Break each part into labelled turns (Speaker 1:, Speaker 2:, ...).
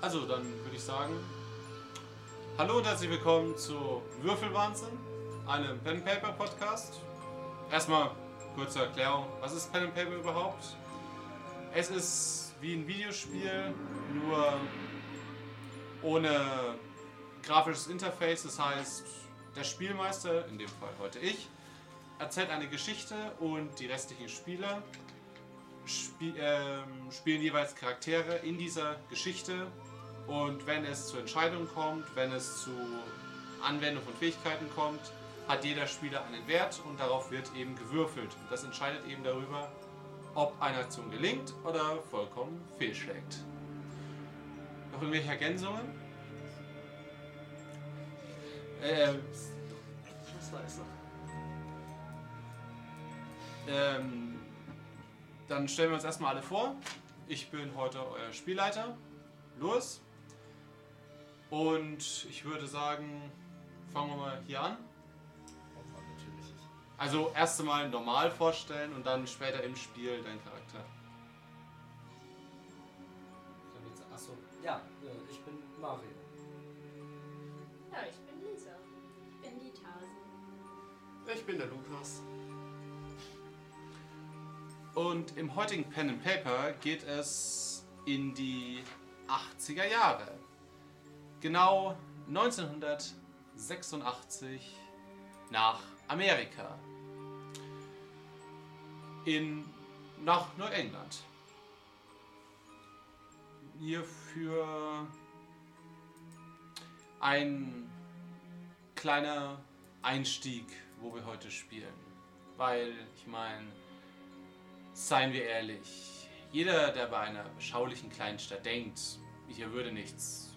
Speaker 1: Also, dann würde ich sagen, hallo und herzlich willkommen zu Würfelwahnsinn, einem Pen and Paper Podcast. Erstmal kurze Erklärung, was ist Pen and Paper überhaupt? Es ist wie ein Videospiel, nur ohne grafisches Interface. Das heißt, der Spielmeister, in dem Fall heute ich, erzählt eine Geschichte und die restlichen Spieler spie ähm, spielen jeweils Charaktere in dieser Geschichte. Und wenn es zu Entscheidungen kommt, wenn es zu Anwendung von Fähigkeiten kommt, hat jeder Spieler einen Wert und darauf wird eben gewürfelt. Das entscheidet eben darüber, ob eine Aktion gelingt oder vollkommen fehlschlägt. Noch irgendwelche Ergänzungen? Ähm,
Speaker 2: Das weiß er.
Speaker 1: Ähm, dann stellen wir uns erstmal alle vor. Ich bin heute euer Spielleiter, Louis. Und ich würde sagen, fangen wir mal hier an.
Speaker 2: Hoffmann natürlich.
Speaker 1: Also erst einmal normal vorstellen und dann später im Spiel deinen Charakter.
Speaker 2: Ich hab jetzt. Achso. Ja, äh, ich bin Mario.
Speaker 3: Ja, ich bin Lisa. Ich bin die Tasen.
Speaker 4: Ich bin der Lukas.
Speaker 1: Und im heutigen Pen and Paper geht es in die 80er Jahre. Genau 1986 nach Amerika. In, nach Neuengland. Hierfür ein kleiner Einstieg, wo wir heute spielen. Weil ich meine, Seien wir ehrlich, jeder, der bei einer beschaulichen Kleinstadt denkt, hier würde nichts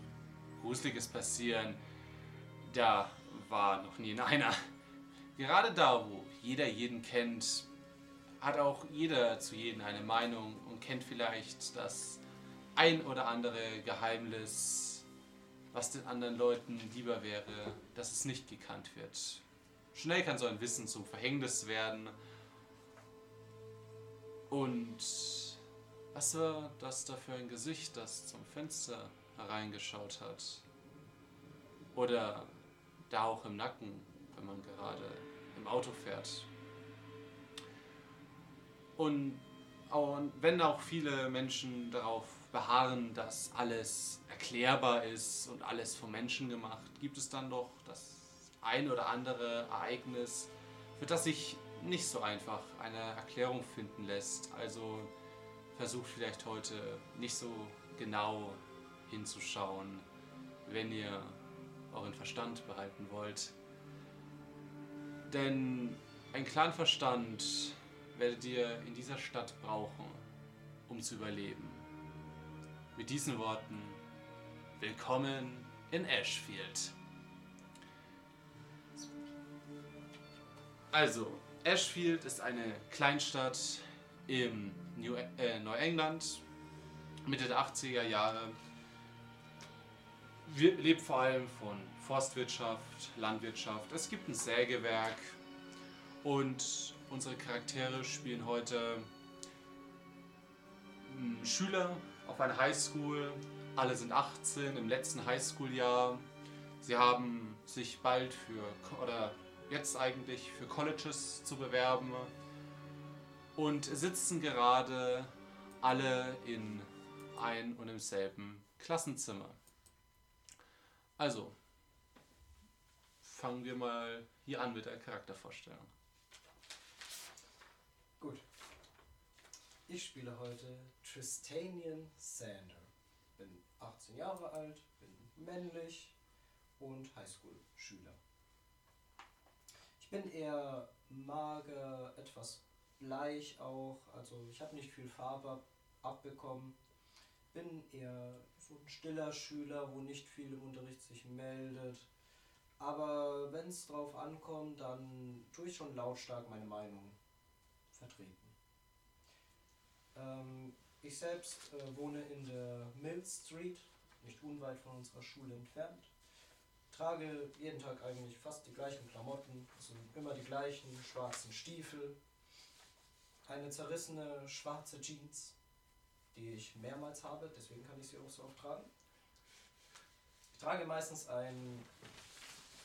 Speaker 1: Gruseliges passieren, da war noch nie in einer. Gerade da, wo jeder jeden kennt, hat auch jeder zu jedem eine Meinung und kennt vielleicht das ein oder andere Geheimnis, was den anderen Leuten lieber wäre, dass es nicht gekannt wird. Schnell kann so ein Wissen zum Verhängnis werden und was war das da für ein Gesicht, das zum Fenster hereingeschaut hat? Oder da auch im Nacken, wenn man gerade im Auto fährt. Und auch, wenn auch viele Menschen darauf beharren, dass alles erklärbar ist und alles vom Menschen gemacht, gibt es dann doch das ein oder andere Ereignis, für das sich nicht so einfach eine Erklärung finden lässt. Also versucht vielleicht heute nicht so genau hinzuschauen, wenn ihr euren Verstand behalten wollt. Denn einen klaren Verstand werdet ihr in dieser Stadt brauchen, um zu überleben. Mit diesen Worten, willkommen in Ashfield. Also, Ashfield ist eine Kleinstadt im New äh, Neuengland, Mitte der 80er Jahre. Wir, lebt vor allem von Forstwirtschaft, Landwirtschaft. Es gibt ein Sägewerk und unsere Charaktere spielen heute mm, Schüler auf einer Highschool. Alle sind 18 im letzten Highschool-Jahr. Sie haben sich bald für Co- oder jetzt eigentlich für Colleges zu bewerben und sitzen gerade alle in ein und demselben Klassenzimmer. Also fangen wir mal hier an mit der Charaktervorstellung.
Speaker 2: Gut. Ich spiele heute Tristanian Sander. Bin 18 Jahre alt, bin männlich und Highschool-Schüler. Ich bin eher mager, etwas bleich auch. Also ich habe nicht viel Farbe abbekommen. Bin eher so ein stiller Schüler, wo nicht viel im Unterricht sich meldet. Aber wenn es drauf ankommt, dann tue ich schon lautstark meine Meinung vertreten. Ähm, ich selbst äh, wohne in der Mill Street, nicht unweit von unserer Schule entfernt. Trage jeden Tag eigentlich fast die gleichen Klamotten, es sind immer die gleichen schwarzen Stiefel, eine zerrissene schwarze Jeans, die ich mehrmals habe, deswegen kann ich sie auch so oft tragen. trage meistens ein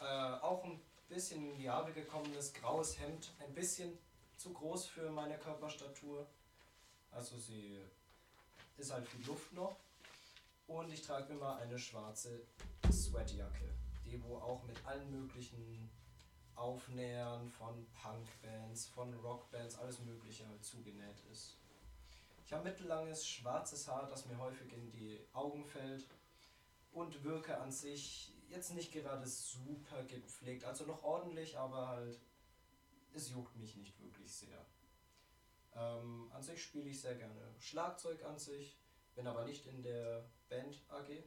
Speaker 2: äh, auch ein bisschen in die Jahre gekommenes graues Hemd, ein bisschen zu groß für meine Körperstatur. Also sie ist halt viel Luft noch. Und ich trage immer eine schwarze Sweatjacke, die wo auch mit allen möglichen Aufnähern von Punkbands, von Rockbands, alles Mögliche halt zugenäht ist. Ich habe mittellanges schwarzes Haar, das mir häufig in die Augen fällt und wirke an sich jetzt nicht gerade super gepflegt. Also noch ordentlich, aber halt es juckt mich nicht wirklich sehr. Ähm, an sich spiele ich sehr gerne Schlagzeug an sich, bin aber nicht in der Band AG.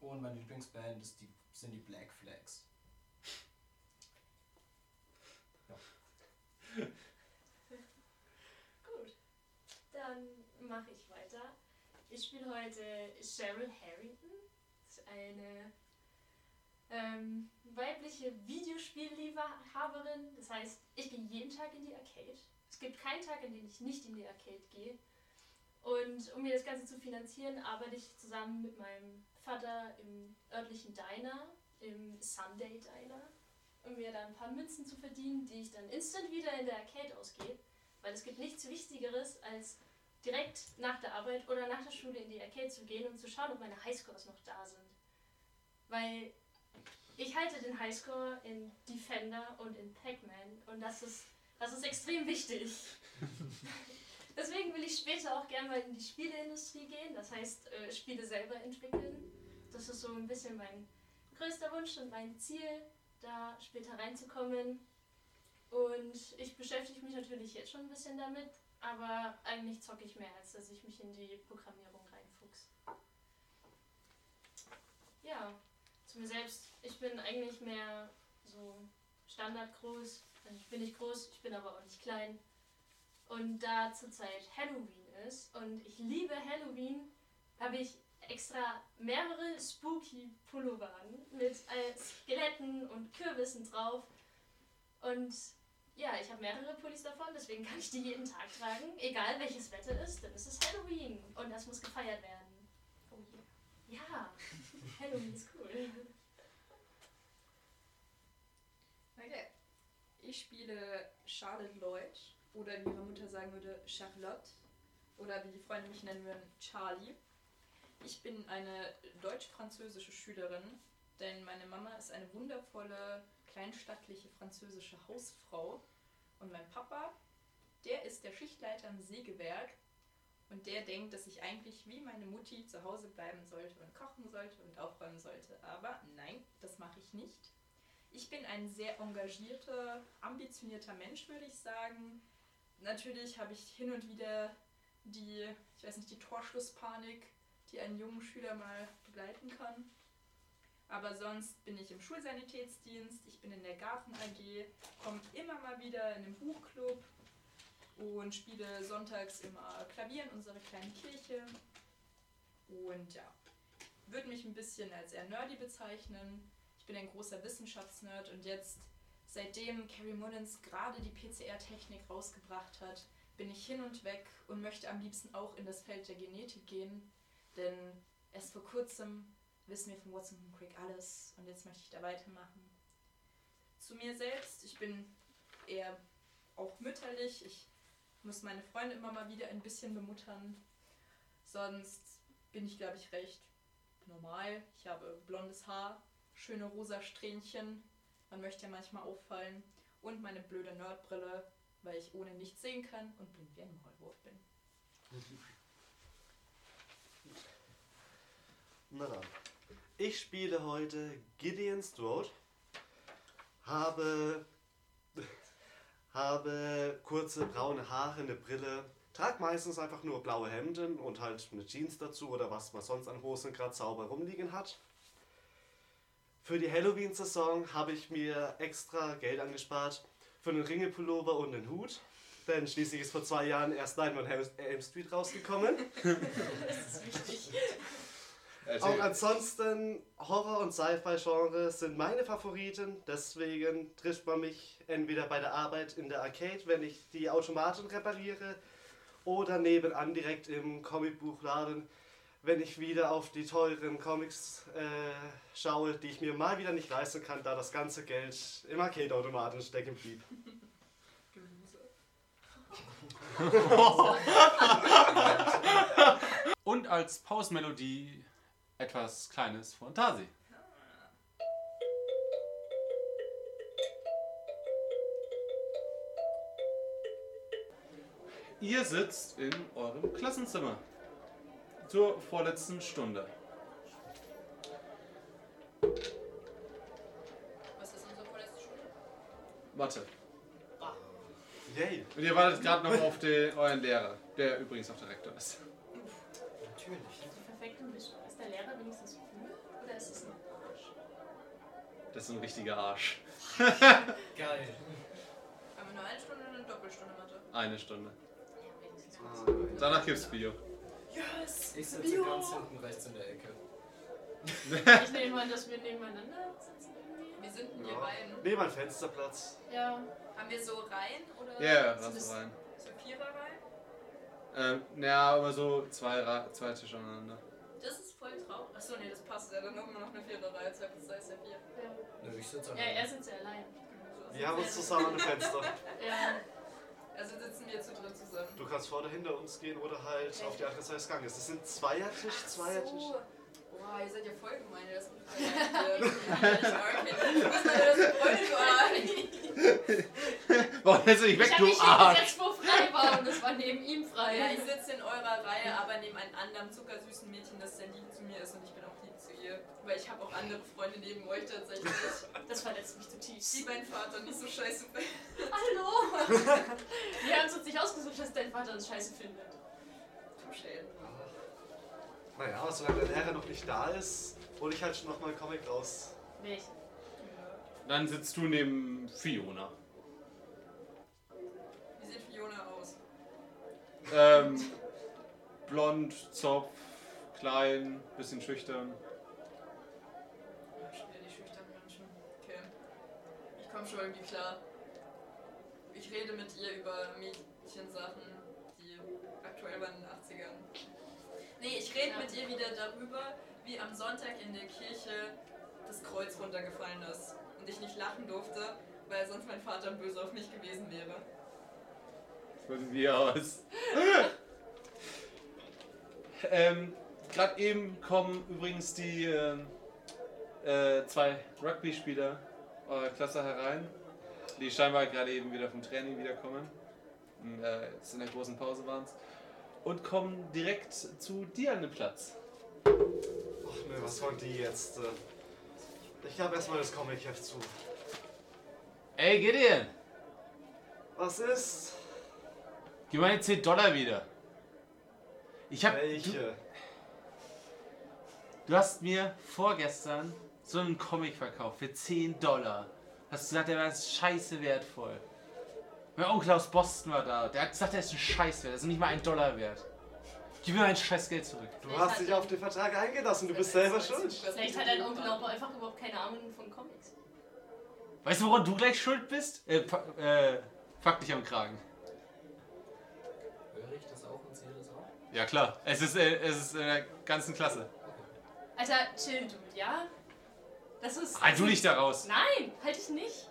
Speaker 2: Und meine Lieblingsband ist die, sind die Black Flags.
Speaker 3: Gut. Dann mache ich weiter. Ich spiele heute Cheryl Harrington. Das ist eine ähm, weibliche Videospielliebhaberin. Das heißt, ich gehe jeden Tag in die Arcade. Es gibt keinen Tag, an dem ich nicht in die Arcade gehe. Und um mir das Ganze zu finanzieren, arbeite ich zusammen mit meinem Vater im örtlichen Diner, im Sunday Diner, um mir da ein paar Münzen zu verdienen, die ich dann instant wieder in der Arcade ausgebe. Weil es gibt nichts Wichtigeres, als direkt nach der Arbeit oder nach der Schule in die Arcade zu gehen, um zu schauen, ob meine Highscores noch da sind. Weil ich halte den Highscore in Defender und in Pac-Man und das ist, das ist extrem wichtig. Deswegen will ich später auch gerne mal in die Spieleindustrie gehen, das heißt äh, Spiele selber entwickeln. Das ist so ein bisschen mein größter Wunsch und mein Ziel, da später reinzukommen. Und ich beschäftige mich natürlich jetzt schon ein bisschen damit, aber eigentlich zocke ich mehr, als dass ich mich in die Programmierung reinfuchs. Ja, zu mir selbst. Ich bin eigentlich mehr so standardgroß. Also ich bin nicht groß, ich bin aber auch nicht klein. Und da zurzeit Halloween ist und ich liebe Halloween, habe ich extra mehrere spooky Pullover an mit äh, Skeletten und Kürbissen drauf. Und ja, ich habe mehrere Pullis davon, deswegen kann ich die jeden Tag tragen. Egal welches Wetter ist, dann ist es Halloween und das muss gefeiert werden.
Speaker 5: Oh je.
Speaker 3: Ja, Halloween ist cool.
Speaker 5: Okay. Ich spiele Charlotte Lloyd oder wie ihre Mutter sagen würde, Charlotte oder wie die Freunde mich nennen würden, Charlie. Ich bin eine deutsch-französische Schülerin, denn meine Mama ist eine wundervolle, kleinstattliche französische Hausfrau und mein Papa, der ist der Schichtleiter im Sägewerk und der denkt, dass ich eigentlich wie meine Mutti zu Hause bleiben sollte und kochen sollte und aufräumen sollte. Aber nein, das mache ich nicht. Ich bin ein sehr engagierter, ambitionierter Mensch, würde ich sagen. Natürlich habe ich hin und wieder die, ich weiß nicht, die Torschlusspanik, die einen jungen Schüler mal begleiten kann. Aber sonst bin ich im Schulsanitätsdienst, ich bin in der Garten AG, komme immer mal wieder in den Buchclub und spiele sonntags immer Klavier in unserer kleinen Kirche. Und ja, würde mich ein bisschen als eher nerdy bezeichnen. Ich bin ein großer Wissenschaftsnerd und jetzt, seitdem Carrie Mullins gerade die PCR-Technik rausgebracht hat, bin ich hin und weg und möchte am liebsten auch in das Feld der Genetik gehen, denn erst vor kurzem wissen wir von Watson Creek alles und jetzt möchte ich da weitermachen. Zu mir selbst, ich bin eher auch mütterlich, ich muss meine Freunde immer mal wieder ein bisschen bemuttern, sonst bin ich, glaube ich, recht normal. Ich habe blondes Haar, schöne rosa Strähnchen, man möchte ja manchmal auffallen und meine blöde Nerdbrille, weil ich ohne nichts sehen kann und blind wie ein Maulwurf bin.
Speaker 6: Na dann. Ich spiele heute Gideon Strode. Habe. habe kurze braune Haare, eine Brille. Trag meistens einfach nur blaue Hemden und halt eine Jeans dazu oder was man sonst an Hosen gerade sauber rumliegen hat. Für die Halloween-Saison habe ich mir extra Geld angespart für einen Ringepullover und einen Hut. Denn schließlich ist vor zwei Jahren erst Nightmare on Elm- Elm Street rausgekommen.
Speaker 2: Also
Speaker 6: Auch ansonsten, Horror- und Sci-Fi-Genre sind meine Favoriten. Deswegen trifft man mich entweder bei der Arbeit in der Arcade, wenn ich die Automaten repariere, oder nebenan direkt im Comicbuchladen, wenn ich wieder auf die teuren Comics äh, schaue, die ich mir mal wieder nicht leisten kann, da das ganze Geld im Arcade-Automaten stecken blieb.
Speaker 5: Gemüse.
Speaker 1: Und als Pausmelodie etwas Kleines von Tasi. Ihr sitzt in eurem Klassenzimmer zur vorletzten Stunde.
Speaker 5: Was ist unsere vorletzte Schule?
Speaker 1: Warte.
Speaker 6: Yay!
Speaker 1: Und ihr wartet gerade noch auf den, euren Lehrer, der übrigens auch der Rektor ist.
Speaker 2: Natürlich.
Speaker 3: Die perfekte Mischung. Ist der Lehrer wenigstens cool oder ist es ein Arsch?
Speaker 1: Das ist ein richtiger Arsch.
Speaker 2: Geil.
Speaker 5: Haben wir nur eine Stunde oder eine Doppelstunde Mathe?
Speaker 1: Eine Stunde.
Speaker 3: Ja, wenigstens.
Speaker 6: Ah,
Speaker 1: Danach gibt's Bio.
Speaker 5: Yes!
Speaker 2: Ich sitze ganz hinten rechts in der Ecke.
Speaker 3: Ich nehme an, dass wir nebeneinander sitzen irgendwie.
Speaker 5: Wir sind denn hier
Speaker 6: Ja.
Speaker 5: Reihen.
Speaker 6: Neben einem Fensterplatz.
Speaker 3: Ja.
Speaker 5: Haben wir so Reihen oder
Speaker 1: Ja, yeah,
Speaker 5: sind es
Speaker 1: lass rein.
Speaker 5: so Viererreihen?
Speaker 1: Ähm, naja, aber so zwei, Ra zwei Tische aneinander.
Speaker 5: Das ist voll traurig. Achso, nee, das passt ja dann haben wir noch eine Viererreihe. Zwei plus drei ist ja vier.
Speaker 3: Ja,
Speaker 2: Nö, ich sitze
Speaker 3: ja er
Speaker 2: allein.
Speaker 3: sitzt ja allein.
Speaker 5: So
Speaker 6: Wir haben uns zusammen am Fenster.
Speaker 3: Ja.
Speaker 5: Also sitzen wir zu dritt zusammen.
Speaker 6: Du kannst vorne hinter uns gehen oder halt auf die andere Seite des Ganges. Das sind Zweiertisch, Zweiertisch.
Speaker 5: So. Boah, ihr seid ja voll gemein, ihr das macht ja nicht. Das ist halt das Freunde,
Speaker 1: Warum lässt du dich
Speaker 3: Ich
Speaker 1: weg,
Speaker 3: habe
Speaker 1: du
Speaker 3: mich
Speaker 1: Arsch?
Speaker 3: hingesetzt, wo frei war und es war neben ihm
Speaker 5: du
Speaker 3: frei.
Speaker 5: Ja, ich sitze in eurer Reihe, aber neben einem anderen zuckersüßen Mädchen, das sehr lieb zu mir ist und ich bin auch lieb zu ihr. Weil ich habe auch andere Freunde neben euch tatsächlich.
Speaker 3: Das verletzt mich
Speaker 5: Die
Speaker 3: zutiefst.
Speaker 5: mein Vater nicht so scheiße findet.
Speaker 3: Hallo! Wir haben es uns nicht ausgesucht, dass dein Vater uns scheiße findet.
Speaker 5: Touché.
Speaker 6: Naja, aber solange der Lehrer noch nicht da ist, hole ich halt schon nochmal einen Comic raus.
Speaker 3: Welch?
Speaker 1: Dann sitzt du neben Fiona.
Speaker 5: Wie sieht Fiona aus?
Speaker 1: Ähm, blond, Zopf, klein, bisschen schüchtern.
Speaker 5: Ja, schon wieder die schüchternen Menschen. Okay. Ich komme schon irgendwie klar. Ich rede mit ihr über Mädchensachen, die aktuell waren in den 80ern. Nee, ich rede
Speaker 3: Ja.
Speaker 5: mit ihr wieder darüber, wie am Sonntag in der Kirche das Kreuz runtergefallen ist. Und ich nicht lachen durfte, weil sonst mein Vater böse auf mich gewesen wäre.
Speaker 1: Von mir aus. ähm, Gerade eben kommen übrigens die ähm, äh, zwei Rugby-Spieler eurer Klasse herein, die scheinbar gerade eben wieder vom Training wiederkommen. Hm, Äh, jetzt in der großen Pause waren es. Und kommen direkt zu dir an den Platz.
Speaker 6: Ach ne, was wollen die jetzt? äh? Ich habe erstmal das Comic-Heft zu.
Speaker 1: Ey, Gideon,
Speaker 6: Was ist?
Speaker 1: gib meine 10 Dollar wieder. Ich hab. Du,
Speaker 6: Welche?
Speaker 1: du hast mir vorgestern so einen Comic verkauft für 10 Dollar. Hast gesagt, der war scheiße wertvoll. Mein Onkel aus Boston war da. Der hat gesagt, der ist ein Scheiß wert. Das ist nicht mal ein Dollar wert. Gib mir mein Scheißgeld zurück.
Speaker 6: Du hast dich auf den Vertrag eingelassen, du bist selber schuld.
Speaker 3: Vielleicht hat dein Onkel auch einfach überhaupt keine Ahnung von Comics.
Speaker 1: Weißt du, woran du gleich schuld bist? Äh, pa- äh, pack dich am Kragen.
Speaker 2: Höre ich das auch und sehe das auch?
Speaker 1: Ja, klar. Es ist, äh, es ist in der ganzen Klasse.
Speaker 3: Alter, chill, Dude, ja? Das ist.
Speaker 1: Halt du dich da raus.
Speaker 3: Nein, halt dich nicht.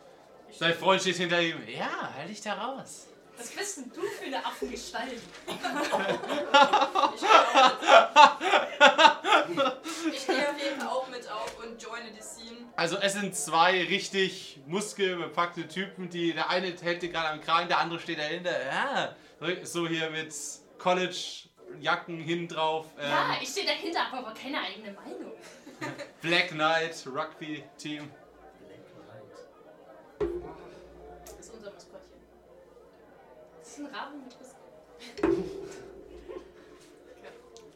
Speaker 1: Sein Freund steht hinter ihm. Ja, halt dich da raus.
Speaker 3: Was bist denn du für eine Affengestalt?
Speaker 5: Ich gehe auch mit. Ich gehe auf jeden Fall auch mit auf und joine die Scene.
Speaker 1: Also es sind zwei richtig muskelbepackte Typen, die der eine hält den gerade am Kragen, der andere steht dahinter. Ja, so hier mit College-Jacken hin drauf. Ähm,
Speaker 3: Ja, ich stehe dahinter, aber aber keine eigene Meinung.
Speaker 1: Black Knight Rugby-Team.
Speaker 2: Black Light.
Speaker 3: Das ist unser Maskottchen. Das ist ein Raben mit Rüssel.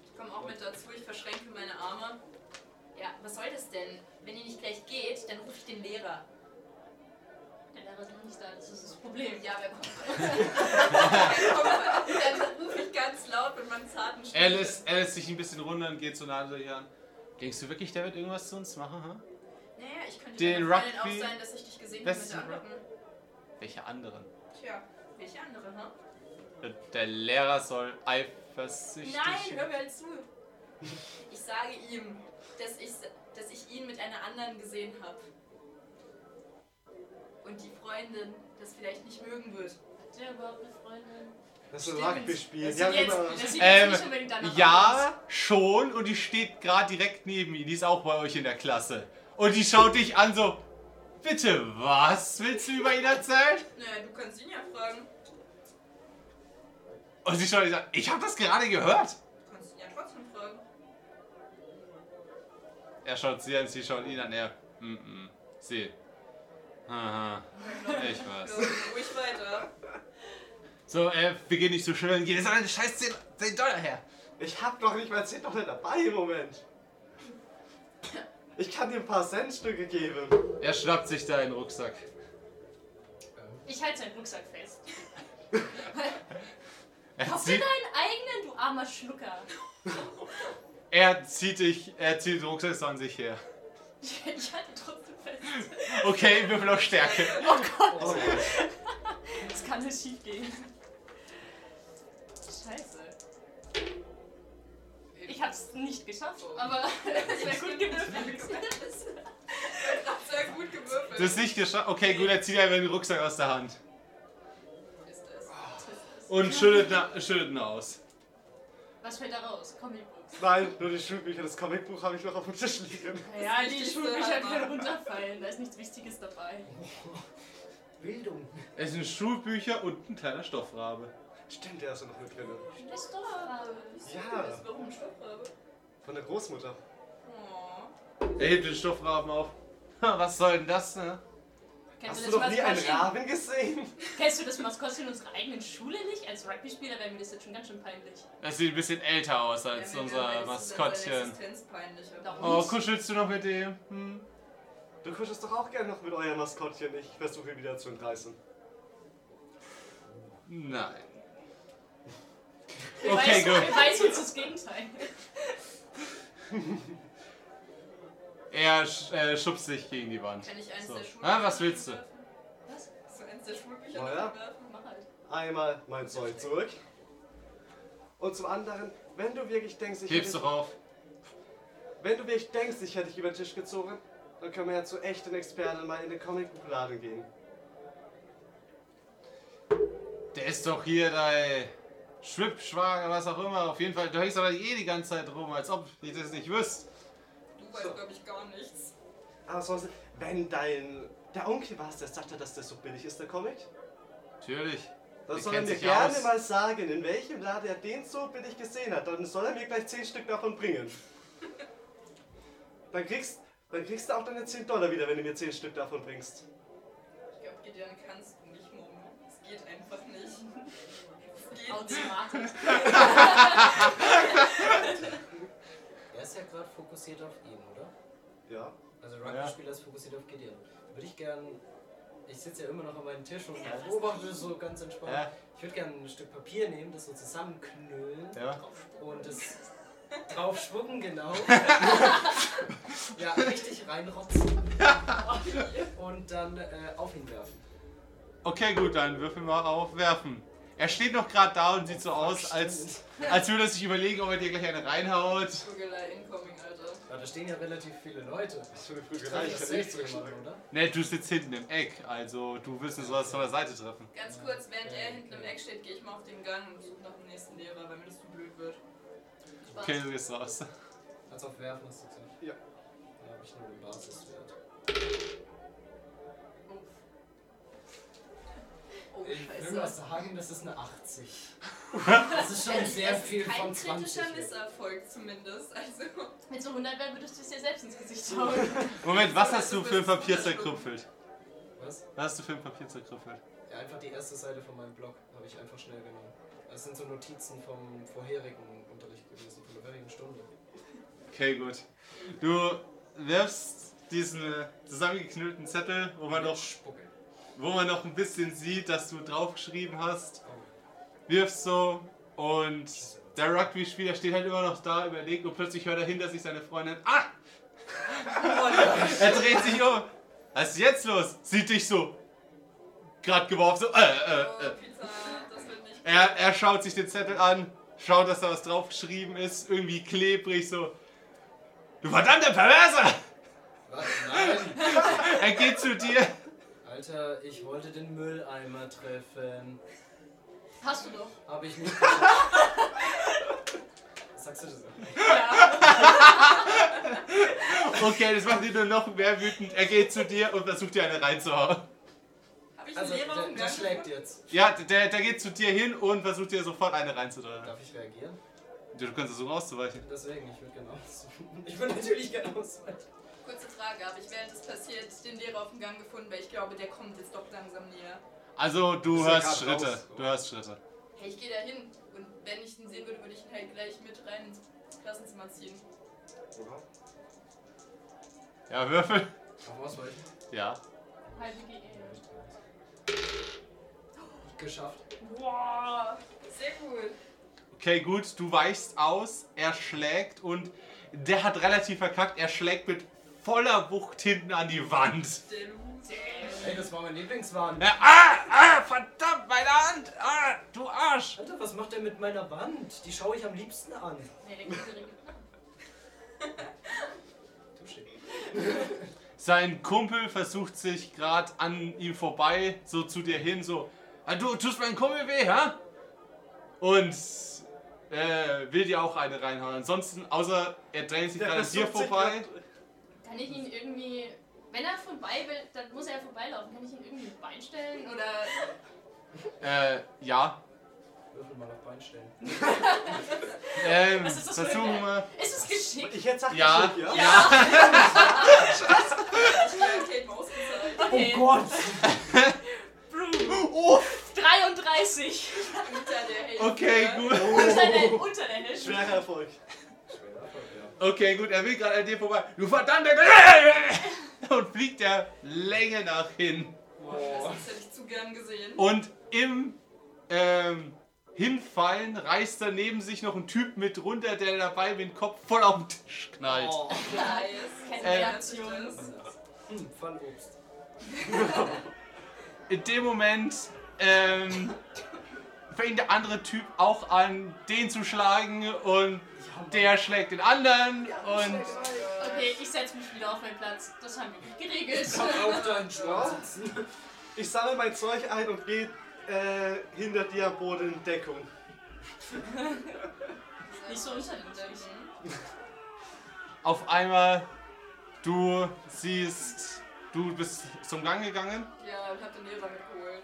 Speaker 5: Ich komme auch mit dazu, ich verschränke meine Arme. Ja, was soll das denn? Wenn ihr nicht gleich geht, dann rufe ich den Lehrer.
Speaker 3: Der Lehrer ist noch nicht da, das ist das Problem.
Speaker 5: Ja, wer kommt rein? Wer kommt rein? Dann rufe ich ganz laut mit meinem zarten Stimme.
Speaker 1: Er lässt, er lässt sich ein bisschen runter und geht zu Nadel hier an. Denkst du wirklich, der wird irgendwas zu uns machen? Huh?
Speaker 5: Naja, ich könnte
Speaker 1: Den
Speaker 5: den Freundin auch
Speaker 1: Rugby-
Speaker 5: sein, dass ich dich gesehen habe mit
Speaker 1: Besten
Speaker 5: der anderen.
Speaker 1: Welche anderen?
Speaker 5: Tja, welche andere, ne?
Speaker 1: Der Lehrer soll eifersüchtig.
Speaker 5: Nein, hör mir halt zu. Ich sage ihm, dass ich, dass ich ihn mit einer anderen gesehen habe. Und die Freundin das vielleicht nicht mögen wird.
Speaker 3: Hat der überhaupt eine Freundin?
Speaker 6: Das ist ein
Speaker 5: Stimmt.
Speaker 6: Rugby-Spiel.
Speaker 5: Das
Speaker 6: genau. Die haben
Speaker 5: sieht jetzt,
Speaker 6: immer.
Speaker 5: das sieht jetzt
Speaker 1: Ähm,
Speaker 5: nicht unbedingt danach aus.
Speaker 1: Ja, schon. Und die steht gerade direkt neben ihm. Die ist auch bei euch in der Klasse. Und die schaut dich an so, bitte was willst du über ihn erzählen?
Speaker 5: Naja, du kannst ihn ja fragen.
Speaker 1: Und sie schaut dich an, ich habe das gerade gehört.
Speaker 5: Du kannst ihn ja trotzdem fragen.
Speaker 1: Er schaut sie an, sie schaut ihn an. Er, mm -mm, sie. Aha, ich weiß.
Speaker 5: Ruhig weiter.
Speaker 1: So, äh, wir gehen nicht so schnell. Geh jetzt an den scheiß 10, 10 Dollar her.
Speaker 6: Ich hab doch nicht mal 10 Dollar dabei im Moment. Ich kann dir ein paar Centstücke geben.
Speaker 1: Er schnappt sich da einen Rucksack.
Speaker 3: Ich halte seinen Rucksack fest.
Speaker 1: Er
Speaker 3: Kauf dir
Speaker 1: zieht,
Speaker 3: deinen eigenen, du armer Schlucker.
Speaker 1: er zieht dich, er zieht den Rucksack so an sich her.
Speaker 3: Ich, ich halte trotzdem fest.
Speaker 1: Okay, würfel auf Stärke.
Speaker 6: Oh,
Speaker 3: Es kann nicht schief gehen. Scheiße. Ich hab's nicht geschafft, aber es wäre gut gewesen.
Speaker 5: Hat sehr gut gewürfelt.
Speaker 1: Das ist nicht geschafft. Okay, gut, er zieht einfach den Rucksack aus der Hand.
Speaker 5: ist es.
Speaker 1: Und schüttelt ihn, schüttelt ihn aus.
Speaker 3: Was fällt da raus? Comicbooks.
Speaker 6: nein, nur die Schulbücher. Das Comicbuch habe ich noch auf dem Tisch liegen.
Speaker 3: Ja, die
Speaker 5: Wichtigste
Speaker 3: Schulbücher
Speaker 5: halt mal.
Speaker 3: können runterfallen. Da ist nichts Wichtiges dabei.
Speaker 2: Bildung.
Speaker 1: Es sind Schulbücher und ein kleiner Stoffrabe.
Speaker 6: Stimmt, der ist ja noch mit drin.
Speaker 3: Das ist doch.
Speaker 6: Ja,
Speaker 5: Warum Stoffrabe?
Speaker 6: von der Großmutter.
Speaker 5: Oh.
Speaker 1: Er hebt den Stoffraben auf. Ha, Was soll denn das, ne?
Speaker 3: Kennst
Speaker 6: Hast
Speaker 3: du
Speaker 6: du
Speaker 3: das
Speaker 6: doch nie einen
Speaker 3: Maskottchen?
Speaker 6: Raben gesehen?
Speaker 3: Kennst du das Maskottchen unserer eigenen Schule nicht? Als Rugby-Spieler wäre mir das jetzt schon ganz schön peinlich.
Speaker 1: Das sieht ein bisschen älter aus
Speaker 5: Ja,
Speaker 1: als
Speaker 5: mir wäre
Speaker 1: unser
Speaker 5: meistens dann seine
Speaker 1: Maskottchen.
Speaker 5: Existenz peinlich.
Speaker 3: Darum.
Speaker 1: Oh, kuschelst du noch mit dem? Hm.
Speaker 6: Du kuschelst doch auch gerne noch mit eurem Maskottchen. Ich versuche ihn wieder zu entreißen.
Speaker 1: Nein.
Speaker 3: Wir
Speaker 1: Okay,
Speaker 3: weisen-
Speaker 1: gut.
Speaker 3: Wir weisen uns das Gegenteil.
Speaker 1: Er sch äh, schubst sich gegen die Wand.
Speaker 5: Kann ich eins
Speaker 1: So.
Speaker 5: der Schulbücher
Speaker 1: Ah, was willst du?
Speaker 5: werfen?
Speaker 3: Was?
Speaker 5: Hast du eins der Schulbücher
Speaker 6: Oh ja?
Speaker 5: werfen?
Speaker 3: Mach halt.
Speaker 6: Einmal mein Zeug zurück. Und zum anderen, wenn du wirklich denkst, ich
Speaker 1: Hebst
Speaker 6: hätte,
Speaker 1: doch auf.
Speaker 6: wenn du wirklich denkst, ich hätte dich über den Tisch gezogen, dann können wir ja zu echten Experten mal in den Comicbuchladen gehen.
Speaker 1: Der ist doch hier dein Schwippschwager, was auch immer. Auf jeden Fall, du hängst aber eh die ganze Zeit rum, als ob ich das nicht wüsste.
Speaker 5: Du weißt,
Speaker 6: So.
Speaker 5: glaube ich, gar nichts.
Speaker 6: Aber sonst, wenn dein. Der Onkel war es, der sagte, dass das so billig ist, der Comic.
Speaker 1: Natürlich.
Speaker 6: Dann
Speaker 1: Der
Speaker 6: soll er
Speaker 1: kennt
Speaker 6: mir
Speaker 1: sich
Speaker 6: gerne
Speaker 1: aus.
Speaker 6: mal sagen, in welchem Laden er den so billig gesehen hat. Dann soll er mir gleich 10 Stück davon bringen. Dann kriegst, dann kriegst du auch deine 10 Dollar wieder, wenn du mir 10 Stück davon bringst.
Speaker 5: Ich glaube, Gideon kannst du nicht mobben. Es geht einfach nicht. Es geht nicht.
Speaker 3: Outsmarted.
Speaker 2: Er ist ja gerade fokussiert auf ihn, oder?
Speaker 6: Ja.
Speaker 2: Also
Speaker 1: Ja.
Speaker 2: Rugby-Spieler ist fokussiert auf Gideon. Würde ich gern. Ich sitze ja immer noch an meinem Tisch und beobachte so ganz entspannt.
Speaker 1: Ja.
Speaker 2: Ich würde gerne ein Stück Papier nehmen, das so zusammenknüllen
Speaker 1: Ja.
Speaker 2: und es drauf schwuppen, genau. ja, richtig reinrotzen. und dann äh, auf ihn werfen.
Speaker 1: Okay, gut, dann würfel mal auf Werfen. Er steht noch gerade da und sieht so aus, als, als würde er sich überlegen, ob er dir gleich eine reinhaut.
Speaker 5: Vögelei incoming, Alter.
Speaker 2: Ja, da stehen ja relativ viele Leute.
Speaker 6: Das würde früh
Speaker 2: Treffe
Speaker 6: gereicht,
Speaker 2: das
Speaker 6: hätte ich
Speaker 2: selbst jemanden,
Speaker 6: zurückgeschlagen.
Speaker 2: oder?
Speaker 1: Ne, du sitzt hinten im Eck, also du wirst ihn sowas von der Seite treffen.
Speaker 5: Ganz kurz, während er hinten im Eck steht, gehe ich mal auf den Gang und suche nach dem nächsten Lehrer, weil mir das zu blöd wird. Spaß.
Speaker 1: Okay, du gehst raus.
Speaker 2: Als auf Werfen hast du gesagt.
Speaker 6: Ja.
Speaker 2: Da habe ich nur den Basiswert.
Speaker 5: Oh,
Speaker 2: Ich will mal
Speaker 5: scheiße.
Speaker 2: sagen, das ist eine 80. Das ist schon sehr
Speaker 5: Das ist
Speaker 2: viel von Oh,
Speaker 5: Kein
Speaker 2: 20.
Speaker 5: kritischer Misserfolg zumindest. Also,
Speaker 3: Mit so 100 wären würdest du es dir selbst ins Gesicht hauen.
Speaker 1: Moment, was hast du für ein Papier zerkrüppelt?
Speaker 2: Was?
Speaker 1: Was hast du für ein Papier zerkrüppelt?
Speaker 2: Ja, einfach die erste Seite von meinem Blog habe ich einfach schnell genommen. Das sind so Notizen vom vorherigen Unterricht gewesen, von der vorherigen Stunde.
Speaker 1: Okay, gut. Du wirfst diesen zusammengeknüllten Zettel, wo man noch,
Speaker 2: Spucke.
Speaker 1: wo man noch ein bisschen sieht, dass du draufgeschrieben hast,
Speaker 2: Oh,
Speaker 1: wirfst so und der Rugby-Spieler steht halt immer noch da, überlegt und plötzlich hört er hinter sich seine Freundin. Ah! Er dreht sich um. Was ist jetzt los? Sieht dich so. Grad geworfen, so. Äh,
Speaker 5: oh,
Speaker 1: äh, äh.
Speaker 5: Pizza, das wird nicht
Speaker 1: Er, er schaut sich den Zettel an, schaut, dass da was draufgeschrieben ist, irgendwie klebrig, so. Du verdammter Perverser!
Speaker 2: Was? Nein!
Speaker 1: Er geht zu dir.
Speaker 2: Alter, ich wollte den Mülleimer treffen.
Speaker 5: Hast du doch.
Speaker 2: Habe ich nicht. Sagst du das?
Speaker 5: Ja.
Speaker 1: Okay, das macht ihn nur noch mehr wütend. Er geht zu dir und versucht dir eine reinzuhauen.
Speaker 5: Habe ich
Speaker 2: Also,
Speaker 5: einen Lehrer
Speaker 2: der, der
Speaker 5: umgangen?
Speaker 2: schlägt jetzt.
Speaker 1: Ja, der, der geht zu dir hin und versucht dir sofort eine reinzudrücken.
Speaker 2: Darf ich reagieren?
Speaker 1: Du kannst versuchen auszuweichen.
Speaker 2: Deswegen, ich würde gerne ausweichen. Ich würde natürlich gerne ausweichen.
Speaker 5: Kurze Frage, habe ich während das passiert den Lehrer auf dem Gang gefunden, weil ich glaube, der kommt jetzt doch langsam näher.
Speaker 1: Also, du
Speaker 6: Ist ja
Speaker 1: hörst
Speaker 6: grad
Speaker 1: Schritte.
Speaker 6: raus.
Speaker 1: Du hörst Schritte.
Speaker 5: Hey, ich gehe da hin und wenn ich ihn sehen würde, würde ich ihn halt gleich mit rein ins Klassenzimmer ziehen.
Speaker 1: Ja, Würfel.
Speaker 2: Auf Ausweichen.
Speaker 1: Ja.
Speaker 3: Halbe GE.
Speaker 2: Geschafft.
Speaker 5: Boah, sehr gut.
Speaker 1: Okay, gut, du weichst aus, er schlägt und der hat relativ verkackt. Er schlägt mit voller Wucht hinten an die Wand.
Speaker 5: Der Loser.
Speaker 2: Ey, das war mein Lieblingswahn.
Speaker 1: Ja, ah, ah, verdammt, meine Hand! Ah, du Arsch!
Speaker 2: Alter, was macht er mit meiner Wand? Die schaue ich am liebsten an.
Speaker 3: Nee, der geht direkt nach.
Speaker 2: Touché.
Speaker 1: Sein Kumpel versucht sich gerade an ihm vorbei, so zu dir hin, so, ah, du tust meinem Kumpel weh, hä? Und äh, will dir auch eine reinhauen. Ansonsten, außer er dreht sich gerade an dir vorbei.
Speaker 3: Kann ich ihn irgendwie. Wenn er vorbei will, dann muss er ja vorbeilaufen. Kann ich ihn irgendwie ein Bein stellen? Oder.
Speaker 1: Äh, ja.
Speaker 2: Würfel mal auf Bein stellen.
Speaker 1: Ähm,
Speaker 3: Was ist das für
Speaker 1: versuchen
Speaker 3: eine-
Speaker 1: wir.
Speaker 3: Ist es geschickt?
Speaker 6: Ich hätte gesagt,
Speaker 1: Ja.
Speaker 6: geschickt, ja.
Speaker 1: Ja.
Speaker 5: Ich habe Kate Moss gesagt.
Speaker 3: Okay.
Speaker 2: Gott!
Speaker 3: 33!
Speaker 5: Unter der Hälfte.
Speaker 1: Okay, gut.
Speaker 5: Oh.
Speaker 3: Unter der, unter der Hälfte.
Speaker 6: Schwerer Erfolg.
Speaker 2: Schwerer Erfolg, ja.
Speaker 1: Okay, gut, er will gerade an dir vorbei. Du verdammter. Und fliegt der Länge nach hin.
Speaker 5: Boah, Scheiße, das hätte ich zu gern gesehen.
Speaker 1: Und im ähm, Hinfallen reißt er neben sich noch einen Typ mit runter, der dabei mit dem Kopf voll auf den Tisch knallt.
Speaker 6: Oh.
Speaker 5: Nice.
Speaker 3: Keine
Speaker 1: Äh,
Speaker 3: Reaktion.
Speaker 2: Hm, Pfannobst.
Speaker 1: In dem Moment ähm, fängt der andere Typ auch an, den zu schlagen und der schlägt den anderen und
Speaker 3: Okay, ich setze mich wieder auf meinen Platz. Das haben wir gut geregelt.
Speaker 2: Auf deinen Schwanz sitzen.
Speaker 6: Ich sammle mein Zeug ein und gehe äh, hinter dir am Boden in Deckung.
Speaker 3: Nicht so unternimmt.
Speaker 1: auf einmal du siehst, du bist zum Gang gegangen.
Speaker 5: Ja, und hab den Lehrer mitgeholt.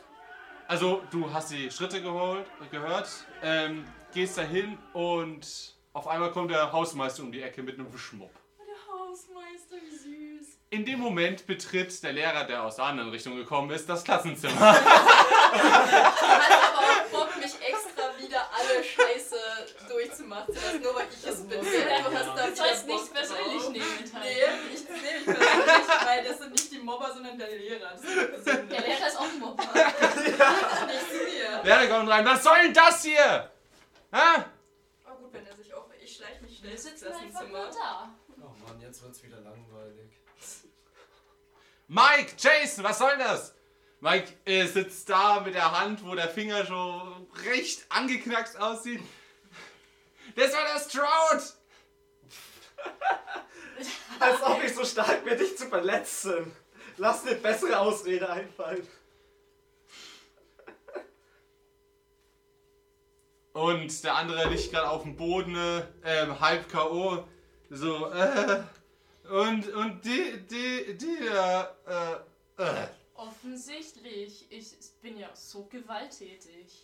Speaker 1: Also, du hast die Schritte geholt, gehört, ähm, gehst dahin und auf einmal kommt der Hausmeister um die Ecke mit einem Schmuck.
Speaker 5: Der Hausmeister, wie süß.
Speaker 1: In dem Moment betritt der Lehrer, der aus der anderen Richtung gekommen ist, das Klassenzimmer.
Speaker 5: Hat aber auch Bock, mich extra wieder alle Scheiße durchzumachen. Das nur weil ich es bin. Du hast da
Speaker 3: Du sollst
Speaker 5: wieder
Speaker 3: nichts
Speaker 5: Bock drauf.
Speaker 3: persönlich nehmen,
Speaker 5: Nee,
Speaker 3: Teil.
Speaker 5: ich sehe mich persönlich, weil das sind nicht die Mobber, sondern der Lehrer. Das ist persönlich.
Speaker 3: Der Lehrer ist auch ein Mobber.
Speaker 5: nicht zu mir.
Speaker 1: Lehrer kommt rein, was soll denn das hier? Hä?
Speaker 5: Aber gut, wenn er sich auch. Ich schleiche mich schnell
Speaker 3: Wir
Speaker 5: ins
Speaker 3: sitzen einfach nur
Speaker 5: Klassenzimmer.
Speaker 3: da.
Speaker 2: Oh Mann, jetzt wird's wieder langweilig.
Speaker 1: Mike, Jason, was soll das? Mike äh, sitzt da mit der Hand, wo der Finger schon recht angeknackst aussieht. Das war das Stroud!
Speaker 6: Als ob ich so stark bin, dich zu verletzen. Lass dir bessere Ausrede einfallen.
Speaker 1: Und der andere liegt gerade auf dem Boden, ähm, halb K.O. So, äh. Und, und die, die, die, äh, äh.
Speaker 3: Offensichtlich. Ich bin ja so gewalttätig.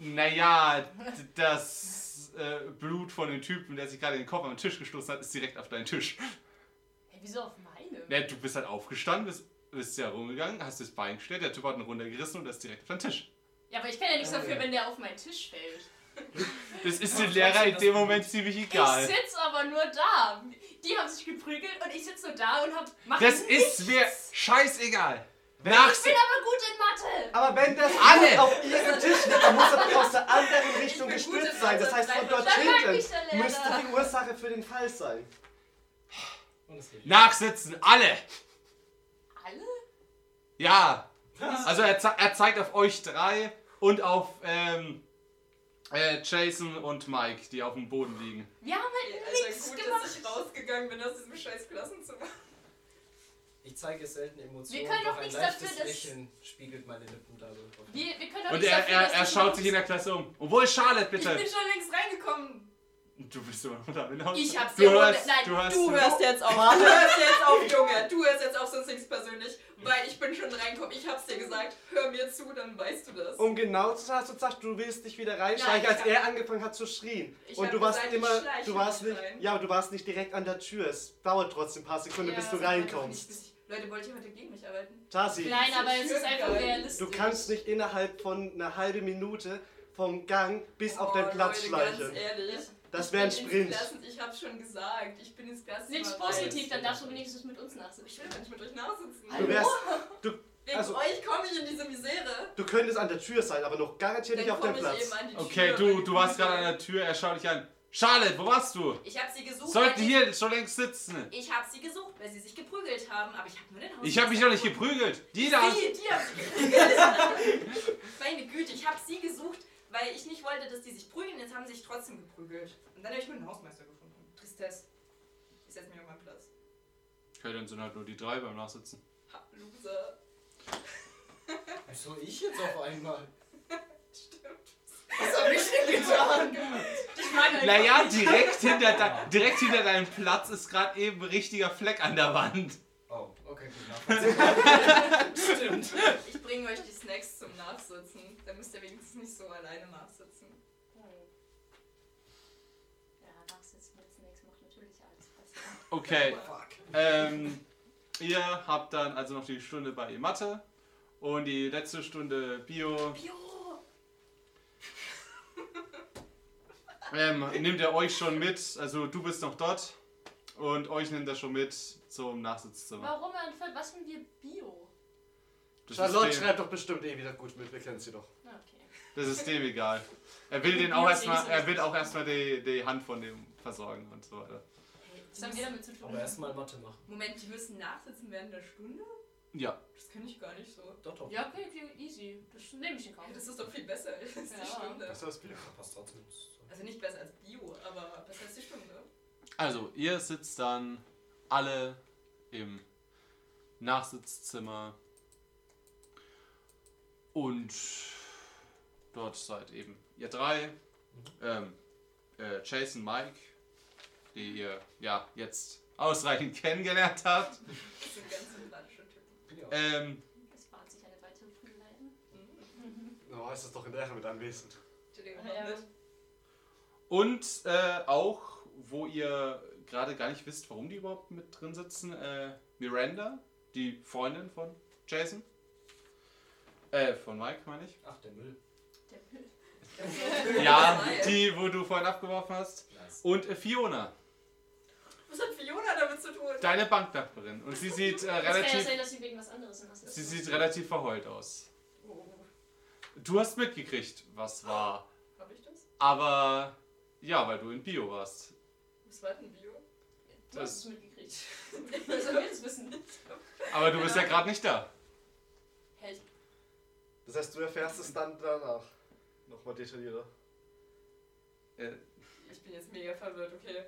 Speaker 1: Naja, d- das äh, Blut von dem Typen, der sich gerade den Kopf am Tisch gestoßen hat, ist direkt auf deinen Tisch.
Speaker 3: Hey, wieso auf meinem?
Speaker 1: Ja, du bist halt aufgestanden, bist, bist ja rumgegangen, hast das Bein gestellt, der Typ hat ihn runtergerissen und das ist direkt auf deinen Tisch.
Speaker 3: Ja, aber ich kann ja
Speaker 1: Oh,
Speaker 3: nichts
Speaker 2: Ah,
Speaker 3: dafür,
Speaker 2: ja.
Speaker 3: wenn der auf meinen Tisch fällt.
Speaker 1: Das ist dem Lehrer in dem Moment ziemlich egal.
Speaker 3: Ich sitz aber nur da. Die haben sich geprügelt und ich sitz nur da und hab. Mach
Speaker 1: Das
Speaker 3: nichts.
Speaker 1: ist mir scheißegal.
Speaker 3: Ich
Speaker 1: Nachs
Speaker 3: bin aber gut in Mathe.
Speaker 6: Aber wenn das
Speaker 1: Alle!
Speaker 6: Blut auf ihrem Tisch liegt, dann muss das aus der anderen Richtung
Speaker 5: bin gut
Speaker 6: gestützt
Speaker 5: im
Speaker 6: sein. Das heißt, von dort hinten
Speaker 3: Dann mag mich der Lehrer.
Speaker 6: müsste die Ursache für den Fall sein.
Speaker 2: Und es geht.
Speaker 1: Nachsitzen, alle!
Speaker 3: Alle?
Speaker 1: Ja. Also er, ze er zeigt auf euch drei und auf ähm, Äh, Jason und Mike, die auf dem Boden liegen.
Speaker 3: Wir haben halt nichts
Speaker 5: Also gut, dass ich
Speaker 3: gemacht.
Speaker 5: rausgegangen bin aus diesem scheiß Klassenzimmer.
Speaker 2: Ich zeige selten Emotionen.
Speaker 3: Wir können doch
Speaker 2: ein
Speaker 3: nichts
Speaker 2: leichtes
Speaker 3: dafür, dass-
Speaker 2: Lächeln spiegelt meine Lippen darüber.
Speaker 3: Wir, wir können doch
Speaker 1: Und
Speaker 3: nichts
Speaker 1: er,
Speaker 3: dafür,
Speaker 1: er,
Speaker 3: dass
Speaker 1: er
Speaker 3: du
Speaker 1: schaut sich in
Speaker 3: kommst.
Speaker 1: der Klasse um. Und wo ist Charlotte,
Speaker 5: Ich bin
Speaker 1: bitte?
Speaker 5: schon längst reingekommen.
Speaker 1: Du bist immer noch da hinaus.
Speaker 3: Ich hab's
Speaker 1: du
Speaker 3: dir
Speaker 1: hörst,
Speaker 3: ohne- nein,
Speaker 1: du hörst,
Speaker 5: Du hörst jetzt auf. Du hörst jetzt auf, Junge. Du hörst jetzt auf, sonst nichts persönlich. Weil ich bin schon reingekommen. Ich hab's dir gesagt. Hör mir zu, dann weißt du das.
Speaker 6: Um genau zu sagen, hast du gesagt, du willst dich wieder reinschleichen,
Speaker 5: Nein, ich
Speaker 6: als
Speaker 5: hab-
Speaker 6: er angefangen hat zu schrien.
Speaker 5: Ich
Speaker 6: und
Speaker 5: hab
Speaker 6: du warst
Speaker 5: gesagt, ich
Speaker 6: immer,
Speaker 5: schleiche
Speaker 6: du warst
Speaker 5: mich
Speaker 6: nicht,
Speaker 5: rein.
Speaker 6: ja, aber du warst nicht direkt an der Tür. Es dauert trotzdem ein paar Sekunden,
Speaker 5: Ja,
Speaker 6: bis du
Speaker 5: sag mal, doch nicht,
Speaker 6: reinkommst.
Speaker 5: bis ich- Leute, wollt ihr heute gegen mich arbeiten?
Speaker 6: Tasi,
Speaker 3: Nein, aber es ist
Speaker 5: Schön
Speaker 3: einfach
Speaker 5: geil.
Speaker 3: realistisch.
Speaker 6: du kannst nicht innerhalb von einer halben Minute vom Gang bis auf
Speaker 5: Oh,
Speaker 6: den Platz
Speaker 5: Leute,
Speaker 6: schleichen.
Speaker 5: Ganz ehrlich.
Speaker 6: Das wäre ein
Speaker 5: Ich bin
Speaker 6: Sprint.
Speaker 5: ins Klassen, ich hab's schon gesagt. Ich bin ins Klassenzimmer.
Speaker 3: Nichts
Speaker 5: rein.
Speaker 3: positiv, dann darfst du wenigstens mit uns
Speaker 5: Ich
Speaker 3: nachsitzen.
Speaker 5: will nicht mit euch nachsitzen.
Speaker 6: Du wärst, du,
Speaker 5: Wegen
Speaker 6: also-
Speaker 5: euch komme ich in diese Misere.
Speaker 6: du könntest an der Tür sein, aber noch garantiert nicht
Speaker 5: Dann
Speaker 6: auf dem
Speaker 5: komme ich
Speaker 6: Platz.
Speaker 5: eben an die Tür.
Speaker 1: Okay, du, du warst gerade an der Tür, er schaut dich an. Charlotte, wo warst du?
Speaker 5: Ich hab sie gesucht.
Speaker 1: Sollten
Speaker 5: weil ich-
Speaker 1: hier schon längst sitzen.
Speaker 5: Ich hab sie gesucht, weil sie sich geprügelt haben, aber ich hab nur den Haus.
Speaker 1: Ich habe mich noch nicht geprügelt. Die da.
Speaker 5: Sie, die haben sie geprügelt. Meine Güte, ich hab sie gesucht, weil ich nicht wollte, dass die sich prügeln. Jetzt haben sie sich trotzdem geprügelt. Und dann habe ich nur den Hausmeister gefunden. Tristesse. Ich setz mich auf meinen Platz.
Speaker 1: Okay, dann sind halt nur die drei beim Nachsitzen.
Speaker 5: Ha, Loser.
Speaker 2: Wieso ich jetzt auf einmal?
Speaker 5: Was hab ich denn getan? Ich meine,
Speaker 1: Naja, direkt hinter, dein- direkt hinter deinem Platz ist gerade eben ein richtiger Fleck an der Wand.
Speaker 2: Oh, okay, gut. nachvollziehbar. Stimmt.
Speaker 5: ich bringe euch die Snacks zum Nachsitzen. Dann müsst ihr wenigstens nicht so alleine nachsitzen.
Speaker 3: Ja, nachsitzen jetzt nichts, macht natürlich alles besser.
Speaker 1: Okay,
Speaker 2: Fuck.
Speaker 1: ähm, ihr habt dann also noch die Stunde bei ihr Mathe und die letzte Stunde Bio.
Speaker 5: Jo!
Speaker 1: Ähm, nimmt er euch schon mit, also du bist noch dort und euch nimmt er schon mit zum Nachsitzzimmer.
Speaker 3: Warum ein Fall? Was sind wir Bio?
Speaker 1: Das
Speaker 6: Charlotte
Speaker 1: ist dem,
Speaker 6: schreibt doch bestimmt eh wieder gut mit, wir kennen sie doch.
Speaker 3: Na, Ah, okay.
Speaker 1: das ist dem egal. Er will den auch
Speaker 3: Bio sehe ich
Speaker 1: erstmal,
Speaker 3: so
Speaker 1: er will auch erstmal die, die Hand von dem versorgen und so weiter.
Speaker 3: Was haben wir damit zu tun?
Speaker 2: Aber erstmal Mathe machen.
Speaker 5: Moment, die müssen nachsitzen während der Stunde?
Speaker 1: Ja.
Speaker 5: Das kann ich gar nicht so.
Speaker 2: Doch, doch.
Speaker 3: Ja, okay, okay, easy. Das nehme ich in Kauf.
Speaker 5: Ja, das ist doch viel besser als die
Speaker 3: Ja.
Speaker 5: Stunde.
Speaker 6: Das ist Bio.
Speaker 2: Passt trotzdem. So.
Speaker 5: Also nicht besser als Bio, aber besser als die ne? Stunde.
Speaker 1: Also, ihr sitzt dann alle im Nachsitzzimmer und dort seid eben ihr drei, ähm, äh, Jason, Mike, die ihr ja jetzt ausreichend kennengelernt habt.
Speaker 5: Das sind ganz sympathische Typen.
Speaker 2: Ja.
Speaker 1: Ähm,
Speaker 3: Es bahnt sich eine weitere Prügelei an.
Speaker 6: Oh, ist das doch in der mit anwesend.
Speaker 5: Entschuldigung,
Speaker 3: Ja.
Speaker 5: noch nicht.
Speaker 1: und äh, auch, wo ihr gerade gar nicht wisst, warum die überhaupt mit drin sitzen, äh, Miranda, die Freundin von Jason, äh, von Mike meine ich.
Speaker 2: Ach, der Müll.
Speaker 3: Der
Speaker 1: Ja, die, wo du vorhin abgeworfen hast.
Speaker 2: Nice.
Speaker 1: Und äh, Fiona,
Speaker 5: Was hat Fiona damit zu tun?
Speaker 1: deine Banknachbarin. Und sie sieht äh,
Speaker 3: Es kann ja
Speaker 1: relativ,
Speaker 3: sein, dass sie wegen was anderes im Hass ist.
Speaker 1: sie sieht relativ verheult aus.
Speaker 5: Oh,
Speaker 1: Du hast mitgekriegt, was war.
Speaker 5: hab ich das?
Speaker 1: Aber ja, weil du in Bio warst.
Speaker 5: Was war denn Bio?
Speaker 3: Du hast es mitgekriegt. Wie sollen
Speaker 5: Hä,
Speaker 3: wir das wissen?
Speaker 1: Aber du bist ja gerade nicht da.
Speaker 5: ich
Speaker 6: Das heißt, du erfährst es dann danach. Nochmal detaillierter.
Speaker 1: Äh, ne,
Speaker 5: Ich bin jetzt mega verwirrt, okay.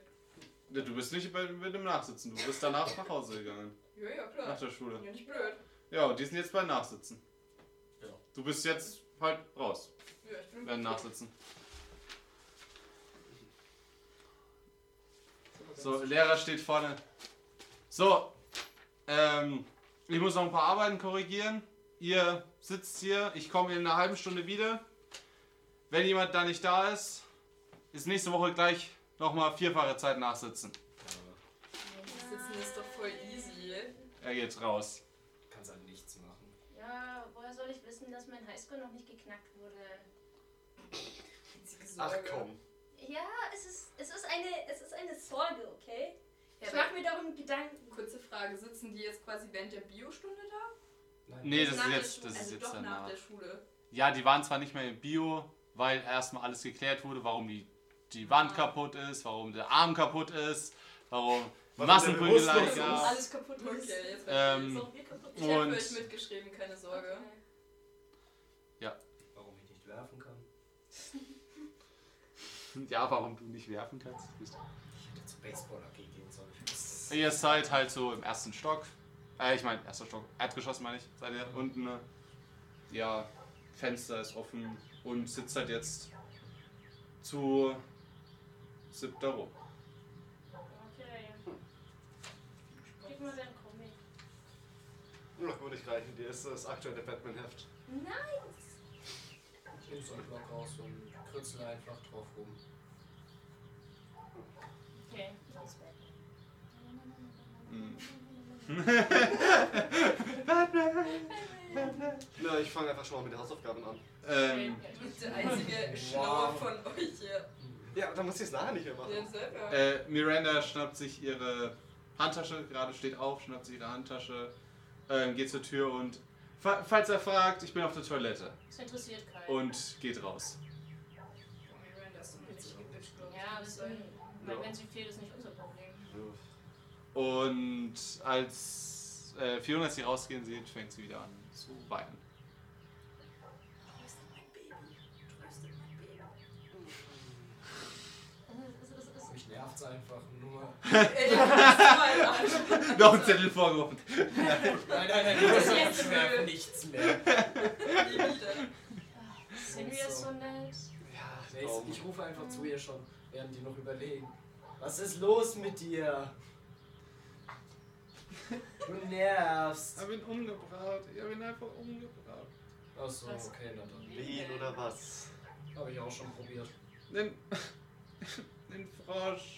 Speaker 1: du bist nicht bei, mit dem Nachsitzen. Du bist danach nach Hause gegangen.
Speaker 5: Ja, ja,
Speaker 1: Nach
Speaker 5: klar.
Speaker 1: der
Speaker 5: Bin
Speaker 1: Schule.
Speaker 5: ja nicht blöd.
Speaker 1: Ja, und die sind jetzt bei Nachsitzen.
Speaker 2: Ja.
Speaker 1: Du bist jetzt halt raus
Speaker 5: Ja, ich bin
Speaker 1: beim Nachsitzen. So, Lehrer steht vorne. So, ähm, ich muss noch ein paar Arbeiten korrigieren. Ihr sitzt hier, ich komme in einer halben Stunde wieder. Wenn jemand da nicht da ist, ist nächste Woche gleich nochmal vierfache Zeit nachsitzen.
Speaker 5: Sitzen ist doch voll easy.
Speaker 1: Er geht raus.
Speaker 2: Kannst halt nichts machen.
Speaker 3: Ja, woher soll ich wissen, dass mein Highschool noch nicht geknackt wurde?
Speaker 5: Einzige
Speaker 6: Ach
Speaker 5: Sorge.
Speaker 6: komm.
Speaker 3: Ja, es ist, es ist, eine, es ist eine Sorge, okay?
Speaker 5: Ja,
Speaker 3: ich
Speaker 5: aber-
Speaker 3: mache mir darum Gedanken.
Speaker 5: Kurze Frage, sitzen die jetzt quasi während der Biostunde da?
Speaker 2: Nein.
Speaker 1: Nee, das
Speaker 5: Nach
Speaker 1: ist
Speaker 5: der
Speaker 1: jetzt,
Speaker 5: Schule-
Speaker 1: das ist
Speaker 5: also
Speaker 1: jetzt
Speaker 5: doch nach
Speaker 1: danach.
Speaker 5: der Schule.
Speaker 1: Ja, die waren zwar nicht mehr im Bio, weil erstmal alles geklärt wurde, warum die, die Wand kaputt ist, warum der Arm kaputt ist, warum
Speaker 6: der
Speaker 1: Massenprügelei
Speaker 6: bewusstlos
Speaker 1: gab.
Speaker 6: ist.
Speaker 3: Alles kaputt
Speaker 5: Okay,
Speaker 3: ist.
Speaker 5: jetzt
Speaker 1: Ähm,
Speaker 3: Ist auch wir kaputt.
Speaker 5: Ich habe
Speaker 1: und-
Speaker 5: für euch mitgeschrieben, keine Sorge.
Speaker 3: Okay.
Speaker 2: Warum ich nicht werfen kann.
Speaker 1: Ja, warum du nicht werfen kannst.
Speaker 2: Ich hätte zu Baseball AG gehen sollen. Ich wusste es.
Speaker 1: Ihr seid halt so im ersten Stock. Äh, ich meine, erster Stock, Erdgeschoss meine ich. Seid ihr unten. ne? Ja, Fenster ist offen und sitzt halt jetzt zu siebter rum.
Speaker 3: Okay. Krieg mal deinen Comic.
Speaker 6: Noch würde ich reichen, dir ist das aktuelle Batman-Heft.
Speaker 3: Nice!
Speaker 2: Ich nehme so einen Block raus und kritzel einfach drauf rum.
Speaker 3: Okay.
Speaker 1: Mhm.
Speaker 6: Na, ich fange einfach schon mal mit den Hausaufgaben an.
Speaker 1: Ähm,
Speaker 5: Du bist der einzige Schlaue von euch hier.
Speaker 6: Ja, dann muss ich es nachher nicht mehr machen.
Speaker 5: Der selber.
Speaker 1: äh, Miranda schnappt sich ihre Handtasche, gerade steht auf, schnappt sich ihre Handtasche, ähm, geht zur Tür und, fa- falls er fragt, ich bin auf der Toilette.
Speaker 3: Das interessiert keinen.
Speaker 1: Und geht raus.
Speaker 5: Oh Miranda ist so richtig gebitcht, glaub ich.
Speaker 3: Ja, das ist, weil
Speaker 6: Ja.
Speaker 3: wenn sie fehlt, ist nicht unser Problem.
Speaker 1: Und als äh, Fiona sie rausgehen sieht, fängt sie wieder an zu weinen.
Speaker 5: Tröstet mein Baby. Tröstet mein Baby.
Speaker 2: Mich nervt's einfach nur.
Speaker 5: Ey, das ist mein Arsch.
Speaker 1: Noch einen Zettel vorgeworfen.
Speaker 2: Nein, nein, nein,
Speaker 5: Das
Speaker 2: das
Speaker 5: ist
Speaker 2: ist
Speaker 5: jetzt
Speaker 2: schwer,
Speaker 5: Müll.
Speaker 2: nichts mehr.
Speaker 5: Nie wieder.
Speaker 3: Sind wir so nett?
Speaker 6: Ja,
Speaker 2: Mace, Ich rufe einfach zu ihr schon, während die noch überlegen. Was ist los mit dir? Du nervst.
Speaker 1: ihn umgebracht. Ich habe ihn einfach umgebracht.
Speaker 2: Achso, okay, na dann.
Speaker 6: Wen oder was?
Speaker 2: Habe ich auch schon probiert.
Speaker 1: Den, den Frosch.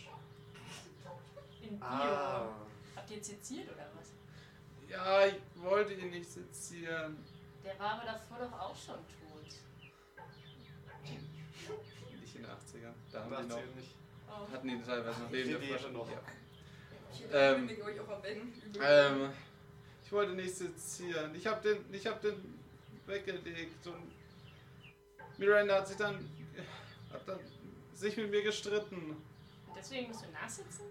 Speaker 3: In Bio.
Speaker 6: Ah.
Speaker 3: Habt ihr zitiert oder was?
Speaker 1: Ja, ich wollte ihn nicht sezieren.
Speaker 3: Der war aber davor doch auch schon tot.
Speaker 1: Nicht in den 80ern. Da haben die
Speaker 6: Macht's
Speaker 1: noch,
Speaker 6: eben nicht.
Speaker 3: Oh.
Speaker 1: hatten die teilweise noch lebende
Speaker 6: Die leben
Speaker 1: Frösche.
Speaker 6: noch.
Speaker 1: Ja.
Speaker 5: Ich hätte ähm, euch auch erwähnen. Übel.
Speaker 1: Ähm, ich wollte nicht sezieren. Ich habe den, ich hab den weggelegt und Miranda hat sich dann, hat dann sich mit mir gestritten.
Speaker 3: Deswegen musst du nachsitzen?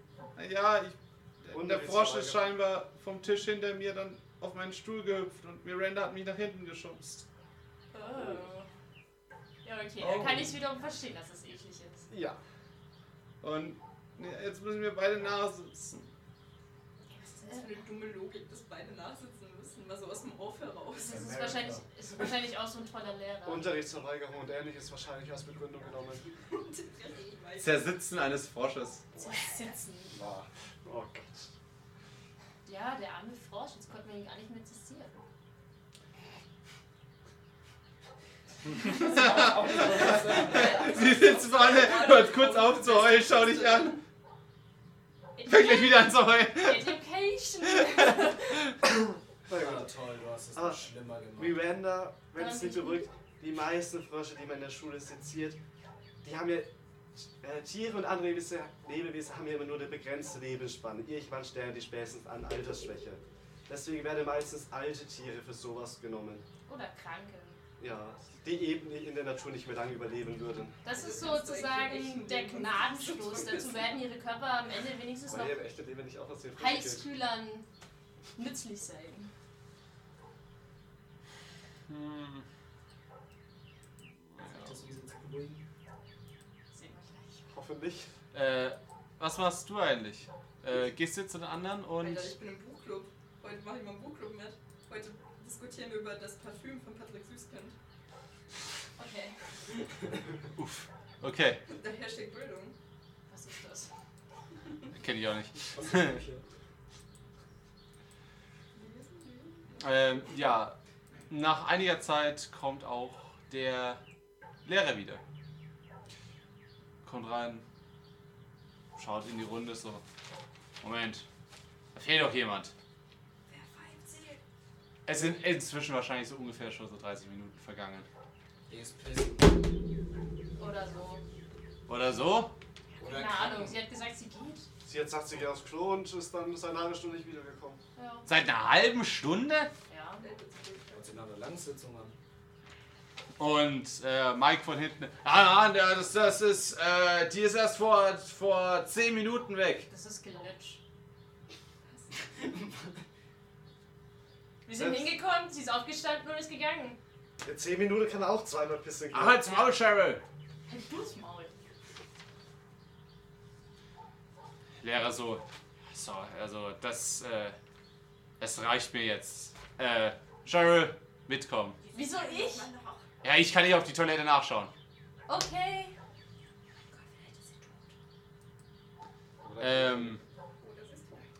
Speaker 1: Ja, ich,
Speaker 6: Und
Speaker 1: der
Speaker 6: du willst
Speaker 1: Frosch
Speaker 6: dabei
Speaker 1: ist
Speaker 6: gemacht.
Speaker 1: scheinbar vom Tisch hinter mir dann auf meinen Stuhl gehüpft und Miranda hat mich nach hinten geschubst.
Speaker 5: Ah,
Speaker 3: Oh. Ja, okay,
Speaker 1: Oh.
Speaker 3: dann kann ich wiederum verstehen, dass es eklig ist.
Speaker 6: Ja.
Speaker 1: Und jetzt müssen wir beide nachsitzen.
Speaker 5: Das ist eine dumme Logik, dass beide nachsitzen müssen, mal so aus dem Off
Speaker 3: Das
Speaker 5: heraus.
Speaker 3: ist
Speaker 2: America.
Speaker 3: wahrscheinlich, es ist wahrscheinlich auch so ein toller
Speaker 1: Ah.
Speaker 3: Lehrer.
Speaker 6: Unterrichtsverweigerung und ähnliches wahrscheinlich als Begründung genommen.
Speaker 1: Zersitzen eines Frosches.
Speaker 3: Sitzen.
Speaker 6: War. Oh Gott.
Speaker 3: Ja, der arme Frosch, jetzt konnten wir ihn gar nicht mehr zitieren.
Speaker 1: Sie sitzen alle, hört kurz auf zu heulen, schau dich an. Fängt gleich wieder an zu heulen.
Speaker 3: Education!
Speaker 6: Na
Speaker 2: Ah,
Speaker 6: gut.
Speaker 2: toll, du hast es
Speaker 6: Aber
Speaker 2: noch schlimmer gemacht.
Speaker 6: Miranda, wenn es
Speaker 3: Ähm,
Speaker 6: nicht beruhigt, die meisten Frösche, die man in der Schule seziert, die haben ja. Äh, Tiere und andere Lebewesen, Lebewesen haben ja immer nur eine begrenzte Lebensspanne. Irgendwann sterben die spätestens an Altersschwäche. Deswegen werden meistens alte Tiere für sowas genommen.
Speaker 3: Oder Kranke.
Speaker 6: Ja, die eben in der Natur nicht mehr lange überleben würden.
Speaker 3: Das ist
Speaker 5: Das ist eigentlich
Speaker 3: sozusagen
Speaker 5: echt
Speaker 3: der
Speaker 5: ein Ding.
Speaker 3: Gnadenstoß. Dazu werden ihre Körper am Ende wenigstens noch
Speaker 6: Weil ihr im echten Leben nicht auch was hier
Speaker 3: Heißkühlern nützlich sein.
Speaker 2: Sagt das, wie sie zu beruhigen?
Speaker 3: Sehen wir gleich.
Speaker 6: Hoffentlich.
Speaker 1: Äh, was machst du eigentlich? Äh, gehst du zu den anderen und.
Speaker 5: Alter, ich bin im Buchclub. Heute mache ich mal einen Buchclub mit. Heute diskutieren wir über das Parfüm von Patrick Süßkind.
Speaker 3: Okay,
Speaker 1: Okay,
Speaker 5: Der Hashtag Bildung.
Speaker 3: was ist das?
Speaker 1: kenne ich auch nicht.
Speaker 2: Was ist das hier?
Speaker 1: Ähm, ja, nach einiger Zeit kommt auch der Lehrer wieder. Kommt rein, schaut in die Runde so. Moment, da fehlt doch jemand.
Speaker 5: Wer weint sie?
Speaker 1: Es sind inzwischen wahrscheinlich so ungefähr schon so 30 Minuten vergangen.
Speaker 2: Die ist pissen.
Speaker 3: Oder so.
Speaker 1: Oder so?
Speaker 2: Oder
Speaker 3: Keine
Speaker 2: kacken.
Speaker 3: Ahnung, sie hat gesagt, sie geht.
Speaker 6: Sie hat sagt, sie geht aufs Klo und ist dann ist eine halbe Stunde nicht wiedergekommen.
Speaker 3: Ja.
Speaker 1: Seit einer halben Stunde?
Speaker 3: ja.
Speaker 2: Hört sich nach einer Langsitzung an.
Speaker 1: Und äh, Mike von hinten. Ah, nein, das, das ist. Äh, die ist erst vor, vor 10 Minuten weg.
Speaker 3: Das ist Glitch.
Speaker 5: Was?
Speaker 3: Wir sind
Speaker 6: Das-
Speaker 3: hingekommen, sie ist aufgestanden und ist gegangen.
Speaker 1: Ah,
Speaker 6: Ah, In 10 Minuten kann er auch zweimal pissen gehen.
Speaker 1: Halt's Maul, Cheryl!
Speaker 3: Halt du's Maul.
Speaker 1: Lehrer so, so, also das, äh, das reicht mir jetzt. Äh, Cheryl, mitkommen.
Speaker 3: Wieso ich?
Speaker 1: Ja, ich kann nicht auf die Toilette nachschauen.
Speaker 3: Okay.
Speaker 1: Ähm,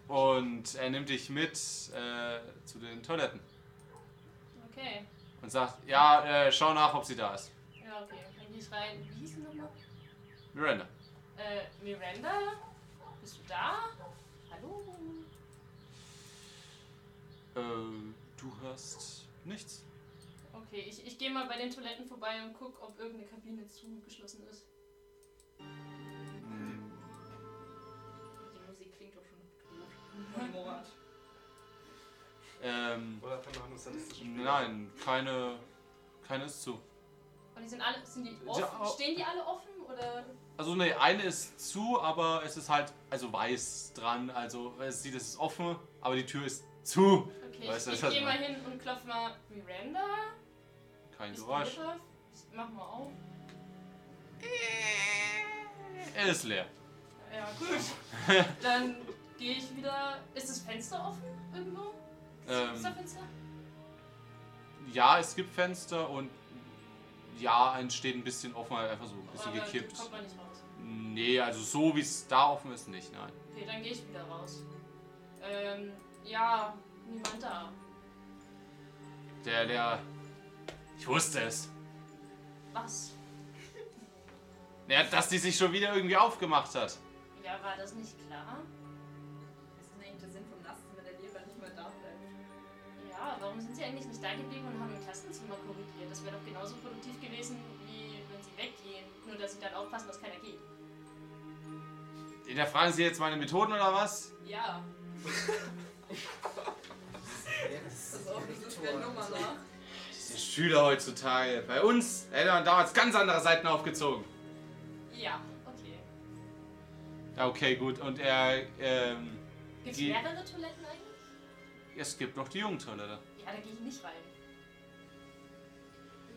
Speaker 1: und er nimmt dich mit äh, zu den Toiletten
Speaker 3: Okay.
Speaker 1: und sagt, ja, äh, schau nach, ob sie da ist.
Speaker 3: Ja, okay. Dann geh ich rein. Wie hieß die nochmal?
Speaker 1: Miranda.
Speaker 3: Äh, Miranda? Bist du da? Hallo?
Speaker 1: Äh, du hörst nichts.
Speaker 3: Okay, ich, ich gehe mal bei den Toiletten vorbei und guck, ob irgendeine Kabine zugeschlossen ist.
Speaker 5: Die Musik klingt doch schon gut.
Speaker 1: Ähm,
Speaker 6: Oder kann man einen sadistischen Spiel?
Speaker 1: nein, keine, keine ist zu.
Speaker 3: Und die sind alle, sind die offen?
Speaker 1: au-
Speaker 3: Stehen die alle offen oder?
Speaker 1: Also ne, eine ist zu, aber es ist halt also weiß dran. Also es sieht, es ist offen, aber die Tür ist zu.
Speaker 3: Okay,
Speaker 1: Weißt du, das
Speaker 3: ich, ich
Speaker 1: hat
Speaker 3: gehe mal
Speaker 1: man.
Speaker 3: hin und klopfe mal Miranda.
Speaker 1: Kein
Speaker 3: Ist die
Speaker 1: Geräusch.
Speaker 3: Tür drauf? Ich mach mal auf.
Speaker 1: Er ist leer.
Speaker 3: Ja, gut. Dann gehe ich wieder. Ist das Fenster offen irgendwo?
Speaker 1: Ähm.
Speaker 3: Ist da Fenster?
Speaker 1: Ja, es gibt Fenster und ja, eins steht ein bisschen offen, halt einfach so ein bisschen
Speaker 3: Oder
Speaker 1: gekippt.
Speaker 3: Kommt man nicht raus.
Speaker 1: Nee, also so wie es da offen ist, nicht, nein.
Speaker 3: Okay, dann gehe ich wieder raus. Ähm, ja, niemand da.
Speaker 1: Der, der. Ich wusste es.
Speaker 3: Was?
Speaker 1: Ja, dass die sich schon wieder irgendwie aufgemacht hat.
Speaker 3: Ja, war das nicht klar?
Speaker 5: Das ist eigentlich der Sinn vom Nassen, wenn der Lehrer nicht mehr da bleibt.
Speaker 3: Ja, warum sind sie eigentlich nicht da geblieben und haben im Klassenzimmer korrigiert? Das wäre doch genauso produktiv gewesen, wie wenn sie weggehen. Nur, dass sie dann aufpassen, dass keiner geht.
Speaker 1: Da fragen sie jetzt meine Methoden oder was?
Speaker 5: Ja,
Speaker 2: Jetzt.
Speaker 5: das ist auch nicht so schwer Nummer ne? nach.
Speaker 1: Diese Schüler heutzutage. Bei uns hätte man damals ganz andere Seiten aufgezogen.
Speaker 3: Ja, okay.
Speaker 1: Ja, okay, gut. Und er, ähm.
Speaker 3: Gibt es
Speaker 1: Die-
Speaker 3: mehrere Toiletten eigentlich?
Speaker 1: Es gibt noch die Jugendtoilette.
Speaker 3: Ja, da gehe ich nicht rein.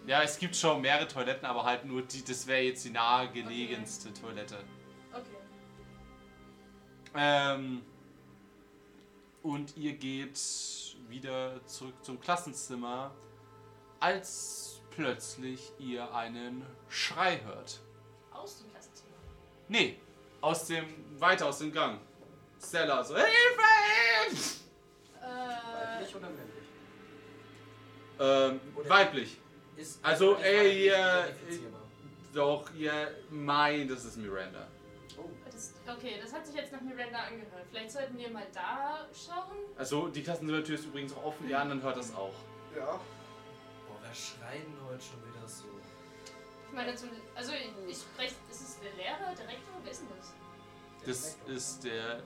Speaker 1: Ja, es gibt schon mehrere Toiletten, aber halt nur die, das wäre jetzt die nahegelegenste Toilette.
Speaker 3: Okay.
Speaker 1: Ähm, und ihr geht wieder zurück zum Klassenzimmer, als plötzlich ihr einen Schrei hört.
Speaker 3: Aus dem Klassenzimmer.
Speaker 1: Nee, aus dem, weiter aus dem Gang. Stella so, Hilfe!
Speaker 3: Äh,
Speaker 2: Weiblich oder männlich?
Speaker 1: Ähm,
Speaker 2: Oder-
Speaker 1: weiblich.
Speaker 2: Ist
Speaker 1: Also,
Speaker 2: ist
Speaker 1: ey,
Speaker 2: weiblich
Speaker 1: äh,
Speaker 2: identifizierbar.
Speaker 1: Doch, ihr meint, das ist Miranda.
Speaker 2: Oh,
Speaker 3: das, okay, das hat sich jetzt nach Miranda angehört. Vielleicht sollten wir mal da schauen.
Speaker 1: Also, die Klassenzimmertür ist übrigens auch offen, ihr anderen hört das auch.
Speaker 6: Ja.
Speaker 2: boah, wir schreien heute schon wieder so.
Speaker 3: Ich meine, zum, also ich, ich spreche, ist es der Lehrer, Direktor, wer ist denn das?
Speaker 1: Das
Speaker 2: Direktor.
Speaker 1: ist der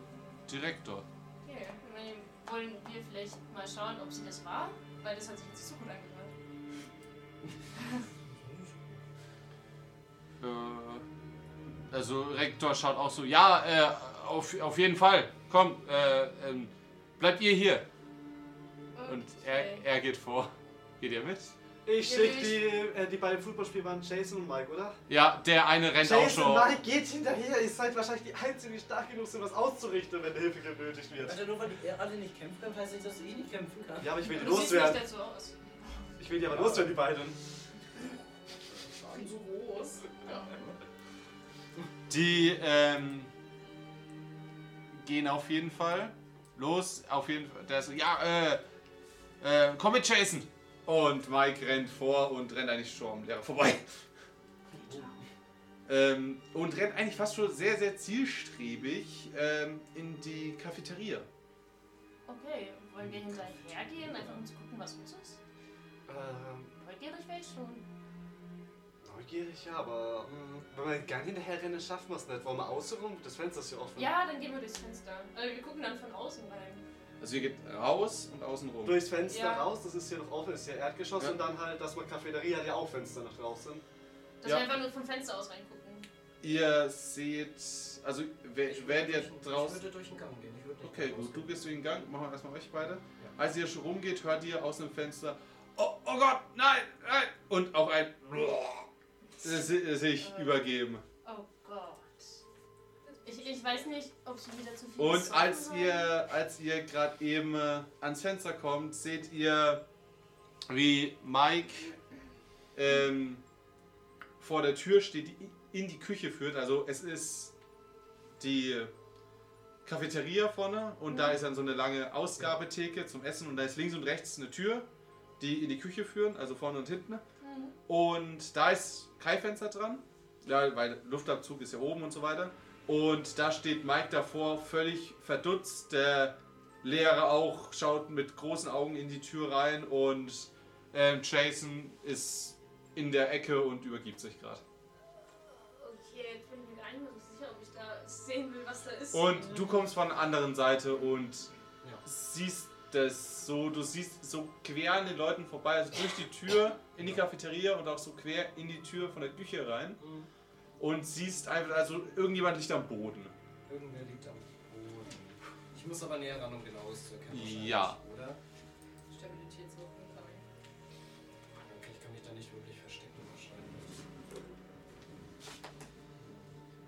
Speaker 1: Direktor.
Speaker 3: Okay, ich meine, wollen wir vielleicht mal schauen, ob sie das war? Weil das hat sich jetzt so gut angehört.
Speaker 1: Äh, also Rektor schaut auch so, ja, äh, auf, auf jeden Fall, komm, äh, ähm, bleibt ihr hier. Und er, er geht vor. Geht ihr mit?
Speaker 6: Ich
Speaker 3: Ja,
Speaker 6: schick
Speaker 3: ich-
Speaker 6: die, äh, die beiden Fußballspiel waren Jason und Mike, oder?
Speaker 1: Ja, der eine rennt auch
Speaker 6: Jason
Speaker 1: schon.
Speaker 6: und Mike geht hinterher. Ihr seid wahrscheinlich die Einzigen, die stark genug sind, was auszurichten, wenn Hilfe genötigt wird.
Speaker 2: Alter, nur weil die alle nicht kämpfen können, heißt nicht, dass ich nicht kämpfen kann.
Speaker 6: Ja, aber ich will die
Speaker 3: Du siehst nicht
Speaker 6: loswerden.
Speaker 3: dazu aus.
Speaker 6: Ich will die aber loswerden, die beiden.
Speaker 5: Ich bin so groß.
Speaker 1: Die ähm, gehen auf jeden Fall los. Auf jeden Fall. Der so, ja, äh, äh, komm mit Jason. Und Mike rennt vor und rennt eigentlich schon am Lehrer vorbei. Ähm, und rennt eigentlich fast schon sehr, sehr zielstrebig ähm, in die Cafeteria.
Speaker 3: Okay, wollen wir hinterhergehen, einfach um zu gucken, was los ist?
Speaker 6: Ähm,
Speaker 3: Neugierig wäre ich schon.
Speaker 6: neugierig, ja, aber mh, wenn wir den Gang hinterher rennen, schaffen wir es nicht. Wollen wir außen rum? Das Fenster ist ja offen.
Speaker 3: Ja, dann gehen wir durchs Fenster. Also wir gucken dann von außen rein.
Speaker 1: Also ihr geht raus und außen rum.
Speaker 6: Durchs Fenster
Speaker 3: Ja.
Speaker 6: raus, das ist ja noch offen, ist ja Erdgeschoss
Speaker 1: Ja.
Speaker 6: und dann halt, dass man Cafeteria hat ja auch Fenster nach draußen.
Speaker 3: Dass
Speaker 1: Ja.
Speaker 3: wir einfach nur vom Fenster aus reingucken.
Speaker 1: Ihr seht, also wer-
Speaker 2: Ich
Speaker 1: während ihr
Speaker 2: würde durch- Ich
Speaker 1: draußen...
Speaker 2: würde durch den Gang gehen. Ich würde nicht
Speaker 1: Okay,
Speaker 2: nach
Speaker 1: gut,
Speaker 2: draußen
Speaker 1: du gehst durch den Gang, machen wir erstmal euch beide.
Speaker 2: gehen. Ja.
Speaker 1: Als ihr schon rumgeht, hört ihr aus dem Fenster, oh, oh Gott, nein, nein, und auch ein äh, sich übergeben.
Speaker 3: Oh Gott. Ich, ich Ich weiß nicht, ob es wieder zu viel
Speaker 1: Und
Speaker 3: ist.
Speaker 1: als ihr, als ihr gerade eben äh, ans Fenster kommt, seht ihr, wie Mike ähm, vor der Tür steht, die in die Küche führt. Also es ist die Cafeteria vorne und da ist dann so eine lange Ausgabetheke zum Essen und da ist links und rechts eine Tür, die in die Küche führen, also vorne und hinten. Und da ist kein Fenster dran, ja, weil Luftabzug ist ja oben und so weiter. Und da steht Mike davor, völlig verdutzt. Der Lehrer auch schaut mit großen Augen in die Tür rein und ähm, Jason ist in der Ecke und übergibt sich gerade.
Speaker 3: Okay, ich bin mir gar nicht mehr so sicher, ob ich da sehen will, was da ist.
Speaker 1: Und du kommst von der anderen Seite und
Speaker 2: Ja.
Speaker 1: siehst das so, du siehst so quer an den Leuten vorbei, also durch die Tür in die Cafeteria und auch so quer in die Tür von der Küche rein
Speaker 2: Mhm.
Speaker 1: und siehst einfach, also irgendjemand liegt am Boden.
Speaker 2: Irgendwer liegt am Boden. Ich muss aber näher ran, um genaues zu erkennen. wahrscheinlich,
Speaker 1: Ja.
Speaker 2: Oder?
Speaker 5: Stabilität so hochgegangen.
Speaker 2: Okay, ich kann mich da nicht wirklich verstecken wahrscheinlich.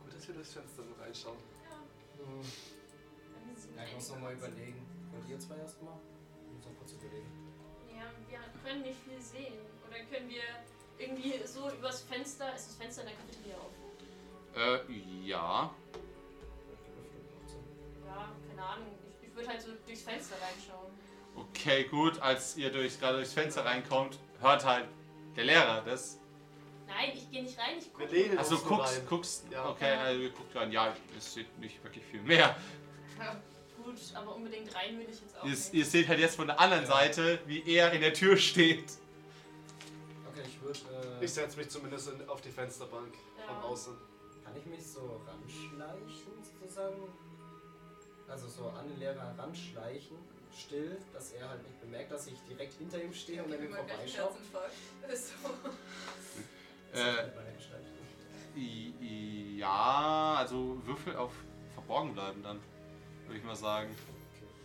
Speaker 6: Gut, dass wir durchs Fenster nur reinschauen.
Speaker 2: Mhm.
Speaker 3: Dann sind
Speaker 2: Ja, ich muss
Speaker 3: einige
Speaker 2: nochmal
Speaker 3: Wahnsinn.
Speaker 2: überlegen. Und ihr zwei erstmal? Ich muss noch kurz überlegen.
Speaker 3: Ja, wir können nicht viel sehen. Oder können wir irgendwie so übers Fenster, ist das Fenster in der Cafeteria auf?
Speaker 7: Äh, ja.
Speaker 2: Vielleicht die Lüftung noch zu.
Speaker 3: Ja, keine Ahnung. Ich, ich würde halt so durchs Fenster reinschauen.
Speaker 7: Okay, gut. Als ihr durch, gerade durchs Fenster reinkommt, hört halt der Lehrer das.
Speaker 3: Nein, ich gehe nicht rein, ich
Speaker 6: Wir
Speaker 3: gucke.
Speaker 6: lehnen
Speaker 7: Also
Speaker 6: uns
Speaker 7: guckst,
Speaker 6: rein.
Speaker 7: guckst.
Speaker 6: Ja.
Speaker 7: Okay,
Speaker 3: Ja.
Speaker 7: also ihr guckt rein. Ja, es sieht nicht wirklich viel mehr.
Speaker 3: Gut, aber unbedingt rein will ich jetzt auch
Speaker 7: Ihr,
Speaker 3: nicht.
Speaker 7: ihr seht halt jetzt von der anderen
Speaker 2: Ja.
Speaker 7: Seite, wie er in der Tür steht.
Speaker 2: Okay, ich würde. Äh,
Speaker 6: Ich setze mich zumindest in, auf die Fensterbank von
Speaker 3: Ja.
Speaker 6: außen.
Speaker 2: kann ich mich so ranschleichen sozusagen? Also so an den Lehrer ranschleichen, still, dass er halt nicht bemerkt, dass ich direkt hinter ihm stehe und
Speaker 5: Ich
Speaker 2: wenn
Speaker 5: bin
Speaker 2: ihm
Speaker 5: mal gleich einen
Speaker 2: vorbeischaue.
Speaker 5: Herzinfarkt. So.
Speaker 7: Äh, I- i- ja, also Würfel auf verborgen bleiben dann, würde ich mal sagen.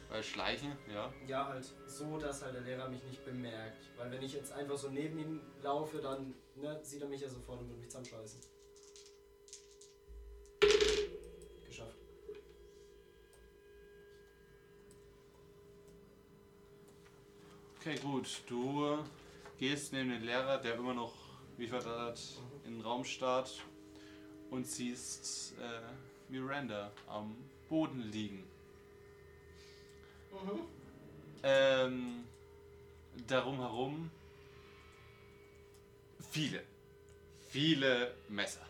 Speaker 7: Weil Schleichen, ja.
Speaker 2: Ja, halt so, dass halt der Lehrer mich nicht bemerkt. Weil wenn ich jetzt einfach so neben ihm laufe, dann ne, sieht er mich ja sofort und wird mich zusammenscheißen. Geschafft.
Speaker 7: Okay, gut. Du gehst neben den Lehrer, der immer noch, wie verdattert, in den Raum starrt und siehst äh, Miranda am Boden liegen. Ähm, darum herum viele, viele Messer.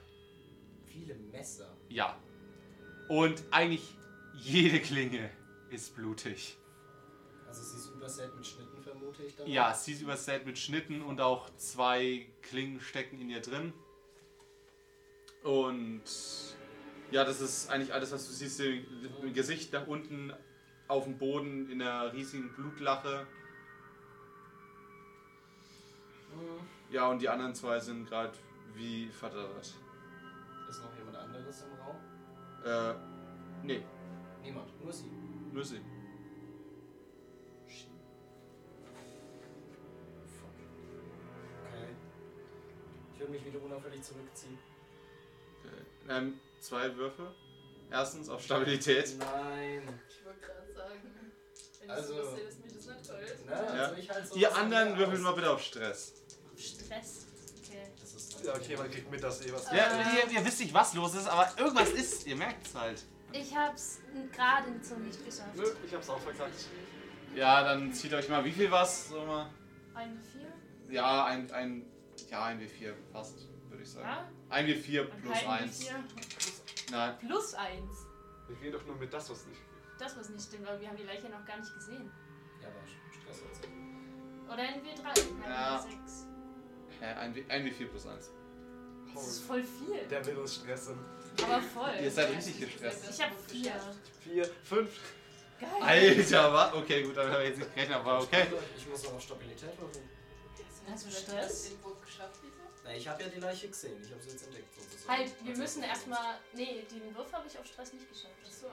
Speaker 2: Viele Messer.
Speaker 7: Ja. Und eigentlich jede Klinge ist blutig.
Speaker 2: Also sie ist übersät mit Schnitten, vermute ich dann.
Speaker 7: Ja, sie ist übersät mit Schnitten und auch zwei Klingen stecken in ihr drin. Und ja, das ist eigentlich alles, was du siehst. Ihr Gesicht nach unten auf dem Boden in einer riesigen Blutlache.
Speaker 2: Hm.
Speaker 7: Ja, und die anderen zwei sind gerade wie verdattert.
Speaker 2: Ist noch jemand anderes im Raum?
Speaker 7: Äh, nee,
Speaker 2: Niemand, nur sie.
Speaker 7: nur sie.
Speaker 2: Shit. Fuck. Okay. Ich würde mich wieder unauffällig zurückziehen.
Speaker 1: Ähm, zwei Würfe. Erstens auf Stabilität.
Speaker 2: Nein.
Speaker 5: Ich wollte gerade sagen, wenn
Speaker 2: Also-
Speaker 5: ich so sehe, dass mich das nicht toll.
Speaker 2: Na, also ich halt so
Speaker 1: Ihr
Speaker 2: was von
Speaker 1: anderen
Speaker 2: mir
Speaker 1: würfelt
Speaker 2: aus.
Speaker 1: mal bitte auf Stress.
Speaker 3: Stress. Okay.
Speaker 2: Das ist
Speaker 6: Ja, okay, man kriegt mit, dass eh was.
Speaker 7: Ja, ihr, ihr wisst nicht, was los ist, aber irgendwas ist. Ihr merkt es halt.
Speaker 3: Ich hab's gerade so nicht geschafft.
Speaker 6: Nö, ich hab's auch verkackt.
Speaker 7: Ja, dann zieht euch mal. Wie viel was? So mal.
Speaker 3: Ein vier?
Speaker 1: Ja, ein, ein, ja, ein W4 passt, würde ich sagen.
Speaker 3: Ja?
Speaker 1: Ein W4
Speaker 3: Dann
Speaker 1: plus
Speaker 3: halten wir
Speaker 1: eins.
Speaker 3: vier.
Speaker 1: Nein.
Speaker 3: Plus eins.
Speaker 6: Wir gehen doch nur mit das, was nicht.
Speaker 3: Das was nicht stimmt, weil wir haben die Leiche noch gar nicht gesehen.
Speaker 2: Ja, aber Stress hat's.
Speaker 3: Oder ein W3. Nein,
Speaker 1: Ja.
Speaker 3: W6.
Speaker 1: Hä, ein, W- ein W4 plus eins.
Speaker 3: Das ist voll viel.
Speaker 6: Der will uns stressen.
Speaker 3: Aber voll.
Speaker 1: Ihr seid richtig gestresst.
Speaker 3: Ich hab vier.
Speaker 6: Vier, fünf.
Speaker 1: Alter, was? Okay, gut, damit habe ich jetzt nicht gerechnet, aber okay.
Speaker 2: Ich muss noch auf Stabilität würfeln.
Speaker 3: Hast du Also Stress?
Speaker 5: Den Wurf geschafft, Lisa?
Speaker 2: Na, ich habe ja die Leiche gesehen. Ich habe sie jetzt entdeckt sozusagen.
Speaker 3: Halt, wir
Speaker 2: Also-
Speaker 3: müssen erstmal. Nee, den Wurf habe ich auf Stress nicht geschafft. Achso.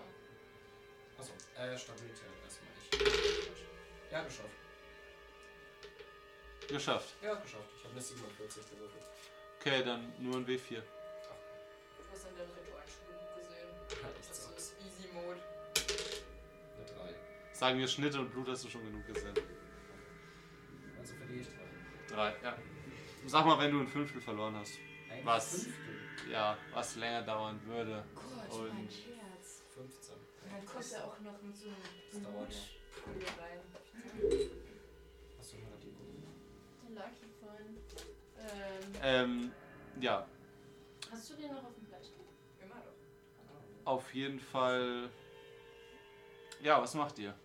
Speaker 2: Achso, äh, Stabilität erstmal. Ich. Ja, geschafft.
Speaker 7: Geschafft.
Speaker 2: Ja, geschafft. Ich habe eine 47 gewürfelt.
Speaker 7: Okay, dann nur ein W4.
Speaker 5: Du hast in deinem Ritualschule gesehen.
Speaker 2: Ja, ich
Speaker 5: Das
Speaker 2: sag's.
Speaker 3: Oh,
Speaker 1: Sagen wir Schnitte und Blut hast du schon genug gesehen.
Speaker 2: Also verliere ich drei.
Speaker 1: Drei, ja. Sag mal, wenn du ein Fünftel verloren hast.
Speaker 2: Ein
Speaker 1: Was?
Speaker 2: Fünftel.
Speaker 1: Ja, was länger dauern würde.
Speaker 3: Gott,
Speaker 1: Und-
Speaker 3: mein Scherz.
Speaker 2: 15.
Speaker 3: Und dann kommt ja auch noch so
Speaker 2: Das
Speaker 3: ein
Speaker 2: dauert
Speaker 3: Blut.
Speaker 5: Hier rein.
Speaker 2: Hast du eine Radiergummi?
Speaker 3: Dann lag hier vorhin. Ähm,
Speaker 1: Ähm, ja,
Speaker 3: hast du den noch auf dem Bleistift?
Speaker 5: Immer doch.
Speaker 1: auf jeden Fall. Ja, was macht ihr?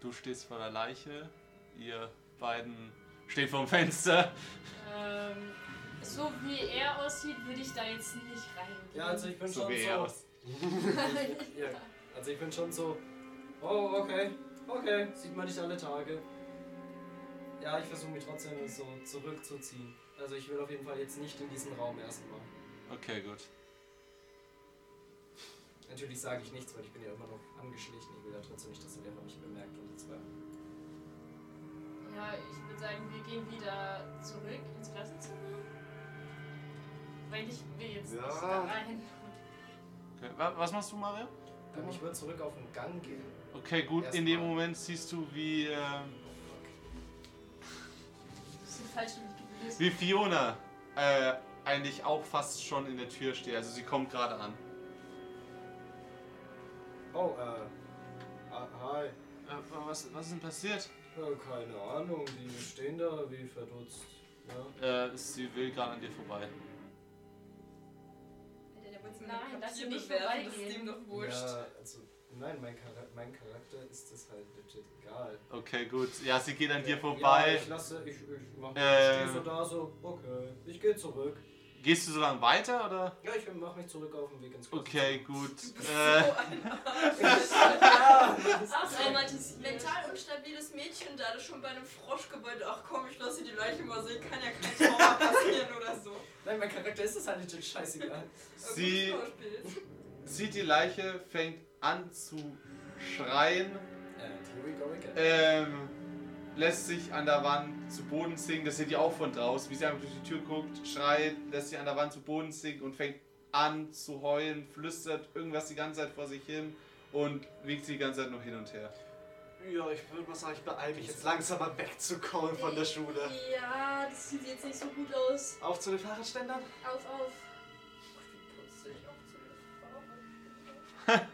Speaker 1: Du stehst vor der Leiche, ihr beiden steht vorm Fenster.
Speaker 3: Ähm, so wie er aussieht, würde ich da jetzt nicht reingehen.
Speaker 2: Ja, also ich bin
Speaker 1: So
Speaker 2: schon
Speaker 1: wie
Speaker 2: so.
Speaker 1: er aus-
Speaker 2: ja. Also ich bin schon so. Oh, okay. Okay. Sieht man nicht alle Tage. Ja, ich versuche mich trotzdem so zurückzuziehen. Also ich will auf jeden Fall jetzt nicht in diesen Raum erstmal.
Speaker 1: Okay, gut.
Speaker 2: Natürlich sage ich nichts, weil ich bin ja immer noch angeschlichen. Ich will ja trotzdem nicht, dass der Lehrer mich bemerkt und jetzt
Speaker 3: Ja, ich würde sagen, wir gehen wieder zurück ins Klassenzimmer. Weil ich will jetzt
Speaker 6: Ja.
Speaker 3: nicht da rein.
Speaker 1: Okay. wa- Was machst du, Mario?
Speaker 2: Ähm, ich würde zurück auf den Gang gehen.
Speaker 1: Okay, gut. In
Speaker 2: Erstmal.
Speaker 1: dem Moment siehst du, wie, ähm,
Speaker 3: Das sind falsche Gewissen.
Speaker 1: wie Fiona äh, eigentlich auch fast schon in der Tür steht. Also sie kommt gerade an.
Speaker 2: Oh, äh. Ah, hi.
Speaker 1: Äh, was, was ist denn passiert?
Speaker 2: Ja, keine Ahnung. Die stehen da wie verdutzt. Ja.
Speaker 1: Äh, sie will gerade an dir vorbei.
Speaker 5: Alter, der wollte
Speaker 3: Nein,
Speaker 5: mir
Speaker 3: lass
Speaker 5: das
Speaker 3: ihn nicht
Speaker 5: bewerfen, das
Speaker 3: vorbeigehen.
Speaker 5: ist ihm doch wurscht.
Speaker 2: Ja, also, nein, mein, Charak mein Charakter ist das halt legit egal.
Speaker 1: Okay, gut. Ja, sie geht an dir
Speaker 2: Ja,
Speaker 1: vorbei.
Speaker 2: ich lasse, ich, ich mach,
Speaker 1: Ähm.
Speaker 2: ich steh so da so, okay, ich gehe zurück.
Speaker 1: Gehst du so lange weiter oder?
Speaker 2: Ja, ich mach mich zurück auf den Weg ins Klassenzimmer.
Speaker 1: Okay, gut. Äh,
Speaker 5: Auf einmal dieses mental unstabiles Mädchen da, das schon bei einem Froschgebäude, ach komm, ich lasse die Leiche mal sehen, kann ja kein Trauma passieren oder so.
Speaker 2: Nein, mein Charakter ist das halt legit scheißegal.
Speaker 1: sie
Speaker 5: Gutes Schauspiel.
Speaker 1: sieht die Leiche, fängt an zu schreien,
Speaker 2: And here we go again.
Speaker 1: ähm, lässt sich an der Wand zu Boden sinken. Das seht ihr auch von draußen, wie sie einfach durch die Tür guckt, schreit, lässt sich an der Wand zu Boden sinken und fängt an zu heulen, flüstert irgendwas die ganze Zeit vor sich hin und wiegt sie die ganze Zeit nur hin und her.
Speaker 6: Ja, ich würde mal sagen, ich beeile mich jetzt langsam mal wegzukommen von der Schule.
Speaker 5: Ja, das sieht jetzt nicht so gut aus.
Speaker 6: Auf zu den Fahrradständern?
Speaker 5: Auf, auf. Wie putze ich auf zu der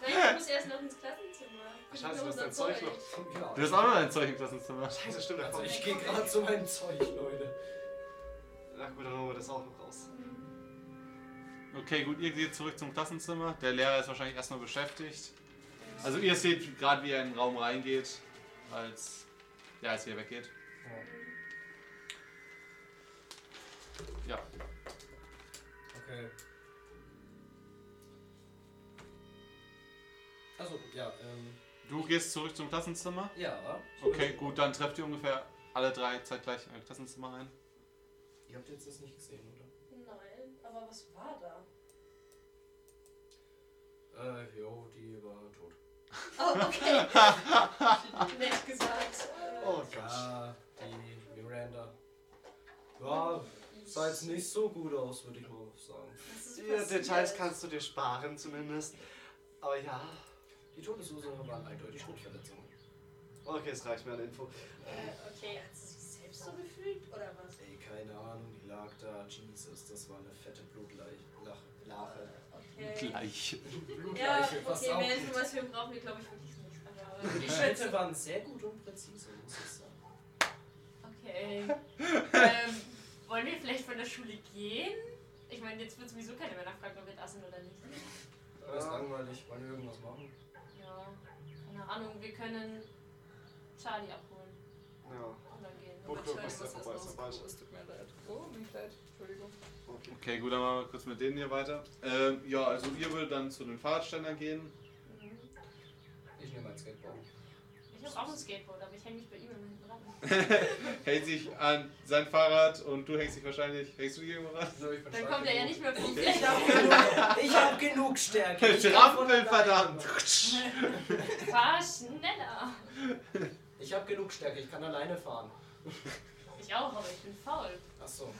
Speaker 3: Nein, ich muss erst noch ins Klassenzimmer. Ich
Speaker 8: Scheiße,
Speaker 3: will
Speaker 8: das ist
Speaker 3: unser
Speaker 8: dein Zeug noch.
Speaker 2: Ja.
Speaker 1: Du hast auch noch ein Zeug im Klassenzimmer.
Speaker 6: Scheiße, stimmt, da
Speaker 2: Also
Speaker 6: kommt
Speaker 2: ich gehe gerade zu meinem Zeug, Leute.
Speaker 6: Na gut, dann holen wir das auch noch raus.
Speaker 1: Okay, gut, ihr geht zurück zum Klassenzimmer. Der Lehrer ist wahrscheinlich erstmal beschäftigt. Also ihr seht gerade, wie er in den Raum reingeht, als, ja, als ihr weggeht. Ja,
Speaker 2: Okay. Also, ja, ähm,
Speaker 1: du gehst zurück zum Klassenzimmer.
Speaker 2: ja.
Speaker 1: Okay, gut, dann trefft ihr ungefähr alle drei zeitgleich in ein Klassenzimmer ein.
Speaker 2: Ihr habt jetzt das nicht gesehen, oder?
Speaker 3: Nein, aber was war da?
Speaker 2: Äh, jo, die war tot.
Speaker 5: Oh,
Speaker 3: Nett gesagt.
Speaker 6: Oh Gott.
Speaker 2: Ja, die Miranda. Ja, sah jetzt nicht so gut aus, würde ich mal sagen.
Speaker 3: Was ist
Speaker 6: Die
Speaker 3: passiert?
Speaker 6: Details kannst du dir sparen zumindest. Aber ja.
Speaker 2: Die Todesursache waren eindeutig Schnittverletzungen.
Speaker 6: Okay, es reicht mir an Info.
Speaker 3: Äh, okay, hat sie sich selbst so gefühlt oder was?
Speaker 2: Ey, keine Ahnung, die lag da. Jesus, das war eine fette Blutleiche. Lach- Lache.
Speaker 3: Okay.
Speaker 1: Gleich.
Speaker 3: Ja,
Speaker 2: Blutleiche, was
Speaker 3: okay, mehr
Speaker 2: auch.
Speaker 3: Informationen brauchen wir, glaube ich, wirklich nicht. Aber
Speaker 2: Die Schnitte waren sehr gut und präzise, muss ich sagen.
Speaker 3: Okay. ähm, wollen wir vielleicht von der Schule gehen? Ich meine, jetzt wird sowieso keiner mehr nachfragen, ob wir das sind oder nicht.
Speaker 2: Das ist langweilig. Wollen wir irgendwas machen?
Speaker 3: Ja, keine Ahnung, wir können Charlie abholen
Speaker 6: Ja.
Speaker 3: und dann gehen.
Speaker 6: Oh,
Speaker 5: Vorbeigehen.
Speaker 6: guck, was da vorbei ist, vorbei ist.
Speaker 5: Es tut mir leid. Oh, mir leid. Entschuldigung.
Speaker 1: Okay, gut, dann machen wir kurz mit denen hier weiter. Ähm, ja, also ihr würdet dann zu den Fahrradständern gehen.
Speaker 3: Mhm.
Speaker 2: Ich nehme mein Skateboard.
Speaker 3: Ich habe auch ein Skateboard, aber ich hänge mich bei ihm immer hinten dran.
Speaker 1: Hält sich an sein Fahrrad und du hängst dich wahrscheinlich. Hängst du dir irgendwo ran?
Speaker 2: So, ich bin
Speaker 3: Dann
Speaker 2: stark
Speaker 3: kommt er ja
Speaker 2: genug.
Speaker 3: nicht mehr von
Speaker 2: Ich
Speaker 3: sich.
Speaker 2: hab genug, ich hab genug Stärke. Ich kann
Speaker 1: Trampel,
Speaker 2: von alleine.
Speaker 1: verdammt!
Speaker 3: Fahr schneller!
Speaker 2: Ich hab genug Stärke, ich kann alleine fahren.
Speaker 3: Ich auch, aber ich bin faul.
Speaker 2: Achso.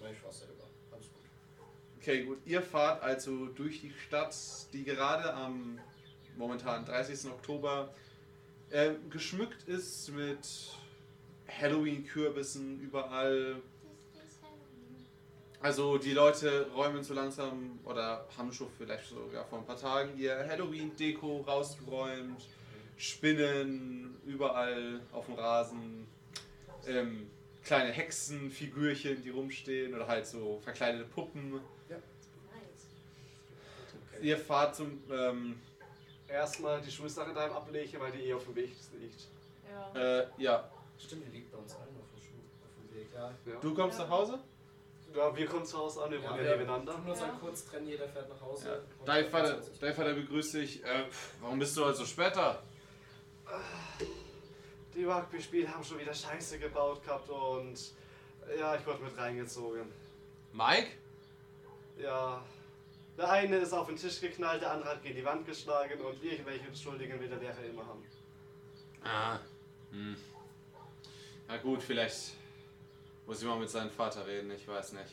Speaker 2: Nein, ich fahr's selber. Alles gut.
Speaker 1: Okay, gut. Ihr fahrt also durch die Stadt, die gerade am momentan 30. Oktober, ähm, geschmückt ist mit Halloween-Kürbissen überall. Also die Leute räumen so langsam oder haben schon vielleicht sogar vor ein paar Tagen ihr Halloween-Deko rausgeräumt. Spinnen überall auf dem Rasen. Ähm, kleine Hexenfigürchen, die rumstehen oder halt so verkleidete Puppen.
Speaker 3: Nice.
Speaker 1: Ihr fahrt zum... Ähm,
Speaker 8: Erstmal die Schulsache daheim ablege, weil die eh auf dem Weg liegt.
Speaker 3: Ja.
Speaker 1: äh, ja,
Speaker 2: Stimmt, die liegt bei uns allen auf dem Schuh, auf dem Weg, ja.
Speaker 8: Ja.
Speaker 1: du kommst nach Hause?
Speaker 8: Ja, wir kommen zu Hause an, wir wohnen ja, nebeneinander.
Speaker 2: Tun uns
Speaker 3: Ja.
Speaker 2: dann kurz trennen, jeder fährt nach Hause.
Speaker 1: Ja.
Speaker 2: Und
Speaker 1: Dein Vater,
Speaker 2: dann-
Speaker 1: dein Vater begrüßt dich. Äh, pf, warum bist du also später?
Speaker 8: Die Rugby-Spiele haben schon wieder Scheiße gebaut gehabt und ja, ich wurde mit reingezogen.
Speaker 9: Mike?
Speaker 8: Ja. Der eine ist auf den Tisch geknallt, der andere hat gegen die Wand geschlagen und irgendwelche Schuldigen will der Lehrer immer haben.
Speaker 9: Ah. Hm. Na gut, vielleicht muss ich mal mit seinem Vater reden, ich weiß nicht.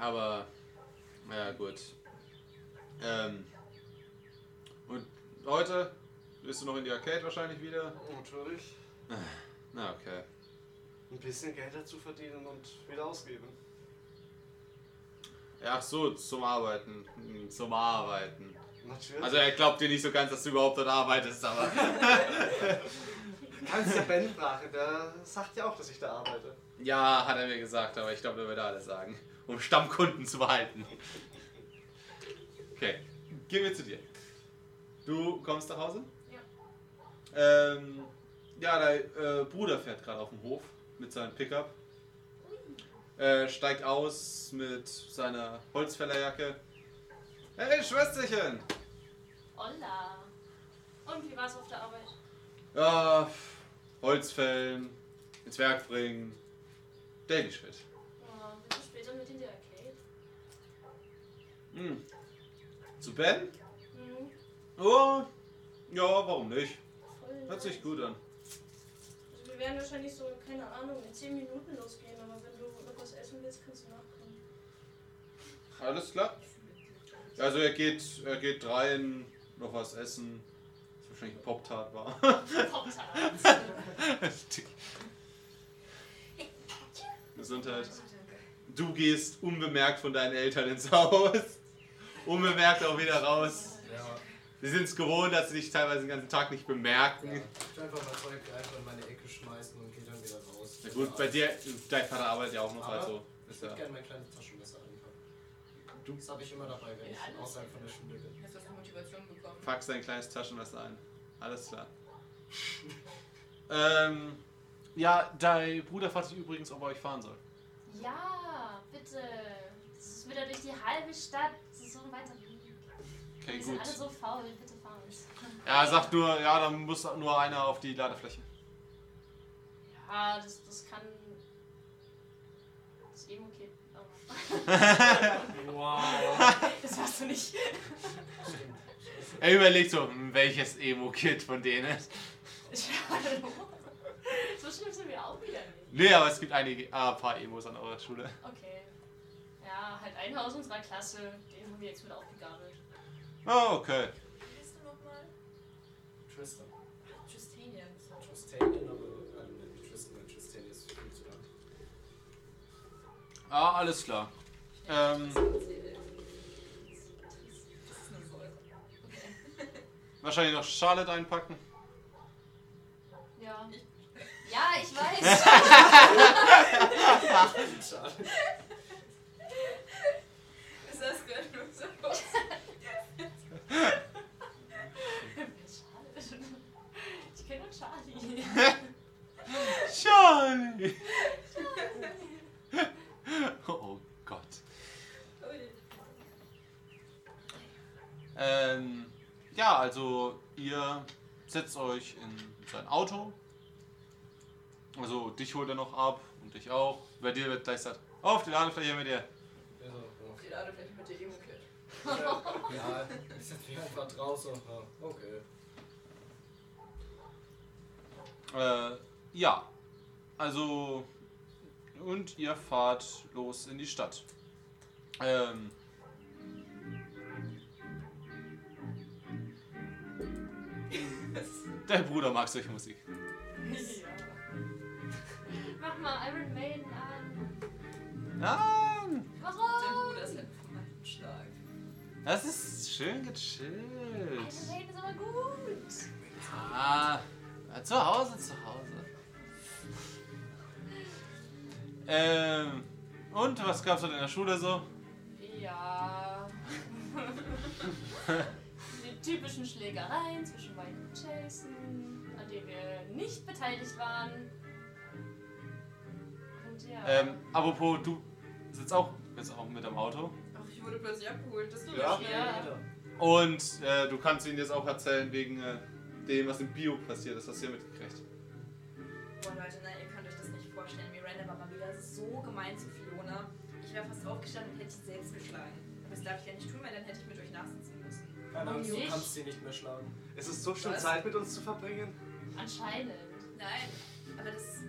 Speaker 9: Aber, ja gut. Ähm. Und heute bist du noch in die Arcade wahrscheinlich wieder?
Speaker 8: Natürlich.
Speaker 9: Na okay.
Speaker 8: Ein bisschen Geld dazu verdienen und wieder ausgeben.
Speaker 9: Ja, ach so, zum Arbeiten. Hm, Zum Arbeiten.
Speaker 8: Natürlich.
Speaker 9: Also er glaubt dir nicht so ganz, dass du überhaupt dort arbeitest, aber...
Speaker 8: kannst du Ben fragen, der sagt ja auch, dass ich da arbeite.
Speaker 9: Ja, hat er mir gesagt, aber ich glaube, er würde alles sagen, um Stammkunden zu behalten.
Speaker 1: Okay, gehen wir zu dir. Du kommst nach Hause?
Speaker 3: Ja.
Speaker 1: Ähm, ja, dein äh, Bruder fährt gerade auf dem Hof mit seinem Pickup. Äh, steigt aus mit seiner Holzfällerjacke. Hey, Schwesterchen!
Speaker 3: Olla. Und wie war's auf der Arbeit?
Speaker 1: Ja, pf, Holzfällen, ins Werk bringen. Daily Schritt.
Speaker 3: Oh, bist du später mit in die Arcade?
Speaker 1: Hm. Zu Ben?
Speaker 3: Mhm.
Speaker 1: Oh, ja, warum nicht?
Speaker 3: Voll
Speaker 1: Hört sich
Speaker 3: nice.
Speaker 1: gut an.
Speaker 3: Also wir werden wahrscheinlich so, keine Ahnung, in 10 Minuten losgehen, aber wenn du noch was essen willst, kannst du nachkommen.
Speaker 1: Alles klar. Also er geht, er geht rein, noch was essen. Das ist wahrscheinlich ein Pop-Tart war. Gesundheit. Du gehst unbemerkt von deinen Eltern ins Haus. Unbemerkt auch wieder raus.
Speaker 2: Ja,
Speaker 1: Sie sind es gewohnt, dass sie dich teilweise den ganzen Tag nicht bemerken.
Speaker 2: ja. Ich einfach mal Zeug einfach in meine Ecke schmeißen und gehe dann wieder raus.
Speaker 1: Na gut, bei dir, dein Vater arbeitet ja auch noch,
Speaker 2: Aber
Speaker 1: also.
Speaker 2: Ich
Speaker 1: Ist
Speaker 2: würde
Speaker 1: ja.
Speaker 2: gerne mein kleines Taschenmesser anfangen. Das habe ich immer dabei, wenn ich außerhalb von der Schule bin.
Speaker 5: Hast du eine Motivation bekommen?
Speaker 1: Packst dein kleines Taschenmesser ein. Alles klar. ähm, ja, dein Bruder fragt sich übrigens, ob er euch fahren soll.
Speaker 3: Ja, bitte. Das ist wieder durch die halbe Stadt. Das ist so ein weiter Weg.
Speaker 1: Okay,
Speaker 3: Wir
Speaker 1: gut.
Speaker 3: sind alle so faul. Bitte fahr uns.
Speaker 1: Ja, er sagt nur, ja, dann muss nur einer auf die Ladefläche.
Speaker 3: Ja, das, das kann... Das ist eben okay. Aber
Speaker 2: Wow.
Speaker 3: das warst du nicht.
Speaker 1: Er überlegt so, hm, welches Emo-Kid von denen.
Speaker 3: so schlimm sind wir auch wieder nicht.
Speaker 1: Nee, aber es gibt einige, ah, ein paar Emos an eurer Schule.
Speaker 3: Okay. Ja, halt ein Haus unserer Klasse. Den haben wir jetzt wieder aufgegabelt.
Speaker 1: Oh, okay.
Speaker 5: Bist du nochmal?
Speaker 2: Tristan.
Speaker 5: Justinian.
Speaker 2: Tristan, aber alle nennen mich Tristan, weil Tristan ist viel zu lang.
Speaker 9: Ah, alles klar.
Speaker 1: Ähm,
Speaker 5: Das ist eine Säure.
Speaker 1: wahrscheinlich noch Charlotte einpacken.
Speaker 3: Ja.
Speaker 10: Ja, ich weiß.
Speaker 2: Schade.
Speaker 5: Ist das gerade nur so?
Speaker 3: Schade. Ich kenne nur Charlie.
Speaker 1: Charlie! oh Gott.
Speaker 5: Ui.
Speaker 1: Ähm, ja, also ihr setzt euch in sein Auto. Also dich holt er noch ab und dich auch. Bei dir wird gleich gesagt, auf die Ladefläche mit dir.
Speaker 2: Also, ja.
Speaker 5: Die Ladefläche mit der Emo-Kit.
Speaker 2: Ja, ich setze mich einfach draußen. Ja, Okay.
Speaker 1: Äh, ja. Also. Und ihr fahrt los in die Stadt. Ähm.
Speaker 9: Dein Bruder mag solche Musik.
Speaker 3: Mach mal Iron Maiden an.
Speaker 9: Nein!
Speaker 5: Der
Speaker 3: Warum?
Speaker 5: Bruder ist einfach mein Schlag.
Speaker 9: Das ist schön
Speaker 3: Iron
Speaker 9: gechillt.
Speaker 3: Maiden ist aber gut.
Speaker 9: Ah, zu Hause, zu Hause. Ähm, und was gab's heute in der Schule so?
Speaker 3: Ja. Die typischen Schlägereien zwischen Mike und Jason, an denen wir nicht beteiligt waren. Und ja.
Speaker 9: Ähm, apropos, du sitzt auch jetzt auch mit am Auto.
Speaker 5: Ach, ich wurde plötzlich abgeholt. Das tut
Speaker 1: Ja?
Speaker 5: mir
Speaker 3: Ja.
Speaker 5: schnell.
Speaker 1: Und äh, du kannst ihnen jetzt auch erzählen wegen äh, dem, was im Bio passiert ist. Hast du ja mitgekriegt.
Speaker 5: Boah, Leute, ne, ihr könnt euch das nicht vorstellen. Miranda war mal wieder so gemein zu Fiona. Ich wäre fast aufgestanden und hätte sie selbst geschlagen. Aber das darf ich ja nicht tun, weil dann hätte ich mit euch nachsitzen müssen.
Speaker 2: Keine Angst,
Speaker 3: Oh,
Speaker 2: du
Speaker 3: ich?
Speaker 2: kannst sie nicht mehr schlagen.
Speaker 6: Es ist so schön,
Speaker 5: Was?
Speaker 6: Zeit mit uns zu verbringen.
Speaker 3: Anscheinend.
Speaker 5: Nein, aber das,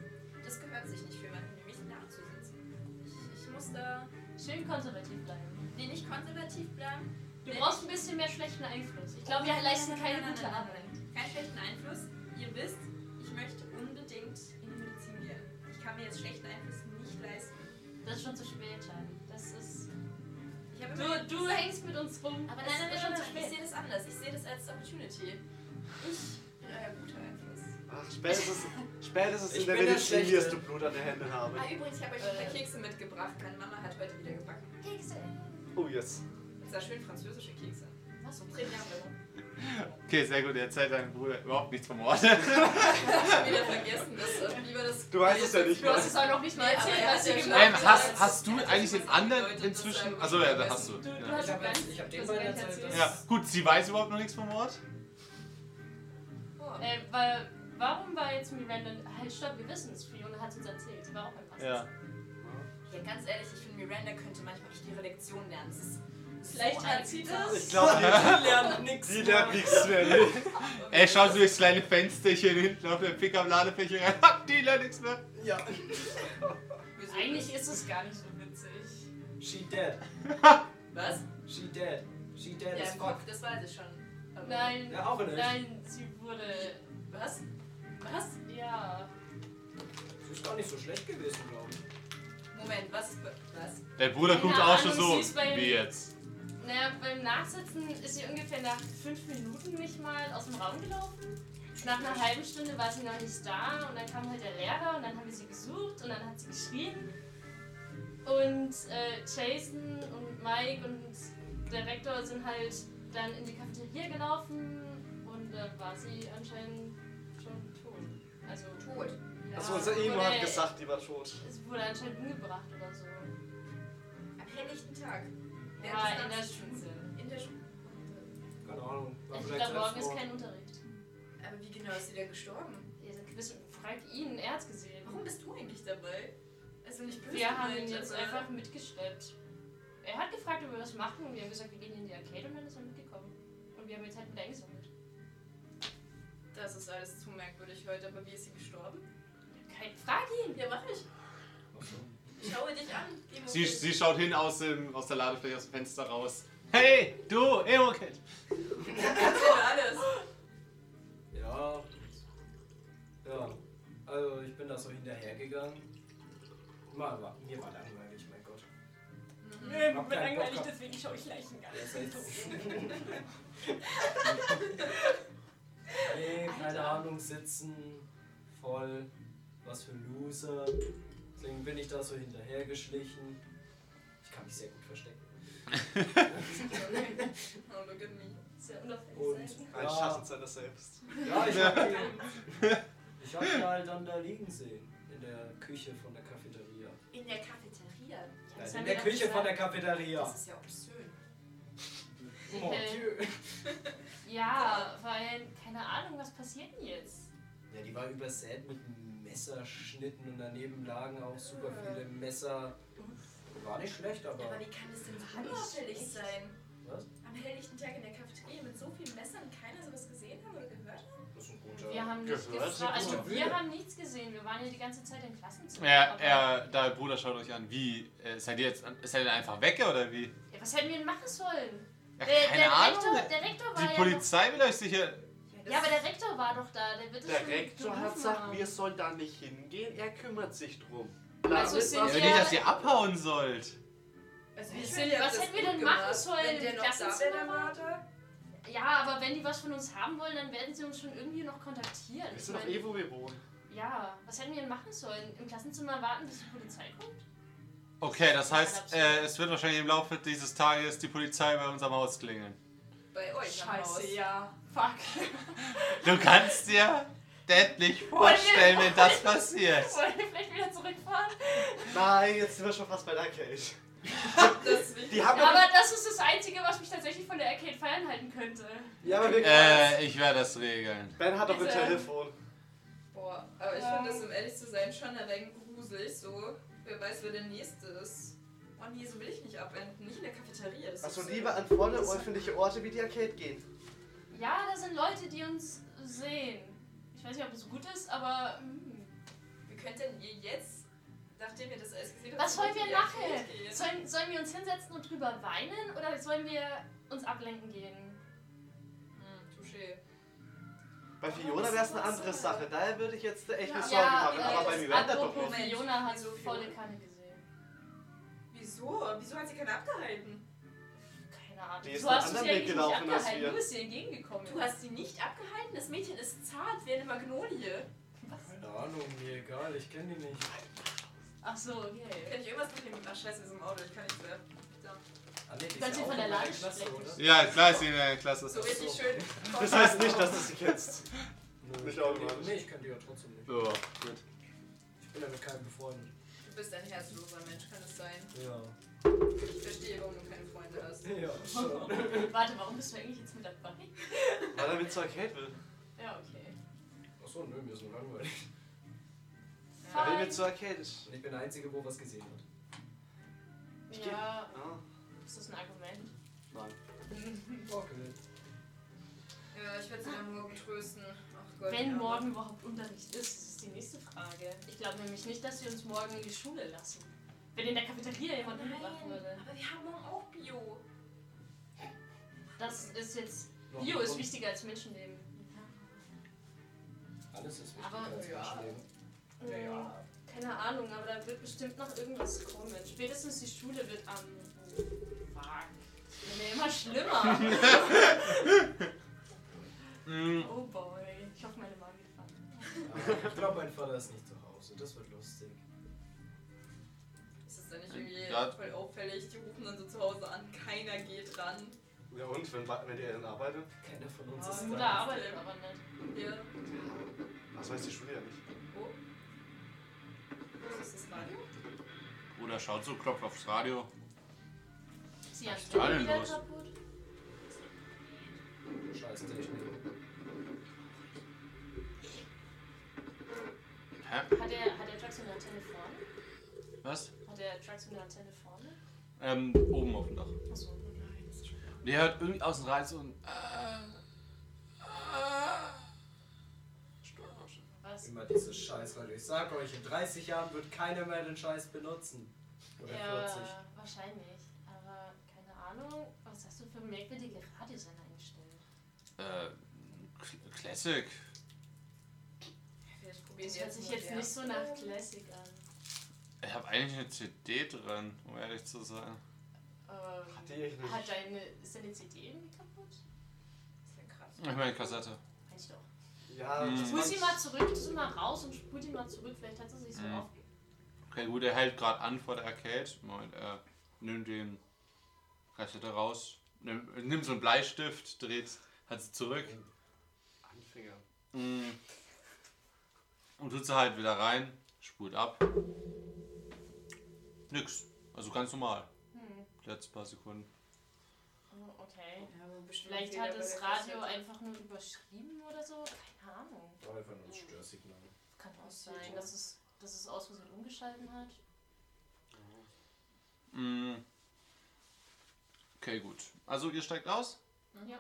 Speaker 5: das gehört sich nicht für jemanden, nämlich nachzusitzen. Ich, ich muss da
Speaker 3: Schön konservativ bleiben.
Speaker 5: nee, nicht konservativ bleiben.
Speaker 3: Du
Speaker 5: Wenn-
Speaker 3: brauchst ein bisschen mehr schlechten Einfluss. Ich glaube, wir
Speaker 5: Nein,
Speaker 3: leisten
Speaker 5: nein,
Speaker 3: keine
Speaker 5: nein,
Speaker 3: gute
Speaker 5: nein, nein,
Speaker 3: Arbeit.
Speaker 5: nein. Keinen schlechten Einfluss. Ihr wisst, ich möchte unbedingt in die Medizin gehen. Ich kann mir jetzt schlechten Einfluss nicht leisten.
Speaker 3: Das ist schon zu spät, Charlie. Das ist.
Speaker 5: Ich habe immer
Speaker 3: Du, du hängst mit uns rum.
Speaker 5: Aber
Speaker 3: Es ist
Speaker 5: nein, nein, nein, nein,
Speaker 3: schon
Speaker 5: nein, ich
Speaker 3: zu
Speaker 5: sehe
Speaker 3: spät.
Speaker 5: das anders. Ich sehe das als Opportunity. Ich bin euer guter Einfluss.
Speaker 6: Ach, spätestens, spätestens
Speaker 2: Ich
Speaker 6: in der
Speaker 2: bin der
Speaker 6: Medizin
Speaker 2: Schlechte.
Speaker 6: wirst du Blut an der Hände haben.
Speaker 5: Ah, übrigens, ich habe euch ein paar
Speaker 3: Äh.
Speaker 5: Kekse mitgebracht. Meine Mama hat heute wieder gebacken.
Speaker 3: Kekse.
Speaker 6: Oh, yes.
Speaker 5: Das war schön französische Kekse.
Speaker 3: Was?
Speaker 5: Zum Trinken haben wir
Speaker 1: Okay, sehr gut. Er erzählt deinem Bruder überhaupt nichts vom Ort.
Speaker 5: schon wieder vergessen, dass äh, lieber das.
Speaker 6: Du weißt es ja nicht
Speaker 3: Du hast
Speaker 6: mal.
Speaker 3: es auch noch nicht mal erzählt,
Speaker 5: aber er
Speaker 3: was
Speaker 5: hat
Speaker 3: ihr
Speaker 5: ja
Speaker 3: gemacht
Speaker 5: schon-
Speaker 1: ähm,
Speaker 3: habt.
Speaker 1: hast, hast du eigentlich
Speaker 5: Ja, das
Speaker 1: den
Speaker 5: bedeutet,
Speaker 1: anderen
Speaker 5: dass er
Speaker 1: inzwischen?
Speaker 5: irgendwie
Speaker 1: Also ja, da hast du.
Speaker 3: Du, du
Speaker 1: Ja.
Speaker 3: hast
Speaker 2: Ich
Speaker 3: schon
Speaker 2: habe
Speaker 3: ganz
Speaker 2: ich hab dem
Speaker 3: das
Speaker 2: beiden
Speaker 3: ganz
Speaker 2: erzählt,
Speaker 3: erzählt.
Speaker 2: dass-
Speaker 1: ja, gut. Sie weiß überhaupt noch nichts vom Ort.
Speaker 5: Oh.
Speaker 3: Äh, weil, warum war jetzt Miranda. Halt, stopp, wir wissen es. Fiona hat uns erzählt. War auch ein Pass.
Speaker 5: Ja, ganz ehrlich, ich finde, Miranda könnte manchmal echt ihre Lektion lernen. Das ist
Speaker 3: Vielleicht
Speaker 5: so
Speaker 3: hat sie
Speaker 5: ein-
Speaker 3: das.
Speaker 6: Ich glaube,
Speaker 2: Die lernt nichts.
Speaker 6: die lernt nichts mehr. ne?
Speaker 1: Ey, schaut sie durchs kleine Fensterchen hinten auf der Pickup-Ladefläche rein. Ha, die lernt nichts mehr.
Speaker 2: Ja.
Speaker 3: Eigentlich ist es gar nicht so witzig.
Speaker 2: She dead.
Speaker 5: Was?
Speaker 2: She dead. She dead
Speaker 5: Ja,
Speaker 2: as
Speaker 5: im
Speaker 2: fuck.
Speaker 5: Kopf, das weiß ich schon. Aber-
Speaker 3: Nein,
Speaker 2: Ja, auch in echt.
Speaker 3: nein, sie wurde.
Speaker 5: Was? Was?
Speaker 3: Ja.
Speaker 2: Das ist gar nicht so schlecht gewesen, glaube ich.
Speaker 5: Moment, was ist. be- Was?
Speaker 1: Der Bruder guckt
Speaker 3: Keine
Speaker 1: auch schon
Speaker 3: Ahnung,
Speaker 1: so.
Speaker 3: sie ist bei-
Speaker 1: Wie jetzt?
Speaker 3: Naja, beim Nachsitzen ist sie ungefähr nach fünf Minuten nicht mal aus dem Raum gelaufen. Nach einer halben Stunde war sie noch nicht da und dann kam halt der Lehrer und dann haben wir sie gesucht und dann hat sie geschrien. Und äh, Jason und Mike und der Rektor sind halt dann in die Cafeteria gelaufen und da war sie anscheinend schon tot. Also,
Speaker 5: Tot.
Speaker 3: ja,
Speaker 6: Achso, unser Emo
Speaker 3: wurde-
Speaker 6: hat gesagt, die war tot.
Speaker 3: Es wurde anscheinend umgebracht oder so.
Speaker 5: Am helllichten Tag. Während
Speaker 3: Ja,
Speaker 5: des
Speaker 3: in der
Speaker 5: Nachsitzens.
Speaker 3: Schule. Also
Speaker 5: In der Schule.
Speaker 2: Keine Ahnung. War
Speaker 3: Ich
Speaker 2: vielleicht
Speaker 3: glaube, morgen
Speaker 2: selbst
Speaker 3: ist
Speaker 2: vor.
Speaker 3: kein Unterricht.
Speaker 5: Aber wie genau ist sie denn gestorben?
Speaker 3: Ihr seid gewiss, fragt ihn, er hat's gesehen.
Speaker 5: Warum bist du eigentlich dabei? Also nicht böse.
Speaker 3: Wir haben ihn
Speaker 5: gemeint,
Speaker 3: jetzt
Speaker 5: aber-
Speaker 3: einfach mitgeschleppt. Er hat gefragt, ob wir was machen und wir haben gesagt, wir gehen in die Arcade und dann ist er mitgekommen. Und wir haben jetzt halt wieder eingesammelt.
Speaker 5: Das ist alles zu merkwürdig heute, aber wie ist sie gestorben?
Speaker 3: Kein, frag ihn!
Speaker 5: Ja, mach ich. Ich schaue dich an. Emo
Speaker 1: Sie,
Speaker 5: Kid.
Speaker 1: sie schaut hin aus, dem, aus der Ladefläche, aus dem Fenster raus. Hey, du, Emo-Kid.
Speaker 5: Erzähl alles.
Speaker 2: Ja. Ja. Also ich bin da so hinterhergegangen. Mal war, mir war langweilig, mein Gott.
Speaker 5: Mhm.
Speaker 2: Hab keinen Bock gehabt.
Speaker 3: deswegen schaue ich Leichen gar
Speaker 2: Ja, sei Nee, keine
Speaker 3: Alter.
Speaker 2: Ahnung, sitzen, voll, was für Loser. Deswegen bin ich da so hinterhergeschlichen. Ich kann mich sehr gut verstecken.
Speaker 5: Oh, look at me.
Speaker 3: Sehr unauffällig sein.
Speaker 2: Und
Speaker 6: Ein
Speaker 2: ja,
Speaker 6: Schatten seiner selbst.
Speaker 2: ja ich hab ihn, ich hab ihn halt dann da liegen sehen. In der Küche von der Cafeteria.
Speaker 5: In der Cafeteria.
Speaker 2: Nein, in
Speaker 3: das haben
Speaker 2: der
Speaker 3: wir
Speaker 2: Küche
Speaker 3: doch
Speaker 2: von der
Speaker 3: gesagt.
Speaker 2: Cafeteria.
Speaker 5: Das ist ja obszön.
Speaker 2: Mon
Speaker 3: Okay.
Speaker 2: Dieu.
Speaker 3: Ja, weil, keine Ahnung, was passiert denn jetzt?
Speaker 2: Ja, die war übersät mit Messerschnitten und daneben lagen auch super viele Messer. War nicht schlecht,
Speaker 5: Aber
Speaker 2: aber.
Speaker 5: wie kann das denn so
Speaker 3: Kann ich
Speaker 5: unauffällig
Speaker 3: nicht.
Speaker 5: sein?
Speaker 2: Was?
Speaker 5: Am helllichten Tag in der Cafeteria mit so vielen Messern keiner sowas gesehen haben oder gehört hat?
Speaker 2: Das ist ein guter.
Speaker 3: Wir haben nichts
Speaker 6: Gehört,
Speaker 3: gesehen. Also,
Speaker 2: gute
Speaker 3: wir
Speaker 2: Bühne.
Speaker 3: haben nichts gesehen. Wir waren ja die ganze Zeit im Klassenzimmer.
Speaker 1: Ja,
Speaker 3: Aber-
Speaker 1: er, da Bruder schaut euch an. Wie? äh, Seid ihr jetzt seid ihr einfach weg oder wie?
Speaker 3: Ja, was hätten wir denn machen sollen?
Speaker 1: Ja,
Speaker 3: Der-
Speaker 1: keine
Speaker 3: der,
Speaker 1: Ahnung.
Speaker 3: Rektor, der Rektor war
Speaker 1: Die
Speaker 3: ja noch
Speaker 1: Polizei will euch sicher.
Speaker 5: Ja,
Speaker 3: Ja, aber der Rektor war doch da, der wird es
Speaker 6: Der
Speaker 3: schon
Speaker 6: Rektor hat
Speaker 3: gerufen
Speaker 6: gesagt,
Speaker 3: haben.
Speaker 6: wir sollen da nicht hingehen, er kümmert sich drum.
Speaker 3: Also
Speaker 6: Damit
Speaker 3: sind
Speaker 6: was-
Speaker 3: wir-
Speaker 1: nicht, dass ihr abhauen sollt.
Speaker 5: Also
Speaker 3: Wir
Speaker 5: ich
Speaker 3: sind-
Speaker 5: finde, ihr habt
Speaker 3: was
Speaker 5: das
Speaker 3: hätten wir
Speaker 5: gut
Speaker 3: denn machen
Speaker 5: gemacht.
Speaker 3: sollen?
Speaker 5: Wenn der noch da
Speaker 3: Klassenzimmer
Speaker 5: wäre, der
Speaker 3: war?
Speaker 5: Vater?
Speaker 3: Ja, aber wenn die was von uns haben wollen, dann werden sie uns schon irgendwie noch kontaktieren.
Speaker 6: Wir
Speaker 3: Ich
Speaker 6: sind doch
Speaker 3: meine,
Speaker 6: eh, wo wir wohnen.
Speaker 3: ja, was hätten wir denn machen sollen? Im Klassenzimmer warten, bis die Polizei kommt?
Speaker 1: Okay, das heißt, äh, es wird wahrscheinlich im Laufe dieses Tages die Polizei bei unserem Haus klingeln.
Speaker 5: Bei euch am Haus.
Speaker 3: ja. Fuck.
Speaker 1: Du kannst dir das nicht vorstellen, wenn das passiert.
Speaker 3: Wollen wir vielleicht wieder zurückfahren?
Speaker 6: Nein, jetzt sind wir schon fast bei der Arcade.
Speaker 5: Das will-
Speaker 6: Die haben
Speaker 3: Aber das ist das Einzige, was mich tatsächlich von der Arcade fernhalten könnte.
Speaker 6: Ja, aber wir
Speaker 1: Äh, ich werde das regeln.
Speaker 6: Ben hat doch ein
Speaker 3: Diese-
Speaker 6: Telefon.
Speaker 5: Boah, aber ich finde das, um ehrlich zu sein, schon ein wenig gruselig. So, wer weiß, wer der Nächste ist. Oh nee, so will ich nicht abwenden. Nicht in der Cafeteria. Das
Speaker 6: Also
Speaker 5: ist
Speaker 6: lieber an volle öffentliche Orte wie die Arcade gehen.
Speaker 3: Ja, da sind Leute, die uns sehen. Ich weiß nicht, ob es gut ist, aber. hm.
Speaker 5: Wie könnt denn ihr jetzt, nachdem ihr das alles gesehen habt,
Speaker 3: Was
Speaker 5: zurück
Speaker 3: wollen wir
Speaker 5: in die Arcade
Speaker 3: machen?
Speaker 5: gehen?
Speaker 3: Sollen, sollen wir uns hinsetzen und drüber weinen oder sollen wir uns ablenken gehen?
Speaker 5: Hm, touché.
Speaker 6: Bei Fiona wäre es eine andere Sache. Daher würde ich jetzt echt eine
Speaker 5: Ja,
Speaker 6: Sorge machen.
Speaker 5: ja,
Speaker 6: aber
Speaker 5: das
Speaker 6: bei
Speaker 5: ist
Speaker 6: Miranda
Speaker 5: abgehoben.
Speaker 6: doch
Speaker 3: apropos,
Speaker 6: nicht.
Speaker 5: nicht.
Speaker 3: Fiona hat so
Speaker 5: Wieso
Speaker 3: volle
Speaker 5: Fiona?
Speaker 3: Kanne gesehen.
Speaker 5: Wieso? Wieso hat sie keiner abgehalten?
Speaker 3: Keine Ahnung.
Speaker 6: Die ist
Speaker 3: du
Speaker 6: einen
Speaker 3: hast es
Speaker 6: anderen
Speaker 3: ja
Speaker 6: Weg
Speaker 3: eigentlich nicht
Speaker 6: gelaufen als
Speaker 3: abgehalten.
Speaker 6: wir.
Speaker 3: Du bist ihr entgegengekommen.
Speaker 5: Du hast sie nicht abgehalten? Das Mädchen ist zart wie eine Magnolie.
Speaker 2: Keine Ahnung, mir egal, ich kenne die nicht.
Speaker 3: Ach so, okay.
Speaker 5: Kann ich irgendwas mitnehmen? Ach scheiße, wir sind im Auto, ich kann nichts mehr.
Speaker 2: Ah, nee, die ist
Speaker 3: Kannst
Speaker 2: ja
Speaker 3: du
Speaker 2: auch
Speaker 3: von der
Speaker 2: in meiner
Speaker 3: Lage
Speaker 2: Klasse,
Speaker 3: sprechen?
Speaker 2: oder?
Speaker 1: Ja, klar ist sie in der Klasse.
Speaker 5: So richtig
Speaker 2: so.
Speaker 5: schön.
Speaker 6: Das heißt nicht, dass du sie kennst.
Speaker 2: Nö,
Speaker 6: Nicht
Speaker 2: ich kann die-
Speaker 6: automatisch.
Speaker 2: Nee, ich kann die ja trotzdem nicht.
Speaker 1: So, gut.
Speaker 2: Ich bin ja mit keinem befreundet.
Speaker 5: Du bist ein herzloser Mensch, kann es sein.
Speaker 2: Ja.
Speaker 5: Ich verstehe, warum du keine Freunde hast.
Speaker 2: Ja, schon.
Speaker 3: Warte, warum bist du eigentlich jetzt mit dabei?
Speaker 6: Weil er mit zur Arcade will.
Speaker 3: Ja, okay.
Speaker 2: Achso, nö, mir ist nur langweilig.
Speaker 6: Er will
Speaker 3: Fine.
Speaker 6: mit zur Arcade.
Speaker 2: Und ich bin der Einzige, wo was gesehen hat.
Speaker 3: Ja,
Speaker 6: Ah,
Speaker 3: ist das ein Argument?
Speaker 6: nein.
Speaker 2: Okay.
Speaker 5: Ja, ich werde sie dann morgen trösten. Ach Gott.
Speaker 3: Wenn
Speaker 5: ja.
Speaker 3: morgen überhaupt Unterricht ist, das ist die nächste Frage. Ich glaube nämlich nicht, dass sie uns morgen in die Schule lassen. Wenn in der Cafeteria jemand
Speaker 5: Nein,
Speaker 3: umgebracht wurde.
Speaker 5: aber wir haben morgen auch Bio.
Speaker 3: Das ist jetzt.
Speaker 2: Noch
Speaker 3: Bio
Speaker 2: ein
Speaker 3: ist
Speaker 2: Grund.
Speaker 3: wichtiger als Menschenleben.
Speaker 2: Alles ist wichtig.
Speaker 3: Aber,
Speaker 2: als
Speaker 5: ja.
Speaker 2: Menschenleben. Ja,
Speaker 3: Hm,
Speaker 2: ja.
Speaker 3: Keine Ahnung, aber da wird bestimmt noch irgendwas kommen. Spätestens die Schule wird am. Fuck. Wird ja immer schlimmer.
Speaker 1: Mm,
Speaker 3: oh boy. Ich hoffe, meine Mama geht fahren.
Speaker 2: Ah, Ich glaube, mein Vater ist nicht zu Hause. Das wird lustig.
Speaker 5: Ist das dann nicht irgendwie
Speaker 1: Ja.
Speaker 5: voll auffällig? Die rufen dann so zu Hause an, keiner geht ran.
Speaker 6: Ja und, wenn, wenn die Eltern arbeiten?
Speaker 2: Keiner von uns
Speaker 5: Ah,
Speaker 2: ist
Speaker 5: die
Speaker 3: Mutter
Speaker 2: da.
Speaker 3: arbeitet aber nicht.
Speaker 5: Hier.
Speaker 6: Was weiß die Schule ja nicht.
Speaker 5: Wo? Was ist das Radio?
Speaker 1: Bruder schaut so, klopft aufs Radio.
Speaker 3: Sie hat
Speaker 1: ist da denn
Speaker 3: wieder
Speaker 1: los?
Speaker 3: kaputt.
Speaker 2: Scheiß Technik.
Speaker 1: Hä?
Speaker 3: Hat der, hat der Truck so eine Antenne vorne?
Speaker 1: Was?
Speaker 3: Hat der Truck so eine Antenne vorne?
Speaker 1: Ähm, oben auf dem Dach.
Speaker 3: Achso, nein, das ist schon.
Speaker 1: Und ihr hört irgendwie aus dem Reiz und. Äh, äh,
Speaker 3: Was?
Speaker 2: Immer dieses Scheißradio. Ich sag euch, in 30 Jahren wird keiner mehr den Scheiß benutzen. Oder
Speaker 3: Ja,
Speaker 2: 40.
Speaker 3: wahrscheinlich. Aber keine Ahnung, was hast du für merkwürdige Radiosender eingestellt?
Speaker 1: äh, Cl- Classic.
Speaker 5: Vielleicht probieren
Speaker 3: Das
Speaker 5: wir
Speaker 3: hört sich jetzt nicht so nach Classic an.
Speaker 1: Ich habe eigentlich eine CD drin, um ehrlich zu sein.
Speaker 3: Ähm,
Speaker 6: Die ich nicht.
Speaker 3: hat deine, ist deine CD irgendwie kaputt?
Speaker 1: Ich meine Kassette.
Speaker 3: Eigentlich doch.
Speaker 6: Ja,
Speaker 1: Mhm.
Speaker 6: das
Speaker 3: Spul
Speaker 6: ist
Speaker 3: sie mal zurück, tu sie mal raus und spul die mal zurück. Vielleicht hat sie sich so
Speaker 6: Hm.
Speaker 1: Mhm.
Speaker 3: auf.
Speaker 1: Okay, gut, er hält gerade an vor der Arcade. Moment, er nimmt den Kassette raus, nimmt, nimmt so einen Bleistift, dreht, hat sie zurück.
Speaker 6: Anfänger.
Speaker 1: Mm. Und tut sie halt wieder rein, spult ab. Nix. Also ganz normal.
Speaker 3: Hm.
Speaker 1: Die letzten paar Sekunden.
Speaker 3: Oh, Okay.
Speaker 5: Vielleicht
Speaker 3: Vielleicht hat das Radio einfach nur überschrieben oder so. Keine Ahnung.
Speaker 2: Da einfach nur ein Störsignal.
Speaker 3: Kann auch sein, dass es, dass es aus Versehen umgeschalten hat.
Speaker 1: Mm. Okay, gut. Also ihr steigt aus.
Speaker 3: Ja.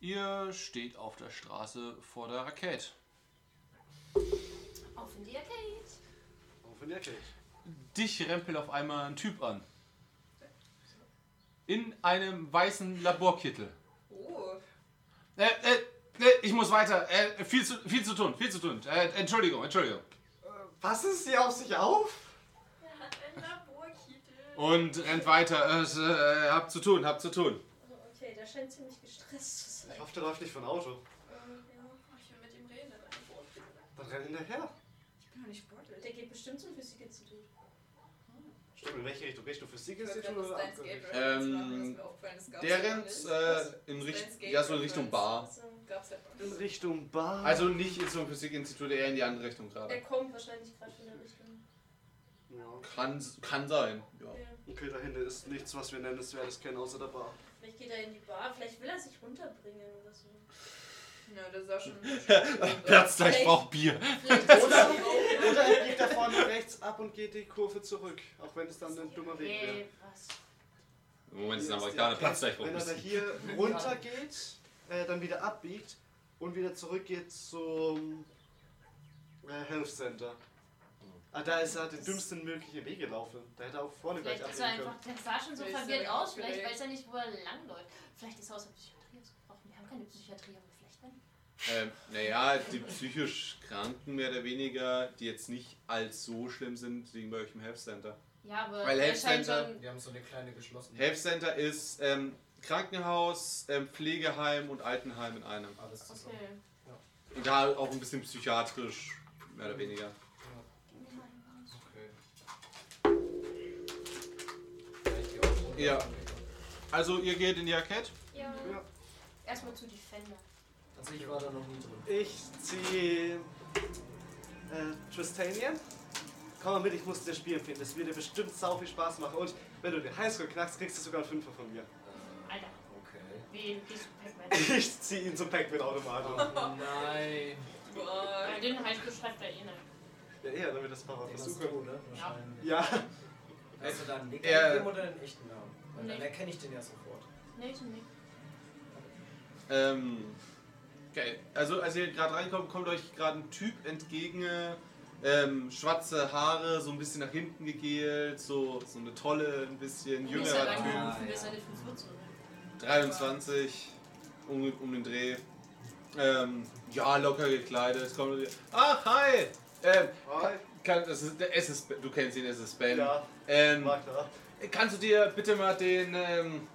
Speaker 1: Ihr steht auf der Straße vor der Arcade.
Speaker 3: Auf in die Arcade.
Speaker 6: Auf in die Arcade.
Speaker 1: Dich rempelt auf einmal ein Typ an. In einem weißen Laborkittel.
Speaker 5: Oh,
Speaker 9: Äh, äh, nee, ich muss weiter. Äh, viel, zu, viel zu tun, viel zu tun. Äh, Entschuldigung, Entschuldigung.
Speaker 6: Passen Sie auf sich auf?
Speaker 5: Ein Laborkittel.
Speaker 9: Und rennt weiter. Äh, äh, hab zu tun, hab zu tun.
Speaker 3: Okay, der scheint ziemlich gestresst zu sein.
Speaker 6: Ich hoffe, der läuft nicht von Auto.
Speaker 5: Oh, ich will mit ihm reden.
Speaker 6: Dann renn hinterher.
Speaker 5: Ich bin doch nicht sportlich.
Speaker 3: Der geht bestimmt zum Physik-Institut.
Speaker 6: Stimmt, in welche Richtung gehst du? Physik
Speaker 5: Ich
Speaker 6: ist
Speaker 5: wollte
Speaker 6: die
Speaker 5: gerade
Speaker 6: Schule
Speaker 5: das
Speaker 6: oder
Speaker 5: Steins
Speaker 6: abgerissen?
Speaker 5: Gate Reference
Speaker 1: Ähm,
Speaker 5: machen, was mir aufgefallen ist, gab's
Speaker 1: Der
Speaker 5: ja
Speaker 1: rennt
Speaker 5: nicht.
Speaker 1: äh, in Richtung, ja, so in Richtung Bar.
Speaker 3: Also,
Speaker 5: Gab's ja
Speaker 6: In Richtung Bar.
Speaker 1: Also nicht in so einem Physikinstitut, eher in die andere Richtung gerade.
Speaker 3: er kommt wahrscheinlich gerade von der Richtung.
Speaker 6: ja.
Speaker 1: Kann, kann sein. Ja.
Speaker 3: Ja.
Speaker 6: Okay, da hinten ist nichts, was wir nennenswertes kennen, außer der Bar.
Speaker 3: Vielleicht geht er in die Bar, vielleicht will er sich runterbringen oder so.
Speaker 5: Ja, das sah schon.
Speaker 1: Platz da, ich
Speaker 3: Echt?
Speaker 1: brauch Bier.
Speaker 6: Oder, oder er biegt da vorne rechts ab und geht die Kurve zurück, auch wenn es dann ein dummer Weg wäre.
Speaker 3: Ey, was?
Speaker 1: Im Moment ist
Speaker 6: Hier
Speaker 1: ein
Speaker 6: ist die
Speaker 1: Amerikaner,
Speaker 6: Abkürzung.
Speaker 1: Platz da, ich brauch
Speaker 6: Wenn er da
Speaker 1: Bier.
Speaker 6: hier runter geht, äh, dann wieder abbiegt und wieder zurückgeht zum äh, Health Center. Ah, da ist er den dümmsten möglichen Weg gelaufen. Da hätte er auch vorne
Speaker 3: Vielleicht
Speaker 6: gleich
Speaker 3: ist er
Speaker 6: abbiegen können.
Speaker 3: einfach, der sah schon so
Speaker 5: Vielleicht ist er
Speaker 3: verwirrt aus, vielleicht
Speaker 5: aufgeregt.
Speaker 3: weiß er nicht, wo er langläuft. Vielleicht ist er aus der Psychiatrie ausgebrochen. Wir haben keine Psychiatrie, aber vielleicht dann.
Speaker 1: Ähm, naja, die psychisch Kranken mehr oder weniger, die jetzt nicht als so schlimm sind, liegen bei euch im Health Center.
Speaker 3: Ja, aber
Speaker 1: Weil
Speaker 3: er
Speaker 1: Health
Speaker 3: scheint
Speaker 1: Center-
Speaker 3: schon.
Speaker 2: Wir haben so eine kleine geschlossene.
Speaker 1: Health Center ist ähm, Krankenhaus, ähm, Pflegeheim und Altenheim in einem.
Speaker 2: Alles zusammen.
Speaker 3: Okay.
Speaker 1: Und da auch ein bisschen psychiatrisch, mehr oder weniger.
Speaker 2: Okay. Vielleicht die auch runter.
Speaker 1: Ja. Also ihr geht in die Arcade?
Speaker 3: Ja.
Speaker 6: Ja.
Speaker 3: Erstmal zu Defender.
Speaker 2: Also ich war da noch nie drin.
Speaker 6: Ich ziehe äh, Tristanian. Komm mal mit, ich muss dir das Spiel empfehlen. Das wird dir bestimmt sau viel Spaß machen. Und wenn du den Highscore knackst, kriegst du sogar einen Fünfer von mir.
Speaker 3: Alter,
Speaker 2: Okay.
Speaker 3: wie gehst du Pac-Man?
Speaker 6: Ich ziehe ihn zum Pack mit Automaten.
Speaker 3: Ah.
Speaker 2: Oh nein.
Speaker 5: Boah.
Speaker 3: Weil Den Highschool schreibt er eh nicht.
Speaker 6: Ja, eher, damit das Papa
Speaker 2: Den hast
Speaker 6: versuchen.
Speaker 2: du, ne? Wahrscheinlich.
Speaker 6: Ja,
Speaker 2: Hast du da einen Nick
Speaker 1: Er-
Speaker 2: gegeben oder einen echten Namen? Weil dann
Speaker 3: Nee.
Speaker 2: erkenne ich den ja sofort.
Speaker 3: Nee, ich nicht.
Speaker 1: Ähm, okay, also als ihr gerade reinkommt, kommt euch gerade ein Typ entgegen. Ähm, schwarze Haare, so ein bisschen nach hinten gegelt, so, so eine tolle, ein bisschen
Speaker 3: Wie ist er
Speaker 1: jüngerer
Speaker 3: lang
Speaker 1: Typ.
Speaker 3: gerufen? Wie ist er nicht von Furz
Speaker 1: 23, um, um den Dreh. Ähm, ja, locker gekleidet. Es kommt, ach, hi! Ähm,
Speaker 6: Hi.
Speaker 1: Kann, das ist, es ist, du kennst ihn, es ist Ben.
Speaker 6: ja,
Speaker 1: Ähm,
Speaker 6: war klar.
Speaker 1: kannst du dir bitte mal den ähm,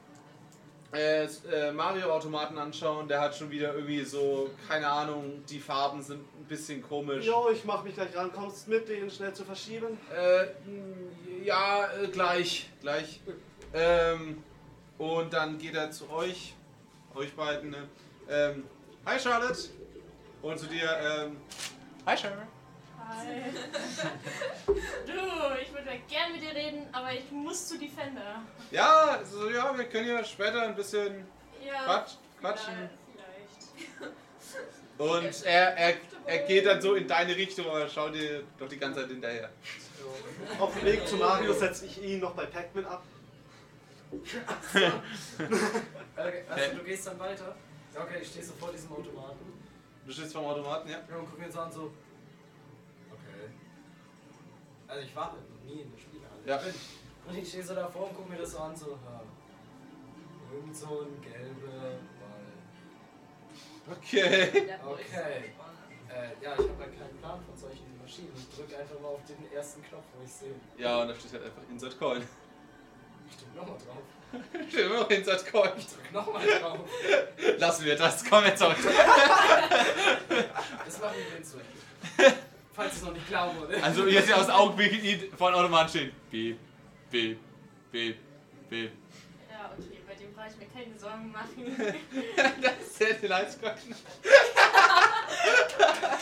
Speaker 1: äh, äh, Mario-Automaten anschauen? Der hat schon wieder irgendwie so, keine Ahnung, die Farben sind ein bisschen komisch.
Speaker 6: Jo, ich mach mich gleich ran. Kommst mit, den schnell zu verschieben?
Speaker 1: Äh, mh, ja, äh, gleich, gleich. Ähm, und dann geht er zu euch, euch beiden. Ne? Ähm, hi Charlotte. Und zu dir. Ähm, hi Charlotte.
Speaker 3: Hi. du, ich würde gern mit dir reden, aber ich muss zu Defender.
Speaker 1: Ja, so, ja, wir können ja später ein bisschen
Speaker 3: Ja.
Speaker 1: quatsch,
Speaker 3: äh,
Speaker 1: quatschen.
Speaker 3: Vielleicht.
Speaker 1: Und er, er, er geht dann so in deine Richtung, aber schau dir doch die ganze Zeit hinterher.
Speaker 6: Auf dem Weg zu Mario setze ich ihn noch bei Pac-Man ab.
Speaker 2: Okay, also du gehst dann weiter. Okay, ich stehe so vor diesem Automaten.
Speaker 1: Du stehst vom Automaten, ja?
Speaker 2: Ja, und guck ihn so an, so. Okay. Also ich war halt noch nie in der Spielhalle.
Speaker 1: Ja.
Speaker 2: Und ich stehe so davor und guck mir das so an, so. Ja. Irgend so ein gelbe Ball.
Speaker 1: Okay.
Speaker 2: Okay. Äh, ja, ich habe halt keinen Plan von solchen Maschinen. Ich drücke einfach mal auf den ersten Knopf, wo ich sehe.
Speaker 1: Ja, und da steht halt einfach Insert Coin.
Speaker 2: Ich drücke nochmal drauf.
Speaker 1: Steht immer noch Insert Coin.
Speaker 2: Ich drücke nochmal drauf.
Speaker 1: Lassen wir das, komm jetzt auf.
Speaker 2: Das machen wir jetzt so. Falls ich es noch nicht glauben würde.
Speaker 1: Also jetzt hier aus dem Augenblick ihn vor dem Automaten stehen. Beep, beep, beep, beep.
Speaker 3: Ja, okay, bei dem brauche ich mir keine Sorgen machen.
Speaker 1: Das ist ja die Leitskosten.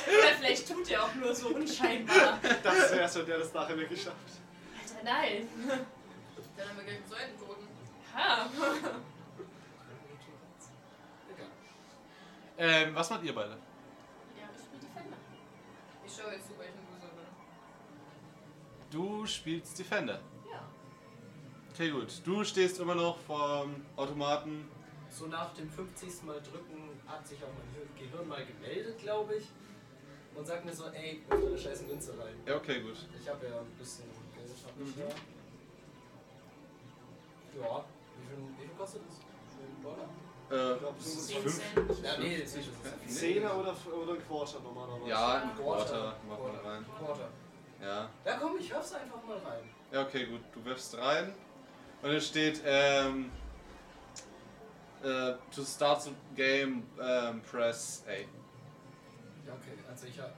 Speaker 3: Oder vielleicht tut er auch nur so unscheinbar.
Speaker 6: Das wär's, wenn der das nachher wirklich schafft.
Speaker 3: Alter, nein.
Speaker 5: Dann haben wir gleich so einen Boden.
Speaker 3: Ha.
Speaker 2: Egal.
Speaker 1: Ähm, was macht ihr beide?
Speaker 3: Ja, ich bin Defender.
Speaker 5: Ich schaue jetzt, zu welchen Loser bin.
Speaker 1: Du spielst Defender.
Speaker 3: Ja.
Speaker 1: Okay, gut. Du stehst immer noch vorm Automaten.
Speaker 2: So nach dem 50. Mal drücken hat sich auch mein Hir- Gehirn mal gemeldet, glaube ich. Und sagt mir so, ey, öffne deine scheiß Münze rein.
Speaker 1: Ja, okay, gut.
Speaker 2: Ich habe ja ein bisschen Geld, hab ich
Speaker 1: Mhm.
Speaker 2: ja. Ja, wie viel, wie viel kostet das? Für einen Dollar?
Speaker 1: Äh,
Speaker 8: Ich glaube, es
Speaker 1: Fünf?
Speaker 8: ist
Speaker 2: Ja,
Speaker 1: nee,
Speaker 2: nee,
Speaker 1: das ist nicht mehr.
Speaker 8: Zehner oder, oder ein Quarter normalerweise.
Speaker 1: ja, ein Quarter macht man rein.
Speaker 2: Quarter.
Speaker 1: Ja.
Speaker 2: Ja komm, ich werf's einfach mal rein.
Speaker 1: Ja, okay, gut. Du wirfst rein. Und es steht, ähm, äh, to start the game, ähm, press A.
Speaker 2: Ja, okay. Also ich hab.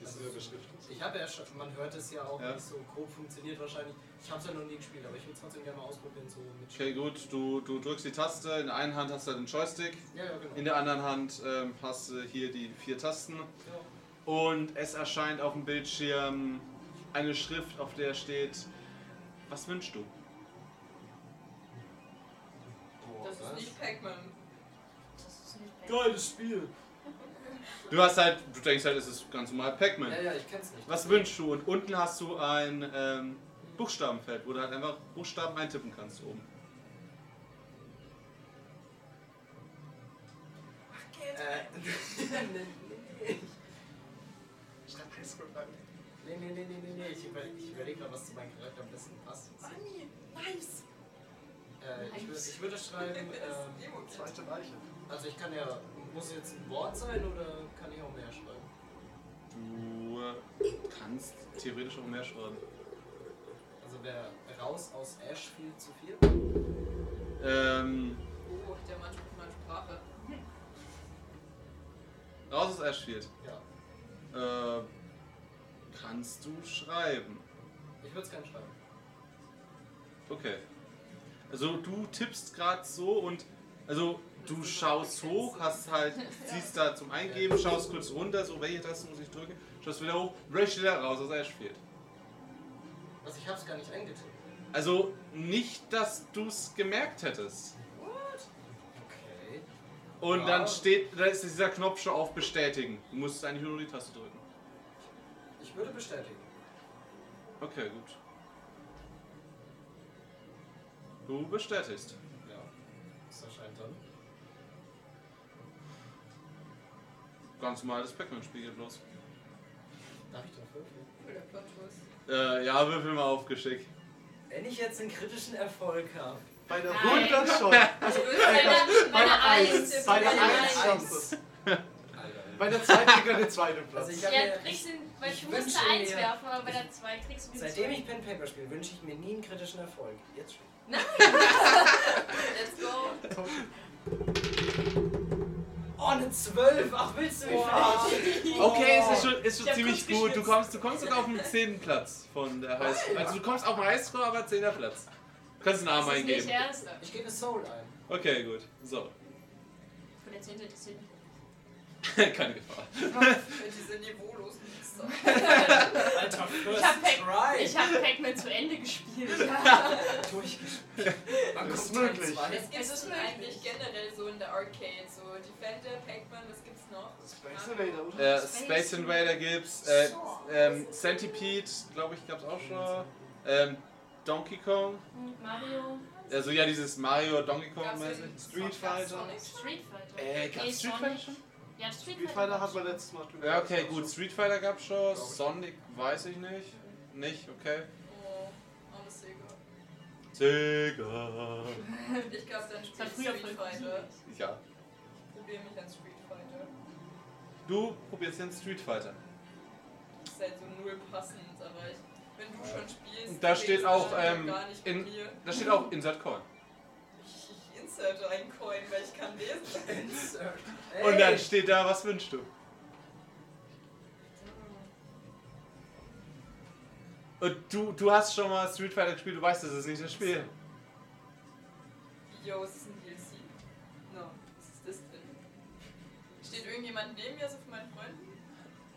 Speaker 8: Das ist ja beschriftet.
Speaker 2: Ich habe ja schon, man hört es ja auch,
Speaker 1: Ja.
Speaker 2: wie es so grob funktioniert wahrscheinlich. Ich habe es ja noch nie gespielt, aber ich würde es trotzdem gerne mal ausprobieren, so mit
Speaker 1: Okay, gut. Du, du drückst die Taste. In der einen Hand hast du halt den Joystick.
Speaker 2: Ja, ja, genau.
Speaker 1: In der anderen Hand ähm, hast du hier die vier Tasten.
Speaker 2: ja.
Speaker 1: Und es erscheint auf dem Bildschirm eine Schrift, auf der steht, was wünschst du?
Speaker 5: Das ist nicht Pac-Man.
Speaker 2: Geiles Spiel!
Speaker 1: Du hast halt, du denkst halt, es ist ganz normal Pac-Man.
Speaker 2: Ja, ja, ich kenn's nicht.
Speaker 1: Was wünschst du? Und unten hast du ein ähm, Buchstabenfeld, wo du halt einfach Buchstaben eintippen kannst oben.
Speaker 2: Äh, nee, nee,
Speaker 8: Schreibt Highschool rein.
Speaker 2: Äh, nee, nee, nee, nee, nee, ich überlege ich überleg mal, was zu meinem Charakter am besten passt.
Speaker 5: Manni, nice.
Speaker 2: Äh, ich, würd- ich würde schreiben, ähm,
Speaker 8: Zweite Weiche.
Speaker 2: also ich kann ja, muss jetzt ein Wort sein oder kann ich auch mehr schreiben?
Speaker 1: Du kannst theoretisch auch mehr schreiben.
Speaker 2: Also wäre raus aus Ashfield zu viel?
Speaker 1: Ähm,
Speaker 5: Oh, der Mann spricht meine Sprache.
Speaker 1: raus ist Ashfield.
Speaker 2: Ja.
Speaker 1: Äh, kannst du schreiben?
Speaker 2: Ich würde es gerne schreiben.
Speaker 1: Okay. Also du tippst gerade so und also du schaust hoch, hast halt, siehst da zum Eingeben, schaust kurz runter, so welche Taste muss ich drücken, schaust wieder hoch, rush wieder raus aus Ashfield.
Speaker 2: Also ich habe es gar nicht eingetippt.
Speaker 1: Also nicht, dass du es gemerkt hättest.
Speaker 2: Okay.
Speaker 1: Und
Speaker 2: Ja.
Speaker 1: dann steht, da ist dieser Knopf schon auf Bestätigen. Du musst eigentlich nur die Taste drücken.
Speaker 2: Ich würde bestätigen.
Speaker 1: Okay, gut. Du bestätigst.
Speaker 2: Ja. Das erscheint dann.
Speaker 1: Ganz normales Pac-Man-Spiel geht los.
Speaker 2: Darf ich dafür?
Speaker 5: Cool, der Plot Twist.
Speaker 1: Äh, ja, würfel mal auf Geschick.
Speaker 2: Wenn ich jetzt einen kritischen Erfolg habe.
Speaker 8: Bei der
Speaker 3: Nein.
Speaker 8: 100 schon.
Speaker 3: Meine, meine
Speaker 8: Eins.
Speaker 3: Eins.
Speaker 8: Bei der
Speaker 3: Meine
Speaker 8: Eins
Speaker 3: Eins.
Speaker 8: schaffst du's. Bei der 2 kriegt er den zweiten Platz.
Speaker 2: Also ich hab
Speaker 3: Ja,
Speaker 2: mir-
Speaker 3: kriegst du, weil
Speaker 2: Ich
Speaker 3: du musst
Speaker 2: wünsche
Speaker 3: eine Eins
Speaker 2: mir-
Speaker 3: werfen, aber bei der Zwei kriegst du die
Speaker 2: Seitdem
Speaker 3: Zwei.
Speaker 2: ich Pen Paper spiele, wünsche ich mir nie einen kritischen Erfolg. Jetzt schon.
Speaker 5: Let's go.
Speaker 2: Oh, eine 12! Ach, willst du mich verarschen?
Speaker 1: Okay, es ist schon, ist schon
Speaker 3: Ich hab
Speaker 1: ziemlich gut.
Speaker 3: kurz
Speaker 1: Du
Speaker 3: geschwitzt.
Speaker 1: kommst, du kommst sogar auf den 10. Platz von der Highscore. Also du kommst auf den Highscore, aber 10. Platz. Du kannst einen Namen
Speaker 3: Das ist nicht
Speaker 1: eingeben.
Speaker 3: ernsthaft.
Speaker 2: Ich gebe Soul ein.
Speaker 1: Okay, gut. So.
Speaker 3: Von der Zehnte interessiert mich.
Speaker 1: Keine Gefahr.
Speaker 5: Für diese niveaulosen Mixer.
Speaker 2: Alter, first
Speaker 3: hab Pac-
Speaker 2: try!
Speaker 3: Ich habe Pac-Man zu Ende gespielt.
Speaker 2: durchgespielt. kommt
Speaker 8: Ist
Speaker 2: kein
Speaker 8: möglich.
Speaker 2: Zweiter?
Speaker 5: Das gibt
Speaker 3: Es
Speaker 5: es
Speaker 3: ist
Speaker 5: eigentlich generell so in der Arcade. So Defender, Pac-Man, das gibt's noch.
Speaker 8: Space Invader, oder?
Speaker 1: Äh, Space Invader gibt's. Äh, ähm, Centipede, glaube ich, gab's auch schon. Ähm, Donkey Kong.
Speaker 3: Mario.
Speaker 1: Also ja, dieses Mario Donkey Kong
Speaker 5: Gab's
Speaker 1: mäßig.
Speaker 5: in
Speaker 8: Street
Speaker 5: gab's
Speaker 8: Fighter.
Speaker 5: Sonic.
Speaker 3: Street Fighter.
Speaker 1: Äh, gab's
Speaker 3: Nee,
Speaker 1: Street
Speaker 3: Sonic.
Speaker 1: Fighter schon?
Speaker 3: Ja, Street,
Speaker 8: Street Fighter hat man letztes Mal drüber
Speaker 1: Ja, okay,
Speaker 8: gesprochen.
Speaker 1: gut. Street Fighter gab's schon.
Speaker 2: Glaub ich.
Speaker 1: Sonic weiß ich nicht. Nicht, okay.
Speaker 5: Oh, alles Sega.
Speaker 1: Sega.
Speaker 5: Ich gab dann
Speaker 3: Das
Speaker 5: Spiel
Speaker 3: war früher
Speaker 5: Street
Speaker 3: voll
Speaker 5: Fighter.
Speaker 1: Ja.
Speaker 5: Ich probiere mich an Street Fighter.
Speaker 1: Du probierst den Street Fighter.
Speaker 5: Das ist halt so null passend, aber ich, wenn du schon spielst.
Speaker 1: Und da
Speaker 5: kriegst
Speaker 1: steht
Speaker 5: du
Speaker 1: auch,
Speaker 5: halt
Speaker 1: ähm,
Speaker 5: gar nicht
Speaker 1: in-
Speaker 5: in mir.
Speaker 1: Da steht auch Insert Coin.
Speaker 5: Ich, ich inserte einen Coin, weil ich kann lesen.
Speaker 2: Insert.
Speaker 1: Und dann
Speaker 2: Ey.
Speaker 1: steht da, was wünschst du? Und du, du hast schon mal Street Fighter gespielt, du weißt, das ist nicht das Spiel.
Speaker 5: Yo, es ist ein DLC. No, was ist das denn? Steht irgendjemand neben mir, so von meinen Freunden?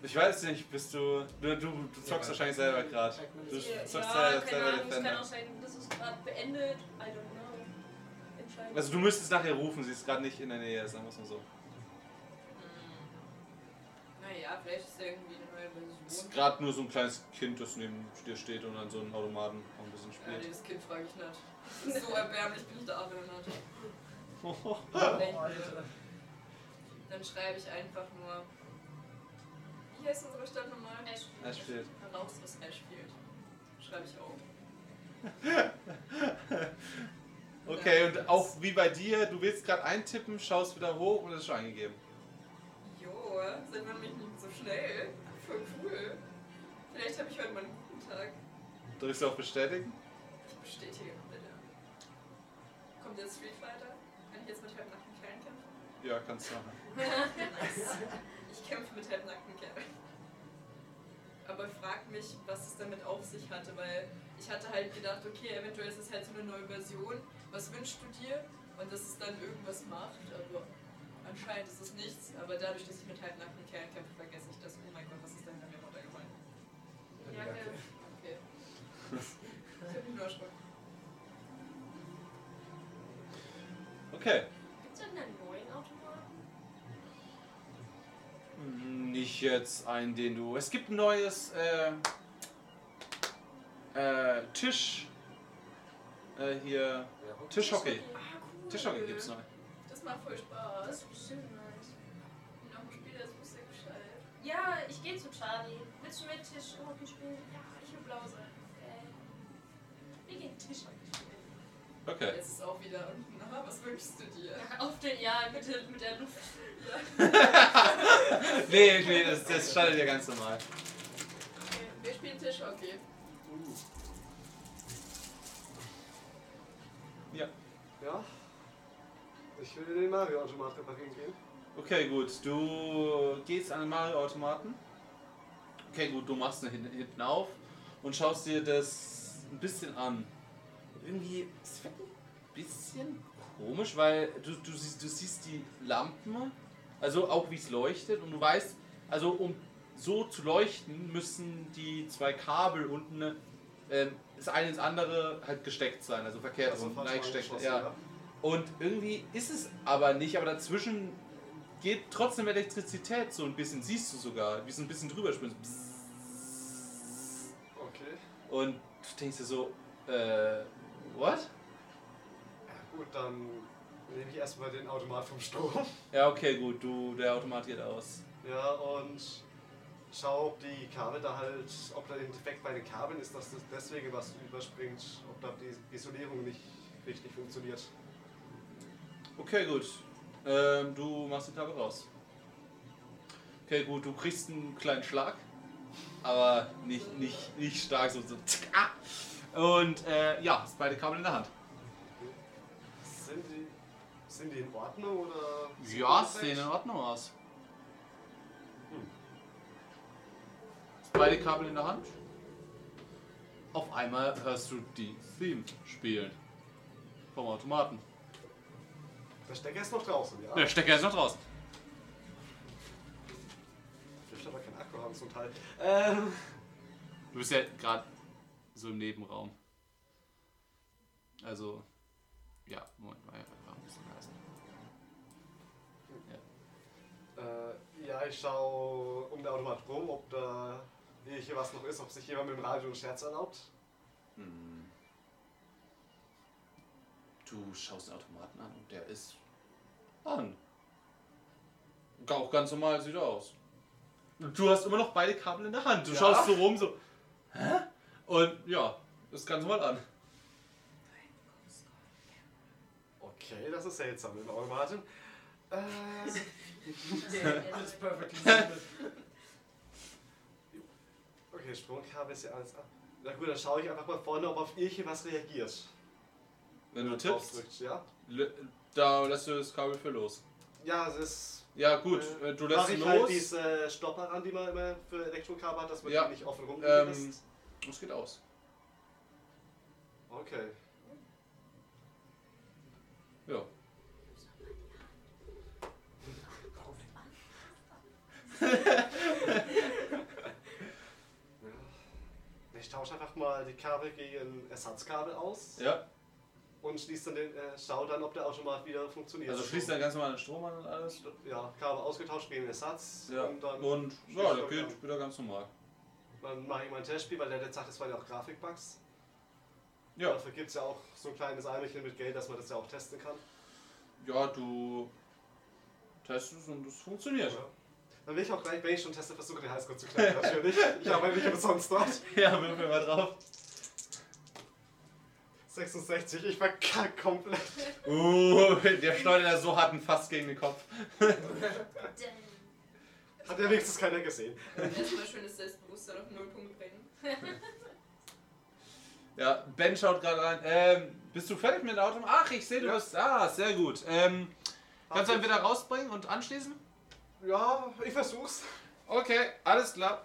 Speaker 1: Ich weiß nicht, bist du. Du, du, du zockst
Speaker 2: Ja,
Speaker 1: wahrscheinlich selber gerade.
Speaker 2: Pac-Man
Speaker 1: Du
Speaker 2: ist-
Speaker 1: zockst
Speaker 5: ja,
Speaker 1: selber,
Speaker 5: keine
Speaker 1: selber
Speaker 5: Ahnung, es kann auch
Speaker 1: Defender.
Speaker 5: sein, das ist gerade beendet. I don't know. Entscheidend.
Speaker 1: Also du müsstest nachher rufen, sie ist gerade nicht in der Nähe, sagen wir es mal so.
Speaker 5: Naja, vielleicht ist irgendwie eine neue
Speaker 1: Es ist
Speaker 5: Version.
Speaker 1: gerade nur so ein kleines Kind, das neben dir steht und an so einem Automaten auch ein bisschen
Speaker 5: Äh, nee,
Speaker 1: spielt.
Speaker 5: das Kind frage ich nicht. So erbärmlich bin ich da auch nicht.
Speaker 2: Oh, Alter.
Speaker 5: Dann schreibe ich einfach nur. Wie heißt unsere Stadt nochmal?
Speaker 1: Er spielt.
Speaker 5: Raus aus Ashfield. Schreibe ich auch.
Speaker 1: Okay, und auch wie bei dir, du willst gerade eintippen, schaust wieder hoch und es ist schon eingegeben.
Speaker 5: Jo, sind wir nämlich nicht so schnell. Voll cool. Vielleicht habe ich heute mal einen guten Tag.
Speaker 1: Drückst du auf Bestätigen?
Speaker 5: Ich bestätige bitte. Kommt jetzt Street Fighter? Kann ich jetzt mit halbnackten Kerlen kämpfen?
Speaker 1: Ja, kannst du machen.
Speaker 5: Nice. Ich kämpfe mit halbnackten Kerlen. Aber frag mich, was es damit auf sich hatte, weil ich hatte halt gedacht, okay, eventuell ist es halt so eine neue Version. Was wünschst du dir? Und dass es dann irgendwas macht, aber anscheinend ist es nichts. Aber dadurch, dass ich mit halbnackten Kerlen kämpfe, vergesse ich das. Oh mein Gott, was ist denn da mir runtergefallen?
Speaker 2: Die Jacke.
Speaker 5: Okay. Ich hab mich nur erschrocken.
Speaker 1: Okay.
Speaker 3: Gibt es irgendeinen neuen Automaten?
Speaker 1: Nicht jetzt einen, den du. Es gibt ein neues äh, äh, Tisch. Äh, hier. Tischhockey. Tischhockey gibt's neu.
Speaker 5: Das macht voll
Speaker 3: Das
Speaker 5: Spaß.
Speaker 3: ist bestimmt nice.
Speaker 5: Ich bin auch ein Spieler, das wusste ich Bescheid.
Speaker 3: Ja, ich gehe zu Charlie. Willst du mit Tischhockey spielen? Ja, ich will blau sein. Okay. Wir gehen Tischhockey spielen.
Speaker 1: Okay.
Speaker 5: Jetzt ist auch wieder unten. Aha, was wünschst du dir?
Speaker 3: Auf den, ja, mit, der- mit der Luft.
Speaker 1: Nee, nee, das, das startet ja ganz normal.
Speaker 5: Okay, wir spielen Tischhockey.
Speaker 6: Ja? Ich will den Mario-Automat reparieren gehen.
Speaker 1: Okay, gut. Du gehst an den Mario-Automaten. Okay, gut, du machst ihn hin- hinten auf und schaust dir das ein bisschen an. Irgendwie es wird ein bisschen komisch, weil du, du, siehst, du siehst die Lampen, also auch wie es leuchtet und du weißt, also um so zu leuchten, müssen die zwei Kabel unten ähm, das eine ins andere halt gesteckt sein, also verkehrt
Speaker 6: Also
Speaker 1: und
Speaker 6: falsch
Speaker 1: reingesteckt.
Speaker 6: angeschlossen,
Speaker 1: Ja. Und irgendwie ist es aber nicht, aber dazwischen geht trotzdem Elektrizität so ein bisschen, siehst du sogar, wie so ein bisschen drüber springt.
Speaker 6: Okay.
Speaker 1: Und du denkst dir so, äh, what?
Speaker 6: Gut, dann nehme ich erstmal den Automat vom Strom.
Speaker 1: Ja, okay, gut, du, der Automat geht aus.
Speaker 6: Ja, und schau, ob die Kabel da halt, ob da ein Defekt bei den Kabeln ist, dass das deswegen was überspringt, ob da die Isolierung nicht richtig funktioniert.
Speaker 1: Okay, gut. Ähm, du machst die Klappe raus. Okay, gut, du kriegst einen kleinen Schlag, aber nicht, nicht, nicht stark, so, so tsk, ah. Und äh, ja, hast beide Kabel in der Hand.
Speaker 6: Sind die, sind die in Ordnung oder? sind
Speaker 1: Ja,
Speaker 6: die
Speaker 1: sehen in
Speaker 6: defekt?
Speaker 1: Ordnung aus. Hm. Beide Kabel in der Hand. Auf einmal hörst du die Theme spielen. Vom Automaten. Ne,
Speaker 6: Der Stecker ist noch draußen, ja?
Speaker 1: Der Stecker ist noch draußen.
Speaker 6: Dürfte aber keinen Akku haben zum Teil. Ähm,
Speaker 11: Du bist ja gerade so im Nebenraum. Also, ja, Moment mal, ja, war ein bisschen leise.
Speaker 6: äh, ja, ich schau um den Automat rum, ob da hier was noch ist, ob sich jemand mit dem Radio einen Scherz erlaubt.
Speaker 1: Hm. Du schaust den Automaten an und der ist an. Auch ganz normal sieht er aus. Und du hast immer noch beide Kabel in der Hand. Du
Speaker 6: Ja.
Speaker 1: schaust so rum, so. Hä? Und ja, ist ganz normal an.
Speaker 6: Okay, das ist seltsam mit dem Automaten. Äh,
Speaker 2: Alles perfekt. Dann
Speaker 6: Okay, Sprungkabel ist ja alles ab. Na gut, dann schaue ich einfach mal vorne, ob auf Ilche was reagiert.
Speaker 1: Wenn du
Speaker 6: man
Speaker 1: tippst,
Speaker 6: draufdrückt, ja?
Speaker 1: lö- da lässt du das Kabel für los.
Speaker 6: Ja, es ist.
Speaker 1: Ja, gut,
Speaker 6: äh,
Speaker 1: äh, du lässt
Speaker 6: mach ich
Speaker 1: los.
Speaker 6: halt diese Stopper an, die man immer für Elektrokabel hat, dass man
Speaker 1: Ja.
Speaker 6: die nicht offen rumliegen
Speaker 1: Ähm.
Speaker 6: lässt.
Speaker 1: Es geht aus.
Speaker 6: Okay.
Speaker 1: Ja.
Speaker 6: Ich tausche einfach mal die Kabel gegen Ersatzkabel aus
Speaker 1: Ja.
Speaker 6: und schließe dann den, äh, schau dann, ob der Automat wieder funktioniert.
Speaker 1: Also schließt dann ganz normal den Strom an und alles.
Speaker 6: Ja, Kabel ausgetauscht gegen Ersatz
Speaker 1: Ja.
Speaker 6: und dann,
Speaker 1: Und
Speaker 6: schließt
Speaker 1: ja,
Speaker 6: er
Speaker 1: der
Speaker 6: wieder
Speaker 1: geht wieder ganz normal.
Speaker 6: dann mache ich mein Testspiel, weil der letzte sagt, es waren ja auch Grafikbugs.
Speaker 1: Ja.
Speaker 6: Dafür gibt es ja auch so ein kleines Eimerchen mit Geld, dass man das ja auch testen kann.
Speaker 1: Ja, du testest und es funktioniert.
Speaker 6: Ja. Dann will ich auch gleich, wenn ich schon teste, versuche den Highscore zu klären, natürlich. Ich arbeite nicht umsonst dort.
Speaker 1: Ja, wirf mir mal drauf.
Speaker 6: 66, ich verkack komplett.
Speaker 1: Uh, der schleudert da so hart einen Fass gegen den Kopf.
Speaker 6: Hat ja wenigstens keiner gesehen.
Speaker 5: Erstmal schönes Selbstbewusstsein auf null Punkte bringen.
Speaker 1: Ja, Ben schaut gerade rein. Ähm, bist du fertig mit der Auto? Ach, ich sehe, du
Speaker 6: Ja.
Speaker 1: hast. Ah, sehr gut. Ähm, kannst du
Speaker 6: Ach,
Speaker 1: einen wieder rausbringen und anschließen?
Speaker 6: Ja, ich versuch's.
Speaker 1: Okay, alles klar.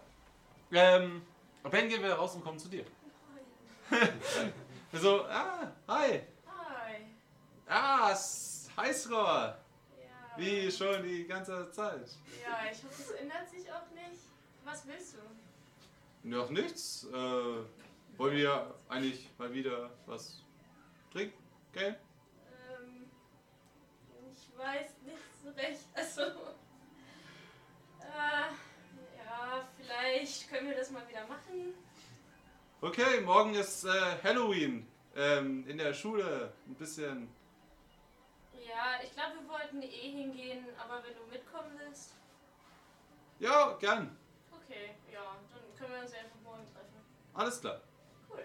Speaker 1: Ähm, Ben geht wieder raus und kommt zu dir. so, ah, hi.
Speaker 3: Hi.
Speaker 1: Ah, S- Heißrohr.
Speaker 3: Ja.
Speaker 1: Wie schon die ganze Zeit.
Speaker 3: Ja, ich hoffe, es ändert sich auch nicht. Was willst du?
Speaker 1: Noch nichts. Äh, wollen wir eigentlich mal wieder was trinken? Okay.
Speaker 3: Ähm, ich weiß nicht so recht. Also, äh, ja, vielleicht können wir das mal wieder machen.
Speaker 1: Okay, morgen ist äh, Halloween. Ähm, in der Schule. Ein bisschen.
Speaker 3: Ja, ich glaube, wir wollten eh hingehen, aber wenn du mitkommen willst,
Speaker 1: Ja, gern.
Speaker 3: okay, ja, dann können wir uns einfach morgen treffen.
Speaker 1: Alles klar.
Speaker 3: Cool.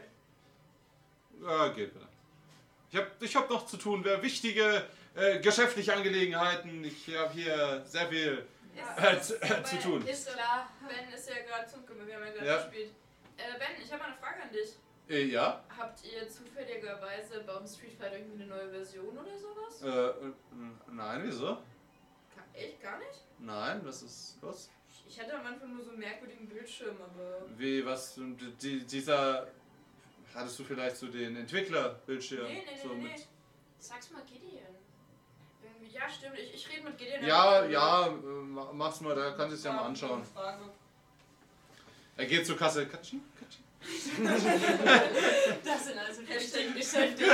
Speaker 1: Ja, geht wieder. Ich habe ich hab noch zu tun. Wer wichtige äh, geschäftliche Angelegenheiten. Ich habe hier sehr viel äh, zu, äh, zu tun.
Speaker 5: Ist klar. Ben ist ja gerade zurückgekommen, wir haben ja gerade
Speaker 1: Ja.
Speaker 5: gespielt. Äh, ben, ich habe mal eine Frage an dich.
Speaker 1: Äh, ja?
Speaker 5: Habt ihr zufälligerweise bei uns Street Fighter irgendwie eine neue Version oder sowas?
Speaker 1: Äh, äh, nein, wieso?
Speaker 5: Ka- Echt gar nicht?
Speaker 1: Nein, was ist los?
Speaker 5: Ich hatte am Anfang nur so einen merkwürdigen Bildschirm, aber.
Speaker 1: Wie, was, d- die, dieser, hattest du vielleicht so den Entwicklerbildschirm?
Speaker 5: Nee, nee, nee,
Speaker 1: so
Speaker 5: nee,
Speaker 1: mit-
Speaker 3: Sag's mal Gideon.
Speaker 5: Irgendwie, ja, stimmt, ich, ich rede mit Gideon.
Speaker 1: Ja,
Speaker 5: aber-
Speaker 1: ja, äh, ma- mach's mal, da kannst du es ja mal
Speaker 5: War
Speaker 1: anschauen.
Speaker 5: eine Frage.
Speaker 1: Er geht zur Kasse. Katsching, katsching.
Speaker 3: Das sind also
Speaker 5: Hashtag
Speaker 3: Hashtag
Speaker 5: beschäftigt.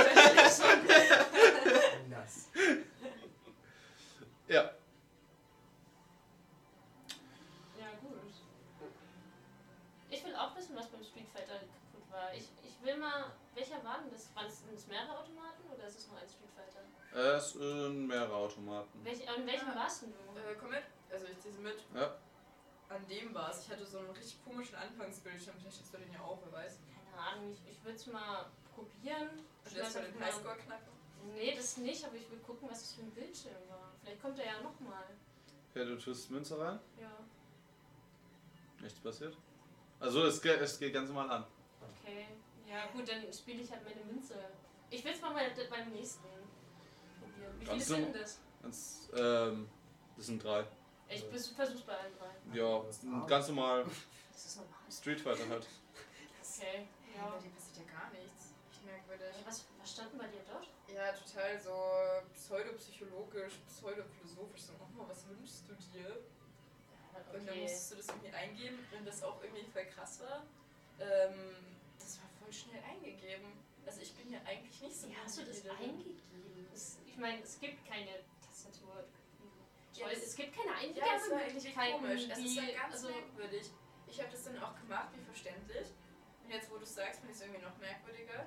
Speaker 2: Nass.
Speaker 1: Ja,
Speaker 3: Ja, gut. Ich will auch wissen, was beim Street Fighter kaputt war. Ich, ich will mal, welcher war denn das? Waren es- sind es mehrere Automaten oder ist es nur ein Street Fighter?
Speaker 1: äh, es sind mehrere Automaten.
Speaker 3: Welch, an welchem
Speaker 5: Ah.
Speaker 3: warst denn du?
Speaker 5: Äh, komm mit. Also, ich ziehe sie mit.
Speaker 1: Ja.
Speaker 5: An dem war es. Ich hatte so einen richtig komischen Anfangsbildschirm. Vielleicht hast du den ja auch, wer weiß.
Speaker 3: Keine Ahnung, ich, ich würde es mal probieren.
Speaker 5: Und lässt du den
Speaker 3: mal-
Speaker 5: Highscore knacken.
Speaker 3: Nee, das nicht, aber ich will gucken, was das für ein Bildschirm war. Vielleicht kommt er ja nochmal.
Speaker 1: Okay, du tust Münze rein.
Speaker 3: Ja,
Speaker 1: Nichts passiert. Also es geht, es geht ganz normal an.
Speaker 3: okay. Ja, gut, dann spiele ich halt meine Münze. Ich will es mal bei, beim nächsten probieren. Wie viele
Speaker 1: Kannst du-
Speaker 3: sind das?
Speaker 1: Ganz, ähm, das sind drei.
Speaker 3: Ich versuch's bei allen drei.
Speaker 1: Ja, ganz normal
Speaker 3: Das ist normal.
Speaker 1: Street Fighter halt.
Speaker 3: Okay,
Speaker 5: Ja.
Speaker 3: ja.
Speaker 5: Bei dem passiert ja gar nichts. Ich merkwürdig.
Speaker 3: Was, was stand denn bei dir dort?
Speaker 5: Ja, total so pseudopsychologisch, pseudophilosophisch. So, oh, was wünschst du dir? Und dann
Speaker 3: Okay.
Speaker 5: musstest du das irgendwie eingeben, wenn das auch irgendwie voll krass war. Ähm, das war voll schnell eingegeben. Also ich bin ja eigentlich nicht so
Speaker 3: Wie hast du das
Speaker 5: eingegeben?
Speaker 3: eingegeben? Es, ich meine, es gibt keine Tastatur.
Speaker 5: Ja,
Speaker 3: Weil
Speaker 5: das-
Speaker 3: es gibt keine
Speaker 5: Ja, das war irgendwie
Speaker 3: Eingabemöglichkeiten.
Speaker 5: komisch. Es ist ja
Speaker 3: die-
Speaker 5: ganz
Speaker 3: also,
Speaker 5: merkwürdig. Ich habe das dann auch gemacht, wie verständlich. Und jetzt, wo du es sagst, finde ich es irgendwie noch merkwürdiger.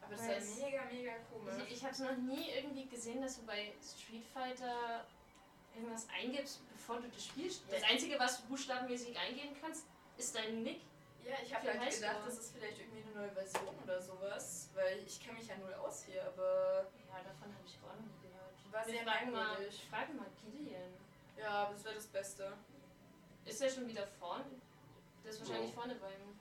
Speaker 5: Aber das
Speaker 3: Weil
Speaker 5: ist
Speaker 3: es-
Speaker 5: ja mega, mega komisch.
Speaker 3: ich ich habe es noch nie irgendwie gesehen, dass du bei Street Fighter irgendwas eingibst, bevor du das Spiel spielst. Das
Speaker 5: Ja.
Speaker 3: Einzige, was du buchstabenmäßig eingeben kannst, ist dein Nick.
Speaker 5: Ja, ich habe
Speaker 3: Für
Speaker 5: halt
Speaker 3: Highscore.
Speaker 5: gedacht, das ist vielleicht irgendwie eine neue Version oder sowas, weil ich kenne mich ja null aus hier, aber
Speaker 3: Ja, davon habe ich auch noch nie gehört.
Speaker 5: War
Speaker 3: Wir
Speaker 5: sehr
Speaker 3: fragen mal,
Speaker 5: merkwürdig.
Speaker 3: fragen mal Gideon.
Speaker 5: ja, das wäre das Beste.
Speaker 3: Ist er schon wieder vorne? Der ist wahrscheinlich vorne beim.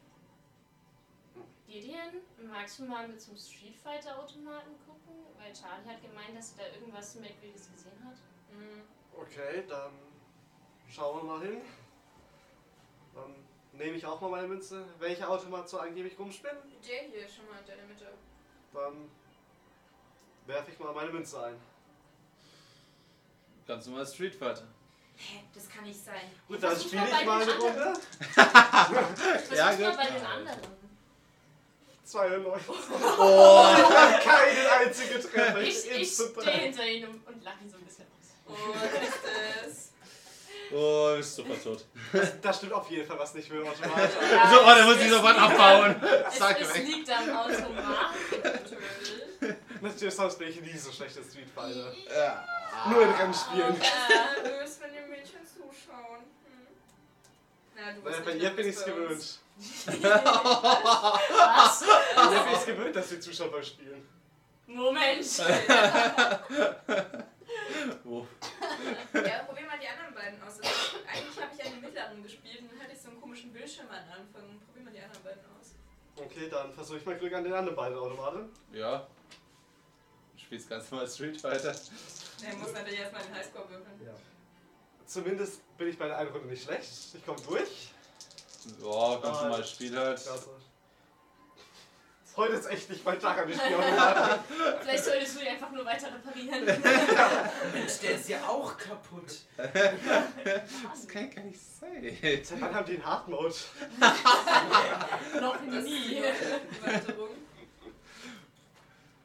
Speaker 3: Gideon, magst du mal mit zum Street Fighter Automaten gucken? Weil Charlie hat gemeint, dass er da irgendwas Merkwürdiges gesehen hat.
Speaker 5: Mhm.
Speaker 6: Okay, dann schauen wir mal hin. Dann nehme ich auch mal meine Münze. Welche Automat soll angeblich rumspinnen?
Speaker 5: Der hier schon mal in der Mitte.
Speaker 6: Dann werfe ich mal meine Münze ein.
Speaker 1: Ganz normal Street Fighter.
Speaker 5: Hä, das kann nicht sein.
Speaker 6: Gut, dann
Speaker 3: Versuch
Speaker 6: spiele
Speaker 3: mal
Speaker 6: ich
Speaker 3: bei
Speaker 6: mal eine
Speaker 3: den anderen.
Speaker 6: Runde.
Speaker 3: Was
Speaker 1: Ja,
Speaker 3: ist mal
Speaker 1: gut.
Speaker 3: bei den anderen?
Speaker 6: 92. Oh, ich habe keinen einzigen Treffer.
Speaker 3: Ich, ich
Speaker 6: instant
Speaker 3: stehe
Speaker 6: drei.
Speaker 3: hinter ihnen und, und lache ihn so ein bisschen aus.
Speaker 5: Und ist
Speaker 1: Oh, ist sofort tot.
Speaker 6: Das stimmt auf jeden Fall was nicht für ein Automat.
Speaker 3: Ja,
Speaker 1: so, oh, da muss
Speaker 3: es-
Speaker 1: ich
Speaker 3: es
Speaker 1: sofort
Speaker 3: liegt
Speaker 1: abbauen.
Speaker 3: Am,
Speaker 1: Zack,
Speaker 3: es, es
Speaker 1: weg.
Speaker 3: liegt am Automat.
Speaker 5: natürlich.
Speaker 6: Natürlich, sonst bin ich nie so schlecht in Street Fighter.
Speaker 1: Ja.
Speaker 6: Nur in Rennspielen.
Speaker 5: Ja,
Speaker 3: Äh,
Speaker 5: du wirst, wenn die Mädchen zuschauen. Hm. Na, du wirst
Speaker 6: Naja, bei
Speaker 5: nicht
Speaker 6: ihr
Speaker 5: nervös
Speaker 6: bin ich es
Speaker 5: bei uns.
Speaker 6: gewöhnt.
Speaker 10: Was?
Speaker 8: Ich bin es gewöhnt, dass die Zuschauer spielen.
Speaker 10: Moment.
Speaker 1: Oh.
Speaker 5: Ja, probier mal die anderen beiden aus. Also, eigentlich habe ich einen mittleren gespielt und dann hatte ich so einen komischen Bildschirm am Anfang. Probier mal die anderen beiden aus.
Speaker 8: Okay, dann versuche ich mal Glück an den anderen beiden Automaten.
Speaker 1: Ja. Du spielst ganz normal Street Fighter.
Speaker 5: Er muss natürlich erstmal einen Highscore würfeln.
Speaker 8: Ja. Zumindest bin ich bei der einen Runde nicht schlecht. Ich komme durch.
Speaker 1: Ja, ganz normales Spiel halt.
Speaker 8: Klasse. Heute ist echt nicht mein Tag an den Spielautomaten.
Speaker 3: Vielleicht solltest du die einfach nur weiter reparieren.
Speaker 2: Mensch, der ist ja auch kaputt.
Speaker 1: Das kann ich gar nicht sein.
Speaker 8: Seit wann haben die einen Hard Mode?
Speaker 3: Noch
Speaker 5: Das ist die
Speaker 3: nie.
Speaker 5: Erweiterung.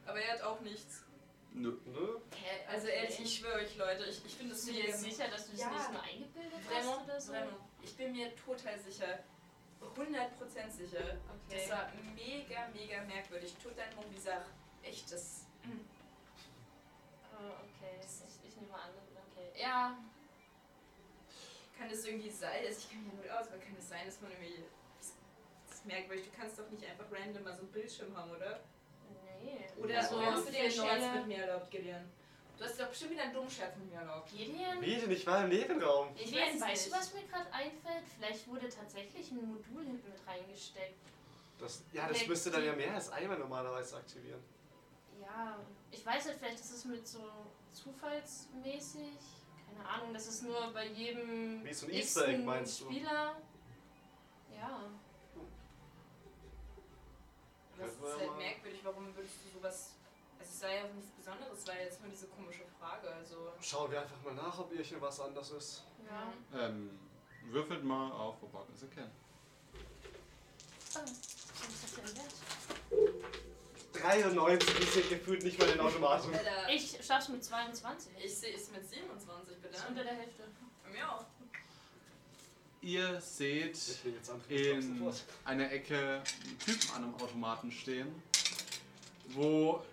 Speaker 5: Aber er hat auch nichts.
Speaker 1: Nö.
Speaker 8: Nö.
Speaker 3: Hä?
Speaker 5: Also ehrlich, ich schwöre euch Leute, ich, ich finde es
Speaker 3: Bist du dir
Speaker 5: mega-
Speaker 3: sicher, dass du das
Speaker 5: Ja.
Speaker 3: nicht nur eingebildet hast
Speaker 5: Remo,
Speaker 3: oder so?
Speaker 5: Remo, ich bin mir total sicher, 100% sicher. Das
Speaker 3: Okay.
Speaker 5: war mega, mega merkwürdig. Tut dein Mund wie Sach. Echt, das.
Speaker 3: Oh, okay. Ich, ich nehme an, okay. Ja,
Speaker 5: Kann das irgendwie sein? Also ich kann mich ja gut aus, aber kann das sein, dass man irgendwie. Das, das ist merkwürdig. Du kannst doch nicht einfach random mal so einen Bildschirm haben, oder?
Speaker 3: Nee.
Speaker 5: Oder
Speaker 3: Also,
Speaker 5: hast du dir einen
Speaker 3: vier
Speaker 5: Scherz
Speaker 3: Sterne.
Speaker 5: mit mir erlaubt, Gideon? Du hast doch bestimmt wieder einen dummen Scherz mit mir erlaubt.
Speaker 3: Gideon?
Speaker 8: Wie denn? Ich war im Nebenraum.
Speaker 3: Ich weiß,
Speaker 5: weiß es
Speaker 3: weißt du,
Speaker 5: nicht.
Speaker 3: was mir gerade einfällt? Vielleicht wurde tatsächlich ein Modul hinten mit reingesteckt.
Speaker 8: Das, ja, das
Speaker 3: Nee,
Speaker 8: müsste dann
Speaker 3: die-
Speaker 8: ja mehr als einmal normalerweise aktivieren.
Speaker 3: Ja, ich weiß nicht, vielleicht ist es mit so zufallsmäßig. Keine Ahnung, das ist nur bei jedem
Speaker 8: Wie so ein Easter Egg,
Speaker 3: x-ten
Speaker 8: meinst du?
Speaker 3: Spieler. Ja.
Speaker 5: Das
Speaker 8: Können wir
Speaker 5: ist halt
Speaker 8: mal-
Speaker 5: merkwürdig. Warum würdest du sowas. Also es sei ja auch nichts Besonderes, weil jetzt nur diese komische Frage. Also.
Speaker 8: Schauen wir einfach mal nach, ob irgendwas was anders ist.
Speaker 3: Ja.
Speaker 1: Ähm, würfelt mal auf Verborgenes erkennen.
Speaker 3: Oh, was hat denn wert?
Speaker 8: 93, die sind gefühlt nicht mal den Automaten.
Speaker 5: Alter, ich,
Speaker 3: Ich schaff's mit 22.
Speaker 5: ich sehe es mit 27, bitte.
Speaker 3: Das ist unter der Hälfte.
Speaker 5: Bei mir auch.
Speaker 1: Ihr seht
Speaker 8: Ich will jetzt andere Jobs
Speaker 1: in
Speaker 8: sofort.
Speaker 1: einer Ecke einen Typen an einem Automaten stehen, wo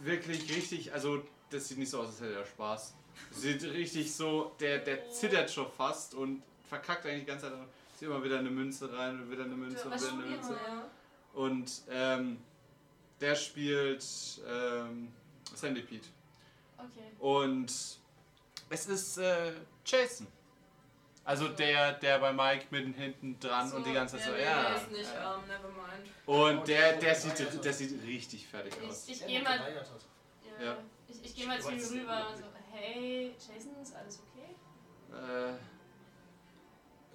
Speaker 1: wirklich richtig, also das sieht nicht so aus, als hätte er Spaß. Sieht richtig so, der, der zittert schon fast und verkackt eigentlich die ganze Zeit. Sieht immer wieder eine Münze rein und wieder eine Münze und
Speaker 3: Was
Speaker 1: wieder eine
Speaker 3: probieren
Speaker 1: Münze.
Speaker 3: wir?
Speaker 1: Und ähm, der spielt ähm, Sandy Pete.
Speaker 3: Okay.
Speaker 1: Und es ist äh, Jason. Also der, der bei Mike mitten hinten dran und die ganze Zeit so, ja.
Speaker 5: ist nicht,
Speaker 1: ja.
Speaker 5: ähm, never mind.
Speaker 1: Und der, der, sieht, der sieht richtig fertig aus.
Speaker 3: Ich, ich
Speaker 2: Der
Speaker 3: gehe
Speaker 2: noch
Speaker 3: mal
Speaker 2: geweigert hat.
Speaker 3: Ja.
Speaker 1: Ja.
Speaker 3: Ich, ich gehe mal zu ihm rüber und so, hey, Jason, ist alles okay?
Speaker 1: Äh,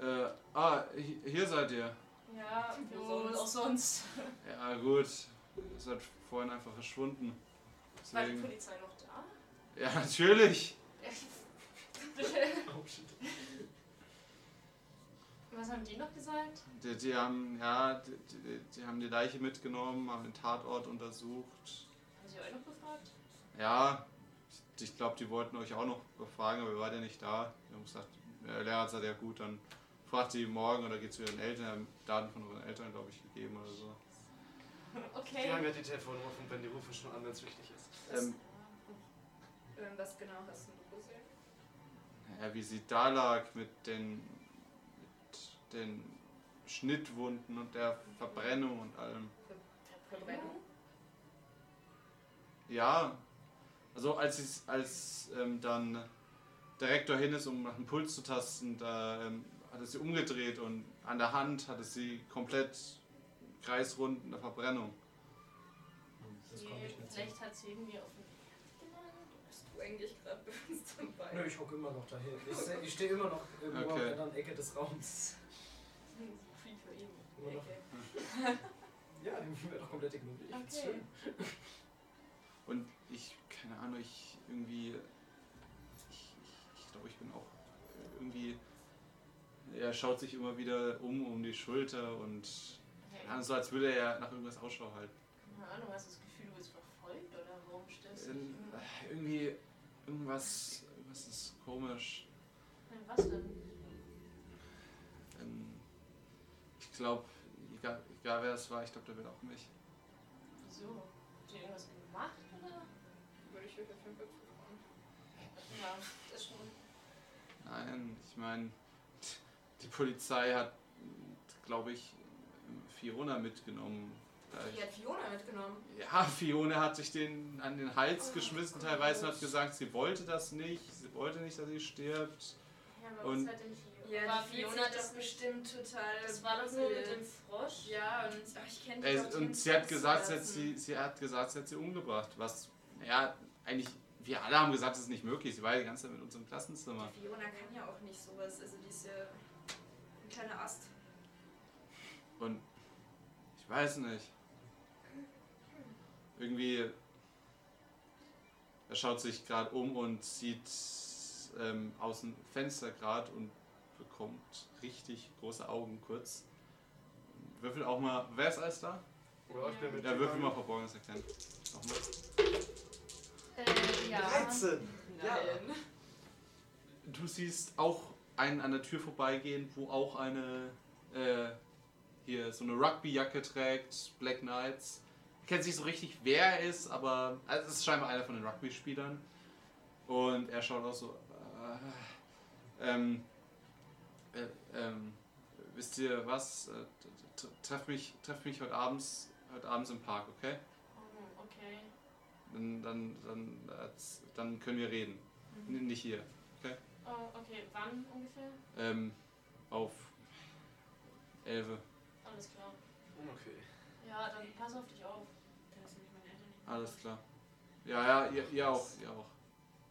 Speaker 1: äh, ah, hi- hier seid ihr.
Speaker 3: Ja,
Speaker 5: Wo
Speaker 3: wo
Speaker 5: sonst?
Speaker 3: auch sonst.
Speaker 1: Ja gut, ihr seid vorhin einfach verschwunden.
Speaker 3: War die
Speaker 1: Deswegen,
Speaker 3: Polizei noch da?
Speaker 1: ja natürlich.
Speaker 3: Bitte.
Speaker 2: Oh shit.
Speaker 3: Was haben die noch gesagt?
Speaker 1: Die, die haben ja, die, die, die haben die Leiche mitgenommen, haben den Tatort untersucht.
Speaker 3: Haben sie euch noch gefragt?
Speaker 1: Ja, ich, ich glaube, die wollten euch auch noch befragen, aber ihr wart ja nicht da. Die haben gesagt, der Lehrer hat gesagt, ja gut, dann fragt die morgen oder geht zu ihren Eltern, haben Daten von euren Eltern, glaube ich, gegeben oder so.
Speaker 8: Die haben
Speaker 3: Okay.
Speaker 8: ja die Telefonnummer von Ben, die rufen schon an, wenn es wichtig ist.
Speaker 1: Ähm,
Speaker 5: Ähm, was genau hast du gesehen?
Speaker 1: ja, wie sie da lag mit den, mit den Schnittwunden und der Verbrennung und allem.
Speaker 5: Verbrennung?
Speaker 1: Ja, also als, ich, als ähm, dann der Rektor hin ist, um nach dem Puls zu tasten, da ähm, hat es sie umgedreht und an der Hand hat es sie komplett kreisrund in der Verbrennung.
Speaker 2: Hm, Das komme ich nicht zu.
Speaker 3: Vielleicht hat sie irgendwie auf den Herz genannt.
Speaker 5: Bist du eigentlich gerade bei uns
Speaker 2: Nö,
Speaker 5: dabei?
Speaker 2: ich hocke immer noch dahin. Ich, se- ich stehe immer noch irgendwo auf
Speaker 1: Okay.
Speaker 2: der anderen Ecke des Raums.
Speaker 3: Free für ihn.
Speaker 2: Immer noch.
Speaker 5: Okay.
Speaker 2: Ja, ich werde doch komplett ignoriert. Ich find's
Speaker 3: Okay.
Speaker 2: schön.
Speaker 1: Und ich, keine Ahnung, ich irgendwie, ich, ich, ich glaube, ich bin auch äh, irgendwie, er schaut sich immer wieder um, um die Schulter und keine Ahnung, so als würde er nach irgendwas Ausschau halten.
Speaker 3: Keine Ahnung, hast du das Gefühl, du wirst verfolgt oder warum störst du dich?
Speaker 1: Ähm,
Speaker 3: immer?
Speaker 1: Irgendwie, irgendwas, irgendwas ist komisch.
Speaker 3: Was denn?
Speaker 1: Ähm, ich glaube, egal, egal wer es war, ich glaube, der will auch mich.
Speaker 3: Wieso? Hat die irgendwas gemacht oder?
Speaker 5: Würde ich euch auf jeden Fall zutrauen.
Speaker 3: Ja, das schon.
Speaker 1: Nein, ich meine, die Polizei hat, glaube ich, Fiona mitgenommen.
Speaker 5: Die hat Fiona mitgenommen.
Speaker 1: Ja, Fiona hat sich den an den Hals geschmissen teilweise und hat gesagt, sie wollte das nicht, sie wollte nicht, dass sie stirbt.
Speaker 3: Ja, aber was
Speaker 1: Und-
Speaker 3: hat denn Fiona?
Speaker 5: Ja,
Speaker 3: halt war
Speaker 5: die fühlt
Speaker 3: Fiona
Speaker 5: sich doch
Speaker 3: das nicht?
Speaker 5: bestimmt total.
Speaker 3: Das war doch so mit
Speaker 5: wild.
Speaker 3: dem Frosch.
Speaker 5: Ja, und ach, ich kenne
Speaker 1: Äh, und sie hat gesagt, sie hat sie, sie hat gesagt, sie hat sie umgebracht. Was, naja, eigentlich, wir alle haben gesagt, es ist nicht möglich. Sie war ja die ganze Zeit mit uns im Klassenzimmer.
Speaker 5: Die Fiona kann ja auch nicht sowas. Also, die ist ja ein kleiner Ast.
Speaker 1: Und ich weiß nicht. Irgendwie. Er schaut sich gerade um und sieht ähm, aus dem Fenster gerade und bekommt richtig große Augen kurz. Würfel auch mal. Wer ist alles da?
Speaker 8: Oder ich bin mit
Speaker 1: Ja, würfel mal verborgenes Erkennen. Nochmal.
Speaker 3: Äh, ja.
Speaker 8: 13! Ja.
Speaker 5: Nein.
Speaker 1: Du siehst auch einen an der Tür vorbeigehen, wo auch eine äh, hier so eine Rugbyjacke trägt, Black Knights. Kennt nicht so richtig, wer er ist, aber also es ist scheinbar einer von den Rugby-Spielern. Und er schaut auch so. Äh, ähm, äh, ähm, wisst ihr was? Äh, t- t- treff mich, treff mich heute abends, heute abends im Park, okay?
Speaker 3: Oh, okay.
Speaker 1: Dann, dann, dann, äh, dann können wir reden. N- Nicht hier.
Speaker 3: Oh, okay. Wann ungefähr?
Speaker 1: Ähm, auf 11.
Speaker 3: Alles klar.
Speaker 8: Oh, Okay.
Speaker 3: Ja, dann pass auf dich auf.
Speaker 1: Alles klar. Ja, ja, ihr, ihr auch, ihr auch.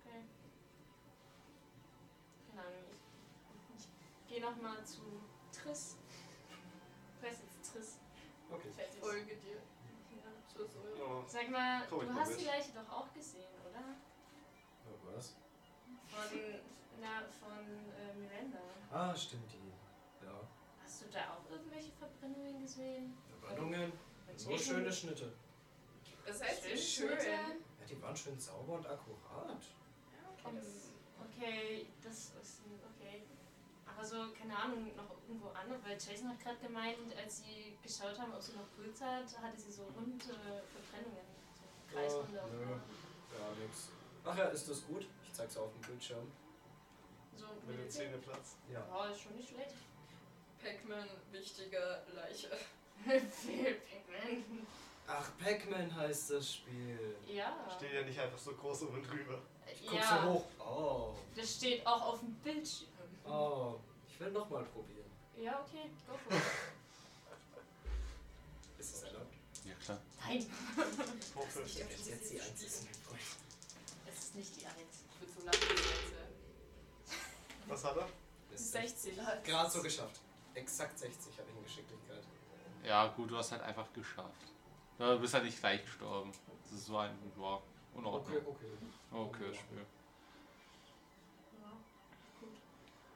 Speaker 3: Okay. Keine Ahnung. Ich, ich gehe nochmal zu Triss. Ich weiß jetzt Triss.
Speaker 8: Okay.
Speaker 3: Fertig.
Speaker 5: Folge dir.
Speaker 3: Ja.
Speaker 5: Zur Säure.
Speaker 8: Oh.
Speaker 3: Sag mal,
Speaker 8: Komm, ich
Speaker 3: du
Speaker 8: komm
Speaker 3: hast
Speaker 8: mit.
Speaker 3: die Leiche doch auch gesehen, oder?
Speaker 2: Was?
Speaker 3: Von, na, von äh, Miranda.
Speaker 2: Ah, stimmt, die. Ja.
Speaker 3: Hast du da auch irgendwelche Verbrennungen gesehen?
Speaker 2: Verbrennungen. So
Speaker 3: Ich-
Speaker 2: schöne Schnitte.
Speaker 5: Das heißt,
Speaker 3: Schön,
Speaker 5: schön. schön.
Speaker 3: schön.
Speaker 2: Ja, die waren schön sauber und akkurat.
Speaker 5: Okay, das-
Speaker 3: Okay, das ist ein- okay. Aber so, keine Ahnung, noch irgendwo anders, weil Jason hat gerade gemeint, als sie geschaut haben, ob sie noch Puls hat, hatte sie so runde Verbrennungen. So kreisrunde.
Speaker 2: Ah, nö. Ja, nix. Ach ja, ist das gut? Ich zeig's auf dem Bildschirm.
Speaker 3: So
Speaker 8: Mit dem
Speaker 3: Medizin.
Speaker 8: Zähneplatz.
Speaker 2: Ja.
Speaker 3: Oh, ist schon nicht schlecht.
Speaker 5: Pac-Man, wichtiger Leiche.
Speaker 3: Viel Pigment.
Speaker 2: Ach, Pac-Man heißt das Spiel.
Speaker 3: Ja.
Speaker 8: Steht ja nicht einfach so groß oben drüber.
Speaker 2: Guckst du
Speaker 3: Ja,
Speaker 2: hoch? Oh.
Speaker 3: das steht auch auf dem Bildschirm.
Speaker 2: Oh. Ich will nochmal probieren.
Speaker 3: Ja, okay, go for it.
Speaker 2: Ist es erlaubt?
Speaker 9: Ja, klar.
Speaker 3: Nein,
Speaker 8: Ich hoffe.
Speaker 5: Ich
Speaker 2: Ich jetzt die einzige.
Speaker 3: es ist nicht die Eins.
Speaker 5: Ich würde so nachgesetzt.
Speaker 8: Was hat er?
Speaker 2: Ist
Speaker 5: 16.
Speaker 2: Gerade so geschafft. Exakt 60 habe ich in Geschicklichkeit.
Speaker 9: Ja, gut, du hast halt einfach geschafft. Du bist halt nicht gleich gestorben. Das ist so ein wow,
Speaker 2: Okay,
Speaker 9: Unordnung.
Speaker 2: okay.
Speaker 9: Okay, das Spiel.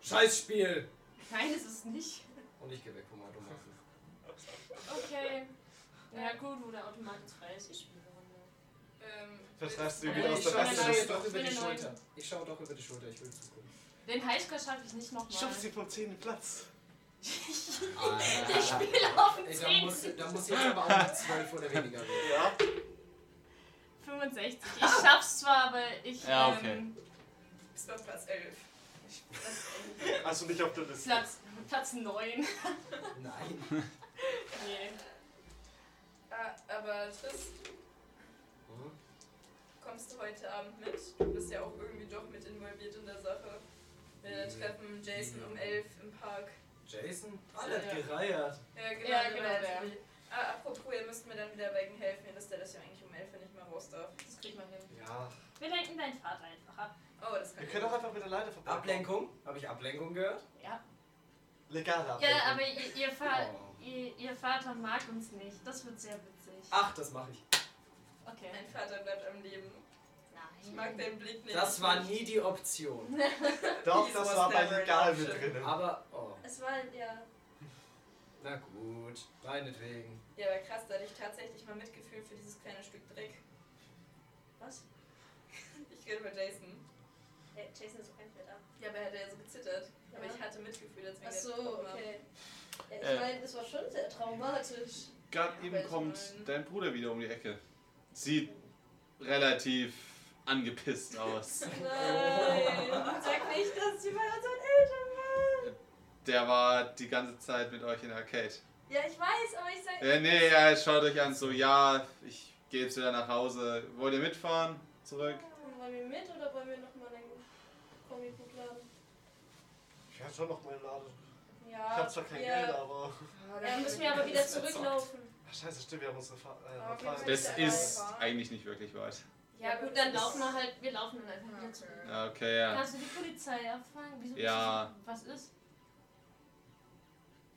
Speaker 2: Scheiß Spiel!
Speaker 3: Nein, es ist nicht.
Speaker 2: Und ich geh weg vom Automaten.
Speaker 3: Okay. Ja gut, wo der Automat ist frei ist, ich spiele eine Runde.
Speaker 5: Ähm,
Speaker 8: Vertreibst du
Speaker 3: Ja,
Speaker 8: ihn
Speaker 3: ich
Speaker 8: wieder aus der
Speaker 3: schau mal
Speaker 8: Reste?
Speaker 3: rein.
Speaker 2: doch über die
Speaker 3: Ich bin erneut.
Speaker 2: Schulter. Ich schaue doch über die Schulter, ich will zugucken.
Speaker 3: Den Highscore schaffe ich nicht nochmal.
Speaker 8: Ich schaff sie vom Zähneplatz.
Speaker 2: Der
Speaker 3: Spiel
Speaker 2: Ah.
Speaker 3: auf
Speaker 2: Ey,
Speaker 3: den
Speaker 2: da muss,
Speaker 3: 10.
Speaker 2: da muss jetzt aber auch mit 12 oder weniger werden.
Speaker 8: Ja.
Speaker 3: 65. Ich schaff's zwar, aber ich.
Speaker 9: Ja, okay.
Speaker 3: Ähm,
Speaker 5: ist auf Platz 11.
Speaker 8: Also nicht auf der Liste.
Speaker 3: Platz, Platz 9.
Speaker 2: Nein.
Speaker 3: Nee.
Speaker 5: Ah, aber Triss,
Speaker 2: Hm?
Speaker 5: kommst du heute Abend mit? Du bist ja auch irgendwie doch mit involviert in der Sache. Wir
Speaker 2: Mhm.
Speaker 5: treffen Jason um 11 im Park.
Speaker 2: Jason? Ah, der hat
Speaker 5: Ja.
Speaker 2: gereiert.
Speaker 5: Ja, genau.
Speaker 3: Ja,
Speaker 5: der
Speaker 3: genau,
Speaker 5: war
Speaker 3: der.
Speaker 5: irgendwie- Ah, apropos, ihr müsst mir dann wieder bei ihm helfen, dass der das ja eigentlich um 11 Uhr nicht mehr raus darf.
Speaker 3: Das krieg man hin.
Speaker 8: Ja.
Speaker 3: Wir lenken deinen Vater einfach ab.
Speaker 5: Oh, das kann
Speaker 8: Wir
Speaker 5: ich.
Speaker 8: können auch einfach mit der Leiter vorbeikommen.
Speaker 2: Ablenkung? Habe ich Ablenkung gehört?
Speaker 3: Ja.
Speaker 8: Legale Ablenkung.
Speaker 3: Ja, aber ihr, ihr, Fa
Speaker 2: Oh.
Speaker 3: ihr, ihr Vater mag uns nicht. Das wird sehr witzig.
Speaker 2: Ach, das mache ich.
Speaker 3: Okay.
Speaker 5: Mein Vater bleibt am Leben. Ich mag
Speaker 3: Nein.
Speaker 5: deinen Blick nicht.
Speaker 2: Das war nie die Option.
Speaker 8: Doch,
Speaker 5: Dies
Speaker 8: das
Speaker 5: was
Speaker 8: war bei
Speaker 5: never
Speaker 8: Legal
Speaker 5: an
Speaker 8: mit
Speaker 5: option.
Speaker 8: drinnen.
Speaker 2: Aber, oh.
Speaker 5: Es war, ja.
Speaker 2: Na gut, meinetwegen.
Speaker 5: Ja, aber krass, da hatte ich tatsächlich mal Mitgefühl für dieses kleine Stück Dreck.
Speaker 3: Was?
Speaker 5: Ich rede über Jason.
Speaker 3: Hey, Jason ist so kein Fett ab.
Speaker 5: Ja, aber er hat ja so gezittert. Aber
Speaker 3: Ja.
Speaker 5: ich hatte Mitgefühl, als
Speaker 3: Ach
Speaker 5: wir
Speaker 3: so, okay. Ja, ich
Speaker 1: Äh.
Speaker 3: meine, es war schon sehr traumatisch.
Speaker 1: Gerade
Speaker 5: Ja,
Speaker 1: eben
Speaker 5: weiß
Speaker 1: kommt
Speaker 5: man.
Speaker 1: dein Bruder wieder um die Ecke. Sieht relativ angepisst aus.
Speaker 5: Nein, sag nicht, dass sie bei unseren Eltern war.
Speaker 1: Der war die ganze Zeit mit euch in der Arcade.
Speaker 10: Ja, ich weiß, aber ich sag.
Speaker 1: Äh, nee, ja, schaut euch an, so, ja, ich gehe jetzt wieder nach Hause. Wollt ihr mitfahren? Zurück?
Speaker 10: Wollen wir mit oder wollen wir nochmal einen Comicbuch laden?
Speaker 8: Ich hätte schon noch meine Lade.
Speaker 10: Ja.
Speaker 8: Ich hab zwar kein
Speaker 10: wir-
Speaker 8: Geld, aber.
Speaker 10: Ja, müssen wir aber wieder zurücklaufen.
Speaker 8: Ach, scheiße, stimmt, wir haben unsere Fa äh,
Speaker 5: Aber wir
Speaker 8: Fahrt-
Speaker 5: sind-
Speaker 1: Das ist eigentlich nicht wirklich weit.
Speaker 3: Ja gut, dann laufen wir halt, wir laufen dann einfach wieder zurück.
Speaker 1: Ja, Okay, ja.
Speaker 3: Kannst du die Polizei abfangen? Wieso
Speaker 1: Ja.
Speaker 3: bist du- Was ist?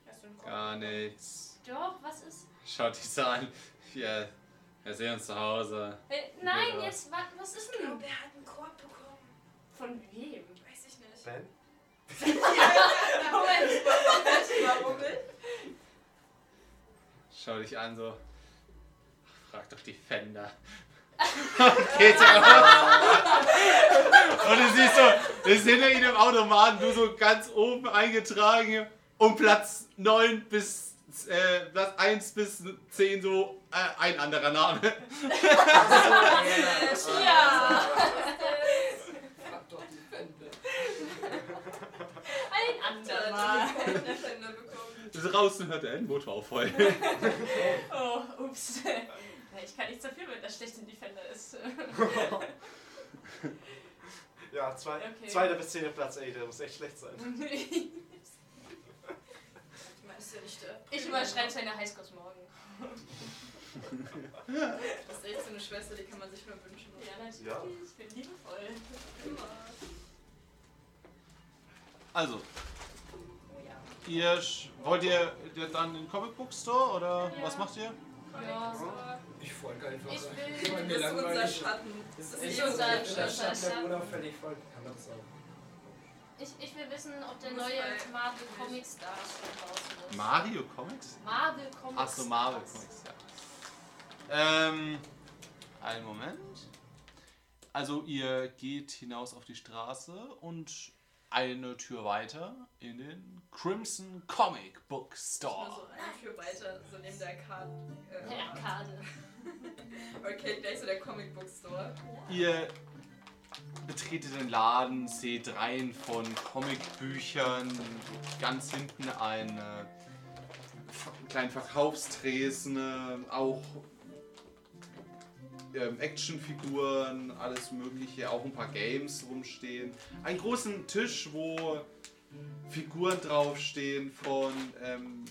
Speaker 5: Hast du einen Kopf?
Speaker 1: Gar nichts.
Speaker 3: Doch, was ist?
Speaker 1: Schaut dich so an. Wir, wir sehen uns zu Hause.
Speaker 3: Äh, nein,
Speaker 1: Ja.
Speaker 3: jetzt, was, was ist
Speaker 10: Ich
Speaker 3: denn?
Speaker 10: glaube, er hat einen Korb bekommen.
Speaker 3: Von wem?
Speaker 5: Weiß ich nicht.
Speaker 8: Ben?
Speaker 5: Moment, warum nicht?
Speaker 1: Schau dich an, so. Ach, Frag doch die Fender. Und geht raus. Und du siehst so, das ist hinter ihnen im Automaten, du so ganz oben eingetragen, um Platz 9 bis, äh, Platz 1 bis 10 so äh, ein anderer Name.
Speaker 3: Ja!
Speaker 2: Frag doch die Wände.
Speaker 3: Ein anderer.
Speaker 5: Mal. bekommen.
Speaker 1: Draußen hört der Endmotor auf voll.
Speaker 3: Oh, ups. Ja, Ich kann nichts dafür, wenn das schlecht in Defender ist.
Speaker 8: Ja, zwei,
Speaker 3: Okay.
Speaker 8: zweiter bis zehnter Platz, ey, der muss echt schlecht sein.
Speaker 5: Ich meine, ist ja nicht der.
Speaker 3: Ich überschreibe seine Highscores morgen.
Speaker 5: Das ist echt so eine Schwester, die kann man sich nur wünschen.
Speaker 3: Ja, natürlich.
Speaker 8: Ja.
Speaker 3: Ich bin liebevoll.
Speaker 1: Also, ihr sch- wollt ihr dann in den Comic Book Store oder
Speaker 3: Ja.
Speaker 1: was macht ihr?
Speaker 3: Ja, so.
Speaker 2: Ich folge einfach.
Speaker 3: Ich will-
Speaker 2: Ich mein, mir
Speaker 5: Das ist unser
Speaker 2: langweilig.
Speaker 5: Schatten.
Speaker 2: Das
Speaker 3: ist
Speaker 2: echt
Speaker 3: nicht unser
Speaker 2: so, wenn der
Speaker 3: Schatten.
Speaker 2: Schatten unauffällig folgt, kann man das auch.
Speaker 3: Ich, ich will wissen, ob der
Speaker 5: Muss
Speaker 3: neue
Speaker 5: bei-
Speaker 3: Marvel Comic Stars draußen ist.
Speaker 1: Mario Comics?
Speaker 3: Marvel Comic
Speaker 1: Achso, Marvel
Speaker 3: Stars.
Speaker 1: Comics, ja. Ähm, einen Moment. Also ihr geht hinaus auf die Straße und eine Tür weiter in den Crimson Comic Book
Speaker 5: Nur so
Speaker 1: Store.
Speaker 5: eine Tür weiter, so neben der Karte.
Speaker 3: Ja, Arcade.
Speaker 5: Äh, okay, gleich so der Comic Book Store.
Speaker 1: Ihr betretet den Laden, seht Reihen von Comicbüchern, ganz hinten eine kleinen Verkaufstresen, äh, auch ähm, Actionfiguren, alles mögliche, auch ein paar Games rumstehen. Einen großen Tisch, wo Figuren draufstehen von ähm,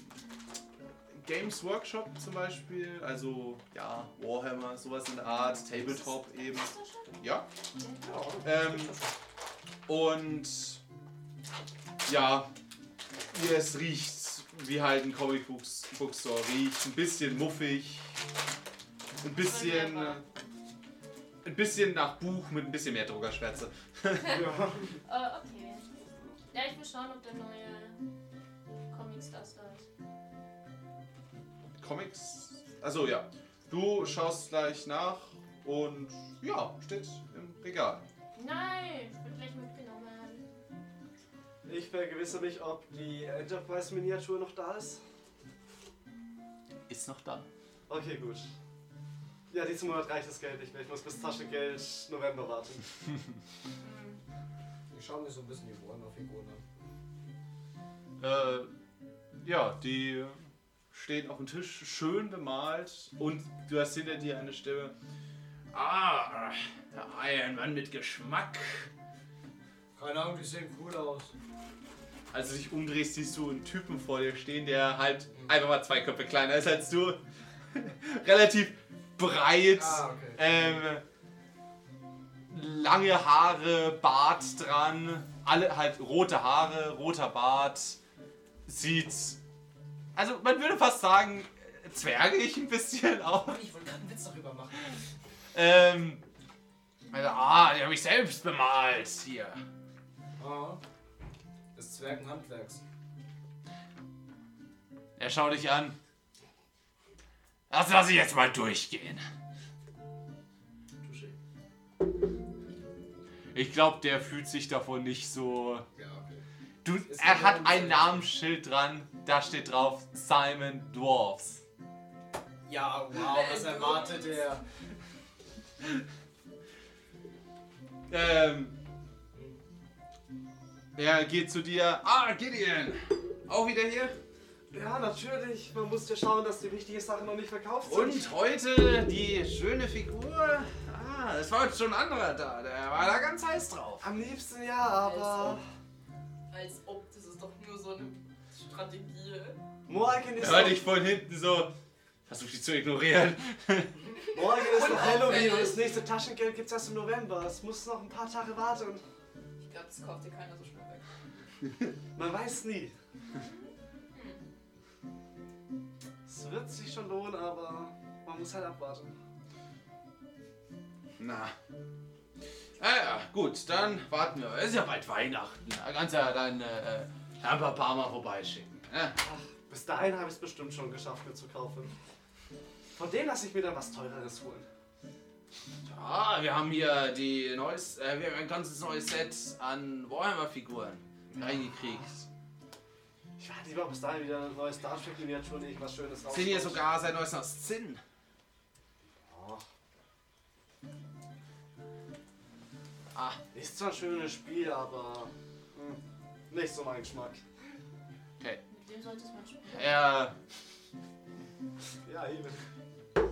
Speaker 1: Games Workshop zum Beispiel, also ja, Warhammer, sowas in der Art, Tabletop eben. Ja. Ähm, und ja, ja, es riecht wie halt ein Comic Book Book Store riecht. Ein bisschen muffig. Ein bisschen. äh, Ein bisschen nach Buch mit ein bisschen mehr Druckerschwärze.
Speaker 3: Äh, okay. Ja, ich will schauen, ob der neue Comic Stars da ist.
Speaker 1: Comics. Achso, ja. Du schaust gleich nach und ja, steht im Regal.
Speaker 3: Nein, ich bin gleich mitgenommen.
Speaker 8: Ich vergewissere mich, ob die Enterprise-Miniatur noch da ist.
Speaker 1: Ist noch da.
Speaker 8: Okay, gut. Ja, diesen Monat reicht das Geld nicht mehr. Ich muss bis Taschengeld November warten.
Speaker 2: Ich schaue mir so ein bisschen die Warhammer-Figuren an.
Speaker 1: Äh, ja, die stehen auf dem Tisch, schön bemalt und du hast hinter dir eine Stimme. Ah, ein Mann mit Geschmack.
Speaker 2: Keine Ahnung, die sehen cool aus.
Speaker 1: Als du dich umdrehst, siehst du einen Typen vor dir stehen, der halt einfach mal zwei Köpfe kleiner ist als du. Relativ breit.
Speaker 2: Ah, okay.
Speaker 1: Ähm, lange Haare, Bart dran, alle halt rote Haare, roter Bart. Sieht. Also man würde fast sagen, äh, zwergig ein bisschen auch.
Speaker 2: Ich wollte gerade einen Witz darüber machen.
Speaker 1: Ähm, also, ah, die habe ich selbst bemalt hier.
Speaker 2: Ah. Das Zwergenhandwerks.
Speaker 9: Er schaut dich an. Das lasse ich jetzt mal durchgehen.
Speaker 2: Touché.
Speaker 9: Ich glaube, der fühlt sich davon nicht so.
Speaker 2: Ja, okay.
Speaker 9: Du,
Speaker 2: Ist
Speaker 9: er
Speaker 2: ja
Speaker 9: hat ein
Speaker 2: ein Zeichen.
Speaker 9: Namensschild dran, da steht drauf Simon Dwarfs.
Speaker 2: Ja, wow, was erwartet er?
Speaker 1: Ähm. Er geht zu dir. Ah, Gideon! Auch wieder hier?
Speaker 6: Ja, natürlich. Man muss ja schauen, dass die wichtigen Sachen noch nicht verkauft sind.
Speaker 1: Und heute die schöne Figur. Ah, es war heute schon ein anderer da. Der war da ganz heiß drauf.
Speaker 6: Am liebsten ja, aber.
Speaker 5: Als ob, das ist doch nur so eine Strategie.
Speaker 6: Morgen ist,
Speaker 12: Hör dich von hinten so. Versuch dich zu ignorieren.
Speaker 6: noch, morgen ist noch Halloween und das nächste Taschengeld gibt's erst im November. Es muss noch ein paar Tage warten.
Speaker 5: Ich glaube, das kauft dir keiner so schnell weg.
Speaker 6: Man weiß nie. Es wird sich schon lohnen, aber man muss halt abwarten.
Speaker 1: Na. Ja, ja, gut, dann warten wir. Es ist ja bald Weihnachten. Da kannst du ja dein äh, Herrn Papa mal vorbeischicken. Ne?
Speaker 6: Bis dahin habe ich es bestimmt schon geschafft, mir zu kaufen. Von denen lasse ich mir dann was Teureres holen.
Speaker 13: Ah,
Speaker 1: Ja, wir haben hier die neues, äh, wir haben ein ganzes neues Set an Warhammer-Figuren reingekriegt.
Speaker 6: Ich warte lieber bis dahin wieder ein neues Star Trek-Miniatur, irgendwas Schönes raus.
Speaker 1: Sind hier sogar sein neues aus Zinn.
Speaker 6: Ah. Ah, Ist zwar ein schönes Spiel, aber hm, nicht so mein Geschmack.
Speaker 3: Mit dem solltest man spielen.
Speaker 13: Er
Speaker 6: Ja, eben.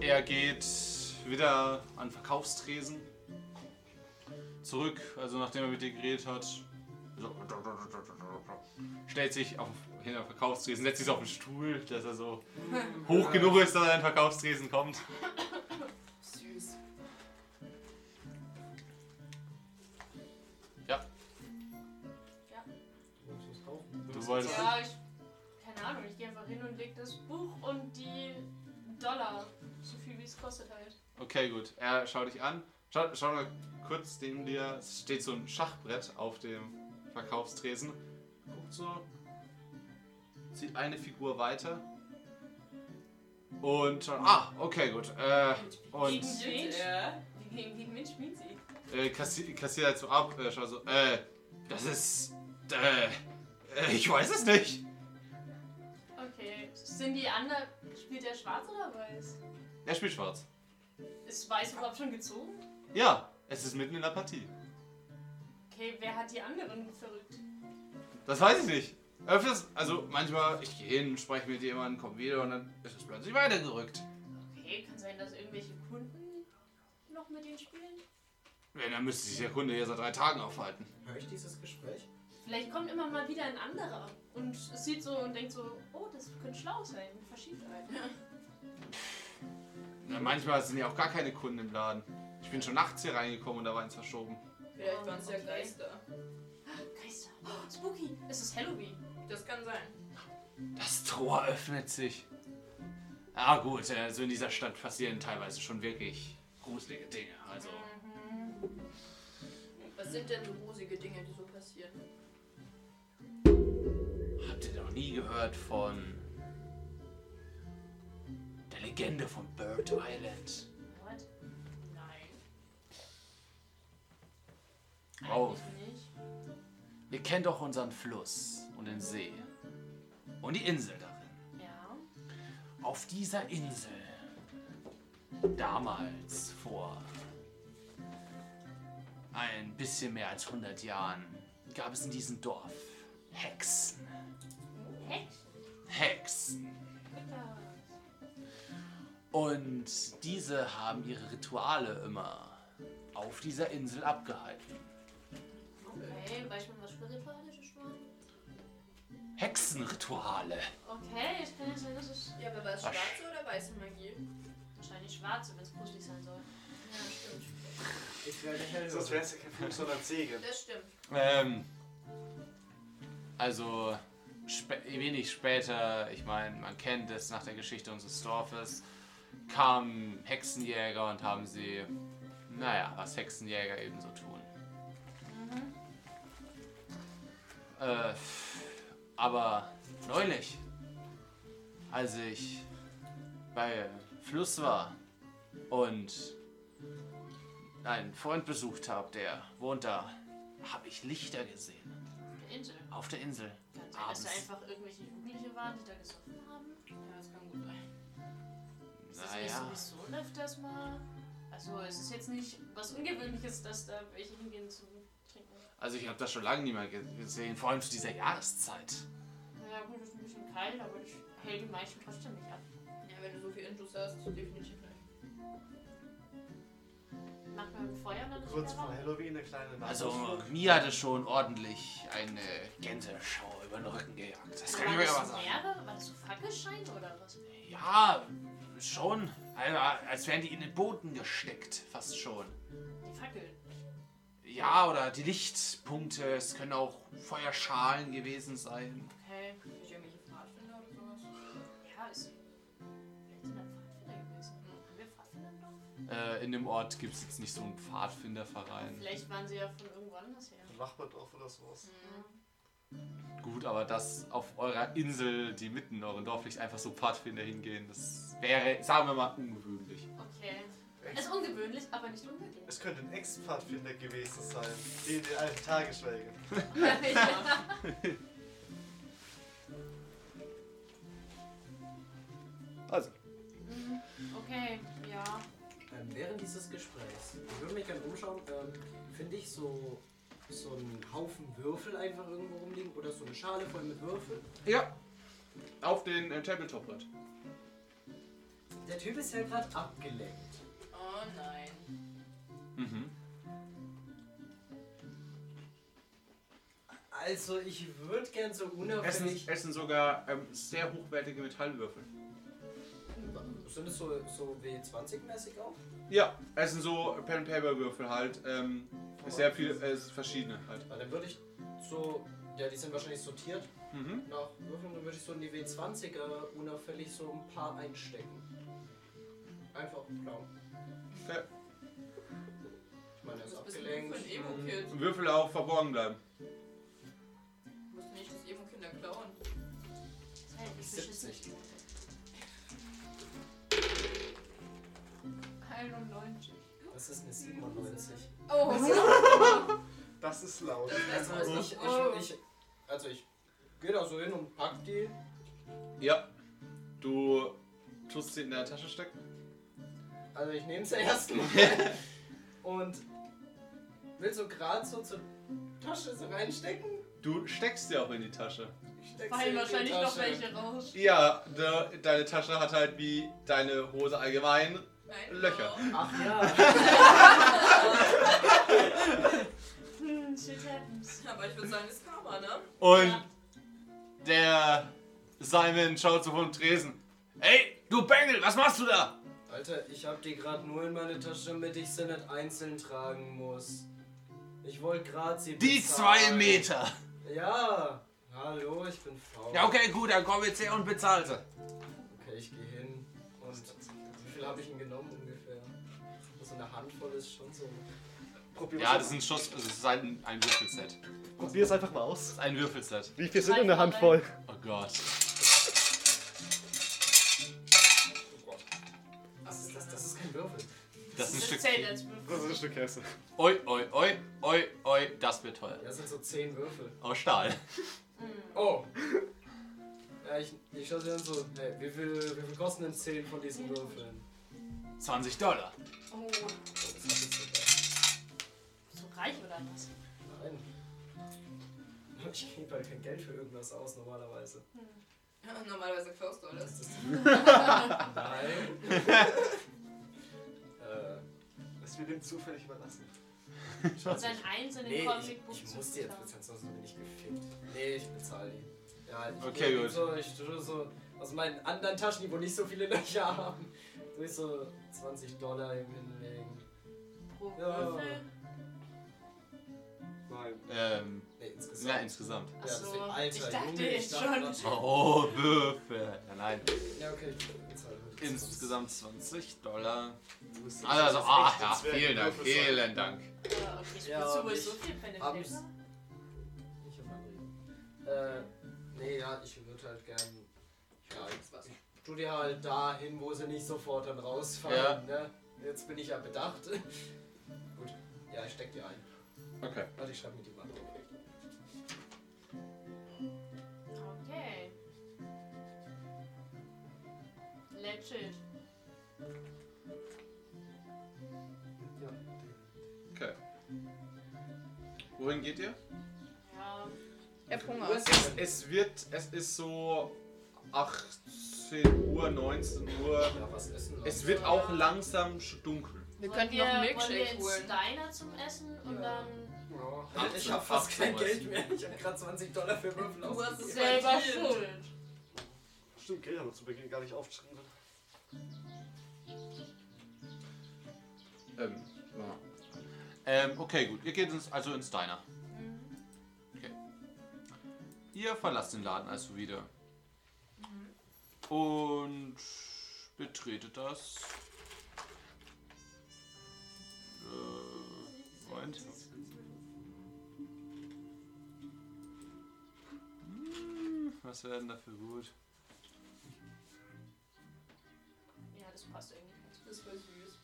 Speaker 13: Er geht wieder an Verkaufstresen zurück, also nachdem er mit dir geredet hat. So, stellt sich auf hinter den Verkaufstresen, setzt sich so auf den Stuhl, dass er so hoch genug ist, dass er an den Verkaufstresen kommt.
Speaker 5: Süß.
Speaker 2: Wolltest du es kaufen?
Speaker 13: Du wolltest.
Speaker 3: Ja, ich. Keine Ahnung, ich gehe einfach hin und leg das Buch und die Dollar. So viel wie es kostet halt.
Speaker 13: Okay, gut. Er schaut dich an. Schau, schau mal kurz neben dir. Es steht so ein Schachbrett auf dem Verkaufstresen. Guckt so. Zieht eine Figur weiter. Und schaut. Ah, okay, gut. Äh, und
Speaker 3: Gegen wen?
Speaker 5: Ja.
Speaker 3: Gegen- Gegen wen spielt sie?
Speaker 13: äh, kassi kassiert halt so ab. Äh, schaut so. Äh, das ist. Äh, äh, ich weiß es nicht.
Speaker 3: Okay. Sind die anderen. Spielt der schwarz oder weiß?
Speaker 13: Er spielt schwarz.
Speaker 3: Ist weiß überhaupt schon gezogen?
Speaker 13: Ja, es ist mitten in der Partie.
Speaker 3: Okay, wer hat die anderen verrückt?
Speaker 13: Das weiß ich nicht.
Speaker 1: Öfters, also manchmal, ich gehe hin, spreche mit jemandem, komme wieder und dann ist es plötzlich weitergerückt.
Speaker 3: Okay, kann sein, dass irgendwelche Kunden noch mit denen spielen?
Speaker 1: Wenn, dann müsste sich der Kunde hier seit drei Tagen aufhalten.
Speaker 2: Höre ich dieses Gespräch?
Speaker 3: Vielleicht kommt immer mal wieder ein anderer und es sieht so und denkt so, oh, das könnte schlau sein, mit Verschiedenheit.
Speaker 1: Na, manchmal sind ja auch gar keine Kunden im Laden. Ich bin schon nachts hier reingekommen und da war eins verschoben.
Speaker 5: Vielleicht waren es ja
Speaker 3: Okay.
Speaker 5: Geister.
Speaker 3: Geister, oh, spooky, es ist Halloween.
Speaker 5: Das kann sein.
Speaker 1: Das Tor öffnet sich. Ah gut, äh, also in dieser Stadt passieren teilweise schon wirklich gruselige Dinge. Also
Speaker 5: Was sind denn so gruselige Dinge, die so passieren?
Speaker 1: habt ihr noch nie gehört von der Legende von Bird Island?
Speaker 3: What? Nein.
Speaker 1: Oh,
Speaker 3: Eigentlich nicht.
Speaker 1: ihr kennt doch unseren Fluss und den See und die Insel darin.
Speaker 3: Ja.
Speaker 1: auf dieser Insel damals vor ein bisschen mehr als 100 Jahren gab es in diesem Dorf Hexen.
Speaker 3: Hexen.
Speaker 1: Hexen. Und diese haben ihre Rituale immer auf dieser Insel abgehalten.
Speaker 3: Okay, weiß man, was spiritualisch waren?
Speaker 1: Hexenrituale.
Speaker 3: Okay, ich kann ja sein, dass es
Speaker 5: Ja, aber war es
Speaker 1: Ach.
Speaker 5: schwarze oder weiße Magie?
Speaker 3: wahrscheinlich schwarze, wenn es gruselig sein soll.
Speaker 5: Ja, stimmt.
Speaker 2: Ich werde hellhörig.
Speaker 6: Sonst wäre es ja kein Fuchs, sondern Ziege.
Speaker 5: Das stimmt.
Speaker 13: Ähm, also spä wenig später, ich meine, man kennt es nach der Geschichte unseres Dorfes, kamen Hexenjäger und haben sie, naja, was Hexenjäger eben so tun. Äh, aber neulich, als ich bei Fluss war und einen Freund besucht habe, der wohnt da habe ich Lichter gesehen.
Speaker 3: Eine Insel.
Speaker 1: Auf der Insel.
Speaker 3: Kann sein, dass da
Speaker 1: Abends.
Speaker 3: einfach irgendwelche Jugendliche waren, die da gesoffen haben.
Speaker 5: Ja, das kann gut sein.
Speaker 3: Ist das nicht
Speaker 1: Naja.
Speaker 3: sowieso öfters mal? Also es ist jetzt nicht was Ungewöhnliches, dass da welche hingehen zu trinken.
Speaker 1: Also ich habe das schon lange nicht mehr ge- gesehen, vor allem zu dieser Jahreszeit.
Speaker 3: Naja gut, ist ein bisschen kalt, aber das hält die meisten trotzdem nicht ab.
Speaker 5: Ja, wenn du so viel Infos hast, definitiv nicht.
Speaker 3: Macht man ein Feuer und dann ist
Speaker 8: Kurz
Speaker 3: wieder
Speaker 8: vor
Speaker 3: warm.
Speaker 8: Halloween eine kleine Nacht.
Speaker 14: Also, mir hat es schon ordentlich eine Gänseschau über den Rücken gejagt. Das kann ich
Speaker 3: War
Speaker 14: mir
Speaker 3: das
Speaker 14: aber sagen.
Speaker 3: mehrere? War das so Fackelschein oder was?
Speaker 14: Ja, schon. Also, als wären die in den Boden gesteckt, fast schon.
Speaker 3: Die Fackeln.
Speaker 14: Ja, oder die Lichtpunkte. Es können auch Feuerschalen gewesen sein.
Speaker 3: Okay.
Speaker 5: Durch irgendwelche Pfadfinder oder sowas.
Speaker 3: Ja, ist. Vielleicht sind dann Pfadfinder gewesen. Haben wir Pfadfinder noch?
Speaker 9: Äh, in dem Ort gibt es jetzt nicht so einen Pfadfinderverein.
Speaker 3: Vielleicht waren sie ja von irgendwo anders her. Hm,
Speaker 8: Nachbardorf oder
Speaker 6: Hm.
Speaker 8: sowas.
Speaker 9: Gut, aber dass auf eurer Insel, die mitten in eurem Dorf liegt, einfach so Pfadfinder hingehen, das wäre, sagen wir mal, ungewöhnlich.
Speaker 3: Okay. Ist ungewöhnlich, aber nicht unmöglich.
Speaker 8: Es könnte ein Ex-Pfadfinder gewesen sein, die in den alten Tagesschwelgen.
Speaker 3: Ja.
Speaker 6: Also.
Speaker 3: Okay, ja.
Speaker 2: Ähm, während dieses Gesprächs, ich würde mich gerne umschauen, ähm, finde ich so, so einen Haufen Würfel einfach irgendwo rumliegen oder so eine Schale voll mit Würfeln.
Speaker 1: Ja. Auf den äh, Tabletop-Brett.
Speaker 2: Der Typ ist ja gerade abgelenkt.
Speaker 5: Oh nein.
Speaker 9: Mhm.
Speaker 2: Also ich würde gern so
Speaker 1: Es
Speaker 2: unauffällig...
Speaker 1: sind, es sind sogar ähm, sehr hochwertige Metallwürfel.
Speaker 2: Sind es so, so W20-mäßig auch?
Speaker 1: Ja, es sind so Pen-Paper-Würfel halt. Ähm, sehr viele äh, verschiedene halt.
Speaker 2: Weil dann würde ich so... Ja, die sind wahrscheinlich sortiert
Speaker 1: Mhm.
Speaker 2: nach Würfeln. Dann würde ich so in die W20er unauffällig so ein paar einstecken. Einfach blau.
Speaker 1: Okay.
Speaker 2: Ich meine, er ist
Speaker 5: Das bist du
Speaker 2: abgelenkt.
Speaker 5: für ein Emo-Kind.
Speaker 1: Würfel auch verborgen bleiben.
Speaker 5: Du musst nicht das Emo-Kinder klauen.
Speaker 3: Das heißt, ich beschütze mich.
Speaker 5: 91.
Speaker 2: Das ist eine 97.
Speaker 5: Oh,
Speaker 8: Das ist laut.
Speaker 2: Das heißt, ich, ich, ich, also ich gehe da so hin und pack die.
Speaker 1: Ja. Du tust sie in deine Tasche stecken.
Speaker 2: Also ich nehme sie erstmal und will so gerade so zur Tasche so reinstecken.
Speaker 1: Du steckst sie auch in die Tasche.
Speaker 2: Ich steck sie in
Speaker 5: fallen
Speaker 2: die
Speaker 5: wahrscheinlich noch
Speaker 2: Tasche.
Speaker 5: welche raus.
Speaker 1: Ja, de, deine Tasche hat halt wie deine Hose allgemein
Speaker 5: Nein.
Speaker 1: Löcher.
Speaker 5: Oh.
Speaker 2: Ach ja.
Speaker 3: Hm, shit happens.
Speaker 5: Aber ich würde sagen, das ist Karma, ne?
Speaker 9: Und
Speaker 3: Ja.
Speaker 9: der Simon schaut so vom Tresen.
Speaker 14: Hey, du Bengel, was machst du da?
Speaker 2: Alter, ich hab die gerade nur in meine Tasche, damit ich sie nicht einzeln tragen muss. Ich wollte gerade sie
Speaker 14: Die zwei
Speaker 2: bezahlen.
Speaker 14: Meter.
Speaker 2: Ja. Hallo, ich bin faul.
Speaker 14: Ja, okay, gut, dann komm jetzt her und bezahl sie.
Speaker 2: Okay, ich gehe hin. Und wie viel habe ich ihn genommen ungefähr? So eine Handvoll ist schon so.
Speaker 8: Probier
Speaker 9: Ja, das ist ein Schuss, also es ist ein, ein Würfelset. Das
Speaker 6: Probier's einfach mal aus.
Speaker 9: ist ein Würfelset.
Speaker 6: Wie viel sind in der Handvoll?
Speaker 9: Oh Gott.
Speaker 2: Das ist, das, das ist kein Würfel.
Speaker 9: Das ist ein
Speaker 3: Das
Speaker 9: Stück.
Speaker 3: zählt als
Speaker 6: Das ist
Speaker 3: Würfel.
Speaker 6: ein Stück Käse.
Speaker 9: Oi, oi, oi, oi, oi, das wird teuer.
Speaker 2: Das sind so zehn Würfel.
Speaker 9: Aus Stahl.
Speaker 2: Oh! Ja, ich, ich schaue sie dann so, hey, wie viel, wie viel kosten denn zehn von diesen Würfeln?
Speaker 9: 20 Dollar.
Speaker 5: Oh.
Speaker 2: Oh, das hab ich sogar.
Speaker 3: So reich oder was?
Speaker 2: Nein. Ich gebe halt kein Geld für irgendwas aus normalerweise.
Speaker 5: Ja, normalerweise klaust du alles.
Speaker 2: Nein. äh,
Speaker 8: Das wird ihm zufällig überlassen.
Speaker 3: Und sein Eins in den
Speaker 2: nee, ich,
Speaker 3: Comicbuch
Speaker 2: ich
Speaker 3: zu
Speaker 2: muss die jetzt
Speaker 3: klauen.
Speaker 2: bezahlen, sonst bin ich also gefickt. Nee, ich bezahle die. Ja, ich
Speaker 9: Okay,
Speaker 2: ich-
Speaker 9: gut.
Speaker 2: So, also ich tue so aus meinen anderen Taschen, die wohl nicht so viele Löcher haben, tue ich so 20 Dollar ihm hinlegen.
Speaker 5: Pro
Speaker 2: Ja.
Speaker 5: Würfel.
Speaker 8: Nein.
Speaker 9: Ähm,
Speaker 2: Nee, insgesamt.
Speaker 9: ja, insgesamt.
Speaker 2: Ja,
Speaker 3: Achso,
Speaker 2: deswegen, Alter,
Speaker 3: ich dachte
Speaker 2: Junge,
Speaker 3: jetzt
Speaker 2: ich dachte
Speaker 3: schon.
Speaker 9: Oh, Würfel. Ja, nein.
Speaker 2: schon. Ja, okay, ich bezahle halt.
Speaker 9: Oh. Insgesamt 20 Dollar.
Speaker 8: Du bist-
Speaker 9: Also,
Speaker 8: das ist
Speaker 9: ah,
Speaker 8: echt
Speaker 9: ja,
Speaker 8: ein Zwerg-
Speaker 9: vielen Dank,
Speaker 8: Würfel sein.
Speaker 9: vielen Dank.
Speaker 3: Ja, okay, ich
Speaker 2: Ja,
Speaker 3: ja, wohl
Speaker 2: ich-
Speaker 3: so viel Pen and
Speaker 2: abends-
Speaker 3: Paper.
Speaker 2: Ich hab andere. Äh, nee, ja, ich würde halt gern. Ja, ich-
Speaker 5: Was?
Speaker 2: ich tu die halt dahin, wo sie nicht sofort dann rausfallen, ne? Jetzt bin ich ja bedacht. Gut, ja, ich steck die ein.
Speaker 1: Okay.
Speaker 2: Warte, ich schreib mir die mal.
Speaker 3: Okay. Legit.
Speaker 2: Ja.
Speaker 1: Okay. Wohin geht ihr?
Speaker 3: Ja.
Speaker 5: Ich hab Hunger.
Speaker 1: Es, es wird, es ist so 18 Uhr, 19 Uhr.
Speaker 2: Ja, was essen?
Speaker 1: Es wird auch langsam sch- dunkel.
Speaker 15: Wir
Speaker 3: Wollen
Speaker 15: könnten noch einen
Speaker 3: wollen wir
Speaker 15: Milkshake
Speaker 3: ins
Speaker 15: holen.
Speaker 3: Steiner zum Essen und
Speaker 2: Ja.
Speaker 3: dann
Speaker 2: Ja. Ich habe fast kein Geld mehr. Ich habe gerade 20 Dollar für Würfel
Speaker 5: Du hast es
Speaker 2: ausgegeben.
Speaker 3: selber
Speaker 5: verdient.
Speaker 3: schuld.
Speaker 8: Stimmt, Geld haben wir zu Beginn gar nicht aufgeschrieben.
Speaker 14: Ähm, ja. ähm, okay, gut. Ihr geht ins, also ins Diner. Okay. Ihr verlasst den Laden also wieder. Und betretet das. Äh, Moment. Hm, Was wäre denn dafür gut?
Speaker 3: Ja, das passt irgendwie.
Speaker 5: Das war süß.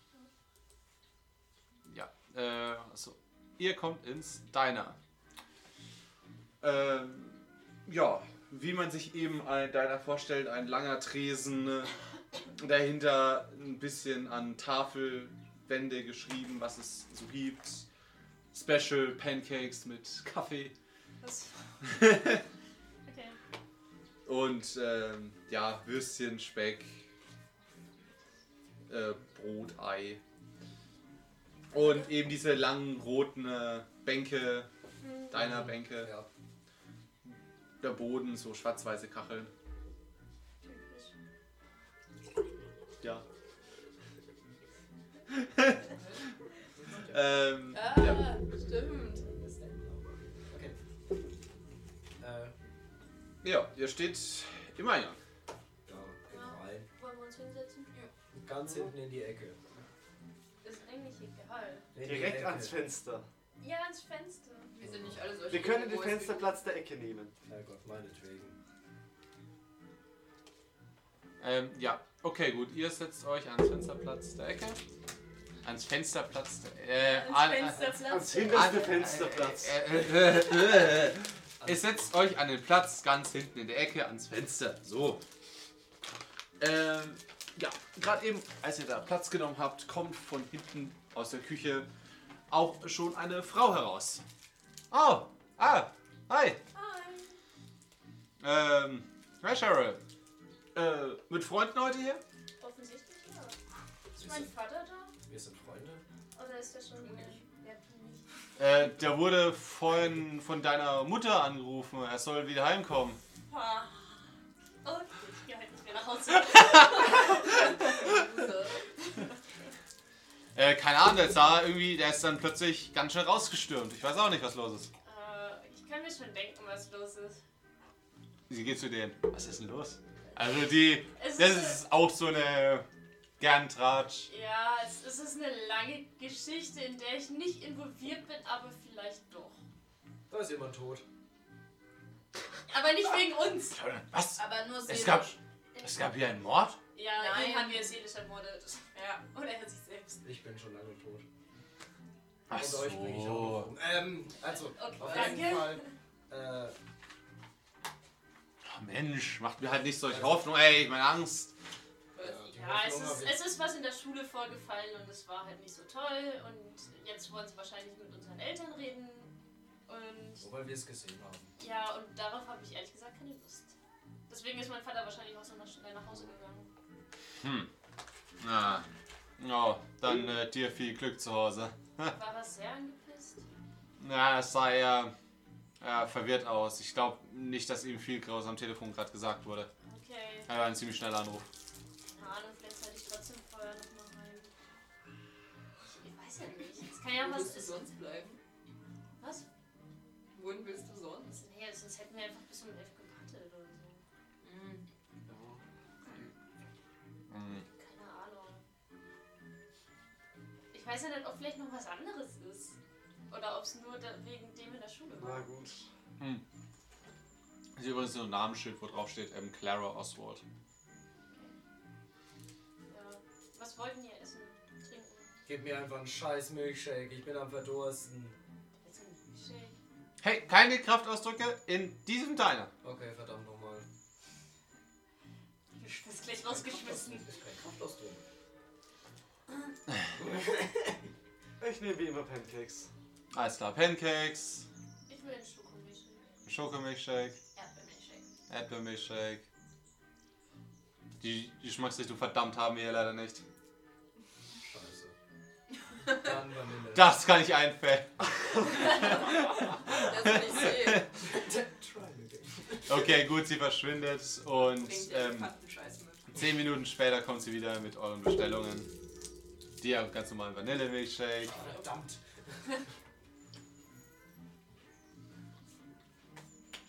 Speaker 14: Ja. Äh,
Speaker 1: also,
Speaker 14: so. Ihr kommt ins Diner.
Speaker 1: Ähm, ja, wie man sich eben ein Diner vorstellt, ein langer Tresen, äh, dahinter ein bisschen an Tafelwände geschrieben, was es so gibt. Special Pancakes mit Kaffee
Speaker 5: Das
Speaker 3: Okay.
Speaker 1: und ähm, ja, Würstchen, Speck, äh, Brot, Ei. Und eben diese langen roten äh, Bänke, Diner-Bänke.
Speaker 2: Ja.
Speaker 1: Der Boden, so schwarz-weiße Kacheln. Ja. ähm,
Speaker 5: ah,
Speaker 1: ja.
Speaker 5: stimmt.
Speaker 2: Okay. Äh,
Speaker 1: ja, ihr steht im Eingang.
Speaker 2: ja, genau rein.
Speaker 3: Wollen wir uns hinsetzen?
Speaker 2: Ganz hinten in die Ecke.
Speaker 3: Ist eigentlich egal.
Speaker 2: In die
Speaker 8: Direkt
Speaker 2: Ecke.
Speaker 8: ans Fenster.
Speaker 3: Ja, ans Fenster.
Speaker 5: Wir sind nicht alle solche.
Speaker 8: Wir können den
Speaker 5: Egoisten.
Speaker 8: Fensterplatz der Ecke nehmen.
Speaker 2: Herrgott, meinetwegen.
Speaker 9: Ähm, ja, okay, gut. Ihr setzt euch ans Fensterplatz der Ecke. Ans Fensterplatz der äh,
Speaker 1: Ah,
Speaker 9: an-
Speaker 3: Ans Fensterplatz.
Speaker 8: Ans
Speaker 2: Ah,
Speaker 8: hinterste Fensterplatz.
Speaker 9: Äh, äh, äh, äh. Ihr setzt euch an den Platz ganz hinten in der Ecke ans Fenster. So.
Speaker 1: Ähm, ja, gerade eben, als ihr da Platz genommen habt, kommt von hinten aus der Küche auch schon eine Frau heraus.
Speaker 9: Oh, ah, hi.
Speaker 3: Hi.
Speaker 9: Ähm, hi Cheryl.
Speaker 1: Äh, mit Freunden heute hier?
Speaker 3: Offensichtlich ja. Ist mein Vater da?
Speaker 2: Wir sind Freunde.
Speaker 3: Oder Oh, ist er schon Ja, du nicht.
Speaker 9: Äh, der wurde vorhin von deiner Mutter angerufen. Er soll wieder heimkommen.
Speaker 3: Ha. Okay, ich geh halt nicht mehr nach Hause.
Speaker 9: Äh, keine Ahnung, der sah irgendwie, der ist dann plötzlich ganz schön rausgestürmt. Ich weiß auch nicht, was los ist.
Speaker 3: äh, ich kann mir schon denken, was los ist.
Speaker 9: Sie geht zu denen. Was ist denn los? Also die,
Speaker 3: Es
Speaker 9: das ist auch so eine gern Tratsch.
Speaker 3: Ja, es es ist eine lange Geschichte, in der ich nicht involviert bin, aber vielleicht doch.
Speaker 2: Da ist jemand tot.
Speaker 3: Aber nicht wegen uns.
Speaker 9: Was?
Speaker 5: Aber nur
Speaker 9: Es
Speaker 5: seelisch.
Speaker 9: gab, es gab hier einen Mord?
Speaker 3: Ja,
Speaker 5: Nein.
Speaker 3: ihn haben wir seelisch ermordet. Ja, oder er sich selbst.
Speaker 2: Ich bin schon lange tot.
Speaker 9: Ach
Speaker 2: Und euch bringe ich auch noch
Speaker 9: so.
Speaker 2: um. Ähm, also,
Speaker 3: Okay,
Speaker 2: auf jeden
Speaker 3: danke.
Speaker 2: Fall. Äh,
Speaker 9: Ach, Mensch, macht mir halt nicht solche Hoffnung. Ey, meine Angst.
Speaker 2: Ja, die
Speaker 3: Ja, es
Speaker 2: Hoffnung
Speaker 3: ist,
Speaker 2: hab ich.
Speaker 3: es ist was in der Schule vorgefallen und es war halt nicht so toll. Und jetzt wollen sie wahrscheinlich mit unseren Eltern reden. Und
Speaker 2: so weil wir es gesehen haben.
Speaker 3: ja, und darauf habe ich ehrlich gesagt keine Lust. Deswegen ist mein Vater wahrscheinlich auch so nach- schnell nach Hause gegangen.
Speaker 9: Na, ja, dann äh, dir viel Glück zu Hause.
Speaker 3: War er sehr angepisst?
Speaker 9: Na, es sah eher äh, verwirrt aus. Ich glaube nicht, dass ihm viel Graues am Telefon gerade gesagt wurde.
Speaker 3: Okay,
Speaker 9: Er war ein ziemlich schneller Anruf.
Speaker 3: keine Ahnung, vielleicht sollte ich trotzdem vorher nochmal heim. Ich weiß ja nicht. Es kann ja
Speaker 5: Wo
Speaker 3: was.
Speaker 5: willst du
Speaker 3: Es,
Speaker 5: sonst bleiben?
Speaker 3: was?
Speaker 5: Wohin willst du sonst?
Speaker 3: Nee, sonst hätten wir einfach bis um 11 gewartet oder so.
Speaker 9: Mhm.
Speaker 3: Keine Ahnung. Ich weiß ja nicht, ob vielleicht noch was anderes ist. Oder ob es nur da, wegen dem in der Schule
Speaker 8: Na
Speaker 3: war.
Speaker 8: gut.
Speaker 9: Das ist übrigens so ein Namensschild, wo drauf steht ähm, Clara Oswald.
Speaker 3: Ja. Was wollten ihr essen? Trinken?
Speaker 2: Gib mir einfach einen scheiß Milkshake. Ich bin am Verdursten.
Speaker 3: Essen? Shake?
Speaker 9: Hey, keine Kraftausdrücke in diesem Diner.
Speaker 2: Okay, verdammt nochmal.
Speaker 3: Du wirst gleich rausgeschmissen.
Speaker 2: Ich kann Kraftausdruck.
Speaker 8: Ich nehme wie immer Pancakes.
Speaker 9: Alles klar, Pancakes,
Speaker 3: Ich will einen Schokomilchshake.
Speaker 9: Schokomilchshake,
Speaker 3: Erdbeermilchshake.
Speaker 9: Erdbeermilchshake,
Speaker 1: Die Geschmacksrichtung verdammt haben wir ja leider nicht.
Speaker 2: Scheiße. Dann Vanille.
Speaker 1: Das kann ich einfällen.
Speaker 5: Das will ich sehen.
Speaker 2: Try again.
Speaker 1: Okay, gut, sie verschwindet und
Speaker 5: Bringt dir
Speaker 1: ähm,
Speaker 5: verdammten Scheiß mit.
Speaker 1: zehn Minuten später kommt sie wieder mit euren Bestellungen. Die ja ganz normalen Vanillemilchshake.
Speaker 2: Verdammt.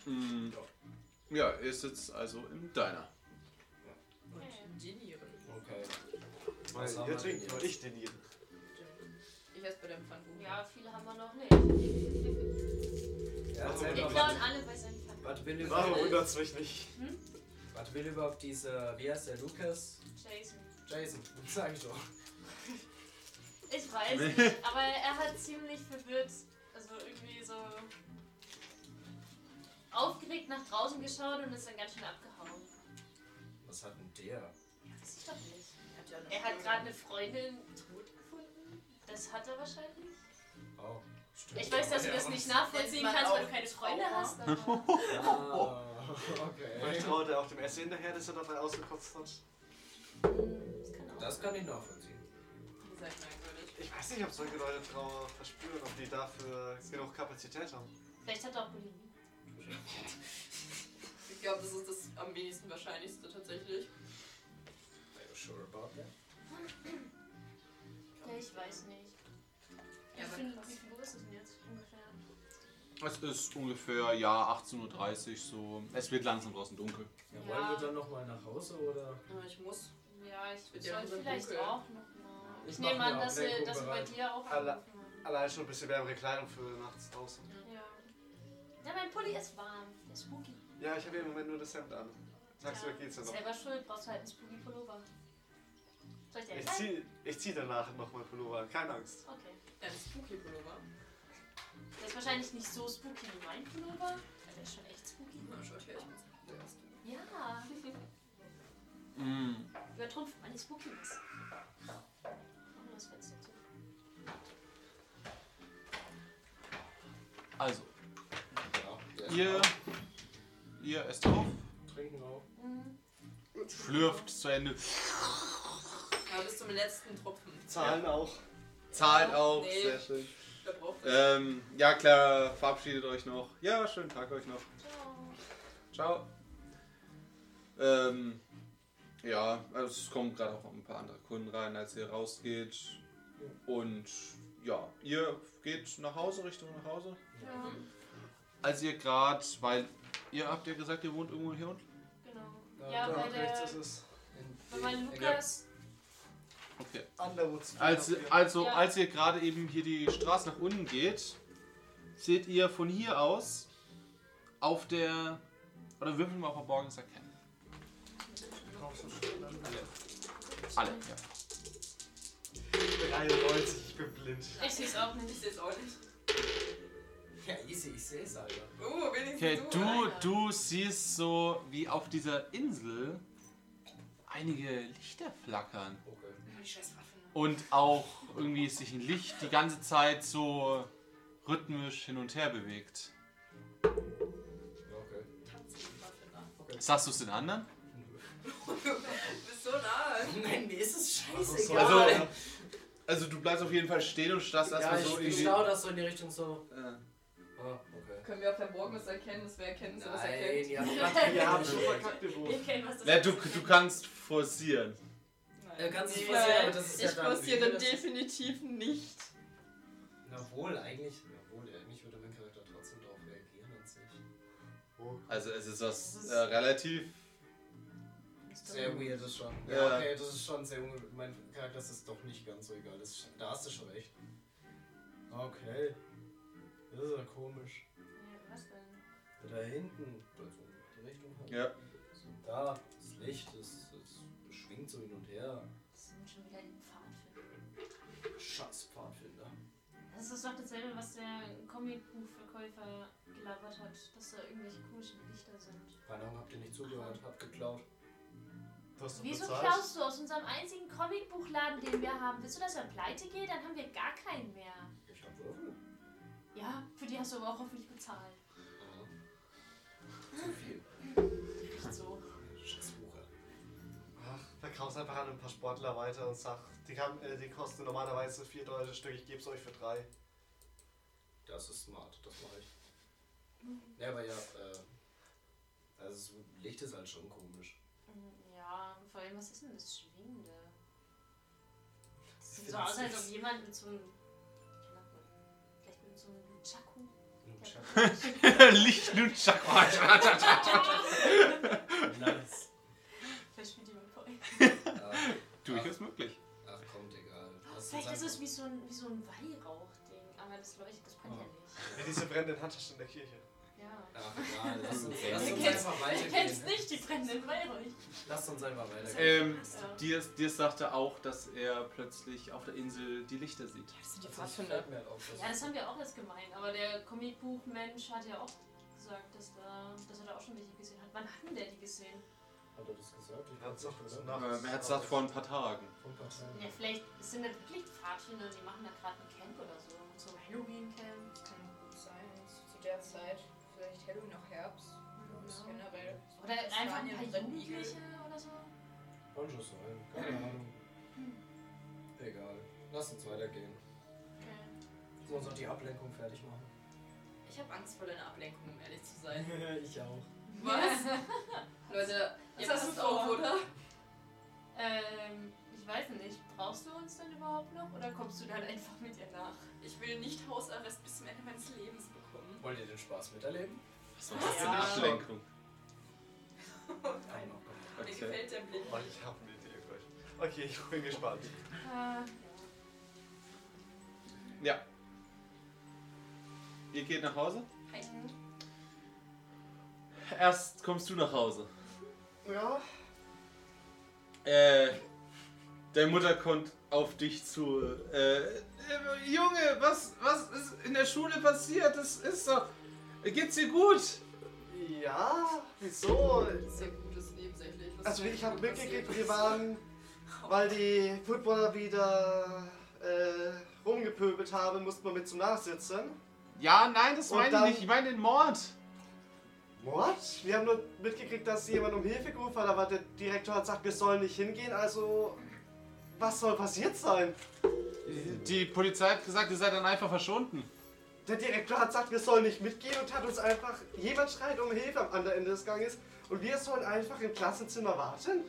Speaker 16: Mm. Ja, ist jetzt also im Diner.
Speaker 5: Und Genieren.
Speaker 2: Okay. Was
Speaker 6: Weil
Speaker 2: haben wir
Speaker 6: ihr trinkt
Speaker 2: denn
Speaker 6: und
Speaker 2: jetzt?
Speaker 6: ich den hier.
Speaker 5: Ich esse bei dem Pfannkuchen.
Speaker 3: Ja, viele haben wir noch nicht. Wir
Speaker 2: Ja,
Speaker 6: Machen wir
Speaker 2: erzähl
Speaker 6: wieder
Speaker 2: doch
Speaker 6: was.
Speaker 2: mal.
Speaker 3: klauen alle bei seinen Pfannen.
Speaker 2: Was will
Speaker 6: Warum
Speaker 2: überhaupt,
Speaker 6: wundert's mich nicht?
Speaker 2: was will überhaupt dieser, wie heißt der, Lukas?
Speaker 3: Jason.
Speaker 2: Jason, sag ich doch.
Speaker 3: Ich weiß nicht, aber er hat ziemlich verwirrt, also irgendwie so aufgeregt nach draußen geschaut und ist dann ganz schön abgehauen.
Speaker 2: Was hat denn der?
Speaker 3: Weiß ich doch nicht.
Speaker 5: Hat ja noch-
Speaker 3: Er hat gerade eine Freundin tot gefunden. Das hat er wahrscheinlich.
Speaker 2: Oh, stimmt.
Speaker 3: Ich weiß, dass du
Speaker 2: Ja.
Speaker 3: das nicht nachvollziehen
Speaker 5: Nennt man
Speaker 3: kannst, weil
Speaker 5: auch
Speaker 3: du keine Freunde
Speaker 5: Trauma.
Speaker 3: hast. Aber
Speaker 2: Ah,
Speaker 6: Vielleicht
Speaker 2: okay.
Speaker 6: trauert er auch dem Essen hinterher, das er dabei ausgekotzt hat.
Speaker 3: das kann auch.
Speaker 2: Das kann ich nachvollziehen.
Speaker 5: Ihr seid merkwürdig.
Speaker 6: Ich weiß nicht, ob solche Leute Trauer verspüren, ob die dafür genug Kapazität haben.
Speaker 3: Vielleicht hat er auch Bulimie.
Speaker 5: Ich glaube, das ist das am wenigsten Wahrscheinlichste tatsächlich.
Speaker 2: Are you sure about that?
Speaker 3: Ja, ich weiß nicht.
Speaker 5: Ja,
Speaker 3: Ja,
Speaker 5: aber
Speaker 3: wie, viel,
Speaker 5: krass.
Speaker 3: wie viel Uhr ist es denn jetzt ungefähr?
Speaker 1: Es ist ungefähr, ja, 18.30 Uhr so. Es wird langsam draußen dunkel.
Speaker 2: Ja,
Speaker 3: Ja.
Speaker 2: wollen wir dann nochmal nach Hause oder?
Speaker 5: Aber ich muss.
Speaker 3: Ja, ich
Speaker 5: Wird
Speaker 3: würde
Speaker 5: ja langsam
Speaker 3: vielleicht
Speaker 5: dunkel.
Speaker 3: auch nochmal.
Speaker 2: Ich
Speaker 3: Ich,
Speaker 2: mach
Speaker 3: nehme
Speaker 2: mir
Speaker 3: an,
Speaker 2: auch
Speaker 3: dass sie,
Speaker 2: Lenkung
Speaker 3: dass sie bei
Speaker 2: bereit.
Speaker 3: dir auch
Speaker 6: Alle-
Speaker 3: anrufen haben.
Speaker 6: Allein schon ein bisschen wärmere Kleidung für nachts draußen.
Speaker 3: Ja. Ja, mein Pulli ist warm. Der ist spooky.
Speaker 6: Ja, ich habe im Moment nur das Hemd an. Sagst du, geht's ja noch?
Speaker 3: Selber schuld, brauchst du halt einen spooky Pullover. Soll ich dir einen
Speaker 6: Ich
Speaker 3: zeigen?
Speaker 6: zieh, ich zieh danach nochmal Pullover an, keine Angst.
Speaker 3: Okay.
Speaker 5: Ein Spooky Pullover.
Speaker 3: Der ist wahrscheinlich nicht so spooky wie mein Pullover, aber der ist schon echt spooky.
Speaker 5: Na, schaut her, ich muss. Der
Speaker 3: Ja.
Speaker 5: erste.
Speaker 1: Mm.
Speaker 16: Hm.
Speaker 3: Übertrumpft meine Spookiness. Machen wir das Fenster zu.
Speaker 1: Also,
Speaker 2: Ja,
Speaker 1: ihr,
Speaker 2: wir essen
Speaker 16: genau.
Speaker 1: ihr esst auf,
Speaker 2: auch, Trinken auch.
Speaker 3: Mhm.
Speaker 1: schlürft zu Ende,
Speaker 5: Ja, bis zum letzten Tropfen.
Speaker 6: Zahlen auch.
Speaker 16: Zahlt auch.
Speaker 5: Nee.
Speaker 16: Sehr schön.
Speaker 5: Wer braucht
Speaker 1: Äh.
Speaker 5: das?
Speaker 16: Ähm, ja, klar, verabschiedet euch noch. Ja, schönen Tag euch noch.
Speaker 3: Ciao.
Speaker 16: Ciao. Ähm, ja, also es kommen gerade auch ein paar andere Kunden rein, als ihr rausgeht. Und ja, ihr geht nach Hause, Richtung nach Hause.
Speaker 3: Ja,
Speaker 1: als ihr gerade, weil ihr habt ja gesagt, ihr wohnt irgendwo hier unten.
Speaker 3: genau.
Speaker 2: Ja,
Speaker 3: Ja,
Speaker 2: da
Speaker 3: bei
Speaker 6: Rechts
Speaker 3: der.
Speaker 6: ist es.
Speaker 2: In
Speaker 3: Bei meinem
Speaker 2: den-
Speaker 3: Lukas.
Speaker 1: Okay.
Speaker 6: Underwoods.
Speaker 1: Als, also,
Speaker 3: Ja.
Speaker 1: als ihr gerade eben hier die Straße nach unten geht, seht ihr von hier aus auf der. Oder würfeln wir auf Verborgenes erkennen. Alle, ja.
Speaker 6: 93, ich bin blind.
Speaker 3: Ich seh's auch nicht.
Speaker 5: Ich seh's auch nicht.
Speaker 2: Ja, easy, ich seh's, Alter.
Speaker 5: Oh, wenigstens
Speaker 1: Okay, du,
Speaker 3: einer.
Speaker 1: du siehst so, wie auf dieser Insel einige Lichter flackern.
Speaker 2: Okay.
Speaker 5: Die scheiß Waffen.
Speaker 1: Und auch irgendwie sich ein Licht die ganze Zeit so rhythmisch hin und her bewegt.
Speaker 2: Ja, okay.
Speaker 5: Tatzenwaffe nach.
Speaker 1: Sagst du es den anderen?
Speaker 5: Du bist so nah.
Speaker 2: Nein, mir ist es
Speaker 6: Also,
Speaker 2: scheißegal.
Speaker 16: Also, also du bleibst auf jeden Fall stehen und starrst
Speaker 2: ja,
Speaker 16: erstmal so
Speaker 2: ich,
Speaker 16: in
Speaker 2: ich
Speaker 16: die...
Speaker 2: schau das so in die Richtung so.
Speaker 16: Äh,
Speaker 2: Ah, okay.
Speaker 5: Können wir auch Verborgenes erkennen, dass wir erkennen, dass wir was erkennen?
Speaker 2: ihr
Speaker 6: Wir haben schon
Speaker 2: habt
Speaker 6: verkackt den Wurf.
Speaker 3: Wir kennen was das
Speaker 16: na,
Speaker 3: ist.
Speaker 16: Ne, du, du kannst forcieren.
Speaker 2: Äh, kannst du
Speaker 5: Nee.
Speaker 2: forcieren, aber das ist ja
Speaker 5: Ich
Speaker 2: dann-
Speaker 5: forciere definitiv nicht.
Speaker 2: Na wohl, eigentlich. Na wohl, eigentlich würde mein Charakter trotzdem darauf reagieren an sich.
Speaker 16: Also es ist was äh, relativ...
Speaker 2: Sehr weird ist schon. Ähm, Ja,
Speaker 16: Ja.
Speaker 2: okay, das ist schon sehr unge- Mein Charakter ist es doch nicht ganz so egal. Das ist, da hast du schon recht. Okay. Das ist ja komisch.
Speaker 3: Ja, was denn?
Speaker 2: Da hinten, also die Richtung halt.
Speaker 16: Ja.
Speaker 2: So, da, das Licht, das, das schwingt so hin und her.
Speaker 3: Das sind schon wieder die Pfadfinder.
Speaker 2: Schatz, Pfadfinder.
Speaker 3: Das ist doch dasselbe, was der Comicbuchverkäufer gelabert hat, dass da irgendwelche komischen Lichter sind.
Speaker 2: Keine Ahnung, habt ihr nicht zugehört, habt geklaut.
Speaker 6: Du hast doch
Speaker 3: Wieso
Speaker 6: bezahlt.
Speaker 3: klaust du aus unserem einzigen Comicbuchladen, den wir haben? Willst du, dass er pleite geht? Dann haben wir gar keinen mehr.
Speaker 2: Ich hab Würfel.
Speaker 3: Ja, für die hast du aber auch hoffentlich bezahlt.
Speaker 2: Zu viel.
Speaker 3: Nicht so.
Speaker 2: Scheiß Wucher.
Speaker 6: es einfach an ein paar Sportler weiter und sag, die, haben, äh, die kosten normalerweise 4 Dollar das Stück, ich geb's euch für 3.
Speaker 2: Das ist smart, das mache ich. Ja, aber ja, äh, also das Licht ist halt schon komisch.
Speaker 3: Ja, vor allem, was ist denn das Schwingende? Das sieht
Speaker 2: Ich
Speaker 3: so
Speaker 2: find's
Speaker 3: aus, als
Speaker 2: jetzt-
Speaker 3: ob jemand mit so einem. keine Ahnung, Vielleicht mit so einem Nunchaku.
Speaker 17: Licht und Chakra.
Speaker 2: Nice.
Speaker 3: Vielleicht spielt jemand vor
Speaker 2: Ach,
Speaker 17: Durchaus möglich.
Speaker 2: ach, kommt egal. Lass
Speaker 3: Vielleicht
Speaker 2: uns
Speaker 3: ist es
Speaker 2: einfach-
Speaker 3: wie so ein, wie so ein Weihrauchding, aber das leuchtet, das brennt ja nicht.
Speaker 6: Ja, diese brennenden Handtaschen in der Kirche.
Speaker 3: Ja.
Speaker 2: Ach, egal, lass uns, lass
Speaker 3: Du
Speaker 2: uns
Speaker 3: kennst-
Speaker 2: einfach
Speaker 3: Ich kenn's
Speaker 2: weitergehen.
Speaker 3: nicht, die brennenden Weihrauch.
Speaker 2: Lass uns einfach weitergehen.
Speaker 1: Ähm,
Speaker 3: Ja.
Speaker 1: dir, dir sagte auch, dass er plötzlich auf der Insel die Lichter sieht.
Speaker 3: Das sind die
Speaker 2: Das fällt mir halt auf, dass-
Speaker 3: Ja, das haben wir auch erst gemeint, aber der Comicbuchmensch hat ja auch gesagt, dass, da, dass er da auch schon welche gesehen hat. Wann hat denn der die gesehen?
Speaker 2: Hat er das gesagt? Ich
Speaker 6: Er hat's auch
Speaker 2: weiß
Speaker 6: so
Speaker 2: nicht,
Speaker 6: nach-
Speaker 2: oder?
Speaker 1: Ähm, er hat gesagt vor ein paar Tagen.
Speaker 2: Vor ein paar Tagen.
Speaker 3: Ja, vielleicht sind da wirklich Pfadfinder, die machen da gerade ein Camp oder so. um So ein Halloween-Camp.
Speaker 5: Kann gut sein, dass zu der Zeit vielleicht Halloween noch Herbst. Ist
Speaker 3: Ja.
Speaker 5: generell.
Speaker 3: Oder
Speaker 5: Das
Speaker 3: einfach
Speaker 5: Genau. waren
Speaker 3: ein
Speaker 5: ja
Speaker 3: paar
Speaker 5: Brennnigel.
Speaker 3: Jugendliche oder so.
Speaker 2: Kann schon sein, keine Ahnung. Egal, lass uns weitergehen.
Speaker 3: Okay.
Speaker 2: Lass uns auch die Ablenkung fertig machen.
Speaker 5: Ich habe Angst vor deiner Ablenkung, um ehrlich zu sein.
Speaker 2: ich auch.
Speaker 5: Was? Leute,
Speaker 3: Was
Speaker 5: jetzt
Speaker 3: hast du
Speaker 5: passt
Speaker 3: vor?
Speaker 5: auf, oder?
Speaker 3: Ähm, ich weiß nicht, brauchst du uns denn überhaupt noch oder kommst du dann einfach mit ihr nach?
Speaker 5: Ich will nicht Hausarrest bis zum Ende meines Lebens bekommen.
Speaker 2: Wollt ihr den Spaß miterleben?
Speaker 1: Was ist denn Ablenkung?
Speaker 2: Nein, noch gar nicht.
Speaker 5: Mir gefällt der Blick
Speaker 6: Oh,
Speaker 5: nicht.
Speaker 6: ich hab eine Idee für euch. Okay, ich bin gespannt.
Speaker 3: Äh,
Speaker 1: Ja. Ihr geht nach Hause?
Speaker 5: Hi.
Speaker 1: Erst kommst du nach Hause.
Speaker 6: Ja,
Speaker 1: Äh, deine Mutter kommt auf dich zu. Äh, äh, Junge, was, was ist in der Schule passiert? Das ist doch. Geht's dir gut?
Speaker 6: ja, wieso?
Speaker 5: Das ist ja gutes nebensächlich. was
Speaker 6: Also
Speaker 5: ist
Speaker 6: ich habe
Speaker 5: denn passiert?
Speaker 6: mitgekriegt, wir waren, weil die Footballer wieder äh, rumgepöbelt haben, mussten wir mit zum Nachsitzen.
Speaker 1: Ja, nein, das
Speaker 6: Und
Speaker 1: meine ich
Speaker 6: dann-
Speaker 1: nicht. Ich meine den Mord.
Speaker 6: What? Wir haben nur mitgekriegt, dass jemand um Hilfe gerufen hat, aber der Direktor hat gesagt, wir sollen nicht hingehen, also was soll passiert sein?
Speaker 1: Die Polizei hat gesagt, ihr seid dann einfach verschwunden.
Speaker 6: Der Direktor hat gesagt, wir sollen nicht mitgehen und hat uns einfach, jemand schreit um Hilfe am anderen Ende des Ganges und wir sollen einfach im Klassenzimmer warten?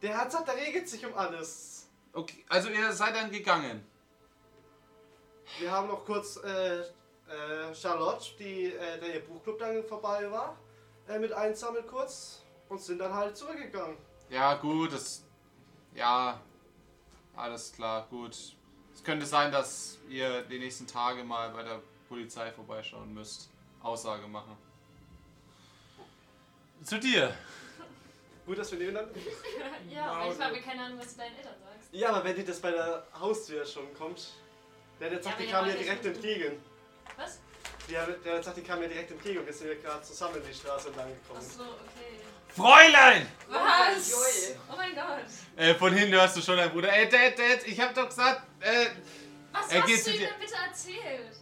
Speaker 6: Der hat gesagt, der regelt sich um alles.
Speaker 1: Okay, also ihr seid dann gegangen.
Speaker 6: Wir haben noch kurz äh, äh, Charlotte, die, äh, der ihr Buchclub dann vorbei war, äh, mit einsammelt kurz und sind dann halt zurückgegangen.
Speaker 17: Ja, gut, das. Ja. Alles klar, gut. Es könnte sein, dass ihr die nächsten Tage mal bei der Polizei vorbeischauen müsst. Aussage machen.
Speaker 1: Zu dir.
Speaker 6: Gut, dass wir nebeneinander
Speaker 3: ja, aber ich habe keine Ahnung, was du deinen Eltern sagst.
Speaker 6: Ja, aber wenn dir das bei der Haustür schon kommt, der hat jetzt
Speaker 3: Ja,
Speaker 6: sagt, die
Speaker 3: aber
Speaker 6: kamen
Speaker 3: der
Speaker 6: ja
Speaker 3: war
Speaker 6: direkt
Speaker 3: nicht-
Speaker 6: entgegen.
Speaker 3: Was?
Speaker 6: Der, der hat gesagt, die kamen ja direkt entgegen und wir sind ja gerade zusammen die Straße entlang gekommen.
Speaker 3: Achso, okay.
Speaker 1: Fräulein!
Speaker 5: Was?
Speaker 3: Oh mein Gott.
Speaker 1: Äh, von hinten hörst du schon dein Bruder. Ey, Dad, Dad, ich hab doch gesagt, äh,
Speaker 3: Was
Speaker 1: Äh,
Speaker 3: hast
Speaker 1: gehst
Speaker 3: du
Speaker 1: du
Speaker 3: ihm
Speaker 1: dir-
Speaker 3: denn bitte erzählt?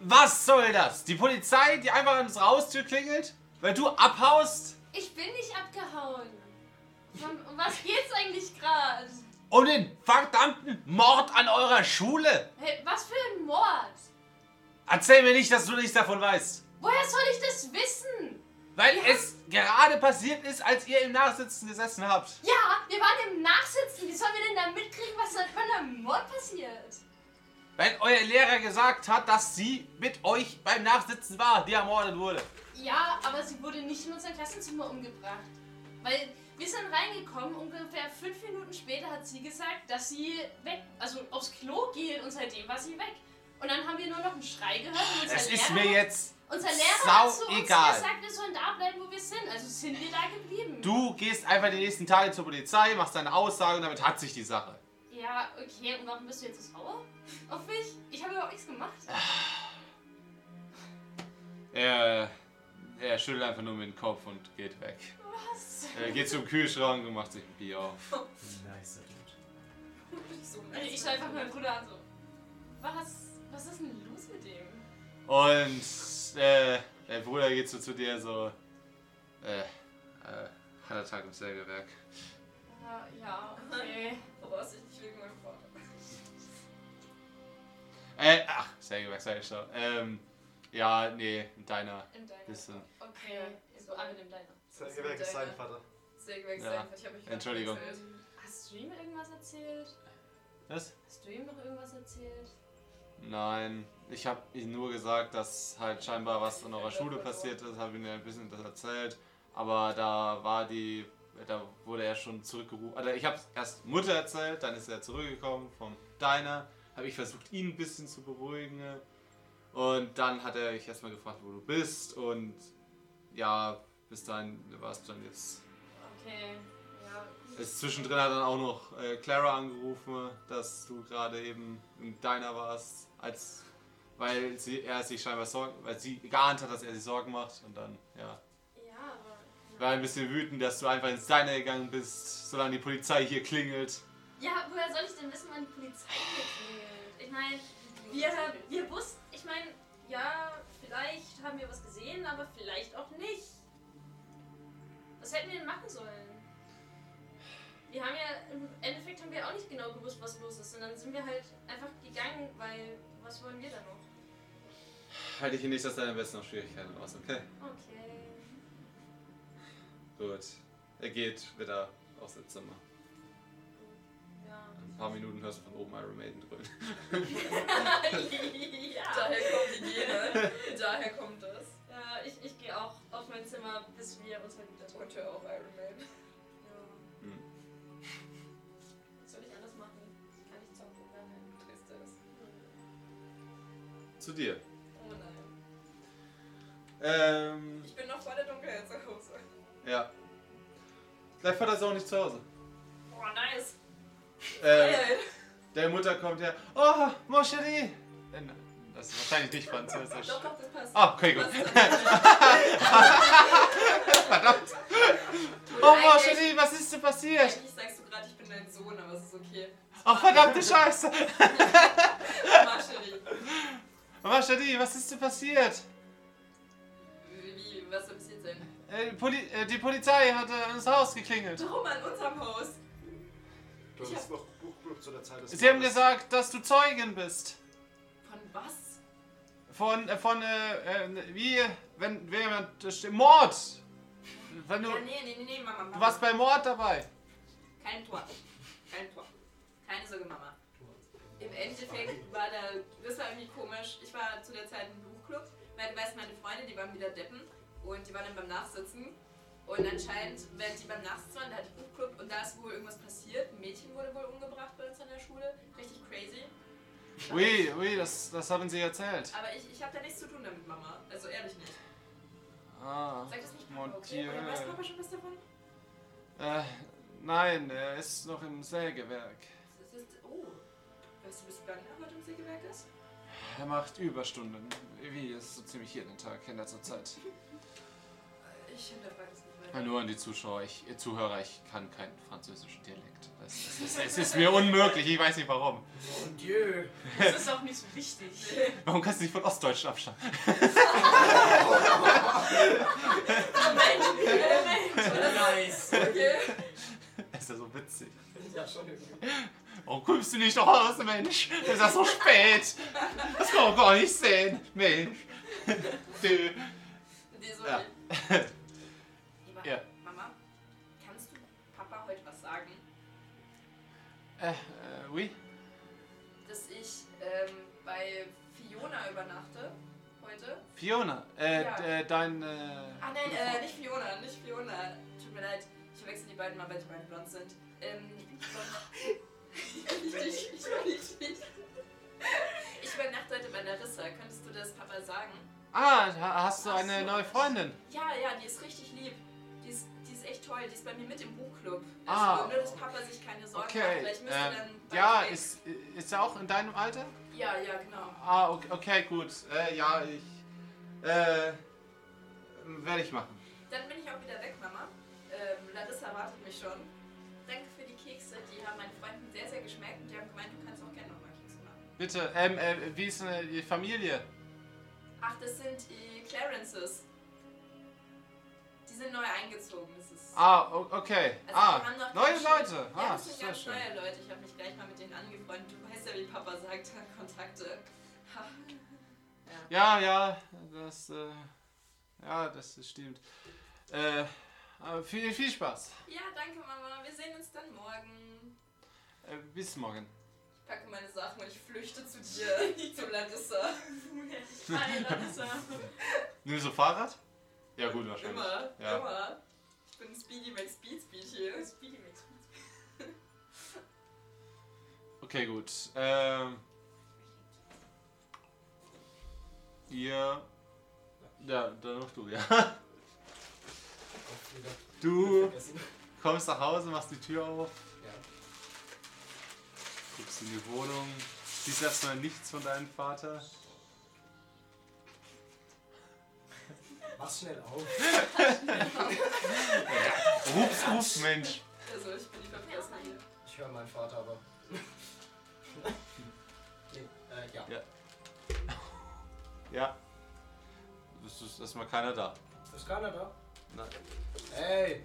Speaker 1: was soll das? Die Polizei, die einfach an unsere Haustür klingelt, weil du abhaust,
Speaker 3: Ich bin nicht abgehauen. Um, um was geht's eigentlich gerade?
Speaker 1: um den verdammten Mord an eurer Schule?
Speaker 3: Hey, was für ein Mord?
Speaker 1: Erzähl mir nicht, dass du nichts davon weißt.
Speaker 3: Woher soll ich das wissen?
Speaker 1: Weil es gerade passiert ist, als ihr im Nachsitzen gesessen habt.
Speaker 3: Ja, wir waren im Nachsitzen. Wie sollen wir denn da mitkriegen, was da von einem Mord passiert?
Speaker 1: Weil euer Lehrer gesagt hat, dass sie mit euch beim Nachsitzen war, die ermordet wurde.
Speaker 3: Ja, aber sie wurde nicht in unser Klassenzimmer umgebracht. Weil wir sind reingekommen, ungefähr fünf Minuten später hat sie gesagt, dass sie weg, also aufs Klo geht und seitdem war sie weg. Und dann haben wir nur noch einen Schrei gehört und unser
Speaker 1: Es
Speaker 3: Lehrer,
Speaker 1: ist mir jetzt.
Speaker 3: unser Lehrer
Speaker 1: sau
Speaker 3: hat zu uns
Speaker 1: egal.
Speaker 3: gesagt, wir sollen da bleiben, wo wir sind. Also sind wir da geblieben.
Speaker 1: Du gehst einfach die nächsten Tage zur Polizei, machst deine Aussage und damit hat sich die Sache.
Speaker 3: Ja, okay, und warum bist du jetzt so sauer auf mich? Ich habe überhaupt nichts gemacht.
Speaker 17: Er, er schüttelt einfach nur mit dem Kopf und geht weg.
Speaker 3: Was?
Speaker 17: Er geht zum Kühlschrank und macht sich ein Bier auf.
Speaker 2: Nice, Dude.
Speaker 5: So
Speaker 3: Also ich schaue einfach meinen Bruder an so. Was? Was ist denn los mit dem?
Speaker 17: Und äh, dein Bruder geht so zu dir so. Äh, äh, harter Tag im Sägewerk.
Speaker 18: Ja, ja, okay.
Speaker 5: Oh, Voraussichtlich wegen meinem Vater.
Speaker 1: Äh, ach, sehr gut, sehr gut. Ähm, ja, nee, deiner
Speaker 18: In deiner.
Speaker 1: bist du.
Speaker 18: Okay.
Speaker 3: So, aber nimm deine.
Speaker 6: Sägewerk ist sein Vater.
Speaker 5: Sägewerk
Speaker 1: Ja.
Speaker 5: sein, ich habe mich
Speaker 1: Entschuldigung.
Speaker 5: verwechselt.
Speaker 3: Hast du ihm irgendwas erzählt?
Speaker 1: Was?
Speaker 3: Hast du ihm noch irgendwas erzählt?
Speaker 1: Nein, ich habe ihm nur gesagt, dass halt scheinbar was an eurer Schule passiert ist, habe ihm ein bisschen das erzählt, aber da war die, da wurde er schon zurückgerufen. Also ich habe erst Mutter erzählt, dann ist er zurückgekommen vom Diner, habe ich versucht, ihn ein bisschen zu beruhigen und dann hat er mich erstmal gefragt, wo du bist und ja, bis dahin warst du dann jetzt.
Speaker 3: Okay. Ja.
Speaker 1: Ist zwischendrin hat dann auch noch äh, Clara angerufen, dass du gerade eben im Diner warst, als weil sie er sich scheinbar Sorgen, weil sie geahnt hat, dass er sich Sorgen macht und dann ja,
Speaker 3: Ja, aber.
Speaker 1: war ein bisschen wütend, dass du einfach ins Diner gegangen bist, solange die Polizei hier klingelt.
Speaker 3: Ja, woher soll ich denn wissen, wann die Polizei hier klingelt? Ich meine, wir, wir wussten, ich meine, ja, vielleicht haben wir was gesehen, aber vielleicht auch nicht. Was hätten wir denn machen sollen? Wir haben ja, im Endeffekt haben wir auch nicht genau gewusst, was los ist. Und dann sind wir halt einfach gegangen, weil, was wollen wir da noch?
Speaker 1: Halte ich hier nicht, dass deine besten noch Schwierigkeiten raus. Okay,
Speaker 3: Okay.
Speaker 1: gut. Er geht wieder aus dem Zimmer.
Speaker 3: Ja.
Speaker 1: Ein paar Minuten hörst du von oben Iron Maiden dröhnen.
Speaker 3: ja.
Speaker 5: Daher kommt die Gene. Daher kommt das.
Speaker 3: Ja, ich, ich gehe auch auf mein Zimmer, bis wir uns mal wieder
Speaker 5: Und hör auf Iron Man.
Speaker 3: Ja.
Speaker 1: Hm.
Speaker 3: Was soll ich anders machen? Ich kann nicht zocken. gar nicht.
Speaker 5: Trist ist.
Speaker 1: Zu dir.
Speaker 5: Oh nein.
Speaker 14: Ähm,
Speaker 5: Ich bin noch vor der Dunkelheit zu Hause.
Speaker 14: ja. Vielleicht war das auch nicht zu Hause.
Speaker 3: Boah, nice.
Speaker 1: Äh.
Speaker 5: Oh,
Speaker 14: Ähm,
Speaker 5: Geil.
Speaker 14: der Mutter kommt her. Oh, Mon chéri!
Speaker 1: Das ist wahrscheinlich nicht französisch.
Speaker 5: Doch, doch, das passt.
Speaker 1: Ah, okay, gut.
Speaker 5: Das passt.
Speaker 14: Oh, Mon
Speaker 5: eigentlich-
Speaker 14: chéri, was ist denn passiert?
Speaker 5: Eigentlich sagst du gerade, ich bin dein Sohn, aber es ist okay.
Speaker 14: Ach, verdammte Scheiße!
Speaker 5: Marcherie.
Speaker 14: Mon chéri, was ist denn passiert?
Speaker 5: Wie, was soll passiert sein?
Speaker 14: Äh, Poli äh, die Polizei hat äh, ins Haus geklingelt.
Speaker 5: Drum an unserem Haus.
Speaker 6: Du
Speaker 5: Ich
Speaker 6: hast noch Buchclub zu der Zeit des
Speaker 14: Sie haben
Speaker 6: Mordes.
Speaker 14: gesagt, dass du Zeugin bist.
Speaker 5: Von was?
Speaker 14: Von, äh, von, äh, äh, wie, wenn, wenn jemand, äh, ste- Mord! Wenn du,
Speaker 5: Ja, nee, nee, nee, nee, Mama, Mama.
Speaker 14: du warst bei Mord dabei.
Speaker 5: Kein Tor. Kein Tor. Keine Sorge, Mama. Im Endeffekt war da, das war irgendwie komisch. Ich war zu der Zeit im Buchclub, weil du weißt, meine Freunde, die waren wieder Deppen und die waren dann beim Nachsitzen. Und anscheinend, während die beim Nachsitzen waren, da hatte ich Buchclub und da ist wohl irgendwas passiert. Ein Mädchen wurde wohl umgebracht bei uns an der Schule. Richtig crazy.
Speaker 14: Ui, ui, das, das haben sie erzählt.
Speaker 5: Aber ich, ich habe da nichts zu tun damit, Mama. Also ehrlich nicht.
Speaker 14: Ah,
Speaker 5: Sag das nicht
Speaker 14: Mon
Speaker 5: Papa, okay? Oder
Speaker 14: Dieu.
Speaker 5: weiß Papa schon was davon?
Speaker 14: äh, nein, er ist noch im Sägewerk.
Speaker 5: Das ist, oh. Weißt du, bis wann er heute im Sägewerk ist?
Speaker 14: Er macht Überstunden, wie es so ziemlich jeden Tag in letzter Zeit.
Speaker 5: Ich hinterfrage das nicht weiter.
Speaker 1: Nur an die Zuschauer, ich, äh, Zuhörer, ich kann keinen französischen Dialekt. Das, das, ist- es ist mir unmöglich, ich weiß nicht warum.
Speaker 19: Mon Dieu.
Speaker 18: Das ist auch nicht so wichtig.
Speaker 1: Warum kannst du dich von Ostdeutsch abschauen?
Speaker 19: nice.
Speaker 5: Okay.
Speaker 1: Das ist ja so witzig.
Speaker 19: ja, schon irgendwie.
Speaker 1: Warum kommst du nicht noch aus, Mensch? Es ist ja so spät. Das kann man gar nicht sehen, Mensch. Du.
Speaker 5: Nee, so
Speaker 1: Ja.
Speaker 5: nicht. Lieber
Speaker 1: Ja.
Speaker 5: Mama, kannst du Papa heute was sagen?
Speaker 14: Äh, äh, oui.
Speaker 5: Dass ich ähm, bei Fiona übernachte heute.
Speaker 14: Fiona, äh,
Speaker 5: Ja.
Speaker 14: d- äh dein, äh,
Speaker 5: Ah nein, äh, nicht Fiona, nicht Fiona. Tut mir leid, ich verwechsel die beiden mal, weil die beiden blond sind. Ähm, ich, ich, ich, ich, ich, ich übernachte heute bei Larissa. Könntest du das Papa sagen?
Speaker 14: ah, ha- hast du
Speaker 5: Ach
Speaker 14: eine
Speaker 5: so.
Speaker 14: neue Freundin?
Speaker 5: Ja, ja, die ist richtig lieb. Die ist, die ist echt toll. Die ist bei mir mit im Buchclub. Also
Speaker 14: Ah.
Speaker 5: nur, dass Papa sich keine Sorgen macht,
Speaker 14: Okay,
Speaker 5: weil ich müsste
Speaker 14: ähm,
Speaker 5: dann... bald
Speaker 14: ja,
Speaker 5: weg.
Speaker 14: ist, ist er auch in deinem Alter?
Speaker 5: Ja, ja, genau.
Speaker 14: Ah, okay, okay gut, äh, ja, ich, äh, werde ich machen.
Speaker 5: Dann bin ich auch wieder weg, Mama. Ähm, Larissa wartet mich schon. Danke für die Kekse. Die haben meinen Freunden sehr, sehr geschmeckt und die haben gemeint, du kannst auch gerne nochmal Kekse machen.
Speaker 14: Bitte, ähm, äh, wie ist äh, die Familie?
Speaker 5: Ach, das sind die Clarences. Die sind sind neu eingezogen. Das ist,
Speaker 1: Ah, o- okay.
Speaker 5: Also
Speaker 1: ah,
Speaker 5: wir haben noch
Speaker 1: neue
Speaker 5: ganz schön-
Speaker 1: Leute.
Speaker 5: ja,
Speaker 1: Ah,
Speaker 5: das sind
Speaker 1: sehr
Speaker 5: ganz
Speaker 1: schön.
Speaker 5: neue Leute. Ich habe mich gleich mal mit denen angefreundet. Du weißt ja, wie Papa sagt, Kontakte. Ha.
Speaker 1: Ja, ja, das, äh, ja, das stimmt. Äh, aber viel, viel Spaß.
Speaker 5: ja, danke Mama. Wir sehen uns dann morgen.
Speaker 1: Äh, bis morgen.
Speaker 5: Ich packe meine Sachen und ich flüchte zu dir, zu Larissa.
Speaker 3: Hi, Larissa.
Speaker 1: Nimmst du Fahrrad? Ja, gut, wahrscheinlich.
Speaker 5: Immer,
Speaker 1: Ja.
Speaker 5: immer. Ich bin Speedy mit Speed Speed hier. Speedy mit
Speaker 1: Okay, gut. Ähm, ihr. Ja, dann noch du, ja.
Speaker 2: Kopf wieder
Speaker 1: Du
Speaker 2: vergessen.
Speaker 1: kommst nach Hause, machst die Tür auf,
Speaker 2: Ja.
Speaker 1: guckst in die Wohnung, siehst erstmal nichts von deinem Vater.
Speaker 2: Mach schnell auf.
Speaker 1: Ups, ups, Mensch.
Speaker 5: Also, ich bin die Verfressene hier.
Speaker 2: Ich höre meinen Vater aber. nee, äh, ja.
Speaker 1: Ja. Es ist erstmal keiner da.
Speaker 2: Ist keiner da?
Speaker 1: Nein.
Speaker 2: Hey!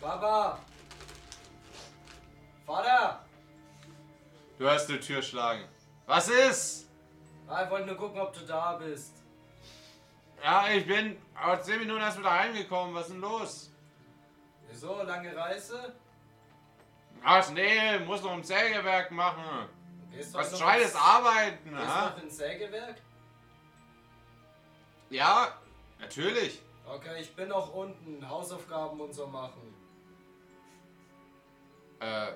Speaker 2: Baba! Vater!
Speaker 1: Du hörst die Tür schlagen. Was ist?
Speaker 2: Ah, ich wollte nur gucken, ob du da bist.
Speaker 1: Ja, ich bin vor 10 Minuten erst wieder reingekommen. Was ist denn los?
Speaker 2: Wieso? Lange Reise?
Speaker 1: Ach nee, muss noch ein Sägewerk machen.
Speaker 2: Gehst
Speaker 1: Was
Speaker 2: noch
Speaker 1: Gescheites
Speaker 2: ins-
Speaker 1: arbeiten,
Speaker 2: Gehst
Speaker 1: ha?
Speaker 2: noch ins Sägewerk?
Speaker 1: Ja, natürlich.
Speaker 2: Okay, ich bin noch unten. Hausaufgaben und so machen.
Speaker 1: Äh,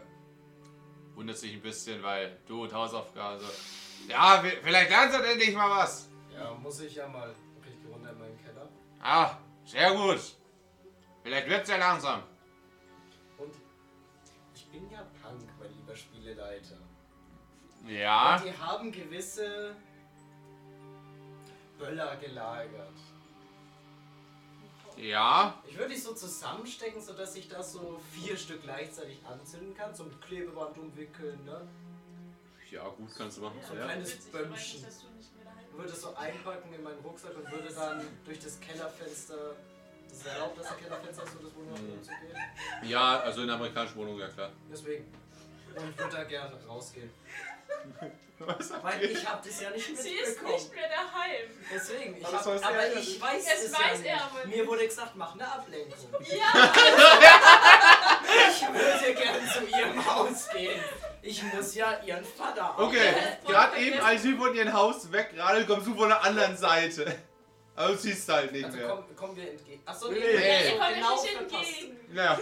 Speaker 1: wundert sich ein bisschen, weil du und Hausaufgabe. So. Ja, vi- vielleicht lernst du endlich mal was.
Speaker 2: Ja, muss ich ja mal. Okay, ich geh runter in meinen Keller.
Speaker 1: Ah, sehr gut. Vielleicht wird's ja langsam.
Speaker 2: Und ich bin ja Punk, mein lieber Spieleleiter.
Speaker 1: Ja.
Speaker 2: Und die haben gewisse Böller gelagert.
Speaker 1: Ja.
Speaker 2: Ich würde dich so zusammenstecken, sodass ich das so vier Stück gleichzeitig anzünden kann, so mit Klebeband umwickeln, ne?
Speaker 1: Ja, gut, kannst du machen.
Speaker 2: So ein kleines Bömmchen.
Speaker 3: dass du nicht mehr daheim
Speaker 2: Ich würde es so einpacken in meinen Rucksack und würde dann durch das Kellerfenster. Das ist erlaubt, dass das Kellerfenster so das Wohnung mhm. zu gehen.
Speaker 1: Ja, also in der amerikanischen Wohnung, ja klar.
Speaker 2: Deswegen. Und würde da gerne rausgehen. Weil ich habe das ja nicht
Speaker 3: bist. Sie ist
Speaker 2: mitbekommen.
Speaker 3: nicht mehr daheim.
Speaker 2: Deswegen, ich
Speaker 6: Aber
Speaker 2: hab,
Speaker 6: das weiß er
Speaker 2: aber
Speaker 6: ja
Speaker 2: ich
Speaker 6: nicht.
Speaker 2: weiß
Speaker 3: Das
Speaker 2: es
Speaker 3: weiß
Speaker 2: ja
Speaker 3: er
Speaker 2: nicht.
Speaker 3: aber nicht.
Speaker 2: Mir wurde gesagt, mach eine Ablenkung.
Speaker 3: Ja!
Speaker 2: Ich würde gern zu ihrem Haus gehen. Ich muss ja ihren Vater
Speaker 20: Okay,
Speaker 3: Ja,
Speaker 20: gerade
Speaker 3: voll
Speaker 20: eben,
Speaker 3: vergessen.
Speaker 20: als sie von ihrem Haus wegradelt, kommst du von der anderen Seite. Aber du siehst halt nicht
Speaker 2: Also
Speaker 20: mehr.
Speaker 2: komm, kommen wir entgegen. Achso,
Speaker 20: Nee.
Speaker 3: Ihr
Speaker 20: Hey.
Speaker 3: kommt euch
Speaker 2: genau
Speaker 3: nicht
Speaker 2: verpasst.
Speaker 3: entgegen.
Speaker 20: Ja.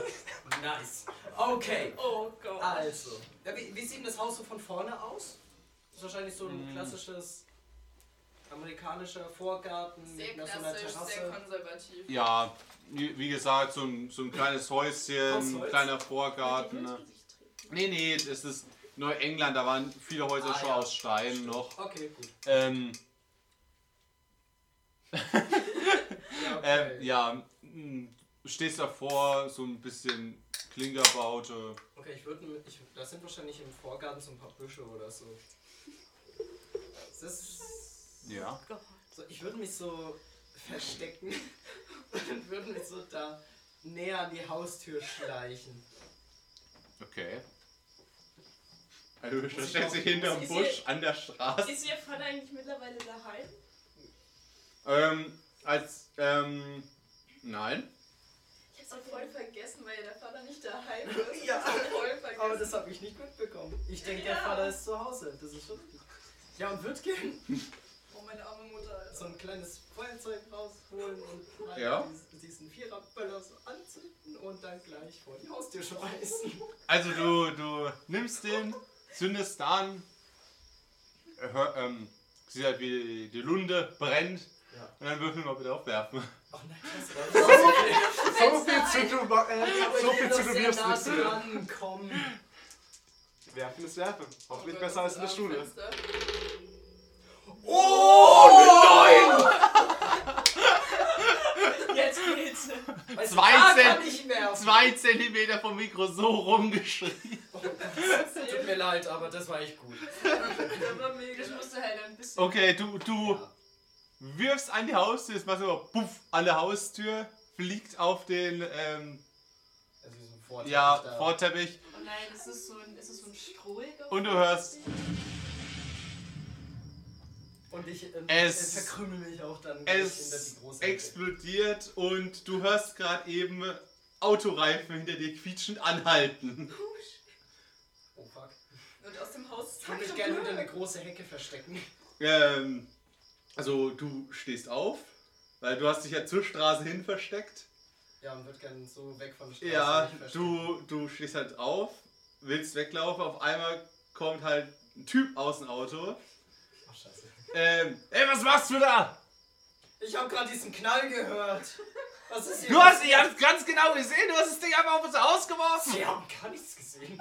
Speaker 2: Nice. Okay.
Speaker 3: Oh Gott.
Speaker 5: Ah,
Speaker 2: Also. Ja, wie, wie sieht denn das Haus so von vorne aus? Das ist wahrscheinlich so ein klassisches amerikanischer Vorgarten
Speaker 5: Sehr
Speaker 2: mit einer so einer
Speaker 5: klassisch, sehr
Speaker 2: Terrasse.
Speaker 5: konservativ.
Speaker 1: Ja, wie wie gesagt, so ein, so ein kleines
Speaker 2: Aus
Speaker 1: Häuschen,
Speaker 2: Holz?
Speaker 1: kleiner Vorgarten. Ne? Nee, nee, das ist Neuengland, da waren viele Häuser
Speaker 2: Ah,
Speaker 1: schon
Speaker 2: ja.
Speaker 1: aus Stein noch.
Speaker 2: Okay, gut.
Speaker 1: Ähm,
Speaker 2: Ja, okay.
Speaker 1: ähm, ja, m, stehst davor, so ein bisschen Klinkerbaute.
Speaker 2: okay, ich würde. Ich, das sind wahrscheinlich im Vorgarten so ein paar Büsche oder so. Das ist.
Speaker 1: Ja.
Speaker 2: So, ich würde mich so verstecken und würde mich so da näher an die Haustür schleichen.
Speaker 1: Okay.
Speaker 20: Also, du versteckst dich hinterm
Speaker 3: Ist
Speaker 20: Busch an der Straße.
Speaker 3: Ist ihr Vater eigentlich mittlerweile daheim?
Speaker 20: Ähm, als, ähm, nein.
Speaker 21: Ich hab's auch voll vergessen, weil der Vater nicht daheim ist. ja. Ich hab's auch voll vergessen.
Speaker 2: Aber das habe ich nicht mitbekommen. Ich denke, der Vater ist zu Hause. Das ist schon gut. Ja, und wird gern
Speaker 21: oh, meine arme Mutter. Alter.
Speaker 2: so ein kleines Feuerzeug rausholen und mal
Speaker 20: Ja.
Speaker 2: dies- diesen Viererböller so anzünden und dann gleich vor die Haustür schmeißen.
Speaker 1: Also du, du nimmst den, zündest da an, hör, ähm, siehst halt wie die Lunde brennt
Speaker 2: Ja.
Speaker 1: und dann würfeln wir bitte auf Werfen.
Speaker 2: Oh nein, das war das
Speaker 6: So viel zu du, ma- äh, so viel zu du wirfst
Speaker 2: nah
Speaker 6: nichts mehr.
Speaker 2: dran. Komm.
Speaker 22: Werfen ist Werfen. Hoffentlich
Speaker 5: Oh Gott,
Speaker 22: besser als
Speaker 5: das
Speaker 22: in der
Speaker 5: ist
Speaker 22: Schule.
Speaker 5: Fenster.
Speaker 6: Oh,
Speaker 3: Jetzt geht's.
Speaker 2: Weißt du,
Speaker 1: Zwei
Speaker 2: da
Speaker 1: Cent.
Speaker 2: kann ich werfen.
Speaker 1: Zwei Zentimeter vom Mikro so rumgeschrien.
Speaker 2: Tut mir leid, aber das war echt gut.
Speaker 21: Der war mega.
Speaker 5: Ich musste halt ein bisschen.
Speaker 1: Okay, du, du wirfst an die Haustür, es macht so puff an der Haustür
Speaker 14: fliegt auf den ähm,
Speaker 2: Also diesen Vorteil.
Speaker 14: ja,
Speaker 2: dass da-
Speaker 14: Vorteppich
Speaker 23: Oh nein, ist es so ein, ist es so ein Strohgeräusch?
Speaker 14: und du hörst
Speaker 2: Und ich ähm,
Speaker 14: Es-
Speaker 2: äh, verkrümmel mich auch dann wenn ich hinter
Speaker 14: Es
Speaker 2: die große
Speaker 14: explodiert und du hörst gerade eben Autoreifen hinter dir quietschend anhalten.
Speaker 2: Oh fuck.
Speaker 5: Und aus dem Haus
Speaker 2: Ich würde mich gerne hinter eine große Hecke verstecken.
Speaker 14: Ähm, also du stehst auf, weil du hast dich ja zur Straße hin versteckt.
Speaker 2: Ja, und würde gerne so weg von der Straße.
Speaker 14: Ja,
Speaker 2: mich verstecken.
Speaker 14: du, du stehst halt auf, willst weglaufen, auf einmal kommt halt ein Typ aus dem Auto.
Speaker 2: Ach, scheiße.
Speaker 14: Ähm, ey, was machst du da?
Speaker 2: Ich habe gerade diesen Knall gehört. Was ist hier?
Speaker 1: Du hast dich
Speaker 2: passiert?
Speaker 1: ganz, ganz genau gesehen, du hast das Ding einfach auf uns ausgeworfen.
Speaker 2: Sie haben gar nichts gesehen.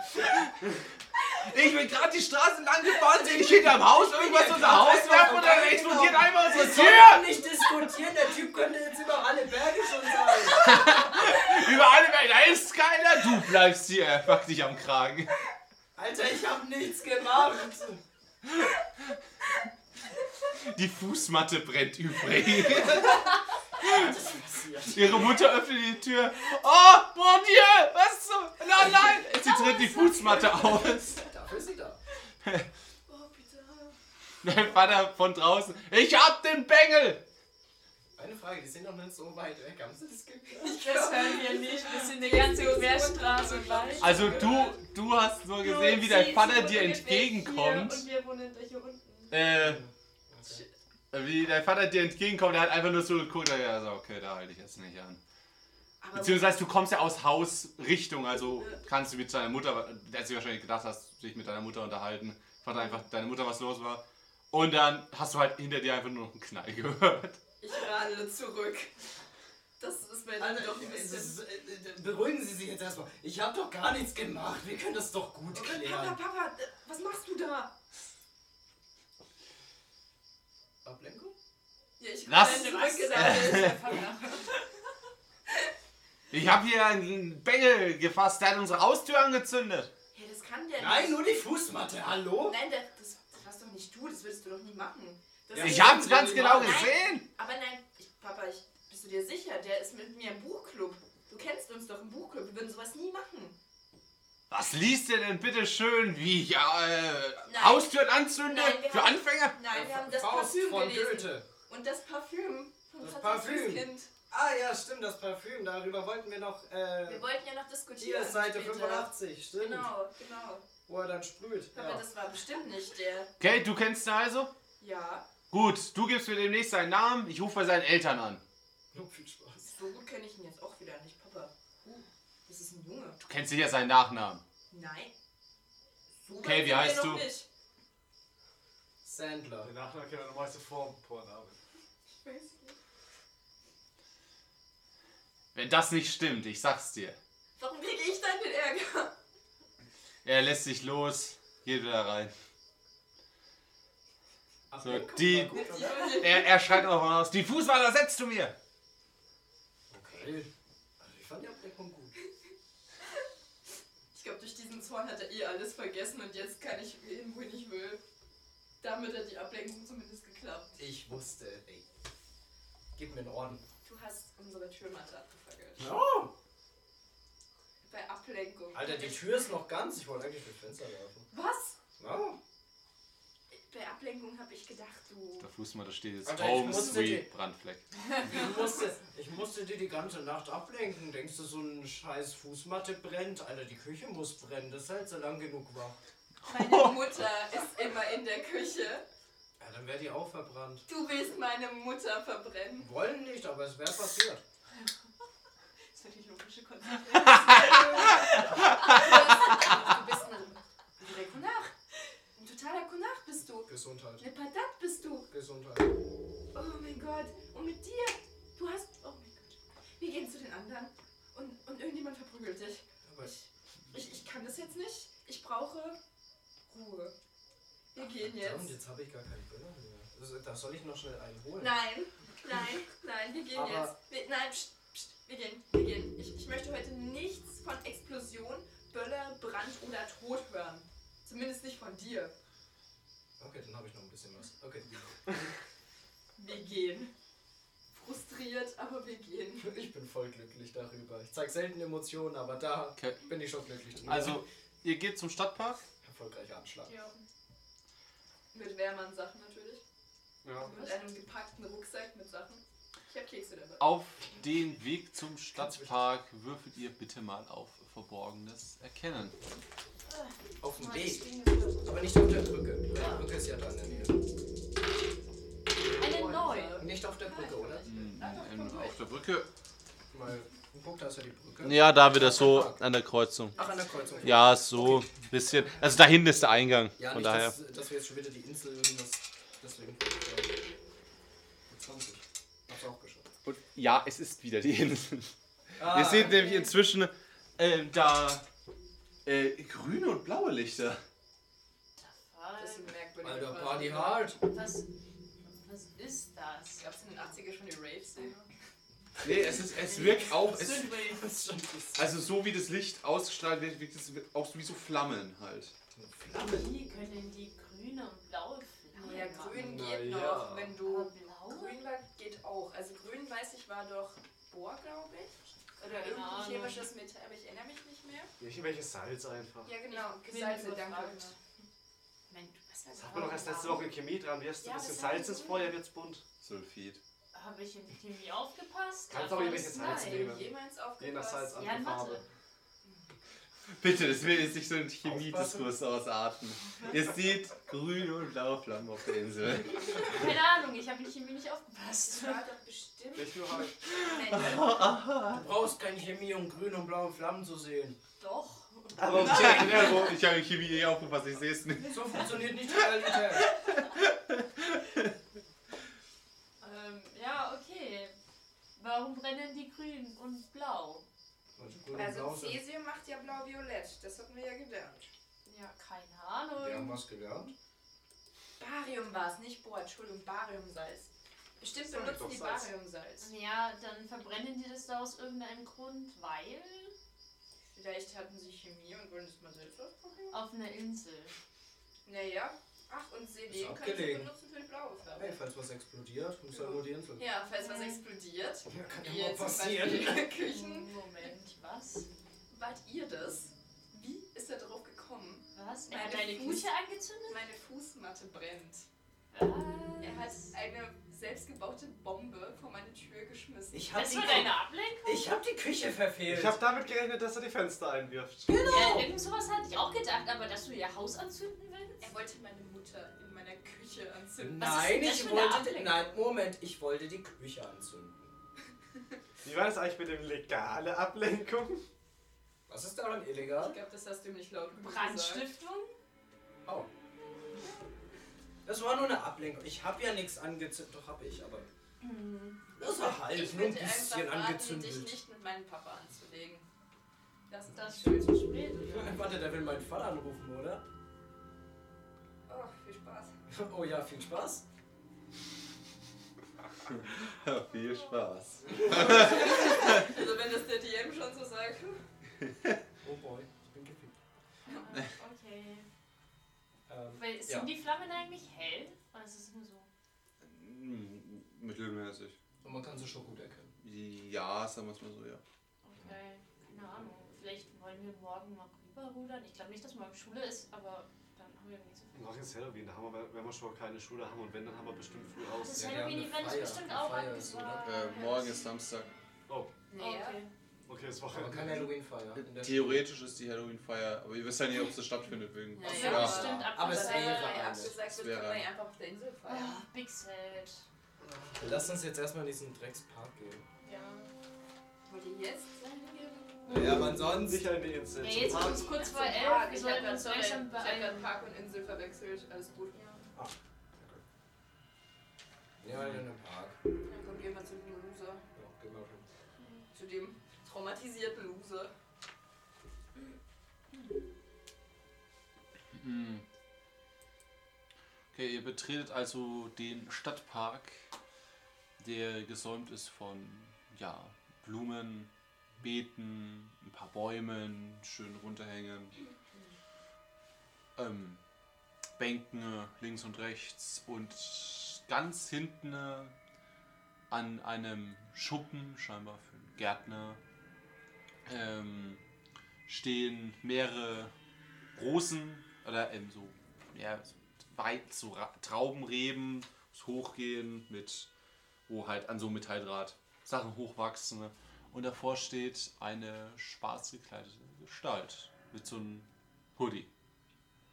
Speaker 1: Ich bin gerade die Straße lang gefahren, sehe ich hinterm Haus irgendwas unser Haus werfen und dann explodiert einmal unsere Tür.
Speaker 2: Sollten nicht diskutieren, der Typ könnte jetzt über alle Berge schon sein.
Speaker 1: Über alle Welt, da ist keiner. Du bleibst hier, er packt dich am Kragen.
Speaker 2: Alter, ich habe nichts gemacht.
Speaker 1: Die Fußmatte brennt übrigens.
Speaker 2: Was ist passiert?
Speaker 1: Ihre Mutter öffnet die Tür. Oh, bon Dieu, was zum... Nein, nein. Sie tritt die Fußmatte aus.
Speaker 2: Dafür ist sie da.
Speaker 5: Oh, bitte.
Speaker 1: Mein Vater von draußen. Ich hab den Bengel.
Speaker 2: Eine Frage, die sind noch nicht so weit weg. Haben sie das gehört?
Speaker 23: Das hören wir nicht. Wir sind eine ganze Querstraße weit.
Speaker 1: Also du, du hast nur gesehen, wie dein Vater dir entgegenkommt.
Speaker 23: Und wir wohnen hier unten.
Speaker 1: Äh, wie dein Vater dir entgegenkommt, der hat einfach nur so geguckt, ja, also okay, da halte ich jetzt nicht an. Beziehungsweise du kommst ja aus Hausrichtung, also kannst du mit deiner Mutter, als du wahrscheinlich gedacht hast, dich mit deiner Mutter unterhalten, fragt einfach deine Mutter, was los war. Und dann hast du halt hinter dir einfach nur noch einen Knall gehört.
Speaker 5: Ich radele zurück. Das ist mir dann
Speaker 2: Alter,
Speaker 5: doch ein
Speaker 2: ich- es
Speaker 5: bisschen.
Speaker 2: ist- äh, äh, beruhigen Sie sich jetzt erstmal. Ich habe doch gar nichts gemacht. Wir können das doch gut
Speaker 5: Oh Papa,
Speaker 2: klären.
Speaker 5: Papa, äh, was machst du da?
Speaker 2: Ablenkung?
Speaker 5: Ja, ich
Speaker 1: Lass-
Speaker 5: radel zurück.
Speaker 1: Ich habe hier einen Bengel gefasst, der hat unsere Haustür angezündet.
Speaker 5: Ja, das kann der
Speaker 2: Nein,
Speaker 5: nicht.
Speaker 2: nur die Fußmatte. Hallo?
Speaker 5: Nein, das, das, das warst doch nicht du, das würdest du doch nie machen. Das
Speaker 2: Ja,
Speaker 5: ist-
Speaker 1: Ich hab's ganz genau
Speaker 5: Nein,
Speaker 1: gesehen.
Speaker 5: Aber nein, ich, Papa, ich, bist du dir sicher? Der ist mit mir im Buchclub. Du kennst uns doch im Buchclub. Wir würden sowas nie machen.
Speaker 1: Was liest ihr denn bitte schön, wie ich äh, Haustüren anzünde
Speaker 5: Nein, wir
Speaker 1: für
Speaker 5: haben-
Speaker 1: Anfänger?
Speaker 5: Nein, wir haben das
Speaker 2: Faust
Speaker 5: Parfüm
Speaker 2: von
Speaker 5: gelesen.
Speaker 2: Goethe.
Speaker 5: Und das Parfüm von
Speaker 2: Das
Speaker 5: Franziskus
Speaker 2: Parfüm.
Speaker 5: Kind.
Speaker 2: Ah ja, stimmt, das Parfüm. Darüber wollten wir noch. Äh,
Speaker 5: Wir wollten ja noch
Speaker 2: hier,
Speaker 5: diskutieren.
Speaker 2: Seite
Speaker 5: später.
Speaker 2: 85, stimmt.
Speaker 5: Genau, genau.
Speaker 2: Wo er dann sprüht.
Speaker 5: Papa,
Speaker 2: Ja.
Speaker 5: das war bestimmt nicht der.
Speaker 1: Okay, du kennst ihn also?
Speaker 5: Ja,
Speaker 1: Gut, du gibst mir demnächst seinen Namen, ich rufe bei seinen Eltern an.
Speaker 2: Nur viel Spaß.
Speaker 5: so gut kenne ich ihn jetzt auch wieder nicht, Papa. Uh, das ist ein Junge.
Speaker 1: Du kennst sicher seinen Nachnamen.
Speaker 5: Nein. So
Speaker 1: Okay, wie
Speaker 5: weit sind wir
Speaker 1: heißt
Speaker 5: noch
Speaker 1: du?
Speaker 5: Nicht.
Speaker 2: Sandler.
Speaker 6: Der Nachname kennt man meiste Form, Vorname.
Speaker 1: Wenn das nicht stimmt, ich sag's dir.
Speaker 5: Warum kriege ich dann den Ärger?
Speaker 1: Er lässt sich los, geht wieder rein. So,
Speaker 2: Ablenkung
Speaker 1: die-
Speaker 2: war gut, oder?
Speaker 1: Er, er schreit auch mal aus, die Fußballer setzt du mir!
Speaker 2: Okay. Also ich fand die Ablenkung gut.
Speaker 5: Ich glaube, durch diesen Zorn hat er eh alles vergessen und jetzt kann ich hin, wohin ich will. Damit hat die Ablenkung zumindest geklappt.
Speaker 2: Ich wusste, ey. Gib mir einen Orden.
Speaker 5: Du hast unsere Türmatte abgefackelt.
Speaker 2: No!
Speaker 5: Bei Ablenkung.
Speaker 2: Alter, die Tür ist noch ganz. Ich wollte eigentlich durch das Fenster laufen.
Speaker 5: Was?
Speaker 2: No.
Speaker 5: Bei Ablenkung habe ich gedacht, du.
Speaker 1: Der Fußmatte steht jetzt
Speaker 2: Alter, ich
Speaker 1: Home
Speaker 2: musste die-
Speaker 1: Sweet Brandfleck.
Speaker 2: Ich musste, ich musste dir die ganze Nacht ablenken. Denkst du, so eine scheiß Fußmatte brennt? Alter, die Küche muss brennen. Das ist halt so lang genug war.
Speaker 5: Meine Mutter ist immer in der Küche.
Speaker 2: Ja, dann wäre die auch verbrannt.
Speaker 5: Du willst meine Mutter verbrennen.
Speaker 2: Wollen nicht, aber es wäre passiert.
Speaker 5: Das ist natürlich logische Konsequenz. du bist ein, ein Kunach. Ein totaler Kunach bist du.
Speaker 2: Gesundheit.
Speaker 5: Eine Patat bist du.
Speaker 2: Gesundheit.
Speaker 5: Oh mein Gott. Und mit dir. Du hast. Oh mein Gott. Wir gehen zu den anderen. Und, und irgendjemand verprügelt dich.
Speaker 2: Aber
Speaker 5: Ich, ich, ich kann das jetzt nicht. Ich brauche Ruhe. Wir gehen
Speaker 2: verdammt,
Speaker 5: jetzt.
Speaker 2: jetzt habe ich gar keinen Böller mehr. Also, Da soll ich noch schnell einen holen.
Speaker 5: Nein, nein, nein, wir gehen
Speaker 2: Aber-
Speaker 5: jetzt. Wir, nein, pst, pst, wir gehen, wir gehen. Ich, ich möchte heute nichts von Explosion, Böller, Brand oder Tod hören. Zumindest nicht von dir.
Speaker 2: Okay, dann habe ich noch ein bisschen was. Okay.
Speaker 5: Wir gehen. frustriert, aber wir gehen.
Speaker 2: Ich bin voll glücklich darüber. Ich zeige selten Emotionen, aber da
Speaker 14: Okay.
Speaker 2: bin ich schon glücklich drüber.
Speaker 14: Also, ihr geht zum Stadtpark.
Speaker 2: Erfolgreicher Anschlag.
Speaker 5: Ja. Mit Wehrmann Sachen natürlich.
Speaker 6: Ja.
Speaker 5: Mit einem gepackten Rucksack mit Sachen. Ich habe Kekse dabei.
Speaker 14: Auf den Weg zum Stadtpark würfelt ihr bitte mal auf Verborgenes Erkennen.
Speaker 2: Auf dem
Speaker 3: Mann, ich
Speaker 2: Weg.
Speaker 3: bin geführt.
Speaker 2: Aber nicht auf der Brücke. Die Brücke ist ja da in der Nähe.
Speaker 3: Eine neue.
Speaker 2: Nicht auf der Brücke, oder?
Speaker 14: Hm, in- Auf der Brücke.
Speaker 2: Mal, guck, da ist ja die Brücke.
Speaker 1: Ja, da wird das so an der Kreuzung.
Speaker 2: Ach, an der Kreuzung.
Speaker 1: Ja, so ein bisschen. Also da hinten ist der Eingang.
Speaker 2: Ja,
Speaker 1: Von
Speaker 2: nicht,
Speaker 1: daher.
Speaker 2: Dass, dass wir jetzt schon wieder die Insel irgendwas. Deswegen. Ja. Mit 20. Hab's auch geschafft.
Speaker 1: Und ja, es ist wieder die Insel.
Speaker 24: Ah.
Speaker 1: Wir sehen nämlich inzwischen ähm, da äh, grüne und blaue Lichter.
Speaker 5: Das ist ein merkwürdiger
Speaker 2: Alter,
Speaker 5: Fall.
Speaker 2: Party hard.
Speaker 3: Was, was ist das?
Speaker 5: Gab's in den 80er schon die Raves?
Speaker 24: Nee, es, ist, es wirkt auch. Es,
Speaker 5: Synthwave.
Speaker 24: also so wie das Licht ausgestrahlt wird, wirkt es auch wie so Flammen halt.
Speaker 3: Wie können die grüne und blaue Flamme
Speaker 5: Ja, grün geht
Speaker 2: Na ja.
Speaker 5: noch, wenn
Speaker 3: Aber
Speaker 5: du
Speaker 3: blaue?
Speaker 5: Grün war, geht auch. Also grün weiß ich war doch Bohr, glaube ich. Oder
Speaker 3: Keine
Speaker 5: irgendein
Speaker 3: Ahnung.
Speaker 5: chemisches Metall, aber ich erinnere mich nicht mehr.
Speaker 6: Welches Salz einfach.
Speaker 5: Ja genau,
Speaker 3: bin
Speaker 5: Gesalze,
Speaker 3: überfragt.
Speaker 5: danke.
Speaker 3: Moment, du bist ja
Speaker 6: Das hat man doch erst letzte Woche in Chemie dran. Wirst du
Speaker 3: Ja,
Speaker 6: ein bisschen
Speaker 3: das haben
Speaker 6: Salz
Speaker 3: wir
Speaker 6: ins
Speaker 3: so.
Speaker 6: Feuer, wird's bunt.
Speaker 24: Sulfid.
Speaker 3: Habe ich im Chemie aufgepasst?
Speaker 6: Kannst
Speaker 3: Ja,
Speaker 6: auch
Speaker 3: voll
Speaker 6: irgendwelche
Speaker 3: nice.
Speaker 6: Salz
Speaker 5: Hast du
Speaker 6: nehmen.
Speaker 5: jemals
Speaker 6: Je nach Salz,
Speaker 5: aufgepasst?
Speaker 3: Ja,
Speaker 6: andere
Speaker 3: in Mathe.
Speaker 6: Farbe.
Speaker 1: Bitte, das will jetzt nicht so ein Chemiediskurs ausarten. Ihr seht grüne und blaue Flammen auf der Insel.
Speaker 3: Keine Ahnung, ich habe in Chemie nicht aufgepasst.
Speaker 5: Das war doch bestimmt.
Speaker 6: Ich nur halt.
Speaker 5: Nein, also
Speaker 2: Du brauchst keine Chemie, um grün und blaue Flammen zu sehen.
Speaker 5: doch.
Speaker 6: Aber
Speaker 1: Ich habe in Chemie eh aufgepasst, ich sehe es nicht.
Speaker 2: So funktioniert nicht die Realität.
Speaker 3: Ähm, ja, okay. Warum brennen die grün und blau?
Speaker 2: Also, grün und
Speaker 5: Also
Speaker 6: Genau
Speaker 2: blau sind.
Speaker 5: Cäsium macht ja blau-violett, das hatten wir ja gelernt.
Speaker 3: Ja, keine
Speaker 2: Wir haben
Speaker 3: Ahnung.
Speaker 2: was gelernt.
Speaker 5: Barium war es, nicht Bohr, Entschuldigung, Bariumsalz. Bestimmt
Speaker 6: Sag ich
Speaker 5: benutzen
Speaker 6: doch,
Speaker 5: die
Speaker 6: Salz.
Speaker 5: Bariumsalz.
Speaker 3: Ja, dann verbrennen die das da aus irgendeinem Grund, weil
Speaker 5: Vielleicht hatten sie Chemie und wollen das mal selbst ausprobieren.
Speaker 3: auf einer Insel.
Speaker 5: Naja. Ach, und Selen können sie
Speaker 2: abgelegen.
Speaker 5: benutzen für die blaue Farbe.
Speaker 2: Hey, falls was explodiert, muss ja
Speaker 5: Ja.
Speaker 2: nur die Insel.
Speaker 5: Ja, falls was explodiert,
Speaker 2: Ja, kann
Speaker 5: wie jetzt zum Beispiel in der Küche,
Speaker 3: Moment, was?
Speaker 5: wart ihr das? Wie ist er darauf gekommen?
Speaker 3: Was? Er
Speaker 5: Meine
Speaker 3: hat deine
Speaker 5: Fuß-
Speaker 3: Küche angezündet?
Speaker 5: Meine Fußmatte brennt.
Speaker 3: Was?
Speaker 5: Er hat eine selbstgebaute Bombe vor meine Tür geschmissen.
Speaker 2: Ich hab,
Speaker 3: Das
Speaker 2: die
Speaker 3: war
Speaker 2: Kü-
Speaker 3: deine Ablenkung?
Speaker 2: ich hab die Küche verfehlt.
Speaker 6: Ich habe damit gerechnet, dass er die Fenster einwirft.
Speaker 5: Genau.
Speaker 3: Ja, irgend sowas hatte ich auch gedacht, aber dass du ihr Haus anzünden willst?
Speaker 5: er wollte meine Mutter in meiner Küche anzünden.
Speaker 3: Was ist
Speaker 2: Nein,
Speaker 3: denn das
Speaker 2: ich
Speaker 3: für eine
Speaker 2: wollte.
Speaker 3: Ablenkung?
Speaker 2: Nein, Moment, ich wollte die Küche anzünden.
Speaker 6: Wie war das eigentlich mit dem legale Ablenkung?
Speaker 2: Was ist daran
Speaker 5: Ich
Speaker 2: illegal?
Speaker 5: glaube, das hast du ihm nicht laut genug gesagt.
Speaker 3: Brandstiftung?
Speaker 2: Oh. Das war nur eine Ablenkung. Ich hab ja nichts angezündet. Doch hab ich, aber.
Speaker 3: Mhm.
Speaker 2: Das war halt
Speaker 5: Ich
Speaker 2: nur ein
Speaker 5: würde
Speaker 2: bisschen
Speaker 5: einfach raten, dich
Speaker 2: angezündet.
Speaker 5: nicht mit meinem Papa anzulegen. Das ist
Speaker 3: Das
Speaker 5: das
Speaker 3: ist
Speaker 5: schön.
Speaker 3: schon zu spät.
Speaker 2: Warte, der will meinen Vater anrufen, oder?
Speaker 5: Oh, viel Spaß.
Speaker 2: Oh ja, viel Spaß.
Speaker 1: Viel Spaß.
Speaker 5: Also wenn das der DM schon so sagt.
Speaker 2: Oh boy, ich bin gefickt.
Speaker 3: Ah, Okay.
Speaker 2: Ähm,
Speaker 3: Weil sind
Speaker 2: Ja.
Speaker 3: die Flammen eigentlich hell? Oder ist es nur so?
Speaker 24: Hm, Mittelmäßig.
Speaker 2: und man kann sie schon gut erkennen.
Speaker 24: Ja, sagen wir es mal so, ja.
Speaker 3: Okay, keine Ahnung. Vielleicht wollen wir morgen mal rüberrudern. Ich glaube nicht, dass morgen Schule ist, aber dann haben wir nicht so viel.
Speaker 6: Mach jetzt Halloween, da haben wir, wenn wir schon keine Schule haben und wenn, dann haben wir bestimmt früh raus.
Speaker 3: Das
Speaker 5: halt
Speaker 2: ja, gerne
Speaker 3: Halloween-Event
Speaker 2: Feier.
Speaker 3: ist bestimmt
Speaker 2: Eine
Speaker 3: auch
Speaker 2: Feier ist,
Speaker 3: abgefahren.
Speaker 24: Äh, morgen ist Samstag.
Speaker 6: Oh,
Speaker 5: Nee.
Speaker 3: Okay.
Speaker 6: okay, das war
Speaker 2: Aber keine Halloween-Feier. in der-
Speaker 24: Theoretisch ist die Halloween-Feier, aber ihr wisst ja nicht, ob sie stattfindet wegen.
Speaker 5: Ja,
Speaker 3: Ja,
Speaker 5: ja.
Speaker 3: bestimmt
Speaker 2: Aber es eh
Speaker 5: Das wäre
Speaker 2: wäre
Speaker 5: ja
Speaker 2: eine.
Speaker 5: abgesagt, wird,
Speaker 24: wäre
Speaker 5: können wir
Speaker 24: eine.
Speaker 5: ja einfach auf der Insel feiern.
Speaker 3: Ah, Big Sad.
Speaker 2: Lass uns jetzt erstmal in diesen Dreckspark gehen.
Speaker 3: Ja.
Speaker 5: Wollt ihr jetzt sein gehen?
Speaker 2: Ja, aber sonst.
Speaker 6: Sicher in E die Insel.
Speaker 3: Ja, jetzt
Speaker 6: Zum
Speaker 3: ist es
Speaker 6: Park.
Speaker 3: kurz vor
Speaker 5: Zum
Speaker 3: elf.
Speaker 5: Park.
Speaker 3: Wir
Speaker 5: Ich hab
Speaker 3: sollten
Speaker 5: grad-
Speaker 3: uns
Speaker 5: sorry,
Speaker 3: langsam
Speaker 5: Ich habe gerade
Speaker 3: beeilen.
Speaker 5: Park und Insel verwechselt. Alles gut.
Speaker 2: Ja, in einem Park.
Speaker 5: Dann kommt jemand zu dem Loser.
Speaker 2: Ja, genau.
Speaker 5: Zu dem traumatisierten Loser.
Speaker 14: Hm. Okay, ihr betretet also den Stadtpark, der gesäumt ist von ja, Blumen, Beeten, ein paar Bäumen, schön runterhängen, ähm, äh, Bänken links und rechts und ganz hinten
Speaker 25: an einem Schuppen, scheinbar für einen Gärtner, ähm, stehen mehrere Rosen oder ähm, so, ja, so weit so Ra- Traubenreben, das hochgehen mit, wo halt an so einem Metalldraht Sachen hochwachsen. ne? Und davor steht eine schwarz gekleidete Gestalt mit so einem Hoodie.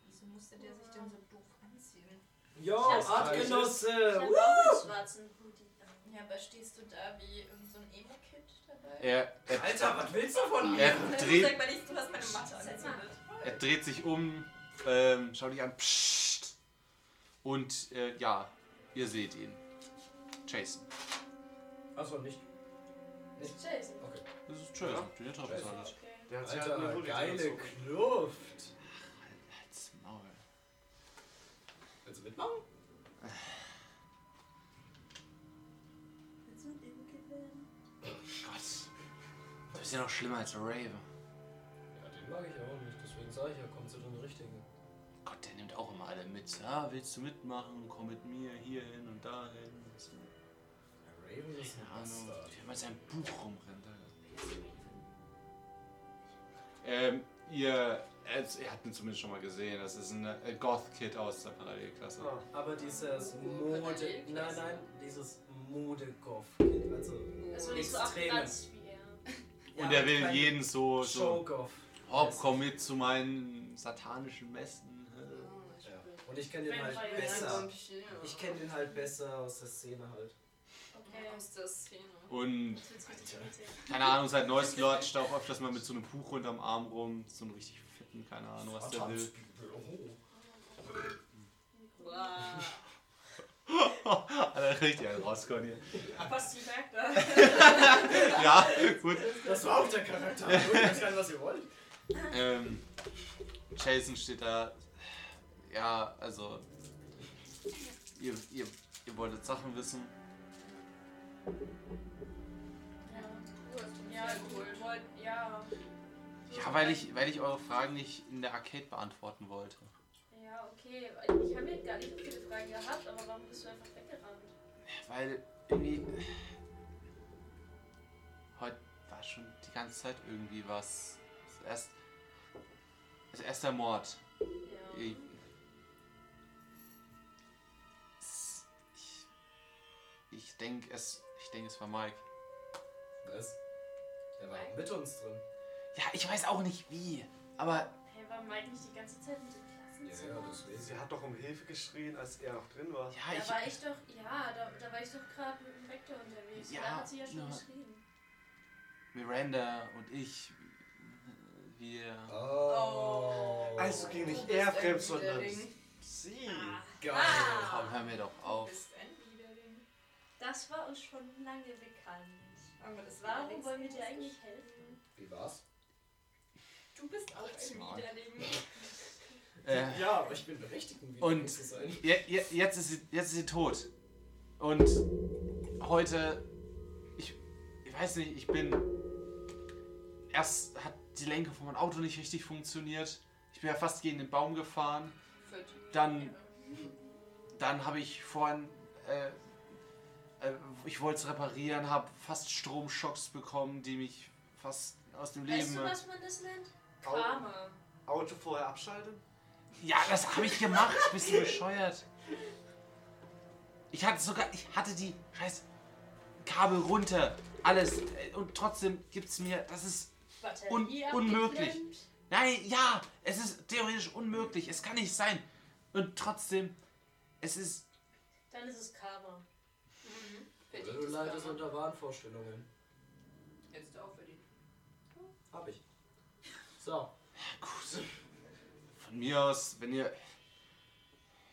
Speaker 5: Wieso musste der sich denn so doof anziehen?
Speaker 2: Yo,
Speaker 5: hab's
Speaker 3: Ich
Speaker 2: Artgenosse!
Speaker 3: habe auch einen schwarzen Hoodie an.
Speaker 5: Ja, aber stehst du da wie irgend so ein Emo-Kid dabei?
Speaker 1: Er, er,
Speaker 2: Alter, was willst du von mir?
Speaker 1: er, dreht,
Speaker 5: Sag mal nicht, du hast meine Matte angezündet.
Speaker 1: er dreht sich um, ähm, schaut dich an, pssst. Und äh, ja, ihr seht ihn. Jason.
Speaker 2: Achso, nicht.
Speaker 3: Das ist Jason.
Speaker 2: Okay.
Speaker 25: Das ist Jason, den ihr treffen
Speaker 2: Jason.
Speaker 25: solltet.
Speaker 3: Okay.
Speaker 6: Der hat sich halt eine
Speaker 2: Alter,
Speaker 6: Hoodie
Speaker 2: geile
Speaker 6: angezogen.
Speaker 2: Kluft.
Speaker 1: Halt's Maul.
Speaker 2: Willst du mitmachen?
Speaker 3: Willst du ein Emo-Kid werden?
Speaker 1: Gott. Du bist ja noch schlimmer als Rave.
Speaker 2: Ja, den mag ich auch nicht, deswegen sage ich ja, komm zu den richtigen.
Speaker 1: Gott, der nimmt auch immer alle mit. Ah, willst du mitmachen? Komm mit mir hierhin und dahin. Und so.
Speaker 2: Raven ist ein
Speaker 1: Keine Ahnung.
Speaker 2: Bastard.
Speaker 1: Wie man sein Buch rumrennt. Alter.
Speaker 26: Ähm, ihr, es- ihr habt ihn zumindest schon mal gesehen. Das ist ein äh, Goth-Kid aus der Parallelklasse.
Speaker 6: Ah.
Speaker 2: Aber dieses Mode.
Speaker 5: Parallelklasse.
Speaker 2: Nein, nein, dieses Mode-Goff-Kind. Also,
Speaker 5: Oh.
Speaker 3: Also nicht so
Speaker 2: Extreme.
Speaker 3: abgeranzt wie er.
Speaker 1: Und er will
Speaker 2: kein
Speaker 1: jeden so, so
Speaker 2: Show-Goff.
Speaker 1: hopp, komm mit zu meinen satanischen Messen.
Speaker 5: Oh,
Speaker 2: Ja. Und ich kenne den
Speaker 3: Wenn
Speaker 2: halt
Speaker 3: Feuer
Speaker 2: besser. Ich kenne den halt besser aus der Szene halt.
Speaker 3: Okay.
Speaker 5: Aus der Szene.
Speaker 1: Und
Speaker 3: Das wird's richtig
Speaker 2: Alter.
Speaker 3: irritieren.
Speaker 1: keine Ahnung, seit neuestem läuft da auch öfters mal mit so einem Buch unterm Arm rum. So einem richtig fitten, keine Ahnung, was der will.
Speaker 2: Oh.
Speaker 5: Wow.
Speaker 1: Alter, richtig einen rausgehauen hier.
Speaker 5: Fast ein Charakter.
Speaker 1: Ja, gut.
Speaker 2: Das war auch der Charakter. Ich weiß gar nicht, was ihr wollt.
Speaker 1: Ähm, Jason steht da. Ja, also. Ihr, ihr, ihr wolltet Sachen wissen.
Speaker 27: Ja, cool. Wollt- Ja.
Speaker 1: Ja, weil ich, weil ich eure Fragen nicht in der Arcade beantworten wollte.
Speaker 3: Ja, okay. Ich habe jetzt gar nicht so viele Fragen gehabt, aber warum bist du einfach weggerannt?
Speaker 1: Weil irgendwie. Heute war schon die ganze Zeit irgendwie was. Erst. Also erst der Mord.
Speaker 3: Ja.
Speaker 1: Ich, ich, ich denke, es, ich denk, es war Mike.
Speaker 2: Was? Der war auch mit uns drin.
Speaker 1: Ja, ich weiß auch nicht wie, aber
Speaker 3: Hey, war Mike nicht die ganze Zeit mit dem Klassenzimmer?
Speaker 6: Sie hat doch um Hilfe geschrien, als er noch drin war.
Speaker 1: ja,
Speaker 3: Da war
Speaker 1: Ah, ich.
Speaker 3: ich doch, ja, da, da war ich doch gerade mit dem Vector unterwegs.
Speaker 1: Ja,
Speaker 3: da hat sie ja schon
Speaker 1: nur-
Speaker 3: geschrieben.
Speaker 1: Miranda und ich, wir.
Speaker 2: Oh.
Speaker 6: Also ging
Speaker 5: Du
Speaker 6: nicht
Speaker 5: bist
Speaker 6: er
Speaker 5: ein
Speaker 6: fremd, sondern
Speaker 5: Widerling.
Speaker 6: sie.
Speaker 2: geil. Ah.
Speaker 1: Komm, hör mir doch
Speaker 5: Du
Speaker 1: auf.
Speaker 5: bist ein Widerling.
Speaker 3: Das war uns schon lange bekannt.
Speaker 5: Aber das
Speaker 3: Warum wollen wir dir eigentlich helfen?
Speaker 2: Wie war's?
Speaker 5: Du bist auch
Speaker 1: Halt's
Speaker 5: ein
Speaker 1: Maul.
Speaker 5: Widerling.
Speaker 1: Äh,
Speaker 2: Ja, aber ich bin berechtigt, um wieder
Speaker 1: Und-
Speaker 2: zu sein.
Speaker 1: je, je, jetzt, ist sie, jetzt ist sie tot. Und heute. Ich, ich weiß nicht, ich bin. Erst hat die Lenke von meinem Auto nicht richtig funktioniert. Ich bin ja fast gegen den Baum gefahren. Dann. Dann habe ich vorhin. Äh, äh, ich wollte es reparieren, habe fast Stromschocks bekommen, die mich fast aus dem Leben.
Speaker 3: Weißt du, was man das nennt?
Speaker 6: Au.
Speaker 3: Karma.
Speaker 6: Auto vorher abschalten?
Speaker 1: Ja, das habe ich gemacht. Bist du bescheuert? Ich hatte sogar, ich hatte die scheiß Kabel runter, alles äh, und trotzdem gibt's mir, das ist,
Speaker 3: Batterie
Speaker 1: Un-
Speaker 3: abgeklemmt.
Speaker 1: unmöglich. nein, ja, es ist theoretisch unmöglich, es kann nicht sein und trotzdem, es ist,
Speaker 3: Dann ist es Karma.
Speaker 2: Oder du leidest unter Wahnvorstellungen.
Speaker 5: Jetzt auch für die.
Speaker 2: Hab ich. So.
Speaker 1: gut. Von mir aus, wenn ihr,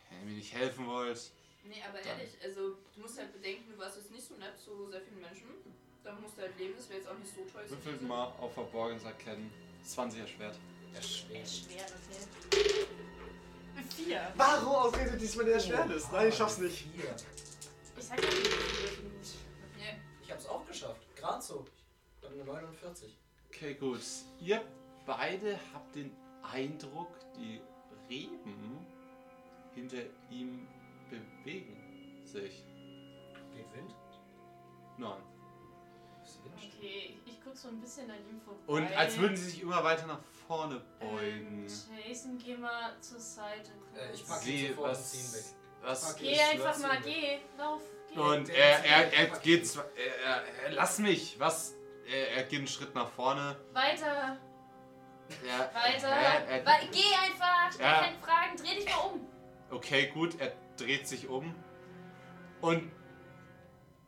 Speaker 1: wenn ihr mir nicht helfen wollt,
Speaker 5: Nee, aber
Speaker 1: Dann.
Speaker 5: ehrlich, also du musst halt bedenken, du warst jetzt nicht so nett zu sehr vielen Menschen. Da musst du halt leben, das wäre jetzt auch nicht so toll.
Speaker 26: Würfelt mal auf Verborgenes erkennen. 20er Schwert.
Speaker 3: Schwer, okay.
Speaker 5: Vier.
Speaker 6: Warum ausgerechnet diesmal
Speaker 1: Oh
Speaker 6: der schwer ist? Nein, ich schaff's nicht.
Speaker 2: Hier.
Speaker 3: Ich sag ja nicht,
Speaker 5: Nee,
Speaker 2: Ich hab's auch geschafft. Gerade so. Ich hab eine 49.
Speaker 26: Okay, gut.
Speaker 1: ihr beide habt den Eindruck, die Reben hinter ihm bewegen sich.
Speaker 2: Geht Wind?
Speaker 1: Nein.
Speaker 3: Okay, ich guck so ein bisschen an ihm vorbei.
Speaker 1: Und als würden sie sich immer weiter nach vorne beugen.
Speaker 3: Ähm, Jason, geh mal zur Seite. kurz.
Speaker 2: Äh, ich packe ihn
Speaker 9: Sie,
Speaker 2: sofort
Speaker 9: was-
Speaker 2: und zieh ihn weg.
Speaker 9: Was
Speaker 2: Okay.
Speaker 3: Geh einfach
Speaker 2: lass
Speaker 3: mal,
Speaker 2: ihn.
Speaker 3: geh. Lauf, geh.
Speaker 1: Und
Speaker 2: Der
Speaker 1: er,
Speaker 2: ist
Speaker 1: er,
Speaker 2: wieder
Speaker 1: er
Speaker 2: verpackt.
Speaker 1: geht zwar. Er, er, er, lass mich! Was? Er, er geht einen Schritt nach vorne.
Speaker 3: Weiter,
Speaker 1: Er,
Speaker 3: weiter.
Speaker 1: Er, er,
Speaker 3: Wei- geh einfach, stell
Speaker 1: Ja.
Speaker 3: keine Fragen, dreh dich mal um.
Speaker 1: okay, gut, er dreht sich um. Und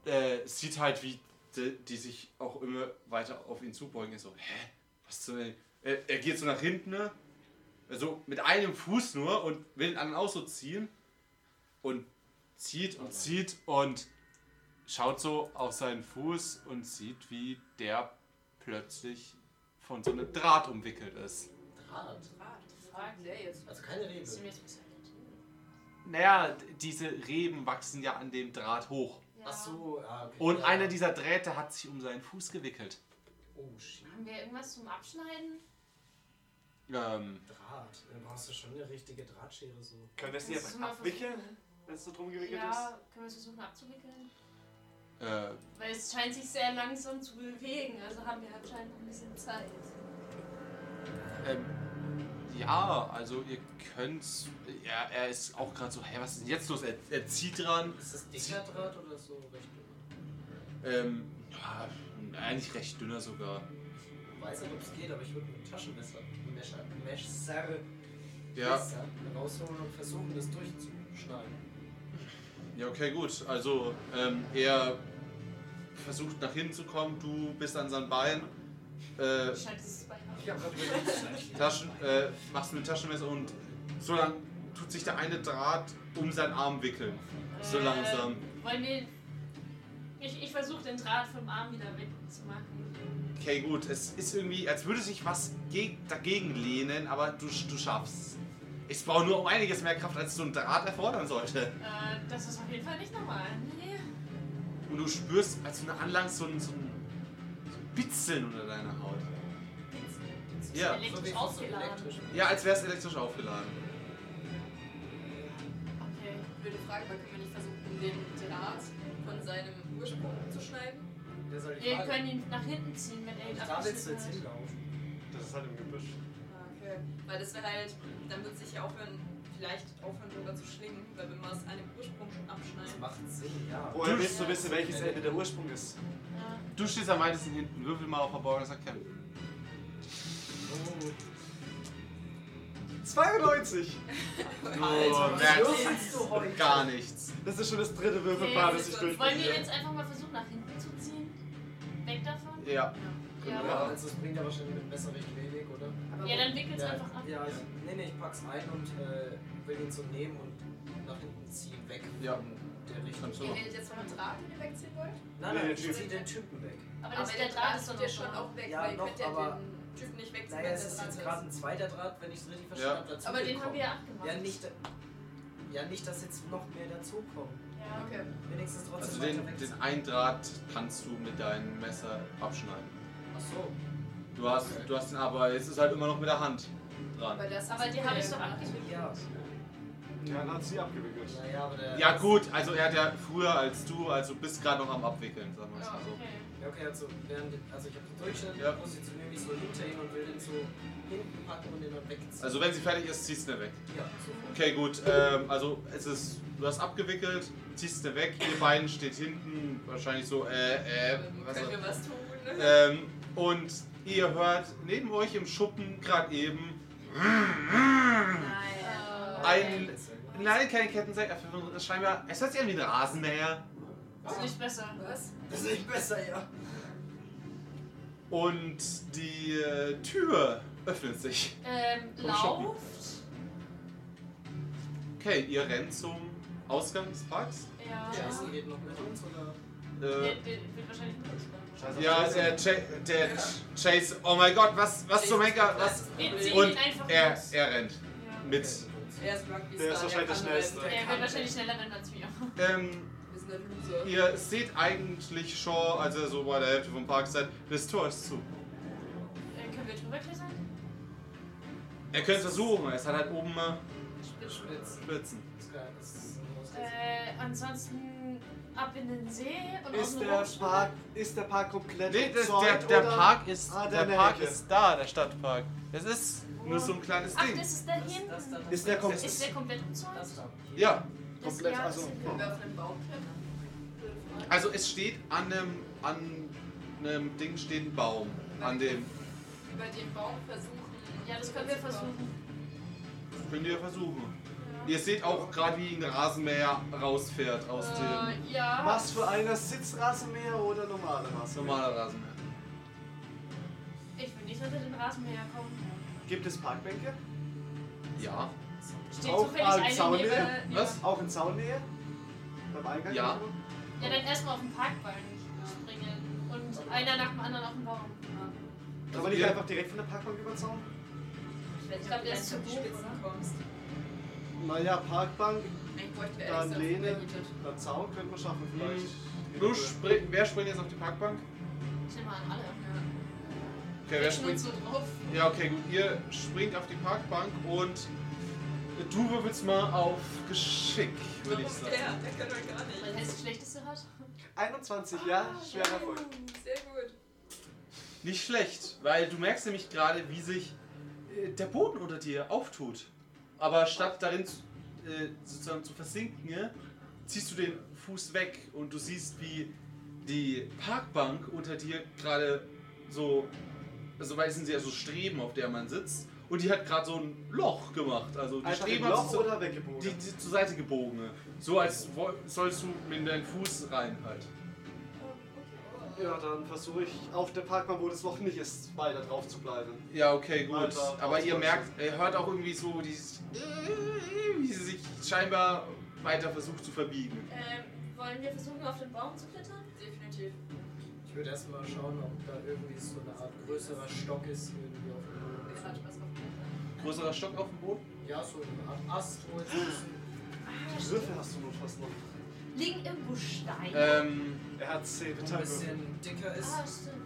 Speaker 1: äh, sieht halt, wie die, die sich auch immer weiter auf ihn zubeugen. Er so, hä? Was zum. Er, er geht so nach hinten, ne? also mit einem Fuß nur und will den anderen auch so ziehen. Und zieht und zieht und schaut so auf seinen Fuß und sieht, wie der plötzlich von so einem Draht umwickelt ist.
Speaker 2: Draht.
Speaker 15: Rat, fragt der jetzt.
Speaker 2: Also keine Rebe.
Speaker 3: Ist mir jetzt ein bisschen irritiert.
Speaker 1: Naja, d- diese Reben wachsen ja an dem Draht hoch.
Speaker 3: Ja.
Speaker 2: Ach so, ah, okay.
Speaker 1: Und
Speaker 2: Ja.
Speaker 1: einer dieser Drähte hat sich um seinen Fuß gewickelt.
Speaker 2: Oh, shit.
Speaker 3: Haben wir irgendwas zum Abschneiden?
Speaker 1: Ähm,
Speaker 2: Draht. Dann brauchst du schon eine richtige Drahtschere so.
Speaker 6: Können wir es nicht
Speaker 3: Kannst du
Speaker 6: einfach
Speaker 3: mal
Speaker 6: abwickeln,
Speaker 3: versuchen?
Speaker 6: wenn es so drum gewickelt
Speaker 3: Ja,
Speaker 6: ist?
Speaker 3: können wir es versuchen abzuwickeln?
Speaker 1: äh,
Speaker 3: Weil es scheint sich sehr langsam zu bewegen, also haben wir anscheinend noch ein bisschen Zeit.
Speaker 1: Ähm, ja, also ihr könnt. Ja, er ist auch gerade so, hä, was ist denn jetzt los? Er, er zieht dran.
Speaker 2: Ist das dicker Draht oder so recht dünn?
Speaker 1: Ähm, ja, eigentlich recht dünner sogar.
Speaker 2: Ich weiß nicht, ob es geht, aber ich würde mit dem Taschenmesser, Messer, Messer,
Speaker 1: Ja,
Speaker 2: Messer rausholen und versuchen, das durchzuschneiden.
Speaker 1: ja okay, gut. Also, ähm, er versucht nach hinten zu kommen, du bist an seinem Bein. Äh,
Speaker 3: Scheint es bei
Speaker 2: Ich habe gerade überlegt,
Speaker 1: Taschen, äh, machst mit Taschenmesser und so lang tut sich der eine Draht um seinen Arm wickeln. So langsam.
Speaker 3: Wollen wir. Ich, ich versuche den Draht vom Arm wieder wegzumachen.
Speaker 1: Okay, gut. Es ist irgendwie, als würde sich was geg dagegen lehnen, aber du, sch- du schaffst. Ich brauche nur um einiges mehr Kraft, als so ein Draht erfordern sollte.
Speaker 3: Äh, das ist auf jeden Fall nicht normal. Nee.
Speaker 1: Und du spürst, als du anlangst, so ein, so ein, so ein Bitzeln unter deiner Haut. Ja,
Speaker 3: Elektrisch aufgeladen.
Speaker 1: ja als wäre es elektrisch aufgeladen.
Speaker 3: Okay.
Speaker 5: Blöde Frage, aber können wir nicht versuchen, den Draht von seinem Ursprung zu schneiden?
Speaker 2: Der soll die
Speaker 3: Wir
Speaker 2: Frage.
Speaker 3: können ihn nach hinten ziehen, wenn er ihn
Speaker 2: Ich darf jetzt
Speaker 3: abgeschnitten
Speaker 2: jetzt
Speaker 3: hat.
Speaker 2: hinlaufen.
Speaker 6: Das ist halt im Gebüsch.
Speaker 5: Ah, Okay. Weil das wäre halt, dann wird sich ja aufhören, vielleicht aufhören sogar zu schlingen, weil wenn wir es an dem Ursprung schon
Speaker 2: Das
Speaker 5: abschneiden.
Speaker 2: macht Sinn, ja.
Speaker 1: Oh.
Speaker 6: Woher willst du wissen, welches Ende der Ursprung ist?
Speaker 3: Ja.
Speaker 1: Du stehst am weitesten hinten, würfel mal auf verborgenes Erkennen.
Speaker 2: Oh,
Speaker 6: 92!
Speaker 1: Du merkst Oh, gar nichts.
Speaker 6: Das ist schon das dritte Würfelpaar,
Speaker 3: Okay.
Speaker 6: das ich durch
Speaker 3: Wollen wir jetzt einfach mal versuchen, nach hinten zu ziehen? Weg davon?
Speaker 1: Ja.
Speaker 3: Ja.
Speaker 2: Ja,
Speaker 3: Ja,
Speaker 2: also das bringt ja wahrscheinlich mit dem Messer recht wenig, oder?
Speaker 3: dann wickel's
Speaker 2: ja,
Speaker 3: einfach ab.
Speaker 2: Ja, ich, nee, nee, ich pack's ein und äh, will ihn so nehmen und nach hinten ziehen, weg
Speaker 1: Ja.
Speaker 2: von der Richtung.
Speaker 1: Kannst du
Speaker 5: Ihr
Speaker 1: machen.
Speaker 5: redet jetzt von einem Draht, den ihr wegziehen wollt?
Speaker 2: Nein,
Speaker 6: Nee,
Speaker 2: nein,
Speaker 6: der
Speaker 2: ich
Speaker 6: Typ.
Speaker 2: zieh den Typen weg.
Speaker 3: Aber,
Speaker 5: Aber
Speaker 3: das, der Draht ist doch
Speaker 5: ja
Speaker 3: noch
Speaker 5: schon
Speaker 3: da.
Speaker 5: auch weg,
Speaker 2: Ja,
Speaker 5: weil ihr
Speaker 2: noch,
Speaker 5: könnt ja
Speaker 2: aber-
Speaker 5: den Typen nicht wegziehen,
Speaker 2: Naja,
Speaker 5: weil
Speaker 2: es
Speaker 5: der
Speaker 2: ist
Speaker 5: Draht
Speaker 2: jetzt
Speaker 5: ist.
Speaker 2: gerade ein zweiter Draht, wenn ich es
Speaker 1: Ja.
Speaker 2: richtig verstanden habe. dazu
Speaker 3: Aber den
Speaker 2: gekommen.
Speaker 3: haben wir ja abgemacht.
Speaker 2: Ja nicht, ja, nicht, dass jetzt noch mehr dazukommen.
Speaker 3: Ja.
Speaker 5: Okay.
Speaker 2: Wenigstens trotzdem
Speaker 1: Also
Speaker 2: weiter
Speaker 1: den,
Speaker 2: weg.
Speaker 1: den einen Draht kannst du mit deinem Messer abschneiden.
Speaker 2: Ach so.
Speaker 1: Du hast, du hast den aber, jetzt ist halt immer noch mit der Hand dran.
Speaker 5: Weil das
Speaker 3: Aber die habe ich doch abgeschnitten.
Speaker 2: Ja.
Speaker 6: Ja, dann hat sie abgewickelt.
Speaker 2: Naja, aber der.
Speaker 1: Ja gut, also er hat ja früher als du, also du bist gerade noch am Abwickeln, sagen wir es mal
Speaker 3: Ja,
Speaker 1: so.
Speaker 3: okay.
Speaker 2: Ja, okay, also, während, also ich habe den Durchschnitt,
Speaker 1: Ja.
Speaker 2: positioniere mich so hinter ihm und will den so hinten packen und den dann wegziehen.
Speaker 1: Also wenn sie fertig ist, ziehst du ihn weg.
Speaker 2: ja, sofort.
Speaker 1: Okay, gut, ähm, also es ist, du hast abgewickelt, ziehst ihn weg, ihr beiden steht hinten, wahrscheinlich so, äh, äh,
Speaker 5: Dann
Speaker 1: was
Speaker 5: können wir
Speaker 1: auch-
Speaker 5: was tun. Ne?
Speaker 1: ähm, Und ihr hört neben euch im Schuppen gerade eben
Speaker 3: Äh,
Speaker 5: Nein.
Speaker 1: ein, nein, keine Kettensäge, scheinbar, es hört sich an wie ein Rasenmäher.
Speaker 3: Ist nicht besser.
Speaker 5: Was?
Speaker 2: Das ist nicht besser, ja.
Speaker 1: Und die äh, Tür öffnet sich.
Speaker 3: Ähm,
Speaker 1: Vom Shoppen.
Speaker 3: lauft.
Speaker 1: Okay, ihr rennt zum Ausgang des Parks.
Speaker 3: Ja.
Speaker 2: Jason geht noch mit uns oder?
Speaker 1: Äh,
Speaker 3: Der, der wird wahrscheinlich mit uns machen.
Speaker 6: Scheiße,
Speaker 1: ja,
Speaker 6: auf
Speaker 1: der,
Speaker 6: Jason.
Speaker 1: Cha der Ch- Chase, oh mein Gott, was, was zum Henker, was?
Speaker 3: Wir ziehen
Speaker 1: Und
Speaker 3: ihn einfach
Speaker 1: er,
Speaker 3: los.
Speaker 1: er rennt
Speaker 3: Ja.
Speaker 1: mit.
Speaker 5: Er ist Rugby-Star.
Speaker 6: Der ist wahrscheinlich der
Speaker 5: kann
Speaker 6: Schnellste.
Speaker 5: rennen, der
Speaker 3: Er
Speaker 5: kann
Speaker 3: wird wahrscheinlich schneller rennen als wir.
Speaker 1: Ähm,
Speaker 5: rennen. Wir sind ein Loser.
Speaker 1: ihr seht eigentlich schon, als ihr so bei der Hälfte vom Park seid, das Tor ist zu.
Speaker 3: Äh, können wir drüber klettern?
Speaker 1: Ihr könnt es versuchen, es hat halt oben äh,
Speaker 2: Spitz.
Speaker 1: Spitzen.
Speaker 2: Das ist geil, das ist ein großes-
Speaker 3: Äh, ansonsten ab in den See und
Speaker 6: Ist
Speaker 3: auf den
Speaker 6: der
Speaker 3: Hochschulen.
Speaker 6: Park, ist der Park komplett
Speaker 1: Nee, das, der,
Speaker 6: entsorgt,
Speaker 1: der
Speaker 6: oder?
Speaker 1: Park ist,
Speaker 6: Ah,
Speaker 1: der
Speaker 6: der
Speaker 1: Park
Speaker 6: Nelke.
Speaker 1: ist da, der Stadtpark. Das ist nur so ein kleines
Speaker 3: Ach,
Speaker 1: Ding.
Speaker 3: das ist da hinten.
Speaker 2: Das, das,
Speaker 6: Ist der komplett.
Speaker 3: ist der komplett umzäunt?
Speaker 2: das da.
Speaker 1: Ja,
Speaker 3: Das-
Speaker 6: komplett,
Speaker 3: ja, das
Speaker 6: also-
Speaker 3: sind
Speaker 5: Können
Speaker 3: wir.
Speaker 5: wir auf einem Baum klettern? Blöde Frage.
Speaker 1: also es steht an einem, an einem Ding steht ein Baum. An dem.
Speaker 5: Über den Baum versuchen.
Speaker 3: Ja, das können wir versuchen.
Speaker 1: Könnt ihr versuchen. Ihr seht auch gerade, wie ein Rasenmäher rausfährt aus dem
Speaker 3: Äh, ja.
Speaker 6: Was für einer Sitzrasenmäher oder normale Rasenmäher?
Speaker 1: normalen Rasenmäher.
Speaker 3: Ich will nicht unter den Rasenmäher kommen.
Speaker 6: Gibt es Parkbänke?
Speaker 1: Ja.
Speaker 3: Steht
Speaker 6: Auch
Speaker 3: zufällig
Speaker 6: als
Speaker 3: eine
Speaker 6: Saunier?
Speaker 3: neben,
Speaker 1: Was?
Speaker 6: Auch in Zaunnähe? Beim Eingang?
Speaker 1: Ja.
Speaker 6: oder so?
Speaker 3: neben- Ja, dann erstmal auf den Parkballen springen. Und einer nach dem anderen auf den Baum.
Speaker 6: Kann man nicht
Speaker 1: wir-
Speaker 6: einfach direkt von der Parkbank über den Zaun?
Speaker 5: Ich
Speaker 3: glaub, der ist zu hoch,
Speaker 5: Spitzen kommst.
Speaker 6: Naja, Parkbank,
Speaker 5: Ich bräuchte ehrlich
Speaker 6: dann
Speaker 5: gesagt
Speaker 6: Lehne,
Speaker 5: überhittet.
Speaker 6: dann Zaun könnte man schaffen vielleicht.
Speaker 1: Du spring, wer springt jetzt auf die Parkbank?
Speaker 3: Ich nehme an, alle.
Speaker 1: Okay, wer
Speaker 5: Nur
Speaker 1: springt?
Speaker 5: so drauf.
Speaker 1: Ja, okay, gut. Ihr springt auf die Parkbank und du wirbelst mal auf Geschick, würde ich
Speaker 5: Warum der?
Speaker 1: sagen.
Speaker 5: Der kann doch gar
Speaker 3: Weil
Speaker 5: nicht.
Speaker 3: das das Schlechteste hat.
Speaker 6: 21, Ah, ja, schwerer Erfolg.
Speaker 5: Sehr gut.
Speaker 1: Nicht schlecht, weil du merkst nämlich gerade, wie sich äh, der Boden unter dir auftut. Aber statt darin zu- äh, sozusagen zu versinken, ne, ziehst du den Fuß weg und du siehst, wie die Parkbank unter dir gerade so, also weil es sind ja so Streben, auf der man sitzt, und die hat gerade so ein Loch gemacht. Also die
Speaker 6: Einfach im
Speaker 1: Streben hat sich
Speaker 6: Loch
Speaker 1: so-
Speaker 6: oder weggebogen?
Speaker 1: Die, die zur Seite gebogene. So als woll- sollst du mit deinen Fuß rein halt.
Speaker 6: Ja, dann versuche ich auf der Parkbank, wo das Loch nicht ist, weiter drauf zu bleiben.
Speaker 1: Ja, okay, gut.
Speaker 6: Alter,
Speaker 1: Aber ihr
Speaker 6: Ausweichen.
Speaker 1: merkt, ihr hört auch irgendwie so dieses. äh, Wie sie sich scheinbar weiter versucht zu verbiegen.
Speaker 3: Ähm, wollen wir versuchen, auf den Baum zu klettern?
Speaker 5: Definitiv.
Speaker 2: Ich würde erstmal schauen, ob da irgendwie so eine Art größerer Stock ist, irgendwie auf dem Boden.
Speaker 5: Es hat
Speaker 2: gezogen.
Speaker 5: Spaß auf Klettern.
Speaker 1: Größerer Stock auf dem Boden?
Speaker 2: Ja, so eine Art Ast, wo jetzt ein
Speaker 6: Die Würfel hast du nur fast noch.
Speaker 3: Ah, Liegen irgendwo Steine?
Speaker 1: Ähm,
Speaker 6: Er hat 10
Speaker 2: bisschen, ein
Speaker 6: Vitalwürfel.
Speaker 2: bisschen dicker ist.
Speaker 3: Ah, stimmt.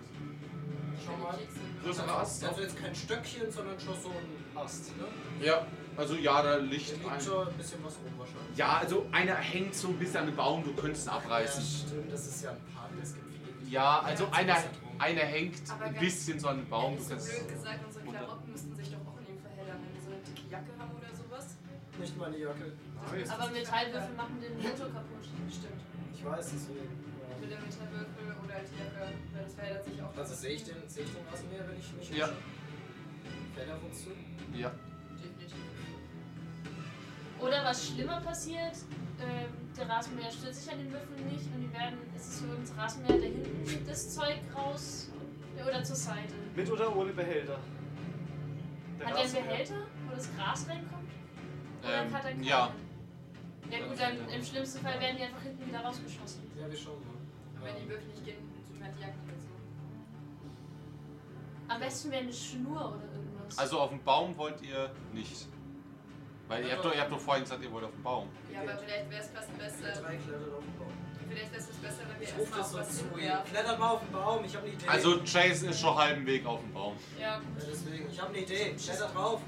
Speaker 2: Schau mal.
Speaker 5: Kekse.
Speaker 1: größerer Ast?
Speaker 2: Also jetzt kein Stöckchen, sondern schon so ein Ast. Ne?
Speaker 1: Ja. Also, ja, da
Speaker 2: Da
Speaker 1: Licht
Speaker 2: liegt
Speaker 1: ein.
Speaker 2: schon ein bisschen was rum wahrscheinlich.
Speaker 1: Ja, also einer hängt so ein bisschen an den Baum, du könntest ihn
Speaker 2: Ja,
Speaker 1: abreißen.
Speaker 2: stimmt, das ist ja ein Park, es gibt viele. die-
Speaker 1: Ja, also
Speaker 2: das
Speaker 1: einer,
Speaker 2: ist ja drum.
Speaker 1: einer hängt
Speaker 5: Aber
Speaker 1: ein
Speaker 5: ganz
Speaker 1: bisschen so an den Baum, du
Speaker 5: Hättest
Speaker 1: kannst.
Speaker 5: du blöd gesagt, unsere
Speaker 1: runter.
Speaker 5: Klamotten müssten sich doch auch in ihm verheddern, wenn wir so eine dicke Jacke haben oder sowas.
Speaker 2: Nicht meine Jacke.
Speaker 3: Aber Metallwürfel machen den Motor kaputt.
Speaker 5: Stimmt.
Speaker 2: Ich weiß, deswegen.
Speaker 5: Mit
Speaker 2: Ja.
Speaker 5: dem Metallwürfel oder als Jacke, weil das verheddert sich auch.
Speaker 2: Also sehe ich den, sehe ich den Rasenmäher, wenn ich mich
Speaker 1: Ja.
Speaker 2: umschaue? Fällt er uns zu?
Speaker 1: Ja.
Speaker 5: Definitiv.
Speaker 3: Oder was schlimmer passiert, ähm, der Rasenmäher stört sich an den Würfeln nicht und die werden, es ist für uns Rasenmäher, der hinten das Zeug raus äh, oder zur Seite.
Speaker 6: Mit oder ohne Behälter?
Speaker 3: Hat der
Speaker 6: Der
Speaker 3: einen
Speaker 6: Rasenmäher.
Speaker 3: Behälter, wo das Gras reinkommt? Oder
Speaker 1: Ähm,
Speaker 3: hat er keinen?
Speaker 1: ja.
Speaker 3: Ja gut, dann im schlimmsten Fall werden die einfach hinten wieder rausgeschossen.
Speaker 2: Ja, wir schauen mal.
Speaker 5: Und wenn die Würfel nicht gehen, tun wir die Jacke dazu.
Speaker 3: Am besten wäre eine Schnur oder irgendwas.
Speaker 14: Also auf dem Baum wollt ihr nicht. Weil ihr habt, doch, ihr habt doch vorhin gesagt, ihr wollt auf dem Baum.
Speaker 5: Ja, aber vielleicht wäre es fast
Speaker 2: Alle
Speaker 5: besser.
Speaker 2: drei klettern auf den Baum.
Speaker 5: Vielleicht wäre es fast besser, wenn wir
Speaker 2: Ich rufe
Speaker 5: erstmal
Speaker 2: das
Speaker 5: auf
Speaker 2: so
Speaker 5: was
Speaker 2: zu. ihr.
Speaker 5: hinwerfen.
Speaker 2: Klettert mal auf den Baum, ich habe eine Idee.
Speaker 14: Also Jason ist schon halben Weg auf dem Baum.
Speaker 3: ja,
Speaker 2: Ja,
Speaker 3: gut.
Speaker 2: deswegen, ich habe eine Idee. Klettert drauf.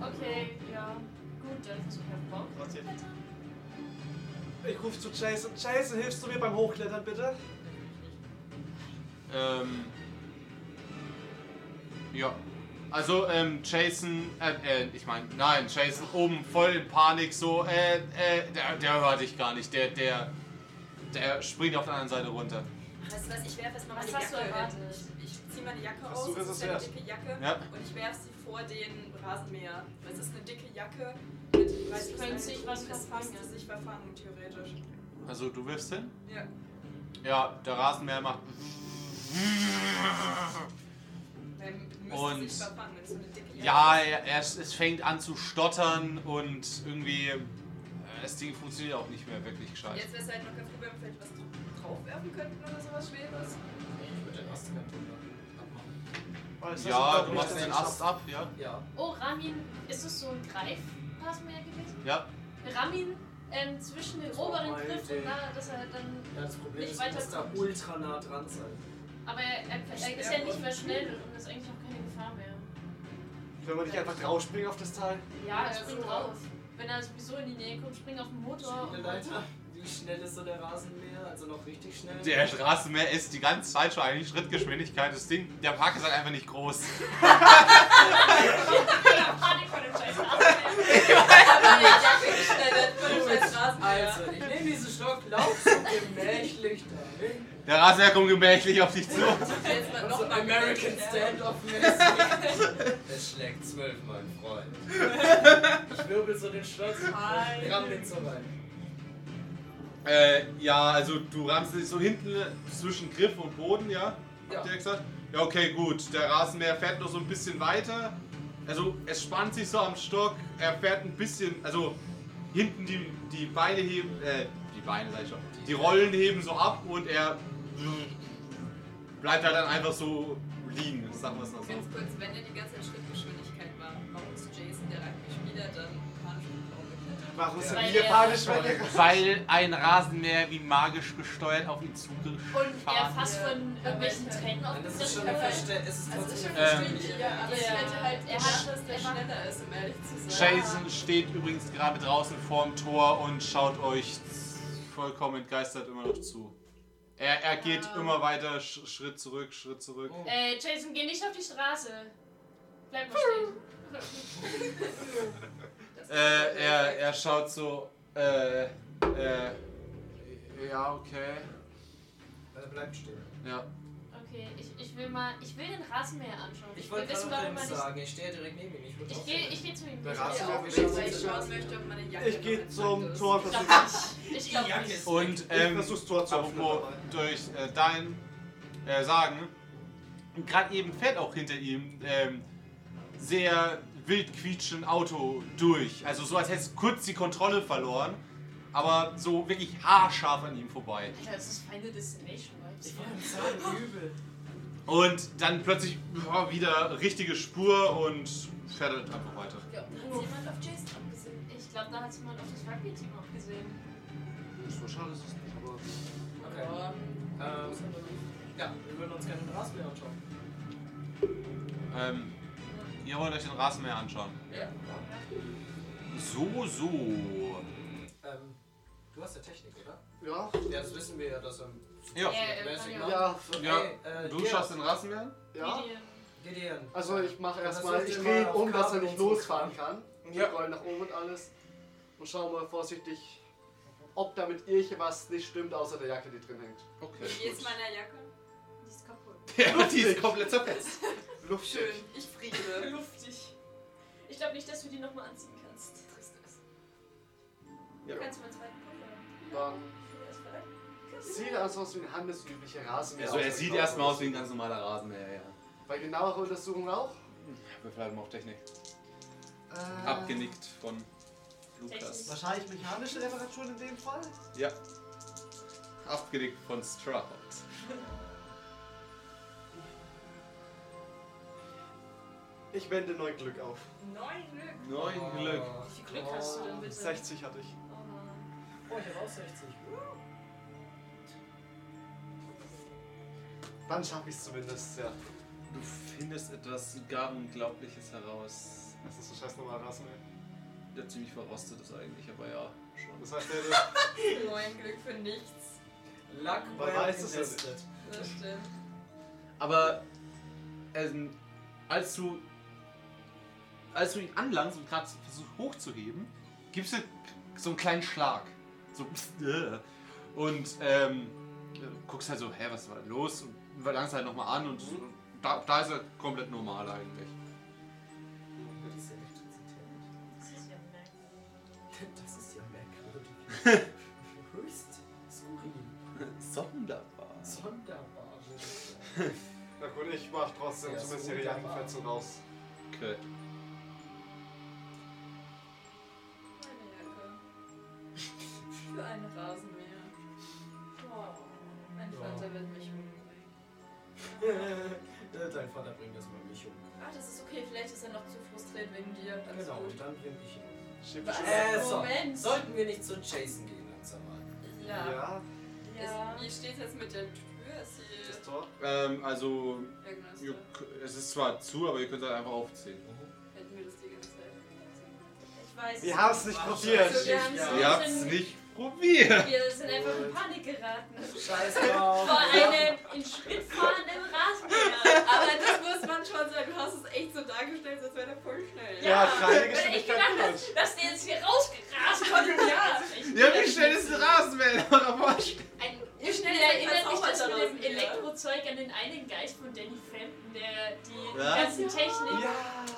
Speaker 3: Okay, ja. Gut, dann versuchen wir auf den Baum zu klettern.
Speaker 6: Ich rufe zu Jason. Jason, hilfst du mir beim Hochklettern bitte? Oh,
Speaker 14: Ähm. Ja. Also, ähm, Jason, äh, äh ich meine, nein, Jason oben voll in Panik, so, äh, äh, der, der hört dich gar nicht, der, der, der springt auf der anderen Seite runter.
Speaker 5: Weißt du was, ich werfe erstmal meine
Speaker 3: Was hast du
Speaker 5: Jacke
Speaker 3: erwartet?
Speaker 5: Ich, ich ziehe meine Jacke
Speaker 6: Versuch
Speaker 5: aus,
Speaker 6: es
Speaker 5: das ist eine
Speaker 6: erst.
Speaker 5: dicke Jacke,
Speaker 14: Ja.
Speaker 5: und ich werfe sie vor den Rasenmäher. Es ist eine dicke Jacke mit
Speaker 3: Sie können sich was
Speaker 5: es
Speaker 3: verfangen.
Speaker 5: müsste sich verfangen, theoretisch.
Speaker 14: Also, du wirfst hin?
Speaker 5: Ja.
Speaker 14: Ja, der Rasenmäher macht.
Speaker 5: Dann müsste
Speaker 14: Und-
Speaker 5: sich verfangen, wenn es so eine dicke Jacke
Speaker 14: Ja, er, er, es fängt an zu stottern und irgendwie. äh, Das Ding funktioniert auch nicht mehr wirklich
Speaker 5: ist.
Speaker 14: gescheit.
Speaker 5: Jetzt wäre es halt noch ganz gut, wenn wir vielleicht was draufwerfen könnten oder sowas Schweres.
Speaker 2: Ich würde den Ast ganz runter abmachen.
Speaker 6: Weißt
Speaker 14: Ja,
Speaker 6: das
Speaker 14: du
Speaker 6: ist
Speaker 14: machst
Speaker 6: nicht
Speaker 14: den
Speaker 6: der
Speaker 14: Ast ab, ja?
Speaker 2: Ja.
Speaker 3: Oh, Ramin, ist es so ein Greif-Rasenmäher gewesen?
Speaker 14: Ja.
Speaker 3: Ramin ähm, zwischen den
Speaker 2: Das war
Speaker 3: oberen
Speaker 2: meine
Speaker 3: Griff und
Speaker 2: Idee.
Speaker 3: da, dass er dann.
Speaker 2: Ja, das Problem
Speaker 3: Nicht
Speaker 2: ist, du musst da
Speaker 3: weiterkommen.
Speaker 2: ultra nah dran sein.
Speaker 3: Aber er, er, er ist ja nicht mehr schnell und ist eigentlich auch keine Gefahr mehr.
Speaker 6: Wenn man nicht einfach draufspringen auf das Teil.
Speaker 3: Ja, er
Speaker 5: Also-
Speaker 3: springt drauf. Wenn er sowieso in die Nähe kommt, springt auf den Motor. und-
Speaker 2: Spieleleiter. Wie Wie schnell ist so der Rasenmäher? Also noch richtig schnell?
Speaker 1: Der Straßenmäher ist die ganze Zeit schon eigentlich Schrittgeschwindigkeit. Das Ding, der Park ist halt einfach nicht groß.
Speaker 3: Panik vor dem scheiß Rasenmäher.
Speaker 5: halt
Speaker 2: Also, ich nehme diesen Stock, lauf so gemächlich dahin.
Speaker 1: Der Rasenmäher kommt gemächlich auf dich zu.
Speaker 5: Jetzt mal
Speaker 2: Also
Speaker 5: noch mal
Speaker 2: American
Speaker 5: Ja.
Speaker 2: Standoff-mäßig. Es schlägt zwölf, mein Freund. Ich wirbel so den Schloss und ramm den so rein.
Speaker 28: Äh, ja, also du rammst dich so hinten zwischen Griff und Boden, ja? Habt
Speaker 2: Ja.
Speaker 28: ihr gesagt? Ja, okay, gut. Der Rasenmäher fährt noch so ein bisschen weiter. Also es spannt sich so am Stock. Er fährt ein bisschen, also hinten die, die Beine heben, äh, die Beine sag ich schon. Die Rollen heben so ab und er bleibt halt dann einfach so liegen, sagen wir es mal so.
Speaker 5: Ganz kurz, wenn er die ganze Zeit Schrittgeschwindigkeit war, warum ist Jason der Rugby-Spieler dann panisch und umgekehrt?
Speaker 6: Warum sind
Speaker 3: Weil
Speaker 6: wir
Speaker 3: der-
Speaker 6: panisch, wenn der
Speaker 1: Weil ein Rasenmäher wie magisch gesteuert auf ihn zugeschlagen
Speaker 3: Und er fast von irgendwelchen Tränen
Speaker 2: Nein, Das ist schon
Speaker 3: aufgegriffen
Speaker 2: ein
Speaker 3: wird.
Speaker 2: Verständnis. Es ist
Speaker 5: Also ich
Speaker 2: trotzdem
Speaker 5: schon
Speaker 2: ein
Speaker 1: Ähm.
Speaker 5: verstehe ja, aber ich
Speaker 3: Ja.
Speaker 5: hätte halt
Speaker 3: Er
Speaker 5: er
Speaker 3: hat-
Speaker 5: hat, dass der
Speaker 3: er hat-
Speaker 5: schneller ist, um ehrlich zu sein.
Speaker 1: Jason steht übrigens gerade draußen vorm Tor und schaut euch vollkommen entgeistert immer noch zu. Er, er geht
Speaker 3: Ja.
Speaker 1: immer weiter, Sch- Schritt zurück, Schritt zurück.
Speaker 2: Oh.
Speaker 3: Äh, Jason, geh nicht auf die Straße. Bleib mal stehen.
Speaker 5: Das-
Speaker 1: Äh, er, er schaut so, äh, äh, ja, okay.
Speaker 2: Er bleibt stehen.
Speaker 1: Ja,
Speaker 3: Okay, ich, ich will mal, ich will den Rasenmäher anschauen.
Speaker 2: Ich wollte
Speaker 3: Wir wissen,
Speaker 2: gerade
Speaker 3: warum
Speaker 2: noch
Speaker 3: man
Speaker 2: dem
Speaker 3: nicht...
Speaker 2: sagen, ich stehe direkt neben ihm. Ich würde
Speaker 3: Ich
Speaker 2: auch
Speaker 3: gehe
Speaker 2: sagen.
Speaker 3: ich geh zu ihm.
Speaker 6: Der
Speaker 5: Ich
Speaker 6: Rasenmäher
Speaker 5: gehe
Speaker 6: Rasenmäher
Speaker 5: auch mit,
Speaker 6: will schauen,
Speaker 5: weil ich
Speaker 6: schauen.
Speaker 5: schauen möchte, ob meine Jacke
Speaker 6: Ich gehe
Speaker 5: noch
Speaker 6: zum
Speaker 5: intakt ist.
Speaker 6: Tor,
Speaker 3: Ich
Speaker 6: versuch,
Speaker 3: glaub nicht. Ich glaub
Speaker 2: Die Jacke
Speaker 3: nicht.
Speaker 2: ist-
Speaker 1: und,
Speaker 6: ich
Speaker 1: ähm,
Speaker 6: versuch's Tor zu öffnen.
Speaker 1: apropos
Speaker 6: dabei.
Speaker 1: durch äh, dein äh, Sagen, gerade eben fährt auch hinter ihm ähm, sehr wild quietschend Auto durch. Also so, als hättest du kurz die Kontrolle verloren, aber so wirklich haarscharf an ihm vorbei.
Speaker 3: Alter, das ist Final Destination, Vibes.
Speaker 2: Ich würde sagen, übel.
Speaker 1: Und dann plötzlich boah, wieder richtige Spur und fährt halt einfach weiter.
Speaker 5: Ich glaube, da hat jemand auf Jason abgesehen.
Speaker 3: Ich glaube, da hat jemand auf das Rugby-Team auch gesehen.
Speaker 1: So schade ist es nicht, aber...
Speaker 2: Okay.
Speaker 5: Aber
Speaker 2: Ähm, ja, wir würden uns gerne den Rasenmäher anschauen.
Speaker 1: Ähm, ihr wollt euch den Rasenmäher anschauen.
Speaker 5: Ja.
Speaker 1: So, so.
Speaker 2: Ähm, du hast ja Technik, oder?
Speaker 6: Ja,
Speaker 2: Ja, das wissen wir ja, dass er
Speaker 1: Ja.
Speaker 3: Äh,
Speaker 2: mäßig
Speaker 3: kann
Speaker 2: macht.
Speaker 6: ja,
Speaker 1: Ja.
Speaker 2: Ey, äh,
Speaker 1: Du
Speaker 2: hier,
Speaker 1: schaust den Rasenmäher? an?
Speaker 6: ja.
Speaker 3: Medien.
Speaker 2: Gideon.
Speaker 6: Also ich mache erstmal,
Speaker 2: Versuch
Speaker 6: ich
Speaker 2: den
Speaker 6: drehe
Speaker 2: mal auf
Speaker 6: um, dass er
Speaker 2: Kabel
Speaker 6: nicht
Speaker 2: und so.
Speaker 6: losfahren kann.
Speaker 2: Ja.
Speaker 6: Ich roll nach oben und alles. Und schau mal vorsichtig, ob damit irgendwas nicht stimmt, außer der Jacke, die drin hängt.
Speaker 1: Okay.
Speaker 5: Wie ist meine Jacke?
Speaker 3: Die ist kaputt.
Speaker 1: Ja, die ist komplett zerfetzt.
Speaker 6: Luft
Speaker 5: Schön, ich friere.
Speaker 3: Luftig. Ich glaube nicht, dass du die nochmal anziehen kannst.
Speaker 28: Ja.
Speaker 3: Du kannst mal zweiten Pulver.
Speaker 6: Dann sieht er also aus wie ein handelsüblicher Rasenmäher.
Speaker 1: Also er
Speaker 6: aus,
Speaker 1: sieht
Speaker 6: glaub
Speaker 1: erstmal
Speaker 6: ich.
Speaker 1: aus wie ein ganz normaler Rasenmäher, ja.
Speaker 6: Bei genauerer Untersuchung auch?
Speaker 1: Wir bleiben auf Technik.
Speaker 6: Äh,
Speaker 1: Abgenickt von Lukas.
Speaker 6: Wahrscheinlich mechanische Reparaturen in dem Fall?
Speaker 1: Ja. Abgenickt von Stroud.
Speaker 6: Ich wende neun Glück auf.
Speaker 5: Neun Glück.
Speaker 1: Neun Glück.
Speaker 3: Wie viel Glück hast du denn bitte?
Speaker 6: 60 hatte ich.
Speaker 3: Oh.
Speaker 2: Oh, ich habe auch 60.
Speaker 6: Dann schaffe ich es zumindest, ja.
Speaker 1: Du findest etwas gar Unglaubliches heraus.
Speaker 6: Das ist so scheiß normaler Rasenmäher.
Speaker 1: Der ziemlich verrostet ist eigentlich, aber ja, schon.
Speaker 6: Das heißt, der ist
Speaker 5: Neun Glück für nichts.
Speaker 2: Luck
Speaker 6: Man
Speaker 2: well
Speaker 6: weiß es ja
Speaker 2: invested.
Speaker 5: Das stimmt.
Speaker 1: Aber ähm, als du als du ihn anlangst und gerade versuchst hochzuheben, gibst du so einen kleinen Schlag. So pst, äh. und ähm, guckst halt so, hä, was war denn los? Und langst halt nochmal an und so, da, da ist er komplett normal eigentlich.
Speaker 2: Das ist ja Elektrizität.
Speaker 3: Das ist ja merkwürdig.
Speaker 2: Das ist ja merkwürdig. Höchst skurril.
Speaker 1: Sonderbar.
Speaker 2: Sonderbar.
Speaker 6: Na gut, ich mach trotzdem
Speaker 2: Ja, so
Speaker 6: zumindest ihre
Speaker 2: wunderbar.
Speaker 6: Jackenfetzen raus.
Speaker 1: Okay.
Speaker 5: Meine Jacke. Für einen Rasenmäher. Wow. Mein
Speaker 2: Ja.
Speaker 5: Vater wird mich umbringen.
Speaker 2: Äh, Dein Vater bringt das mal mich um.
Speaker 5: Ah, das ist okay. Vielleicht ist er noch zu frustriert wegen dir. Alles
Speaker 2: Genau,
Speaker 5: gut.
Speaker 2: und dann bringe ich ihn um.
Speaker 6: Schieb
Speaker 5: Was?
Speaker 2: Äh, so.
Speaker 5: Moment.
Speaker 2: Sollten wir nicht zu Jason gehen langsam mal?
Speaker 5: Ja.
Speaker 6: Ja,
Speaker 5: ja. Ist, wie steht jetzt mit der Tür? Ist
Speaker 6: das
Speaker 5: sie
Speaker 6: Tor.
Speaker 1: Ähm, also,
Speaker 5: irgendwas?
Speaker 1: ihr,
Speaker 5: da?
Speaker 1: k- es ist zwar zu, aber ihr könnt es halt einfach aufziehen. Mhm.
Speaker 5: Hätten wir das die ganze Zeit.
Speaker 3: Ich weiß
Speaker 6: Wir haben es nicht
Speaker 2: Ach,
Speaker 6: probiert.
Speaker 2: scheiße,
Speaker 5: Wir haben's
Speaker 2: ja.
Speaker 1: Ihr habt es nicht
Speaker 14: probier.
Speaker 3: Wir sind einfach in Panik geraten.
Speaker 2: Scheiß drauf.
Speaker 3: Vor einem in Schritt fahrenden Rasenmäher.
Speaker 5: Aber das muss man schon sagen, du hast es echt so dargestellt, als wäre der voll schnell.
Speaker 29: Ja, hat keine
Speaker 3: Wenn ich
Speaker 29: Geschwindigkeit
Speaker 3: gedacht
Speaker 29: genutzt.
Speaker 3: hätte, dass der jetzt hier rausgerast kommt, ja.
Speaker 14: Ja, wie schnell ist ein Rasenmäher in eurer Vorstellung?
Speaker 3: Ein,
Speaker 5: Ihr
Speaker 3: ich
Speaker 5: schnell
Speaker 3: erinnert mich
Speaker 5: verzaubert
Speaker 3: das
Speaker 5: da
Speaker 3: mit dem
Speaker 5: draußen, ja.
Speaker 3: Elektrozeug an den einen Geist von Danny Frampton, der die
Speaker 14: Ja.
Speaker 3: ganzen Technik
Speaker 29: Ja.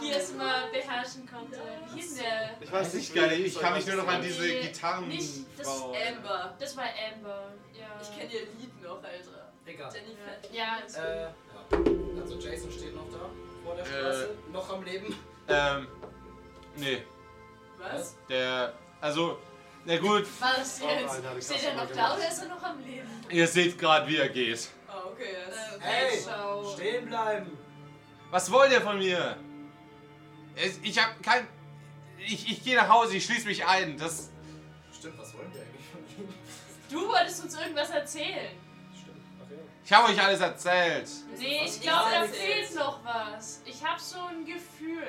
Speaker 3: die es immer beherrschen konnte. Wie hieß der?
Speaker 29: Ich
Speaker 14: Weiß ich gar nicht. Ich kann mich nur noch an
Speaker 6: Äh,
Speaker 14: diese
Speaker 3: Nee, nicht das
Speaker 14: Gitarrenfrau.
Speaker 5: Amber.
Speaker 3: Das war Amber. Ja.
Speaker 5: Ich kenne ihr Lied noch, Alter.
Speaker 1: Ah.
Speaker 2: Egal.
Speaker 5: Jenny Fett.
Speaker 3: Ja, das
Speaker 2: Äh, ja. Also Jason steht noch da, vor der Straße, noch am Leben.
Speaker 1: Ähm, nee,
Speaker 5: Was?
Speaker 1: der, also, na gut,
Speaker 3: war das
Speaker 29: Oh nein,
Speaker 3: jetzt.
Speaker 29: hab ich auch
Speaker 3: Steht er
Speaker 29: schon
Speaker 3: noch
Speaker 29: mal
Speaker 3: da
Speaker 29: gemacht.
Speaker 3: oder ist er noch am Leben? Äh,
Speaker 1: ihr seht gerade, wie er geht.
Speaker 5: Ah, okay. Yes.
Speaker 2: Hey,
Speaker 3: Schau.
Speaker 2: stehen bleiben!
Speaker 1: Was wollt ihr von mir? Es- Ich hab kein, ich, ich gehe nach Hause, ich schließe mich ein, das,
Speaker 2: Stimmt, was wollen wir eigentlich von ihm?
Speaker 3: Du wolltest uns irgendwas erzählen.
Speaker 2: Stimmt, okay.
Speaker 1: ich habe euch alles erzählt.
Speaker 3: Nee, ich
Speaker 5: Ich
Speaker 3: glaube, da
Speaker 5: weiß
Speaker 3: fehlt
Speaker 5: es.
Speaker 3: noch was. Ich habe so ein Gefühl.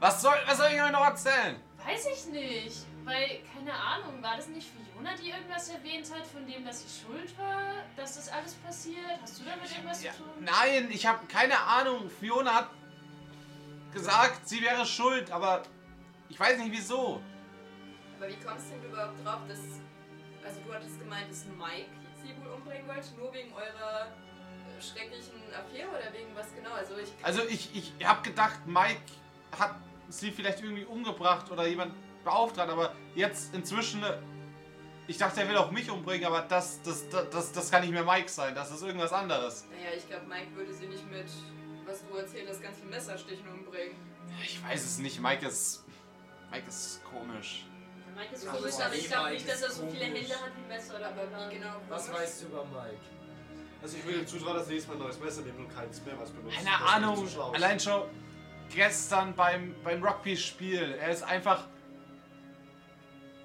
Speaker 1: Was soll, was soll ich euch noch erzählen?
Speaker 3: Weiß ich nicht. Weil, keine Ahnung, war das nicht Fiona, die irgendwas erwähnt hat, von dem, dass sie schuld war, dass das alles passiert? Hast du damit irgendwas
Speaker 1: Ja,
Speaker 3: zu tun?
Speaker 1: nein, ich habe keine Ahnung. Fiona hat gesagt, sie wäre schuld, aber ich weiß nicht wieso.
Speaker 5: Aber wie kommst denn du überhaupt drauf, dass. Also, du hattest gemeint, dass Mike sie wohl umbringen wollte, nur wegen eurer äh, schrecklichen Affäre oder wegen was genau? Also, ich.
Speaker 1: Also ich, ich habe gedacht, Mike hat sie vielleicht irgendwie umgebracht oder jemand beauftragt, aber jetzt inzwischen, äh, ich dachte, er will auch mich umbringen, aber das, das, das, das, das kann nicht mehr Mike sein, das ist irgendwas anderes.
Speaker 5: Naja, ich glaube, Mike würde sie nicht mit, was du erzählt hast, ganz viel Messerstichen umbringen.
Speaker 1: Ich weiß es nicht, Mike ist, Mike ist komisch.
Speaker 3: Ja, Mike ist
Speaker 2: Ach,
Speaker 3: komisch,
Speaker 2: boah,
Speaker 3: aber ich
Speaker 2: wie
Speaker 3: glaube
Speaker 2: Mike
Speaker 3: nicht, dass er so
Speaker 2: ist
Speaker 3: viele
Speaker 2: komisch.
Speaker 3: Hände hat wie Messer oder
Speaker 5: Aber wie
Speaker 3: Bananen.
Speaker 5: genau?
Speaker 2: Was
Speaker 5: komisch?
Speaker 2: weißt du über Mike?
Speaker 6: Also ich würde ihm zutrauen, dass er nächstes Mal ein neues Messer nimmt und keins mehrmals benutzt.
Speaker 1: Keine
Speaker 6: Das ist
Speaker 1: Ahnung,
Speaker 6: zu schlau.
Speaker 1: allein schon gestern beim, beim Rugby-Spiel. Er ist einfach.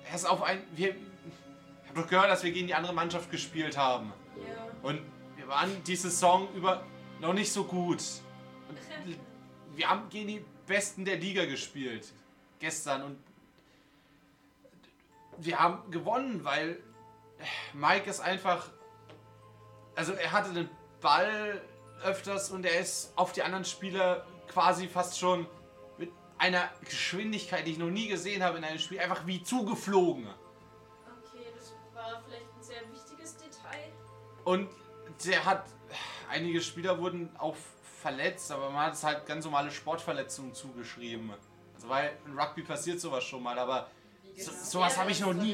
Speaker 1: Er ist auf ein. Wir, ich habe doch gehört, dass wir gegen die andere Mannschaft gespielt haben.
Speaker 5: Ja.
Speaker 1: Und wir waren diese Saison über noch nicht so gut. Und wir haben gegen die Besten der Liga gespielt. Gestern. Und wir haben gewonnen, weil Mike ist einfach. Also er hatte den Ball öfters und er ist auf die anderen Spieler quasi fast schon mit einer Geschwindigkeit, die ich noch nie gesehen habe in einem Spiel, einfach wie zugeflogen.
Speaker 3: Okay, das war vielleicht ein sehr wichtiges Detail.
Speaker 1: Und der hat. Einige Spieler wurden auch verletzt, aber man hat es halt ganz normale Sportverletzungen zugeschrieben. Also, weil im Rugby passiert sowas schon mal, aber
Speaker 5: Wie
Speaker 1: so,
Speaker 5: genau?
Speaker 1: sowas habe ich noch nie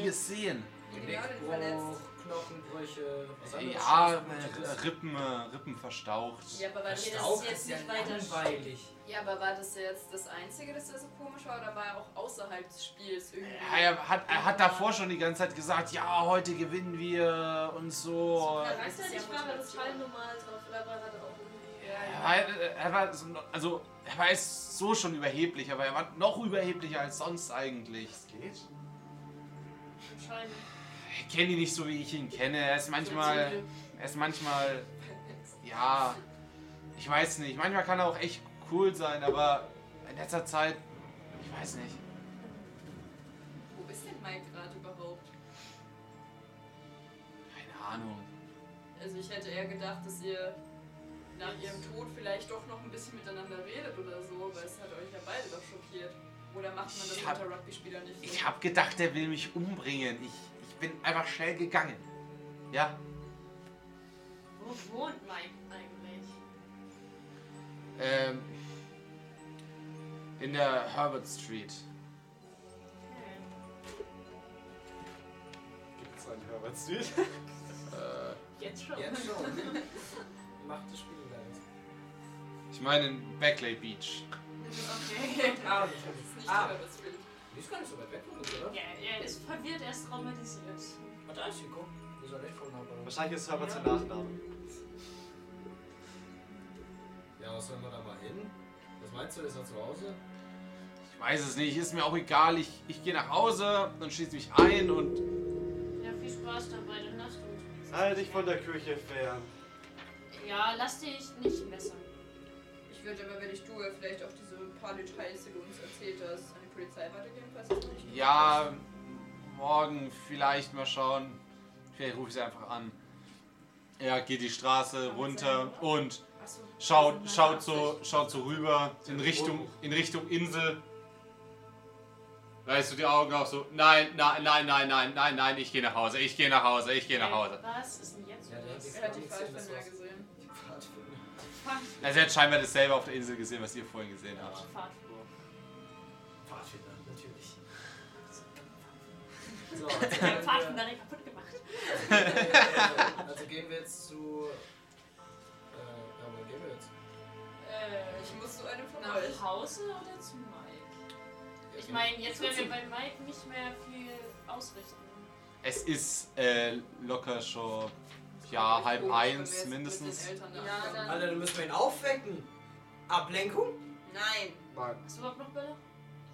Speaker 1: gesehen.
Speaker 5: gesehen. Wie genau denn
Speaker 2: Genickbruch,
Speaker 5: verletzt?
Speaker 2: Knochenbrüche, was anderes
Speaker 1: Ja,
Speaker 2: Schmerzhaftes.
Speaker 1: äh, Rippen, äh, Rippen verstaucht.
Speaker 3: Ja, aber weil
Speaker 2: Das
Speaker 3: wir das
Speaker 2: Strauch
Speaker 3: jetzt
Speaker 2: ist ja
Speaker 3: nicht weiter
Speaker 2: langweilig.
Speaker 5: Ja, aber war das jetzt das Einzige, dass er so komisch war oder war er auch außerhalb des Spiels irgendwie?
Speaker 1: Ja, er hat, er hat davor schon die ganze Zeit gesagt, ja, heute gewinnen wir und so.
Speaker 3: Ja,
Speaker 5: Das
Speaker 3: weißt du,
Speaker 5: ist ja
Speaker 3: ich war aber
Speaker 5: Motivation.
Speaker 3: total normal drauf, oder war er da auch irgendwie.
Speaker 1: Er war, er war so, also, er war jetzt so schon überheblich, aber er war noch überheblicher als sonst eigentlich.
Speaker 6: Das geht?
Speaker 3: Anscheinend.
Speaker 1: Ich kenne ihn nicht so, wie ich ihn kenne. Er ist manchmal. Er ist manchmal. Ja. Ich weiß nicht. Manchmal kann er auch echt cool sein, aber in letzter Zeit. Ich weiß nicht.
Speaker 5: Wo ist denn Mike gerade überhaupt?
Speaker 1: Keine Ahnung.
Speaker 5: Also ich hätte eher gedacht, dass ihr nach ihrem Tod vielleicht doch noch ein bisschen miteinander redet oder so, weil es hat euch ja beide doch schockiert. Oder macht man das
Speaker 1: Ich hab-
Speaker 5: unter Rugby-Spielern nicht so?
Speaker 1: äh, Ich hab gedacht, er will mich umbringen. Ich, ich bin einfach schnell gegangen. Ja.
Speaker 3: Wo wohnt Mike eigentlich?
Speaker 1: Ähm. In der Herbert Street.
Speaker 6: Gibt es einen Herbert Street?
Speaker 3: Jetzt schon.
Speaker 2: Jetzt schon. Macht das Spiel geil.
Speaker 1: Ich meine in Beckley Beach.
Speaker 5: Okay.
Speaker 2: Ah,
Speaker 5: Das ist nicht
Speaker 2: Ah.
Speaker 5: ah. das Bild.
Speaker 2: die ist gar nicht so weit weg von uns, oder?
Speaker 3: Ja, er ist verwirrt, er ist traumatisiert.
Speaker 2: Ah, da ist sie, guck. Die soll echt von haben.
Speaker 6: Wahrscheinlich ist Herbert sein Nachname.
Speaker 2: Ja, was sollen wir da mal hin? Was meinst du, ist er zu Hause?
Speaker 1: Ich weiß es nicht, ist mir auch egal. Ich, ich gehe nach Hause, dann schließe mich ein und
Speaker 3: Ja, viel Spaß dabei, der Nacht und.
Speaker 6: Halt dich von der Kirche fern.
Speaker 3: Ja, lass dich nicht messern.
Speaker 5: Ich würde aber, wenn ich tue, vielleicht auch diese paar Details, die du uns erzählt hast, an die Polizei weitergeben, falls es noch nicht.
Speaker 1: Ja,
Speaker 14: morgen vielleicht mal schauen. Vielleicht rufe ich sie einfach an. Er geht die Straße runter und
Speaker 5: Achso.
Speaker 14: schaut, schaut, so, schaut so rüber in Richtung, in Richtung Insel. Reißt du die Augen auf so, nein, nein, nein, nein, nein, nein, nein, ich gehe nach Hause, ich gehe nach Hause, ich gehe nach Hause.
Speaker 3: Was ist denn jetzt?
Speaker 2: Ja, der
Speaker 3: los?
Speaker 2: ist-
Speaker 30: Er hat die Pfadfinder gesehen.
Speaker 2: Die Pfadfinder.
Speaker 14: Also er hat scheinbar dasselbe auf der Insel gesehen, was ihr vorhin gesehen habt.
Speaker 3: Fahrtspur.
Speaker 2: Pfadfinder, natürlich. So, jetzt gehen wir-
Speaker 3: Fahrtspur kaputt gemacht.
Speaker 2: also gehen wir jetzt zu. Äh, ja, wo gehen wir jetzt?
Speaker 3: Äh,
Speaker 5: Ich muss zu einem von euch.
Speaker 3: nach Hause oder zu Mike? Ich meine, jetzt werden wir bei Mike nicht mehr viel ausrichten.
Speaker 14: Es ist äh, locker schon, ja, halb
Speaker 5: Komisch, wenn wir jetzt
Speaker 14: eins
Speaker 5: mit den
Speaker 14: mindestens.
Speaker 5: Eltern ne? da
Speaker 30: Ja,
Speaker 5: ankommen.
Speaker 2: Alter, dann müssen wir ihn aufwecken. Ablenkung?
Speaker 5: Nein.
Speaker 3: Hast du überhaupt noch Bälle?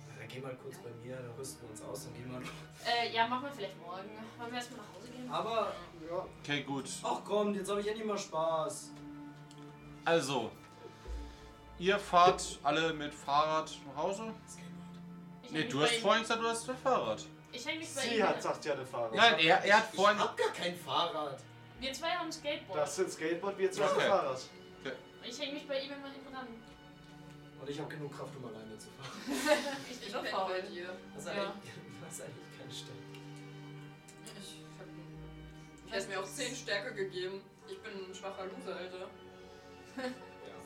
Speaker 2: Na, dann geh mal kurz bei mir, dann rüsten wir uns aus, dann gehen wir noch.
Speaker 3: Äh, ja, machen wir vielleicht morgen. Wollen wir erstmal nach Hause gehen?
Speaker 14: Ah.
Speaker 2: Aber,
Speaker 31: Ja.
Speaker 14: Okay, gut.
Speaker 2: ach komm, jetzt habe ich endlich mal Spaß.
Speaker 14: Also, ihr fahrt alle mit Fahrrad nach Hause?
Speaker 3: Ich
Speaker 14: Ne,
Speaker 3: häng
Speaker 14: du
Speaker 3: mich
Speaker 14: hast
Speaker 3: bei ihm-
Speaker 14: vorhin gesagt, du hast ein Fahrrad.
Speaker 3: Ich häng mich bei
Speaker 6: Sie
Speaker 3: ihm-
Speaker 6: hat, sagt ja der Fahrer.
Speaker 14: Nein, er, er hat
Speaker 2: Ich
Speaker 14: vorhin.
Speaker 2: hab gar kein Fahrrad.
Speaker 3: Wir zwei haben Skateboard.
Speaker 6: Das sind Skateboard, wir zwei
Speaker 14: Okay.
Speaker 6: Fahrrad.
Speaker 3: Ich hänge mich bei ihm immer hinten ran.
Speaker 2: Und ich habe genug Kraft, um alleine zu fahren.
Speaker 3: Ich bin
Speaker 5: Ich bin
Speaker 3: doch
Speaker 5: bei
Speaker 3: faul.
Speaker 5: dir.
Speaker 2: Das ist
Speaker 3: Ja.
Speaker 2: eigentlich, das ist eigentlich keine Stärke.
Speaker 5: Ich hab. Ich hätte mir auch 10 Stärke gegeben. Ich bin ein schwacher Loser, Alter.
Speaker 2: Ja.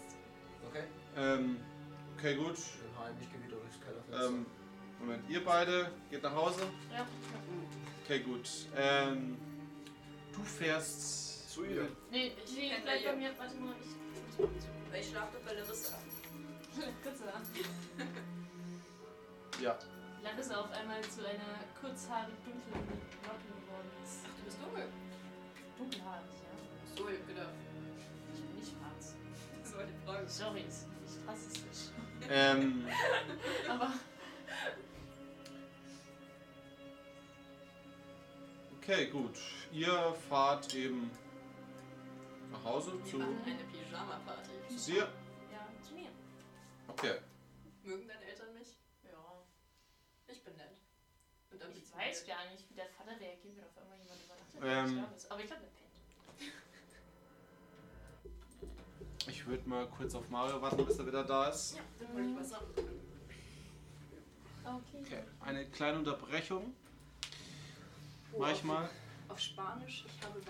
Speaker 2: Okay,
Speaker 1: Ähm, okay, gut.
Speaker 2: schön heim, ich geh wieder durchs Kellerfenster.
Speaker 1: Ähm, Moment, ihr beide geht nach Hause.
Speaker 3: Ja.
Speaker 1: Okay, gut. Ähm, du fährst
Speaker 6: Zu ihr.
Speaker 3: Nee, die
Speaker 5: kenn
Speaker 3: bleibt
Speaker 5: ja
Speaker 3: bei
Speaker 5: ihr.
Speaker 3: mir. Warte mal, ich.
Speaker 5: Weil ich schlafe bei Larissa.
Speaker 3: Kurze an.
Speaker 1: Ja.
Speaker 3: Larissa auf einmal zu einer kurzhaarig dunklen Glocke geworden ist.
Speaker 5: Du bist dunkel.
Speaker 3: Dunkelhaarig, ja.
Speaker 5: So, ich hab gedacht.
Speaker 3: Ich bin nicht schwarz.
Speaker 5: Das war die Frage.
Speaker 3: Sorry, ist nicht rassistisch.
Speaker 1: Ähm,
Speaker 3: Aber
Speaker 1: okay, gut. Ihr fahrt eben nach Hause
Speaker 5: Wir
Speaker 1: zu
Speaker 5: machen eine Pyjama-Party.
Speaker 1: zu dir.
Speaker 3: ja, zu mir.
Speaker 1: Okay.
Speaker 5: Mögen deine Eltern mich?
Speaker 3: Ja.
Speaker 5: Ich bin nett. Und dann
Speaker 3: Ich weiß gar nicht, wie der Vater reagiert, wenn auf einmal jemand übernachtet.
Speaker 1: Ähm.
Speaker 3: Ich glaube es. Aber ich glaube, der pennt.
Speaker 1: Ich würde mal kurz auf Mario warten, bis er wieder da ist.
Speaker 5: Ja, dann hol ich was ab.
Speaker 3: Okay.
Speaker 1: Okay, eine kleine Unterbrechung. Mach ich mal.
Speaker 5: Auf Spanisch, ich habe